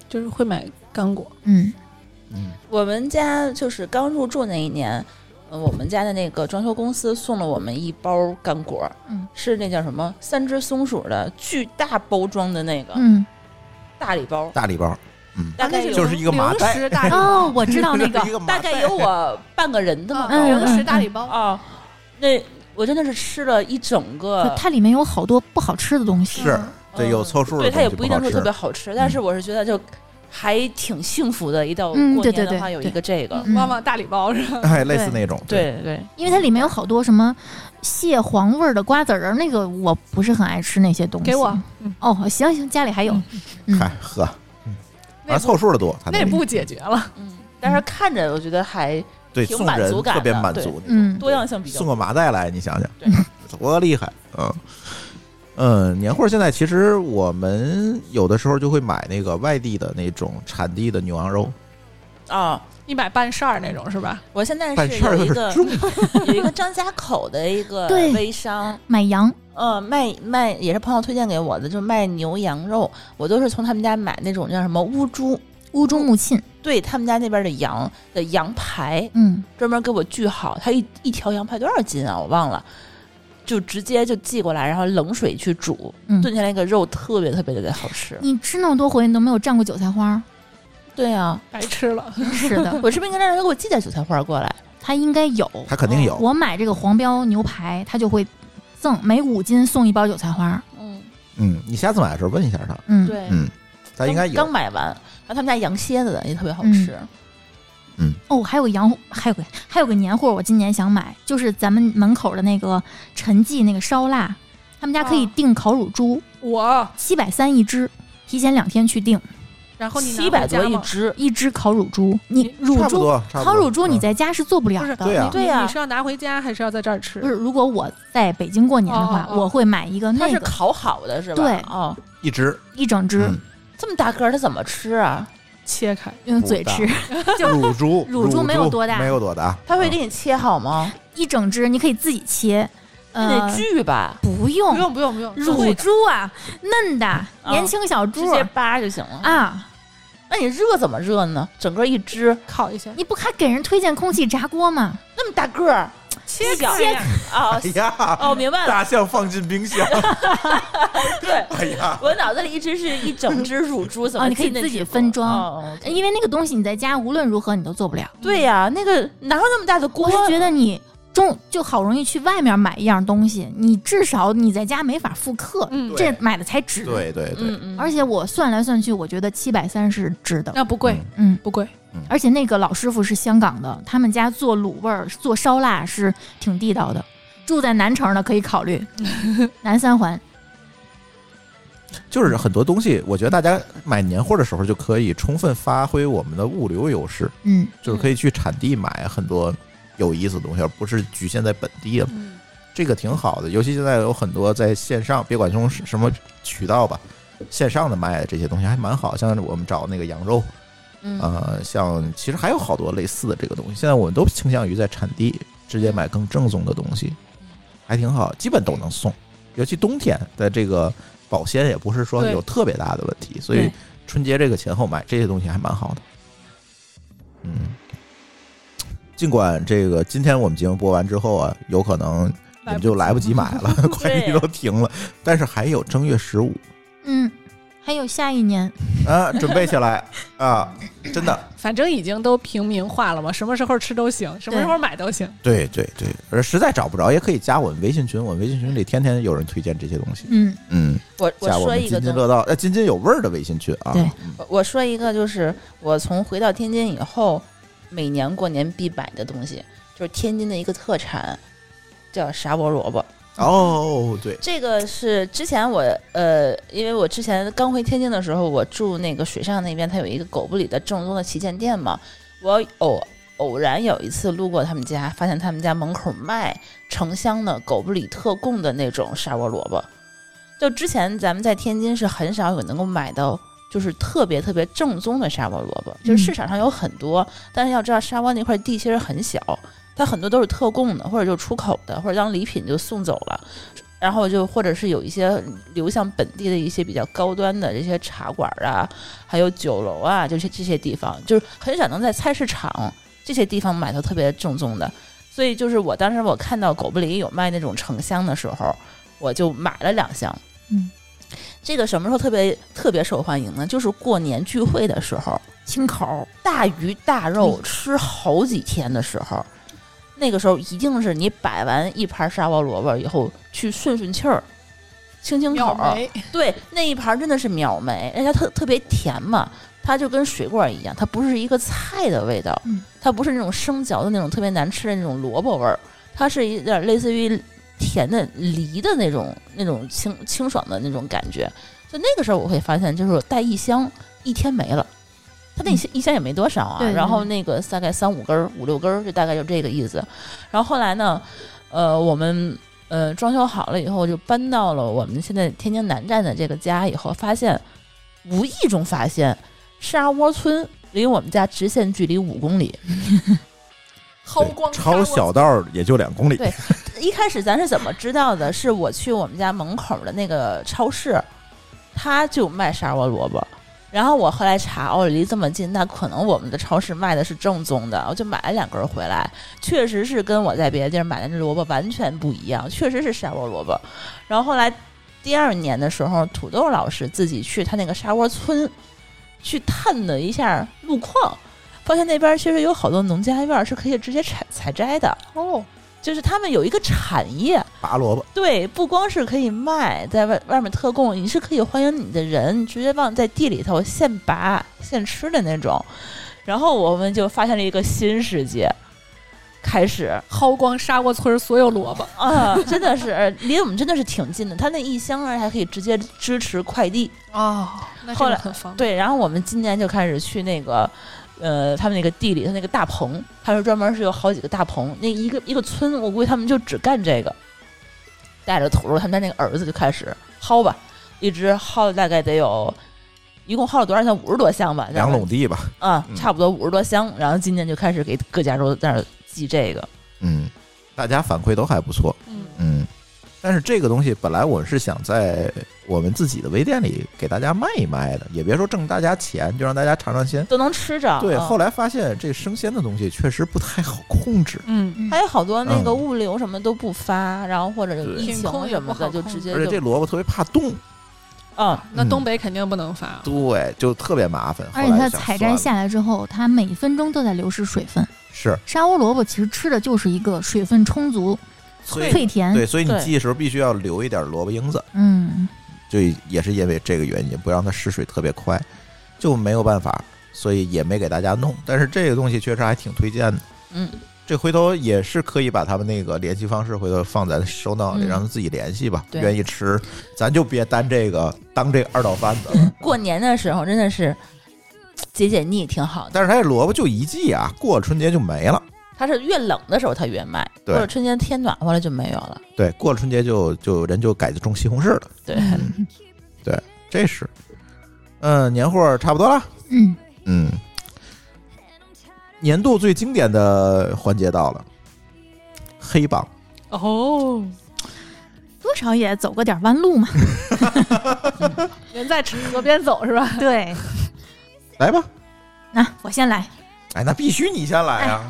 B: 就是会买干果。
C: 嗯
A: 嗯，
D: 我们家就是刚入住那一年，呃，我们家的那个装修公司送了我们一包干果，
C: 嗯，
D: 是那叫什么三只松鼠的巨大包装的那个、
C: 嗯。啊
D: 大礼包，
A: 大礼包，
D: 大概有
A: 就是一个麻袋
B: 啊零食 大礼包，
C: 哦，我知 道 那
A: 一
C: 个，
A: 个麻
D: 大概有我半个人的
B: 啊
D: 嘛，
C: 嗯
B: 零食大礼包。
D: 啊，那我真的是吃了一整个，
C: 它里面有好多不好吃的东西。
A: 是
B: 嗯，
A: 对，有凑数的
D: 对它也
A: 东西
D: 一定
A: 好
D: 是特
A: 吃
D: 别好吃，但是我是觉得就还挺幸福的，一到过
C: 嗯
D: 年
C: 对对
D: 的话
C: 对
D: 有一
C: 对
D: 个这个，
C: 嗯
B: 旺旺大礼 包是吧？
A: 哎，类似
C: 对
A: 那种，
D: 对对，
C: 因为它里面有好多什么蟹黄味儿的瓜子仁儿，那个我不是很爱吃那些东西。
B: 给我，嗯
C: 哦，行行，家里还有，嗯
A: 嗨呵，
B: 那
A: 反正啊凑数的多，他
B: 那
A: 个
B: 不解决了，
D: 嗯，但是看着我觉得还
A: 对
D: 挺
A: 送
D: 满
A: 人
D: 足感
A: 特别
D: 的
A: 满
D: 对
A: 足，
C: 嗯，
D: 多样性比较
A: 送个麻袋来，你想想
D: 对，
A: 多厉害嗯。嗯，年货现在其实我们有的时候就会买那个外地的那种产地的牛羊肉，
D: 啊。
B: 你买半扇儿那种是吧？
D: 我现在
A: 办
D: 是
A: 事儿
D: 有
A: 有
D: 一
A: 点
D: 个
A: 重
D: 有一个张家口的一个
C: 对
D: 微商，
C: 买羊，
D: 呃，卖卖也是朋友推荐给我的，就是卖牛羊肉，我都是从他们家买那种叫什么乌猪，
C: 乌
B: 嗯
C: 珠穆沁，
D: 对他们家那边的羊的羊排，
C: 嗯，
D: 专门给我锯好，它一一条羊排多少斤啊？我忘了。就直接就寄过来，然后冷水去煮，
C: 嗯
D: 炖下来那个肉特别特别的好 吃。
C: 你吃那么多回，你都没有蘸过韭菜花 儿？
D: 对啊，
B: 白吃了，
C: 是的，
D: 我是不是应该让人给我寄点韭菜花过来？
C: 它应该有。
A: 他肯
D: 嗯
A: 定有。
C: 我买这个黄标牛排，它就会赠每五斤送一包韭菜花儿。
D: 嗯，
A: 嗯，你下次买的时候问一下他，
C: 嗯，，
D: 对，
A: 嗯，他应该
D: 刚
A: 有
D: 刚。买完，然后他们家羊蝎子也特别好
C: 嗯
D: 吃。
C: 哦，还有个羊，还有个还有个年货，我今年想买，就是咱们门口的那个陈记那个烧腊，他们家可以
B: 哦
C: 订烤乳猪，
B: 我
C: 七百三一只，提前两天去订
B: 然后你拿
D: 七百
B: 回家
D: 多一
B: 吗
D: 只，
C: 一只烤乳猪。你乳
A: 差不
C: 猪
A: 多，差不多
C: 烤乳猪你
A: 嗯
C: 在家是做不了
B: 不是
C: 的，
A: 对啊
B: 你
D: 对呀
B: 你是要拿回家还是要在这儿吃
C: 不？是，如果我在北京过年的话，
B: 哦哦哦
C: 我会买一个
D: 它
C: 那个
D: 是烤好的是吧？
C: 对
D: 哦，
A: 一只
C: 一整只，
A: 嗯
D: 这么大个儿，它怎么吃啊？
B: 切开，
C: 用
A: 不
C: 嘴
A: 大
C: 吃，
A: 乳猪，
C: 乳猪没有多大
A: 没有多大，
D: 它会
A: 嗯
D: 给你切好吗？
C: 一整只你可以自己切，
D: 那得
C: 呃，
D: 锯吧，
C: 不
B: 不
C: 用
B: 用不用不用，
C: 乳猪啊，嫩的年轻小
D: 直
C: 猪
D: 接扒就行了。
C: 啊，
D: 啊那你热怎么热呢？整个一只
B: 烤一下，
C: 你不还给人推荐空气炸锅吗？
D: 那么大个儿
B: 切
D: 小
B: 开呀
D: 啊
A: 哎！ 呀，
D: 哦，明白了，
A: 大象放进冰 箱，
D: 对。
A: 哎呀，
D: 我脑子里一直是一整只乳猪，怎
C: 哦
D: 么
C: 你可以
D: 进得
C: 自己
D: 去
C: 分装
D: 哦
C: 呃
D: 哦
C: 因为那个东西你在家无论如何你都做不了。
D: 对呀，那个哪有那么大的锅
C: 我是？觉得你中就好容易去外面买一样东西，你至少你在家没法复刻，
B: 嗯，
A: 对
C: 这买的才值。
A: 对对对，
D: 嗯嗯，
C: 而且我算来算去，我觉得七百三是值的。
B: 那不贵，
C: 嗯，
B: 不贵，
C: 而且那个老师傅是香港的，他们家做卤味儿、做烧腊是挺地道的。住在南城的可以考虑，
A: 嗯
C: 南三环。
A: 就是很多东西，我觉得大家买年货的时候就可以充分发挥我们的物流优势，
C: 嗯，
A: 就是可以去产地买很多有意思的东西，而不是局限在本地了。
B: 嗯，
A: 这个挺好的，尤其现在有很多在线上，别管从什么渠道吧，线上的卖的这些东西还蛮好。像我们找那个羊肉，
D: 嗯
A: 呃，像其实还有好多类似的这个东西，现在我们都倾向于在产地直接买更正宗的东西，还挺好，基本都能送。尤其冬天的这个保鲜也不是说
B: 对
A: 有特别大的问题，所以
C: 对
A: 春节这个前后买这些东西还蛮好的。嗯，尽管这个今天我们节目播完之后啊，有可能你们就来不及买了， 快递都停了，但是还有正月十五
C: 嗯，还有下一年，
A: 啊，准备起来啊，真的。
B: 反正已经都平民化了嘛，什么时候吃都行，什么时候买都行。
A: 对对对，而实在找不着，也可以加我们微信群，我们微信群里天天有人推荐这些东西。
C: 嗯，
A: 嗯，
D: 我我
A: 加我
D: 说
A: 们
D: 一
A: 津
D: 个
A: 津
D: 东
A: 乐道，呃，津津有味儿的微信群啊。
C: 对
A: 嗯
D: 我我说一个，就是我从回到天津以后，每年过年必买的东西，就是天津的一个特产，叫沙窝萝卜。
A: 哦，对，
D: 这个是之前我呃，因为我之前刚回天津的时候，我住那个水上那边，它有一个狗不理的正宗的旗舰店嘛。我偶偶然有一次路过他们家，发现他们家门口卖成箱的狗不理特供的那种沙窝萝卜。就之前咱们在天津是很少有能够买到，就是特别特别正宗的沙窝萝卜，就是市场上有很多，但是要知道沙窝那块地其实很小，它很多都是特供的，或者就出口的，或者当礼品就送走了。然后就或者是有一些流向本地的一些比较高端的这些茶馆啊，还有酒楼啊，这些这些地方，就是很少能在菜市场这些地方买到特别正宗的。所以就是我当时我看到狗不理有卖那种成箱的时候，我就买了两箱。
C: 嗯，
D: 这个什么时候特别特别受欢迎呢？就是过年聚会的时候，
C: 清口，嗯
D: 大鱼大肉吃好几天的时候，那个时候一定是你摆完一盘沙包萝卜以后，去顺顺气儿，清清口
B: 秒
D: 儿。
B: 没，
D: 对，那一盘真的是秒没，而且它特特别甜嘛，它就跟水果一样，它不是一个菜的味道，
C: 嗯
D: 它不是那种生嚼的那种特别难吃的那种萝卜味儿，它是有点类似于甜的梨的那种那种清清爽的那种感觉。就那个时候我会发现，就是我带一箱一天没了。它那一箱一箱也没多少啊，
C: 对对
D: 然后
C: 对
D: 那个大概三五根儿、五六根儿，就大概就这个意思。然后后来呢，呃，我们呃装修好了以后，就搬到了我们现在天津南站的这个家以后，发现无意中发现沙窝村离我们家直线距离五公里。
B: 薅光
A: 超小道儿也就两公里。
D: 对一开始咱是怎么知道的？是我去我们家门口的那个超市，他就卖沙窝萝卜。然后我后来查，哦，离这么近，那可能我们的超市卖的是正宗的，我就买了两根儿回来，确实是跟我在别的地儿买的那萝卜完全不一样，确实是沙窝萝卜。然后后来第二年的时候，土豆老师自己去他那个沙窝村去探了一下路况，发现那边其实有好多农家院儿是可以直接采采摘的，
B: 哦，
D: 就是他们有一个产业，
A: 拔萝卜，
D: 对，不光是可以卖，在外外面特供，你是可以欢迎你的人直接往在地里头现拔现吃的那种。然后我们就发现了一个新世界，开始
B: 薅光沙窝村所有萝卜，
D: 啊，真的是离我们真的是挺近的。他那一箱啊还可以直接支持快递，
B: 哦，那
D: 后
B: 真
D: 来
B: 的很方便。
D: 对，然后我们今年就开始去那个，呃，他们那个地里，他那个大棚，他是专门是有好几个大棚，那一个一个村，我估计他们就只干这个。带着土豆，他们家那个儿子就开始薅吧，一直薅了大概得有，一共薅了多少箱？五十多箱吧，
A: 两垄地吧。
D: 啊，
A: 嗯
D: 差不多五十多箱。然后今年就开始给各家都在那儿寄这个，
A: 嗯，大家反馈都还不错。
B: 嗯，
A: 嗯，但是这个东西本来我是想在我们自己的微店里给大家卖一卖的，也别说挣大家钱，就让大家尝尝鲜。
D: 都能吃着。
A: 对，
D: 嗯
A: 后来发现这生鲜的东西确实不太好控制，
B: 嗯，
D: 还有好多那个
A: 嗯
D: 物流什么都不发，然后或者有
A: 对
D: 疫
B: 天
D: 情
B: 空也
D: 什
B: 不
D: 么的，
B: 好
D: 就
B: 控
D: 直
B: 制
D: 接
A: 而且这
D: 就
A: 萝卜特别怕冻，
D: 嗯，
B: 那
A: 嗯
B: 东北肯定不能发，啊
A: 对，就特别麻烦。
C: 而且
A: 后
C: 它
A: 来就想
C: 采摘
A: 算了
C: 下来之后，它每分钟都在流失水分。
A: 是
C: 沙窝萝卜其实吃的就是一个水分充足、
A: 所以
C: 脆甜。
A: 对，所以你
D: 对
A: 记的时候必须要留一点萝卜缨子，
C: 嗯，
A: 就也是因为这个原因，不让它失水特别快，就没有办法，所以也没给大家弄。但是这个东西确实还挺推荐的，
D: 嗯，
A: 这回头也是可以把他们那个联系方式回头放在收 note 里，
D: 嗯
A: 让他自己联系吧。
D: 对
A: 愿意吃，咱就别担这个当这个二道贩子了。
D: 过年的时候真的是解解腻挺好的。
A: 但是它这萝卜就一季啊，过了春节就没了。
D: 它是越冷的时候它越卖，
A: 对
D: 或者春天天暖和了就没有了。
A: 对，过了春节就就人就改种西红柿了，
D: 对，
C: 嗯
A: 这是。嗯，年货差不多了。
C: 嗯，
A: 嗯，年度最经典的环节到了，黑榜。
B: 哦，
C: 多少也走过点弯路嘛。
B: 人在河边走是吧？
C: 对，
A: 来吧，
C: 那我先来。
A: 哎，那必须你先来啊！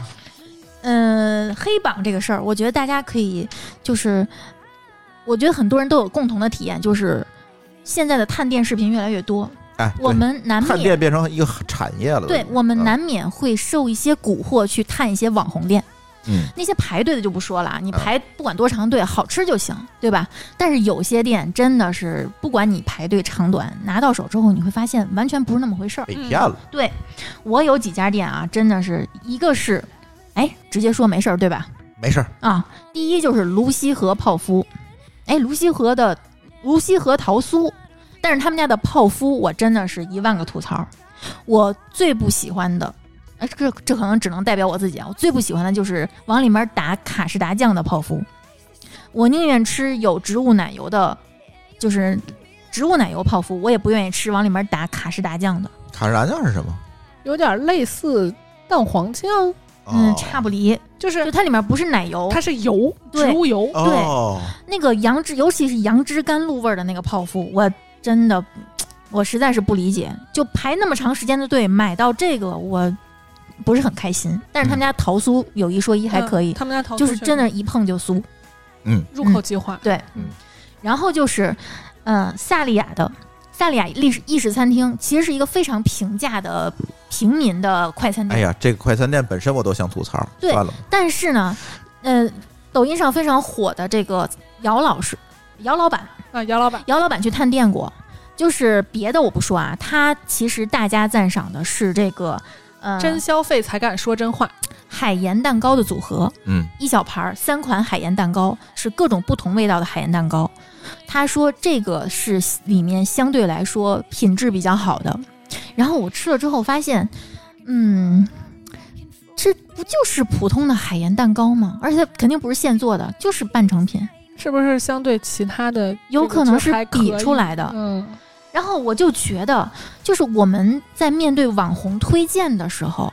C: 嗯，黑榜这个事儿，我觉得大家可以就是，我觉得很多人都有共同的体验，就是现在的探店视频越来越多，
A: 哎，对
C: 我们难
A: 探
C: 免
A: 店变成一个产业了。
C: 对
A: 都
C: 我们
A: 嗯
C: 难免会受一些蛊惑去探一些网红店。
A: 嗯
C: 那些排队的就不说了啊，你
A: 嗯
C: 排不管多长队，好吃就行，对吧？但是有些店真的是，不管你排队长短，拿到手之后，你会发现完全不是那么回事儿。
A: 被骗了。
C: 对我有几家店啊，真的是一个是，哎，直接说没事儿，对吧？
A: 没事儿，
C: 啊，第一就是泸溪河泡芙，哎，泸溪河的泸溪河桃酥，但是他们家的泡芙我真的是一万个吐槽。我最不喜欢的，呃，这这可能只能代表我自己啊，我最不喜欢的就是往里面打卡士达酱的泡芙，我宁愿吃有植物奶油的，就是植物奶油泡芙，我也不愿意吃往里面打卡士达酱的。
A: 卡士达酱是什么？
B: 有点类似蛋黄酱，
C: 嗯，
A: 哦
C: 差不离，
B: 就是
C: 就它里面不是奶油，
B: 它是油，
C: 哦对
B: 植物油。
C: 对
A: 哦，
C: 那个杨枝，尤其是杨枝甘露味儿的那个泡芙，我真的，我实在是不理解，就排那么长时间的队买到这个，我不是很开心。但
A: 嗯
C: 是他们家桃酥有一说一还可以，
B: 他们家嗯桃酥
C: 就是真的
B: 确
C: 一碰就酥。
A: 嗯，
B: 实入口即化。
C: 对，
A: 嗯
C: 然后就是，呃，萨莉亚的萨莉亚历史意式餐厅，其实是一个非常平价的平民的快餐
A: 哎
C: 店，
A: 呀，这个快餐店本身我都想吐槽，
C: 对
A: 算了，
C: 但是呢，呃，抖音上非常火的这个姚老师，姚老板。
B: 啊，姚老板，
C: 姚老板去探店过，就是别的我不说啊，他其实大家赞赏的是这个呃
B: 真消费才敢说真话。
C: 海盐蛋糕的组合，
A: 嗯，
C: 一小盘儿三款海盐蛋糕，是各种不同味道的海盐蛋糕。他说这个是里面相对来说品质比较好的。然后我吃了之后发现，嗯，这不就是普通的海盐蛋糕吗？而且它肯定不是现做的，就是半成品，
B: 是不是相对其他的
C: 有可能是
B: 还可以
C: 比出来的。
B: 嗯，
C: 然后我就觉得，就是我们在面对网红推荐的时候，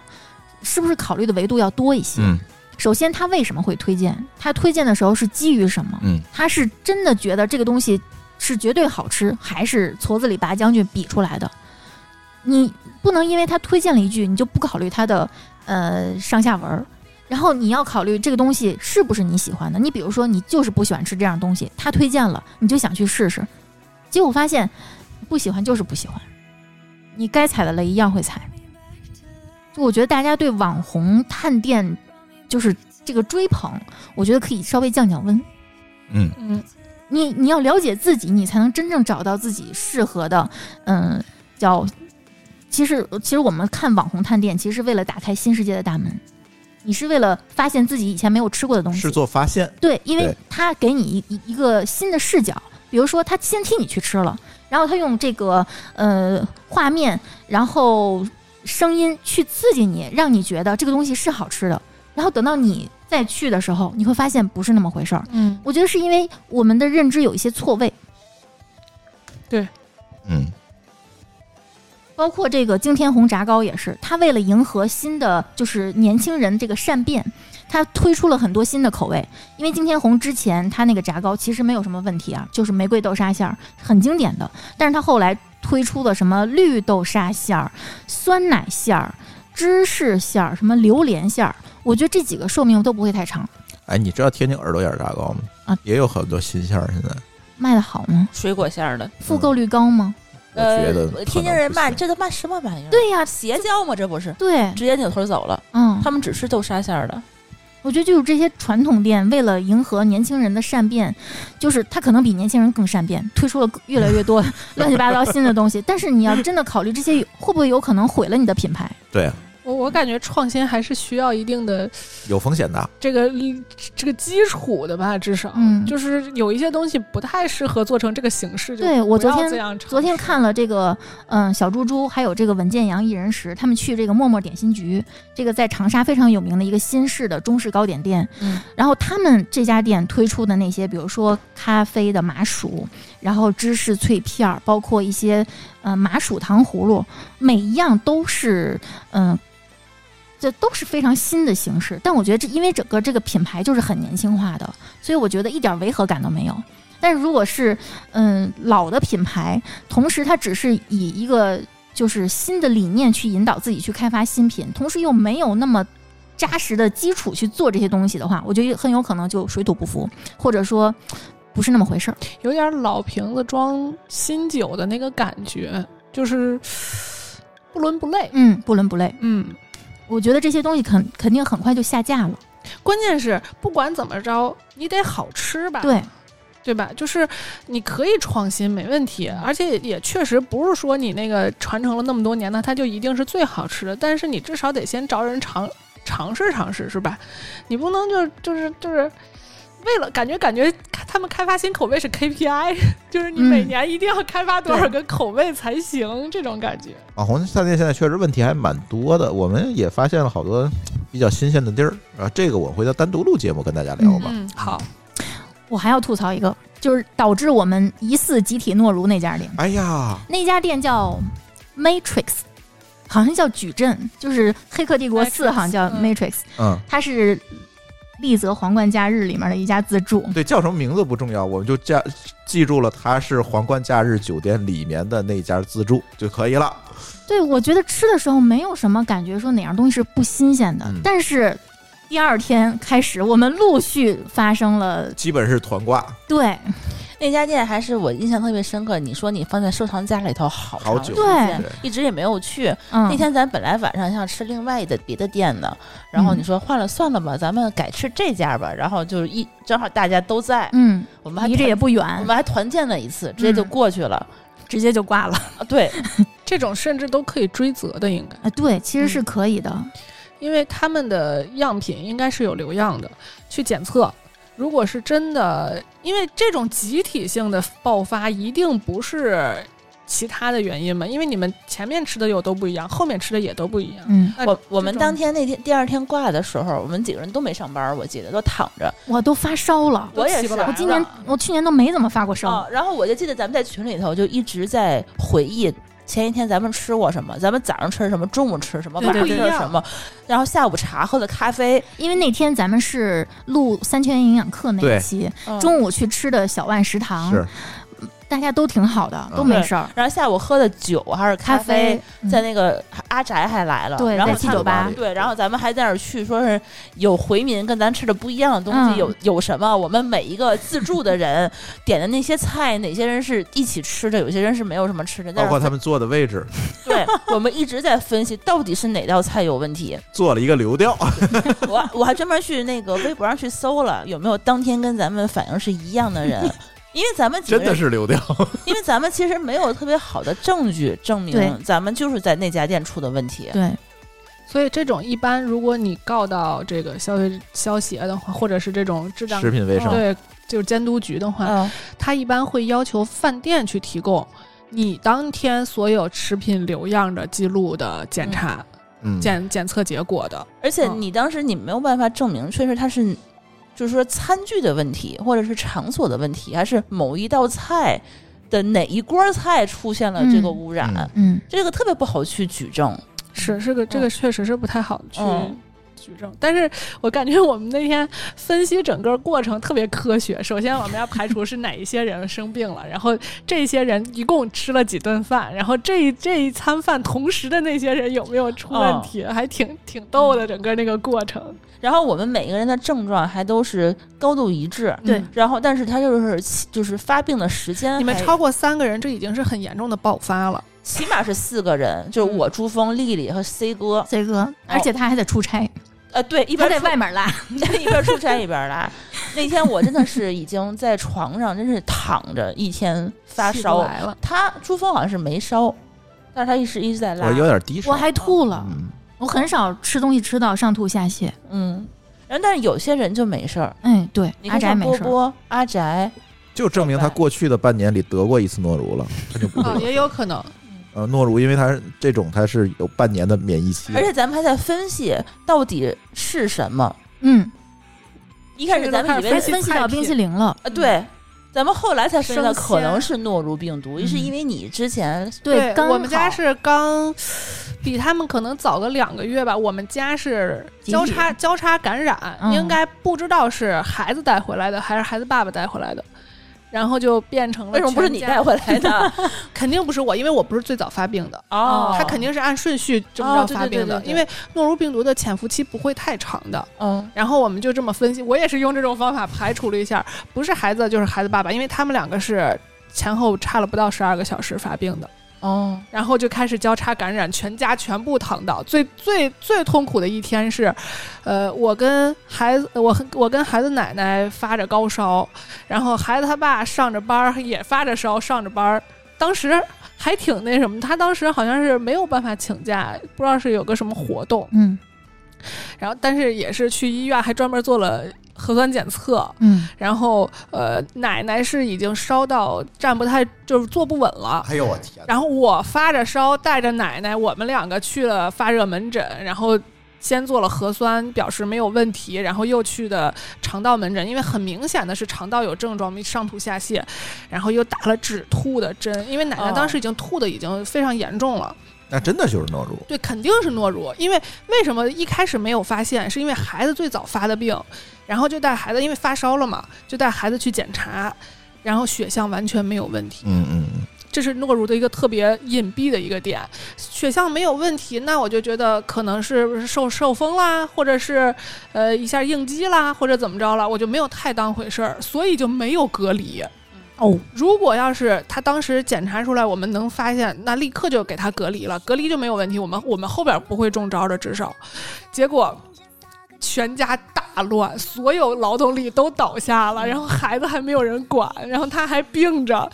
C: 是不是考虑的维度要多一些？
A: 嗯
C: 首先，他为什么会推荐？他推荐的时候是基于什么？
A: 嗯，
C: 他是真的觉得这个东西是绝对好吃，还是矬子里拔将军比出来的？你不能因为他推荐了一句，你就不考虑他的呃上下文儿。然后你要考虑这个东西是不是你喜欢的。你比如说，你就是不喜欢吃这样东西，他推荐了，你就想去试试，结果发现不喜欢就是不喜欢，你该踩的雷一样会踩。就我觉得大家对网红探店就是这个追捧，我觉得可以稍微降降温。
A: 嗯，
B: 嗯，
C: 你你要了解自己，你才能真正找到自己适合的，嗯，叫。其实，其实我们看网红探店，其实是为了打开新世界的大门。你是为了发现自己以前没有吃过的东西，
A: 是做发现，
C: 对，因为
A: 对
C: 他给你一一一个新的视角，比如说他先替你去吃了，然后他用这个呃画面，然后声音去刺激你，让你觉得这个东西是好吃的，然后等到你再去的时候，你会发现不是那么回事儿。
B: 嗯，
C: 我觉得是因为我们的认知有一些错位，
A: 嗯，
C: 包括这个惊天红炸糕也是，他为了迎合新的就是年轻人这个善变，他推出了很多新的口味。因为惊天红之前他那个炸糕其实没有什么问题啊，就是玫瑰豆沙馅儿很经典的，但是他后来推出了什么绿豆沙馅儿、酸奶馅儿、芝士馅儿、什么榴莲馅儿，我觉得这几个寿命都不会太长，
A: 哎，你知道天津耳朵眼炸糕吗？
C: 啊，
A: 也有很多新馅儿，现在
C: 卖得好吗？
E: 水果馅儿的，
C: 复购率高吗？
A: 我觉得
E: 呃、
A: 可
E: 天津
A: 能
E: 人
A: 不
E: 卖
A: 行
E: 这都卖什么玩意儿？，
C: 对呀、
E: 邪教吗？这不是，
C: 对，
E: 直接扭头走了。
C: 嗯，嗯，
D: 他们只吃豆沙馅儿的，
C: 我觉得就是这些传统店为了迎合年轻人的善变，就是他可能比年轻人更善变，推出了更越来越多 乱七八糟新的东西。但是你要真的考虑这些有会不会有可能毁了你的品牌？
A: 对，
B: 我我感觉创新还是需要一定的
A: 有风险的，
B: 这个这个基础的吧，至少，
C: 嗯
B: 就是有一些东西不太适合做成这个形式。就
C: 对我
B: 不要
C: 昨天
B: 这样尝试
C: 昨天看了这个，嗯，小猪猪还有这个文建阳一人食，他们去这个默默点心局，这个在长沙非常有名的一个新式的中式糕点店。
D: 嗯，
C: 然后他们这家店推出的那些，比如说咖啡的麻薯，然后芝士脆片儿，包括一些呃麻薯糖葫芦，每一样都是嗯。这都是非常新的形式，但我觉得这因为整个这个品牌就是很年轻化的，所以我觉得一点违和感都没有。但是如果是嗯老的品牌，同时它只是以一个就是新的理念去引导自己去开发新品，同时又没有那么扎实的基础去做这些东西的话，我觉得很有可能就水土不服，或者说不是那么回事儿。
B: 有点老瓶子装新酒的那个感觉，就是不伦不类。
C: 嗯，不伦不类。
B: 嗯，
C: 我觉得这些东西肯肯定很快就下架了。
B: 关键是不管怎么着，你得好吃吧？
C: 对，
B: 对吧？就是你可以创新，没问题，
C: 嗯
B: 而且也确实不是说你那个传承了那么多年的，它就一定是最好吃的。但是你至少得先找人尝尝试尝试，是吧？你不能就就是就是为了感觉感觉他们开发新口味是 KPI，就是 你
C: 嗯
B: 每年一定要开发多少
C: 对
B: 个口味才行，这种感觉。
A: 网红饭店现在确实问题还蛮多的，我们也发现了好多比较新鲜的地儿啊。这个我回头单独录节目跟大家聊吧。
B: 嗯，好，
C: 我还要吐槽一个，就是导致我们疑似集体诺如那家店。
A: 哎呀，
C: 那家店叫 Matrix，好像叫矩阵，就是《黑客帝国四》，
B: Matrix，
C: 好像叫
B: 嗯
C: Matrix，、
A: 嗯，
C: 它是丽泽皇冠假日里面的一家自助。
A: 对，叫什么名字不重要，我们就加记住了，它是皇冠假日酒店里面的那家自助就可以了。
C: 对，我觉得吃的时候没有什么感觉，说哪样东西是不新鲜的。
A: 嗯
C: 但是第二天开始，我们陆续发生了
A: 基本是团挂，
C: 对
D: 那家店还是我印象特别深刻。你说你放在收藏夹里头好
A: 好
D: 长
A: 久
D: 时
C: 对
D: 间，一直也没有去。
C: 嗯
D: 那天咱本来晚上要吃另外的别的店的，然后
C: 嗯
D: 你说换了算了吧，咱们改吃这家吧。然后就是一正好大家都在，
C: 嗯，
D: 我们还
C: 离着也不
D: 团我
C: 远，
D: 们还团建了一次，直接就
C: 嗯
D: 过去了。
C: 直接就挂了。
D: 啊，对，
B: 这种甚至都可以追责的，应该。
C: 啊，对，其实是可以的。
B: 因为他们的样品应该是有留样的，去检测。如果是真的，因为这种集体性的爆发一定不是其他的原因嘛，因为你们前面吃的有都不一样，后面吃的也都不一样。
C: 嗯，
B: 那
D: 我我们
B: 这种
D: 当天那天第二天挂的时候，我们几个人都没上班，我记得都躺着。
C: 我都发烧了。
B: 都
D: 我也
B: 起不
D: 是，啊
B: 来
C: 我今年
D: 然后
C: 我去年都没怎么发过烧。
D: 哦，然后我就记得咱们在群里头就一直在回忆前一天咱们吃过什么，咱们早上吃什么，中午吃什么，
B: 对
D: 晚上
B: 对
D: 吃
B: 对
D: 什么，然后下午茶喝的咖啡，
C: 因为那天咱们是录三全营养课那
A: 对
C: 一期，
D: 嗯
C: 中午去吃的小万食堂，
A: 是
C: 大家都挺好的，都
A: 嗯
C: 没事儿。
D: 然后下午喝的酒还是
C: 咖
D: 啡，
C: 啡嗯
D: 在那个阿宅还来了，
C: 对，
D: 然后
C: 在
D: 他
C: 七九八
A: 里，
D: 对，然后咱们还在那儿去，说是有回民跟咱吃的不一样的东西，
C: 嗯
D: 有有什么？我们每一个自助的人点的那些菜，哪些人是一起吃的，有些人是没有什么吃的。
A: 包
D: 但
A: 括
D: 是
A: 他们坐的位置，
D: 对我们一直在分析到底是哪道菜有问题。
A: 做了一个流调。
D: 我我还专门去那个微博上去搜了，有没有当天跟咱们反应是一样 的人。因为咱们几个
A: 真的
D: 人，
A: 是流调，
D: 因为咱们其实没有特别好的证据证
C: 对
D: 明咱们就是在那家店出的问题。
C: 对，
B: 所以这种一般，如果你告到这个消费消协的话，或者是这种质量
A: 食品卫生，
B: 对就是监督局的话，
D: 嗯，
B: 他一般会要求饭店去提供你当天所有食品留样的记录的检查、
A: 嗯，
B: 检检测结果的。
D: 而且
B: 嗯
D: 你当时你没有办法证明，确实它是，就是说餐具的问题，或者是场所的问题，还是某一道菜的哪一锅菜出现了这个
C: 嗯
D: 污染，
A: 嗯
C: 嗯，
D: 这个特别不好去举证。
B: 是是个这个确实是不太好去
D: 嗯
B: 举证，但是我感觉我们那天分析整个过程特别科学。首先我们要排除是哪一些人生病了，然后这些人一共吃了几顿饭，然后这一这一餐饭同时的那些人有没有出问题，还挺挺逗的整个那个过程。
D: 然后我们每个人的症状还都是高度一致，
C: 对
B: 嗯
D: 然后但是它就是起就是发病的时间还，
B: 你们超过三个人，这已经是很严重的爆发了。嗯
D: 起码是四个人，就是我、朱峰、丽丽和 C 哥，
C: C 哥，而且他还在出差，
D: 呃，对，一
C: 还
D: 边
C: 得
D: 出
C: 外面拉，
D: 一边出差一边拉。那天我真的是已经在床上，真是躺着一天发
B: 起不
D: 烧。
B: 来了，
D: 他珠峰好像是没烧，但是他一直一直在拉
A: 哦我。有点低烧
C: 我，还吐了。
A: 嗯，
C: 我很少吃东西吃到上吐下泻。
D: 嗯，然后但是有些人就没事儿。
C: 哎，对，
D: 你
C: 阿
D: 看
C: 宅
D: 像
C: 没
D: 波
C: 事儿。
D: 波、阿宅，
A: 就证明他过去的半年里得过一次诺如了，他就不得
B: 哦，
A: 了。
B: 也有可能。
A: 呃，诺如因为他这种他是有半年的免疫期的，
D: 而且咱们还在分析到底是什么。
C: 嗯，
D: 一开始咱们以为
C: 还
B: 分
D: 是
B: 析
C: 分析到冰淇淋了。
D: 啊，对，咱们后来才分析
B: 生
D: 到可能
B: 鲜
D: 是诺如病毒，
C: 嗯
D: 是因为你之前
B: 对，
C: 刚
B: 我们家
C: 好
B: 是刚比他们可能早个两个月吧。我们家是
C: 集
B: 交
C: 体
B: 叉交叉感染，
C: 嗯
B: 应该不知道是孩子带回来的还是孩子爸爸带回来的，然后就变成了
D: 为什么不是
B: 全
D: 你
B: 家
D: 带？回来的？
B: 肯定不是我，因为我不是最早发病的。
D: 哦
B: 他肯定是按顺序这
D: 哦
B: 么
D: 对
B: 着发
D: 对对
B: 病的，
D: 对对
B: 因为诺如病毒的潜伏期不会太长的。
D: 嗯
B: 然后我们就这么分析，我也是用这种方法排除了一下，不是孩子就是孩子爸爸，因为他们两个是前后差了不到十二个小时发病的，
D: 哦，
B: 然后就开始交叉感染，全家全部躺倒。最最最痛苦的一天是，呃，我跟孩子，我和我跟孩子奶奶发着高烧，然后孩子他爸上着班儿也发着烧，上着班儿，当时。还挺那什么，他当时好像是没有办法请假，不知道是有个什么活动，
C: 嗯
B: 然后但是也是去医院，还专门做了核酸检测。
C: 嗯，
B: 然后呃，奶奶是已经烧到站不太，就是坐不稳了。
A: 哎呦我天哪，
B: 然后我发着烧，带着奶奶，我们两个去了发热门诊，然后。先做了核酸，表示没有问题，然后又去的肠道门诊，因为很明显的是肠道有症状，上吐下泻，然后又打了止吐的针，因为奶奶
D: 哦
B: 当时已经吐的已经非常严重了。
A: 那真的就是诺如，
B: 对，肯定是诺如，因为为什么一开始没有发现，是因为孩子最早发的病，然后就带孩子，因为发烧了嘛，就带孩子去检查，然后血象完全没有问题，
A: 嗯嗯嗯，
B: 这是诺如的一个特别隐蔽的一个点，血象没有问题，那我就觉得可能是不是受受风啦，或者是呃一下应激啦，或者怎么着了，我就没有太当回事儿，所以就没有隔离。
C: 哦，
B: 如果要是他当时检查出来，我们能发现，那立刻就给他隔离了，隔离就没有问题，我们我们后边不会中招的，至少。结果全家大乱，所有劳动力都倒下了，然后孩子还没有人管，然后他还病着，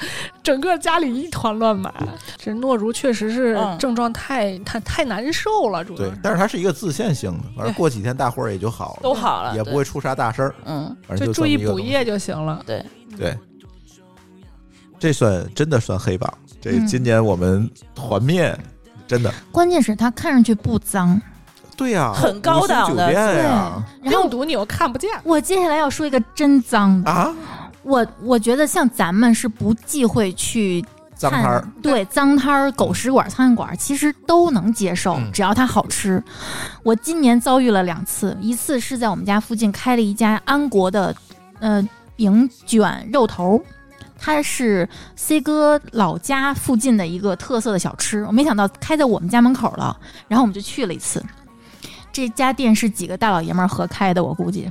B: 整个家里一团乱麻。这诺如确实是
D: 嗯
B: 症状太太太难受了，主要
A: 对
B: 是，
A: 但是它是一个自限性的，反正
B: 对
A: 过几天大伙儿也就好了，
D: 都好了，
A: 也
D: 对
A: 不会出啥大事儿，
D: 嗯，
A: 反正就
B: 就注意
A: 这么一个
B: 补
A: 东西
B: 液就行了。
D: 对，
A: 对，这算真的算黑榜，这
C: 嗯
A: 今年我们团灭，真的
C: 关键是它看上去不脏。
A: 对呀、
D: 很高档的
A: 五星酒店呀
C: 然后
B: 病毒你又看不见，
C: 我接下来要说一个真脏的，
A: 啊，
C: 我我觉得像咱们是不忌讳去
A: 脏摊儿
C: 看，对脏摊儿、狗食馆、苍蝇馆，其实都能接受
A: 嗯，
C: 只要它好吃。我今年遭遇了两次，一次是在我们家附近开了一家安国的，呃，饼卷肉头。它是 C 哥老家附近的一个特色的小吃，我没想到开在我们家门口了，然后我们就去了一次。这家店是几个大老爷们儿合开的，我估计。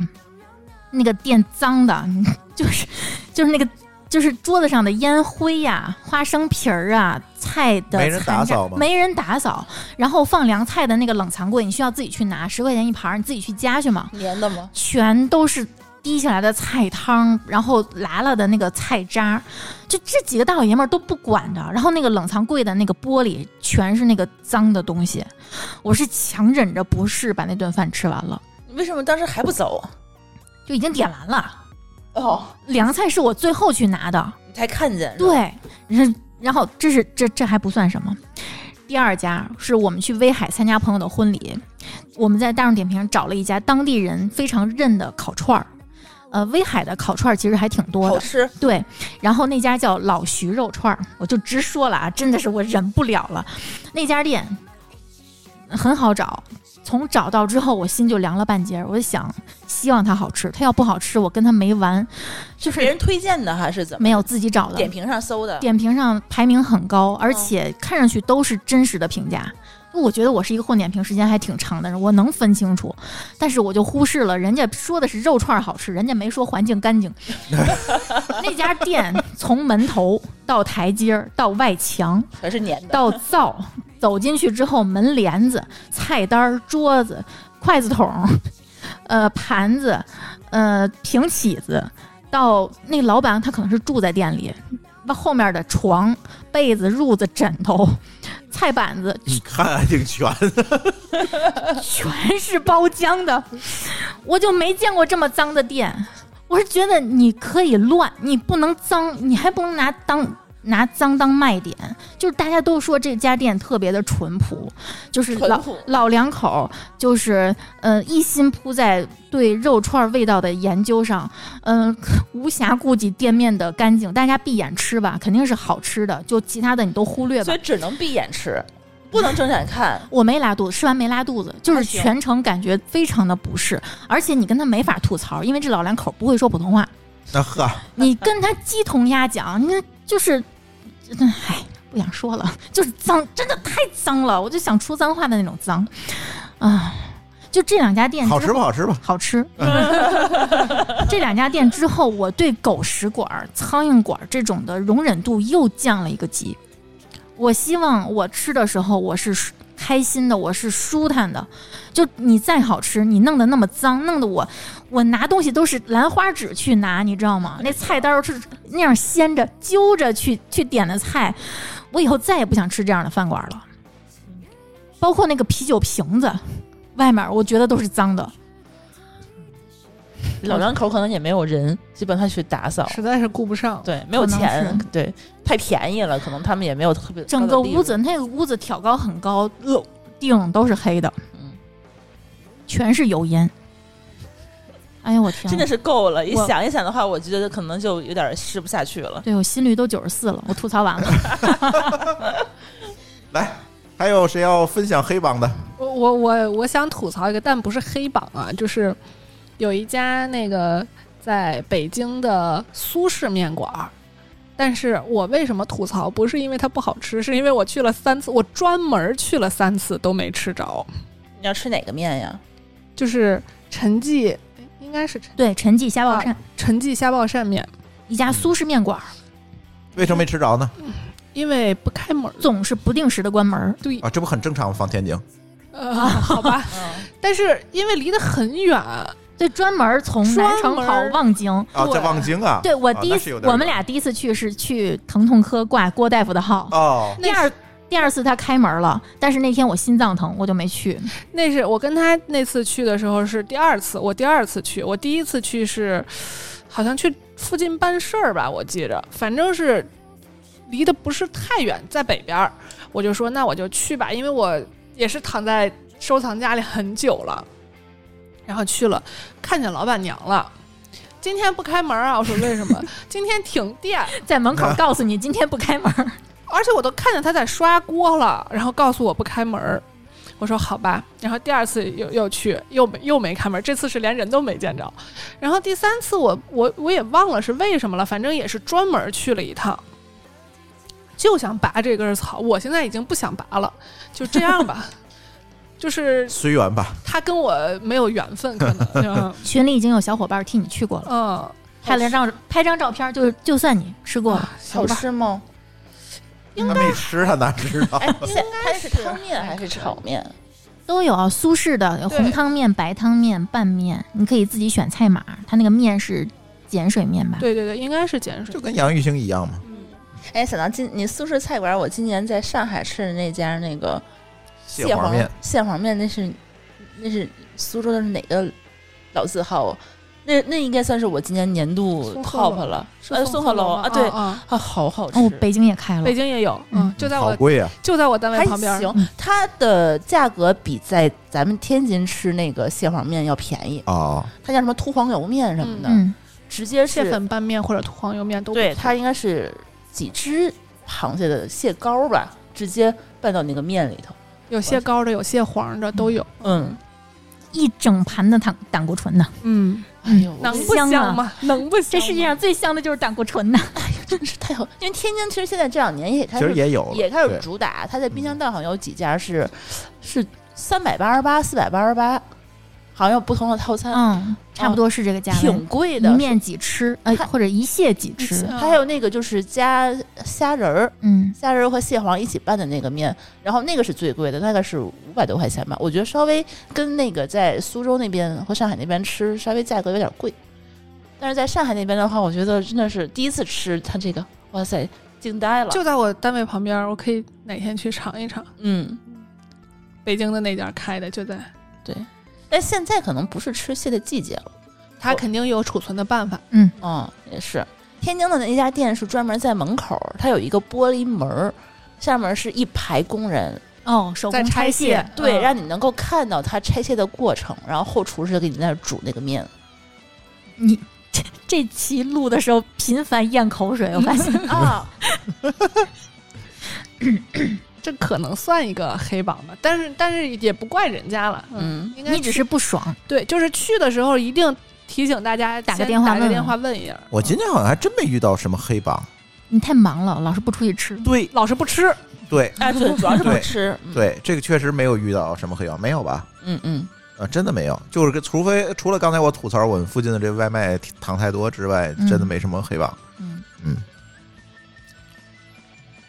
C: 那个店脏的， 就是就是那个就是桌子上的烟灰呀、花生皮儿啊、菜的
A: 没人打
C: 残渣
A: 扫吗
C: 没人打扫，然后放凉菜的那个冷藏柜，你需要自己去拿，十块钱一盘儿，你自己去夹去嘛，
D: 粘的吗？
C: 全都是。滴下来的菜汤，然后拉了的那个菜渣，就这几个大老爷们儿都不管的。然后那个冷藏柜的那个玻璃全是那个脏的东西，我是强忍着不适把那顿饭吃完了，
D: 你为什么当时还不走？啊
C: 就已经点完了。
D: 哦，
C: 凉菜是我最后去拿的，
D: 你才看见，，
C: 对，然然后这是这这还不算什么，第二家是我们去威海参加朋友的婚礼，我们在大众点评找了一家当地人非常认的烤串儿，呃，威海的烤串儿其实还挺多
D: 好
C: 的，
D: 吃，
C: 对，然后那家叫老徐肉串儿，我就直说了啊，真的是我忍不了了。那家店很好找，从找到之后我心就凉了半截儿，我就想希望它好吃，它要不好吃我跟它没完，就是
D: 别人推荐的还是怎么？
C: 没有自己找的，
D: 点评上搜的，
C: 点评上排名很高，而且看上去都是真实的评价。我觉得我是一个混点评时间还挺长的人，我能分清楚，但是我就忽视了人家说的是肉串好吃，人家没说环境干净。那家店从门头到台阶儿到外墙
D: 还是粘的，
C: 到灶，走进去之后门帘子、菜单儿、桌子、筷子桶，呃盘子，呃平起子，到那老板他可能是住在店里，那后面的床、被子、褥子、枕头、菜板子
A: 你看还挺全，
C: 全是包浆的，我就没见过这么脏的店。我是觉得你可以乱，你不能脏，你还不能拿当拿脏当卖点。就是大家都说这家店特别的淳朴，就是嗯老
E: 淳朴
C: 老两口就是呃一心扑在对肉串味道的研究上，嗯、 无暇顾及店面的干净。大家闭眼吃吧，肯定是好吃的，就其他的你都忽略吧
E: 所以。只能闭眼吃，不能睁眼看。
C: 我没拉肚子，吃完没拉肚子，就是
E: 还行
C: 全程感觉非常的不适，而且你跟他没法吐槽，因为这老两口不会说普通话，
A: 那呵，
C: 你跟他鸡同鸭讲，你就是，真的唉，不想说了，就是脏，真的太脏了，我就想出脏话的那种脏，啊，就这两家店
A: 好吃
C: 之
A: 不
C: 后？
A: 好吃吧？
C: 好吃。 这两家店之后，我对狗食馆儿、苍蝇馆儿这种的容忍度又降了一个级。我希望我吃的时候我是舒开心的，我是舒坦的。就你再好吃，你弄得那么脏，弄得我我拿东西都是兰花指去拿，你知道吗？那菜单儿是那样掀着、揪着去去点的菜，我以后再也不想吃这样的饭馆了。包括那个啤酒瓶子，外面我觉得都是脏的。
D: 老两口可能也没有人，基本上去打扫。
B: 实在是顾不上。
D: 对，没有
C: 可能
D: 钱
C: 是，
D: 对，太便宜了，可能他们也没有特别
C: 整
D: 高
C: 个
D: 的利
C: 屋
D: 润
C: 子那个屋子挑高很高，呃，腚都是黑的，
D: 嗯
C: 全是油烟。哎呦我天啊，
E: 真的是够了。一
C: 我
E: 想一想的话，我觉得可能就有点吃不下去了。
C: 啊对我心率都九十四了，我吐槽完了。
A: 来，还有谁要分享黑榜的？
B: 我我我我想吐槽一个，但不是黑榜啊，就是有一家那个在北京的苏式面馆儿。但是我为什么吐槽？不是因为它不好吃，是因为我去了三次，我专门去了三次都没吃着。
E: 你要吃哪个面呀？
B: 就是陈记，应该是陈
C: 对，陈记虾爆扇、
B: 陈记虾爆扇面，
C: 一家苏式面馆儿
A: 为什么没吃着呢？
B: 因为不开 门儿。
C: 总是不定时的关门儿，
B: 对，
A: 啊，这不很正常吗？放天津，
B: 呃，好吧，
E: 嗯，
B: 但是因为离得很远，
C: 对，专门儿从南城
B: 专
C: 跑
B: 门儿
C: 望京。
A: 啊，
B: 对
A: 在望京啊。
C: 对我
A: 啊
C: 第一
A: 那
C: 次
A: 是有，点
C: 我们
A: 远
C: 俩第一次去是去疼痛科挂郭大夫的号，
A: 哦，
C: 第二第二次他开门了，但是那天我心脏疼，我就没去。
B: 那是我跟他那次去的时候是第二次，我第二次去，我第一次去是好像去附近办事儿吧，我记着，反正是离得不是太远，在北边儿，我就说那我就去吧，因为我也是躺在收藏夹里很久了，然后去了，看见老板娘了。今天不开门啊！我说为什么？今天停电，
C: 在门
A: 啊
C: 口告诉你今天不开门儿，
B: 而且我都看见他在刷锅了，然后告诉我不开门儿。我说好吧，然后第二次又又去，又没又没开门儿，这次是连人都没见着。然后第三次我我我也忘了是为什么了，反正也是专门去了一趟，就想拔这根草。我现在已经不想拔了，就这样 吧。就是
A: 随缘吧。
B: 他跟我没有缘分，可 能嗯
C: 群里已经有小伙伴替你去过了。
B: 嗯，
C: 拍了张拍张照片，就就算你吃过了，
B: 行
D: 好
B: 吧，
D: 吃吗？
A: 那
C: 啊
A: 没吃他哪知道？
E: 哎，现它是
B: 是
E: 汤面还是炒面？
C: 都有啊。苏式的
B: 对
C: 红汤面、白汤面、拌面，你可以自己选菜码。它那个面是碱水面吧？
B: 对对对，应该是碱水
A: 就。跟杨钰莹一样嘛。
D: 哎，想到今你苏式菜馆，我今年在上海吃的那家那个
A: 蟹黄面，
D: 蟹黄面那是那是苏州的哪个老字号啊？那那应该算是我今年年度
B: 宋鹤
D: top
B: 楼
D: 了，
B: 是
D: 呃，
B: 宋
D: 宋
B: 鹤
D: 鹤楼
B: 楼
D: 啊，
B: 吗
D: 对，
B: 啊啊
D: 啊，好好吃。
C: 哦，北京也开了
B: 北。京也有，
C: 嗯
B: 嗯，就在
A: 好
B: 我
A: 贵呀！啊
B: 就在我单位
D: 还
B: 旁边儿，嗯
D: 行，它的价格比在咱们天津吃那个蟹黄面要便宜。
A: 哦，
D: 它叫什么秃黄油面什么的，
C: 嗯，
D: 直接
B: 蟹
D: 是
B: 粉拌面或者黄油面都不
D: 对，
B: 错
D: 它应该是几只螃蟹的蟹膏吧，直接拌到那个面里头。
B: 有蟹膏的，有蟹黄的，都有。
D: 嗯，
C: 一整盘的胆胆固醇呢，
B: 嗯，
D: 哎呦，
B: 能
D: 我
B: 不
C: 香啊
B: 香吗？能不香吗？
C: 这世界上最香的就是胆固醇呢。
D: 真是太好，因为天津其实现在这两年也
A: 其
D: 开
A: 实
D: 始
A: 也有了，
D: 也开始
A: 对嗯
D: 主打，它在滨江道上有几家是是三百八十八、四百八十八，好像有不同的套餐，
C: 嗯，差不多是这个价
D: 挺
C: 位，
D: 贵
C: 一
D: 的。
C: 面几吃，呃，
D: 它
C: 或者一蟹几
B: 嗯
C: 吃，
D: 还有那个就是加虾仁儿，
C: 嗯，
D: 虾仁儿和蟹黄一起拌的那个面，然后那个是最贵的，大概是五百多块钱吧。我觉得稍微跟那个在苏州那边和上海那边吃，稍微价格有点贵。但是在上海那边的话，我觉得真的是第一次吃它这个，哇塞，惊呆了！
B: 就在我单位旁边儿，我可以哪天去尝一尝
D: 嗯，
B: 北京的那家开的，就在
D: 但现在可能不是吃蟹的季节了。
B: 他
D: 我
B: 肯定有储存的办法。
D: 嗯，也是。天津的那家店是专门在门口儿，它有一个玻璃门儿，下面是一排工人，
C: 哦，手
B: 在
C: 工
B: 拆
C: 拆
B: 卸
C: 卸，
D: 对，
B: 嗯
D: 让你能够看到它拆卸的过程，然后后厨师给你在那儿煮那个 面。
C: 嗯你。这这期录的时候频繁咽口水，我发现
D: 啊，
B: 这可能算一个黑榜吧，但是但是也不怪人家了。嗯，
D: 嗯，
B: 应该
C: 你只
B: 去
C: 是不爽，
B: 对，就是去的时候一定提醒大家
C: 打个
B: 先
C: 电话
B: 打个
C: 问
B: 电
C: 问
B: 话问一下。嗯
A: 我今天好像还真没遇到什么黑榜。
C: 你太忙了，老是不出去吃。
A: 对
B: 老是不吃，
A: 对
E: 哎，对，主要是不
A: 对
E: 吃，
A: 对，这个确实没有遇到什么黑榜，没有吧？
D: 嗯嗯，
A: 啊，真的没有，就是跟除非除了刚才我吐槽我们附近的这外卖糖太多之外，
C: 嗯
A: 真的没什么黑榜。
C: 嗯，
A: 嗯，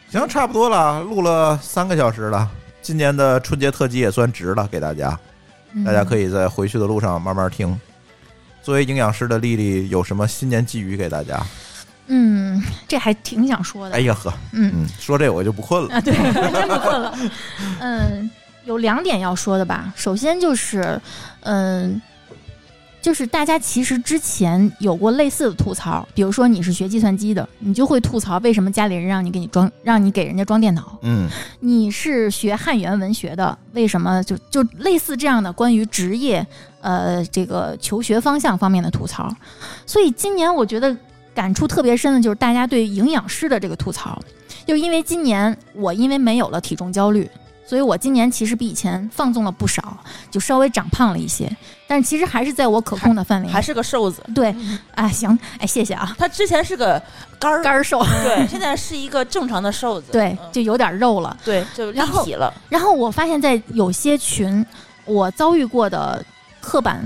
A: 行，差不多了，录了三个小时了，今年的春节特辑也算值了，给大家，大家可
C: 以，
A: 以在回去的路上慢慢听。作为营养师的丽丽有什么新年寄语给大家？
C: 嗯，这还挺想说
A: 哎
C: 的，
A: 呀呵，
C: 嗯
A: 嗯，说这我就不困了。
C: 啊，对， 真不困了。嗯，有两点要说的吧。首先就是，嗯。就是大家其实之前有过类似的吐槽，比如说你是学计算机的，你就会吐槽为什么家里人让你给你装，让你给人家装电脑；
A: 嗯
C: 你是学汉语言文学的，为什么就就类似这样的关于职业呃这个求学方向方面的吐槽？所以今年我觉得感触特别深的就是大家对营养师的这个吐槽，就因为今年我因为没有了体重焦虑。所以我今年其实比以前放纵了不少，就稍微长胖了一些，但是其实还是在我可控的范
D: 嗯
C: 围内。
E: 还是个瘦子。
C: 对，哎，行，哎，谢谢啊，
E: 他之前是个杆儿，
C: 肝儿瘦，
E: 对， 现在是一个正常的瘦子，
C: 对，
E: 嗯
C: 就有点肉了。
E: 对，就立
C: 然后
E: 体了。
C: 然后我发现，在有些群，我遭遇过的刻板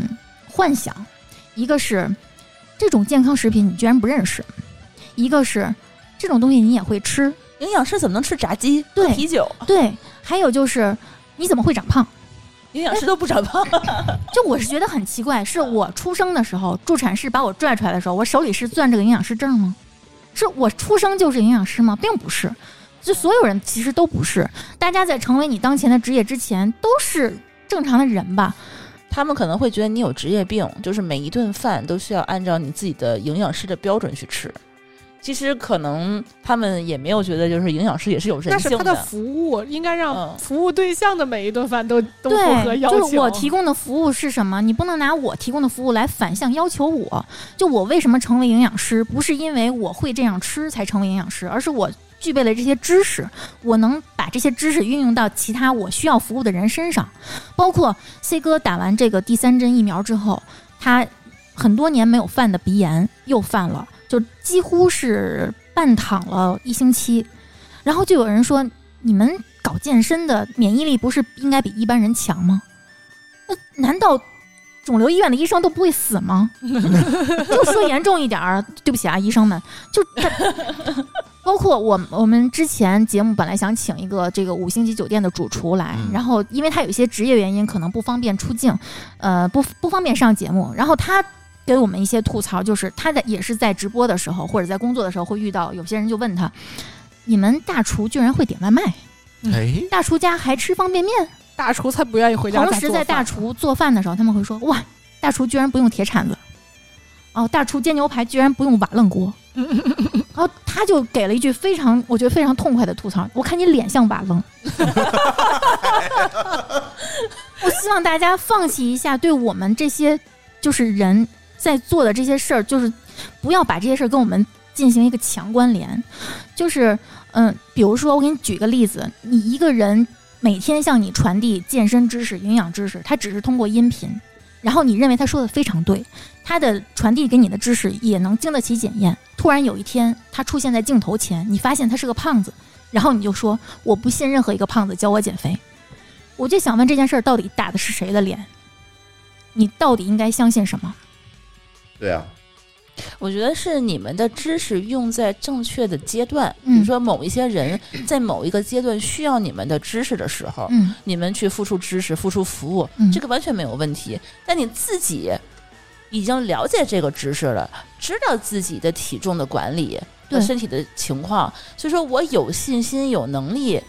C: 幻想，一个是这种健康食品你居然不认识，一个是这种东西你也会吃，
E: 营养师怎么能吃炸鸡、喝
C: 对
E: 啤酒？
D: 哎
C: 对，还有就是你怎么会长胖？
E: 营养师都不长胖，
C: 就我是觉得很奇怪，是我出生的时候，助产士把我拽出来的时候，我手里是攥着个营养师证吗？是我出生就是营养师吗？并不是，就所有人其实都不是。大家在成为你当前的职业之前，都是正常的人吧？
D: 他们可能会觉得你有职业病，就是每一顿饭都需要按照你自己的营养师的标准去吃。其实可能他们也没有觉得，就是营养师也是有人
B: 但是
D: 性
B: 他的服务应该让
D: 嗯
B: 服务对象的每一顿饭都都符合
C: 对，
B: 要
C: 就
B: 求。
C: 是我提供的服务是什么？你不能拿我提供的服务来反向要求我。就我为什么成为营养师，不是因为我会这样吃才成为营养师，而是我具备了这些知识，我能把这些知识运用到其他我需要服务的人身上。包括 C 哥打完这个第三针疫苗之后，他很多年没有犯的鼻炎又犯了，就几乎是半躺了一星期。然后就有人说，你们搞健身的免疫力不是应该比一般人强吗？那难道肿瘤医院的医生都不会死吗？就说严重一点儿，对不起啊，医生们，就他包括我我们之前节目本来想请一个这个五星级酒店的主厨来，
A: 嗯
C: 然后因为他有一些职业原因，可能不方便出镜，呃，不不方便上节目，然后他。给我们一些吐槽，就是他在也是在直播的时候或者在工作的时候会遇到有些人就问他，你们大厨居然会点外卖，
A: 哎，
C: 大厨家还吃方便面，
B: 大厨才不愿意回家再
C: 同
B: 做饭。
C: 时在大厨做饭的时候，他们会说：“哇，大厨居然不用铁铲子，哦，大厨煎牛排居然不用瓦 楞锅。”然后他就给了一句非常我觉得非常痛快的吐槽：“我看你脸像瓦 楞。”我希望大家放弃一下对我们这些就是人在做的这些事儿，就是不要把这些事儿跟我们进行一个强关联。就是嗯，比如说我给你举个例子，你一个人每天向你传递健身知识、营养知识，他只是通过音频，然后你认为他说的非常对，他的传递给你的知识也能经得起检验。突然有一天，他出现在镜头前，你发现他是个胖子，然后你就说我不信任何一个胖子教我减肥。我就想问这件事儿到底打的是谁的脸？你到底应该相信什么？
A: 对啊，
D: 我觉得是你们的知识用在正确的阶段，
C: 嗯
D: 比如说某一些人在某一个阶段需要你们的知识的时候，
C: 嗯，
D: 你们去付出知识、付出服务，
C: 嗯
D: 这个完全没有问题。但你自己已经了解这个知识了，知道自己的体重的管理和
C: 对
D: 身体的情况，所以说我有信心、有能力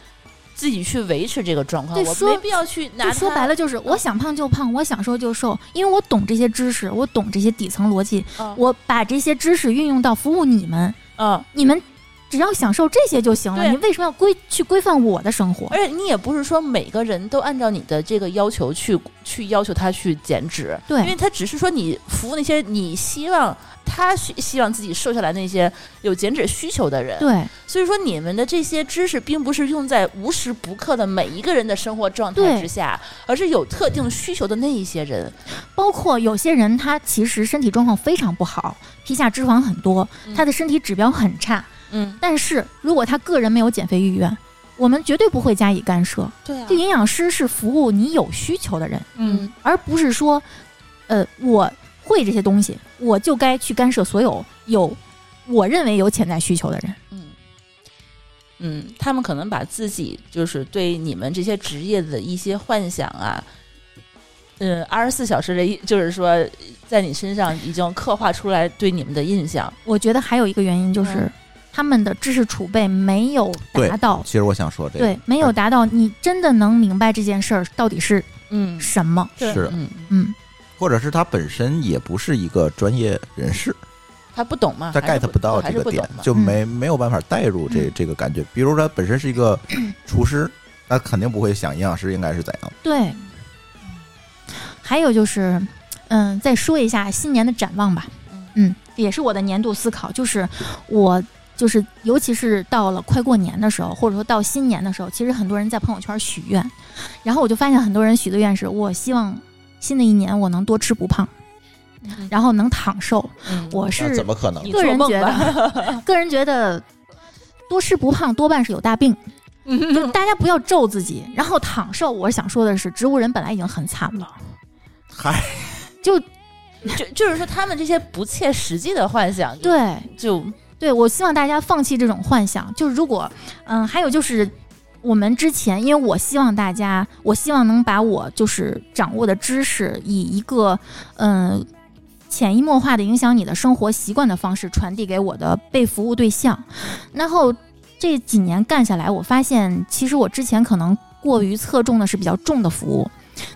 D: 自己去维持这个状况，
C: 对
D: 我
C: 说
D: 没必要去拿
C: 就
D: 它。
C: 说白了
D: 嗯
C: 就是，我想胖就胖，我想瘦就瘦，因为我懂这些知识，我懂这些底层逻辑，
D: 嗯，
C: 我把这些知识运用到服务你们，
D: 嗯，
C: 你们只要享受这些就行了。
D: 对哎
C: 你为什么要规去规范我的生活？
D: 而且你也不是说每个人都按照你的这个要求去去要求他去减脂，因为
C: 对，
D: 他只是说你服务那些你希望他希希望自己瘦下来那些有减脂需求的人，
C: 对，
D: 所以说你们的这些知识并不是用在无时不刻的每一个人的生活状态
C: 对
D: 之下，而是有特定需求的那一些人，
C: 包括有些人他其实身体状况非常不好，皮下脂肪很多，
D: 嗯
C: 他的身体指标很差，
D: 嗯，
C: 但是如果他个人没有减肥意愿，我们绝对不会加以干涉。
D: 对啊
C: 这营养师是服务你有需求的人，
D: 嗯，
C: 而不是说，呃，我会这些东西，我就该去干涉所有有我认为有潜在需求的人。
D: 嗯，嗯，他们可能把自己就是对你们这些职业的一些幻想啊，嗯，二十四小时的一，就是说在你身上已经刻画出来对你们的印象。
C: 我觉得还有一个原因就是，
D: 嗯
C: 他们的知识储备没有达到，
A: 其实我想说这
C: 对，嗯没有达到，你真的能明白这件事儿到底是
D: 嗯
C: 什么？
A: 个是，
D: 嗯，
C: 嗯，
A: 或者是他本身也不是一个专业人士，
D: 他不懂嘛，
A: 他
D: 啊还是
A: get 不到
D: 还
A: 这
D: 是
A: 个
D: 不
A: 点
D: 懂嘛，嗯
A: 就没没有办法带入这
C: 嗯
A: 这个感觉。比如说他本身是一 个厨师，他肯定不会想营养师应该是怎样。
C: 对。还有就是，嗯，再说一下新年的展望吧。嗯，这也是我的年度思考，就是我就是尤其是到了快过年的时候，或者说到新年的时候，其实很多人在朋友圈许愿，然后我就发现很多人许的愿是我希望新的一年我能多吃不胖，然后能躺瘦。
D: 嗯
C: 我
A: 那
C: 是
A: 怎么可能
D: 你？
C: 个
D: 做
C: 人
D: 梦
C: 觉
D: 吧，
C: 得，个人觉得多吃不胖多半是有大病，就是大家不要咒自己。然后躺瘦，我想说的是，植物人本来已经很惨了，
A: 嗨，
D: 就就是说他们这些不切实际的幻想，就
C: 对。
D: 就
C: 对，我希望大家放弃这种幻想。就是如果，嗯，还有就是我们之前，因为我希望大家，我希望能把我就是掌握的知识，以一个嗯潜移默化的影响你的生活习惯的方式传递给我的被服务对象。然后这几年干下来，我发现其实我之前可能过于侧重的是比较重的服务。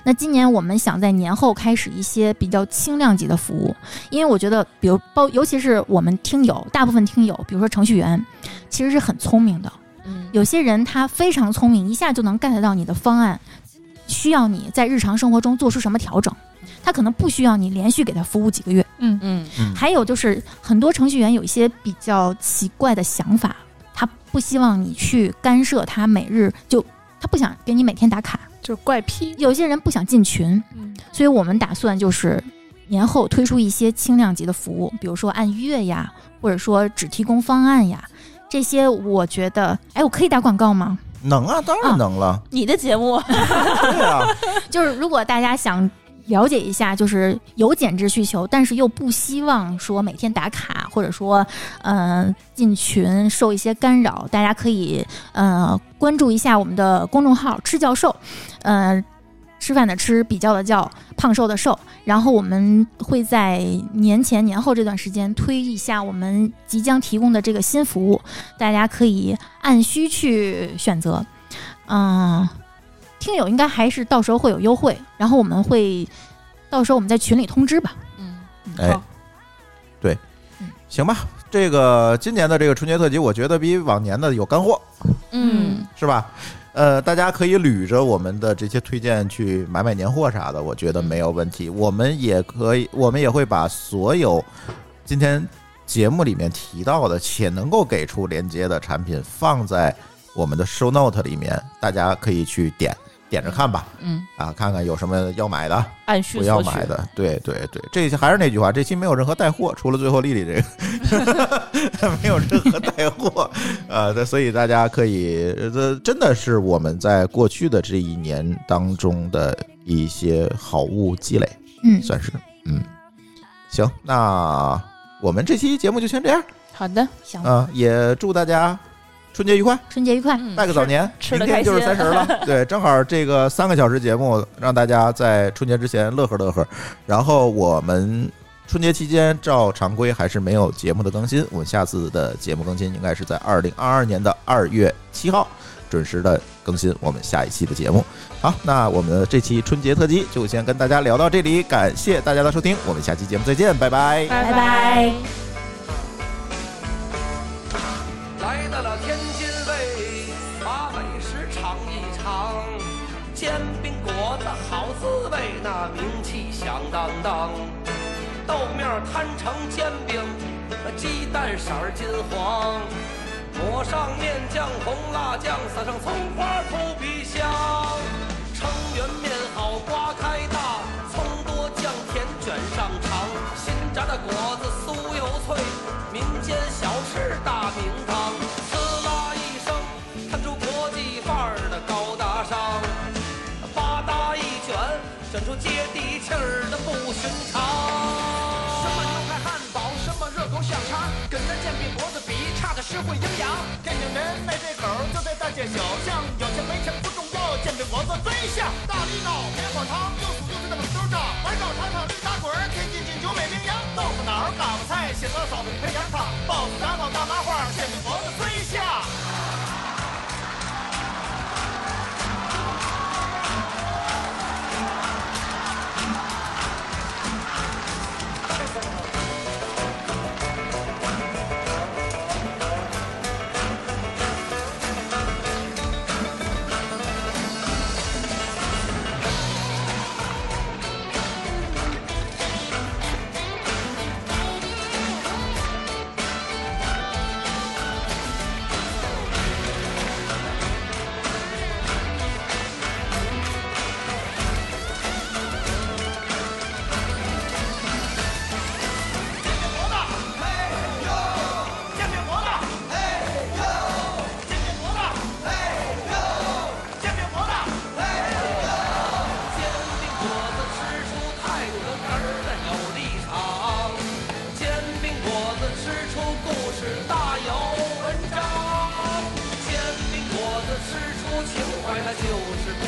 C: 那今年我们想在年后开始一些比较轻量级的服务，因为我觉得，比如包，尤其是我们听友，大部分听友，比如说程序员，其实是很聪明的。
D: 嗯
C: 有些人他非常聪明，一下就能 get 到你的方案，需要你在日常生活中做出什么调整。他可能不需要你连续给他服务几个月。
D: 嗯
A: 嗯
C: 还有就是，很多程序员有一些比较奇怪的想法，他不希望你去干涉他每日就。他不想给你每天打卡，
B: 就是怪癖。
C: 有些人不想进群，
B: 嗯，
C: 所以我们打算就是年后推出一些轻量级的服务，比如说按月呀，或者说只提供方案呀，这些我觉得，哎，我可以打广告吗？
A: 能啊，当然能了。
D: 你的节目，
A: 对啊，
C: 就是如果大家想。了解一下，就是有减脂需求，但是又不希望说每天打卡，或者说，嗯、进群受一些干扰。大家可以，呃，关注一下我们的公众号“吃教授”，呃，吃饭的吃，比较的较，胖瘦的瘦。然后我们会在年前年后这段时间推一下我们即将提供的这个新服务，大家可以按需去选择。嗯、听友应该还是到时候会有优惠，然后我们会到时候我们在群里通知吧。
D: 嗯，
A: 哎，对
C: 嗯，
A: 行吧。这个今年的这个春节特辑，我觉得比往年的有干货，
D: 嗯
A: 是吧？呃，大家可以捋着我们的这些推荐去买买年货啥的，我觉得没有问题。我们也可以，我们也会把所有今天节目里面提到的且能够给出连接的产品放在我们的 show note 里面，大家可以去点点着看吧，
D: 嗯，
A: 啊，看看有什么要买的，
D: 按需
A: 不要
D: 索取
A: 买，的。对对对，这期还是那句话，这期没有任何带货，除了最后丽丽这个 没有任何带货，呃，那所以大家可以，这真的是我们在过去的这一年当中的一些好物积累。
C: 嗯，
A: 算是嗯，行，那我们这期节目就先这样
D: 好的，
C: 行，
A: 啊、也祝大家春节愉快，
C: 春节愉快，
D: 嗯
A: 拜个早年，
E: 吃吃得
A: 明天就是
E: 开
A: 三
E: 心
A: 十 了，对，正好这个三个小时节目，让大家在春节之前乐呵乐呵，然后我们。春节期间照常规还是没有节目的更新，我们下次的节目更新应该是在二零二二年的二月七号准时的更新我们下一期的节目。好，那我们这期春节特辑就先跟大家聊到这里，感谢大家的收听，我们下期节目再见，拜拜。
B: 拜
C: 拜拜
G: 来到了天津卫，把美食尝一尝，煎饼果子好滋味，那名气响当当。豆面摊成煎饼，那鸡蛋色儿金黄，抹上面酱红辣酱，撒上葱花扑鼻香。撑圆面好瓜开大，葱多酱甜卷上肠，新炸的果子酥油脆，民间小吃大名堂。呲啦一声，看出国际范儿的高大上，吧嗒一卷，卷出接地气儿的不寻常。什么牛排汉堡，什么热狗香肠，跟咱煎饼果子比，差的实惠营养。
H: 天津人没对口，就在大街小巷，有钱没钱不重要，煎饼果子最香。大绿脑、棉花糖，又酥又脆的冷兜长，怀高糖糖绿打滚，天津进酒美名扬。豆腐脑、嘎巴菜，鲜鹅烧饼配羊汤，包子、炸糕、大麻花，煎饼果子最香。煎饼果子，嘿呦！煎饼果子，嘿呦！煎饼果子。
G: 煎饼果子吃出态度根儿的有立场，煎饼果子吃出故事大有文章，煎饼果子吃出情怀它就是不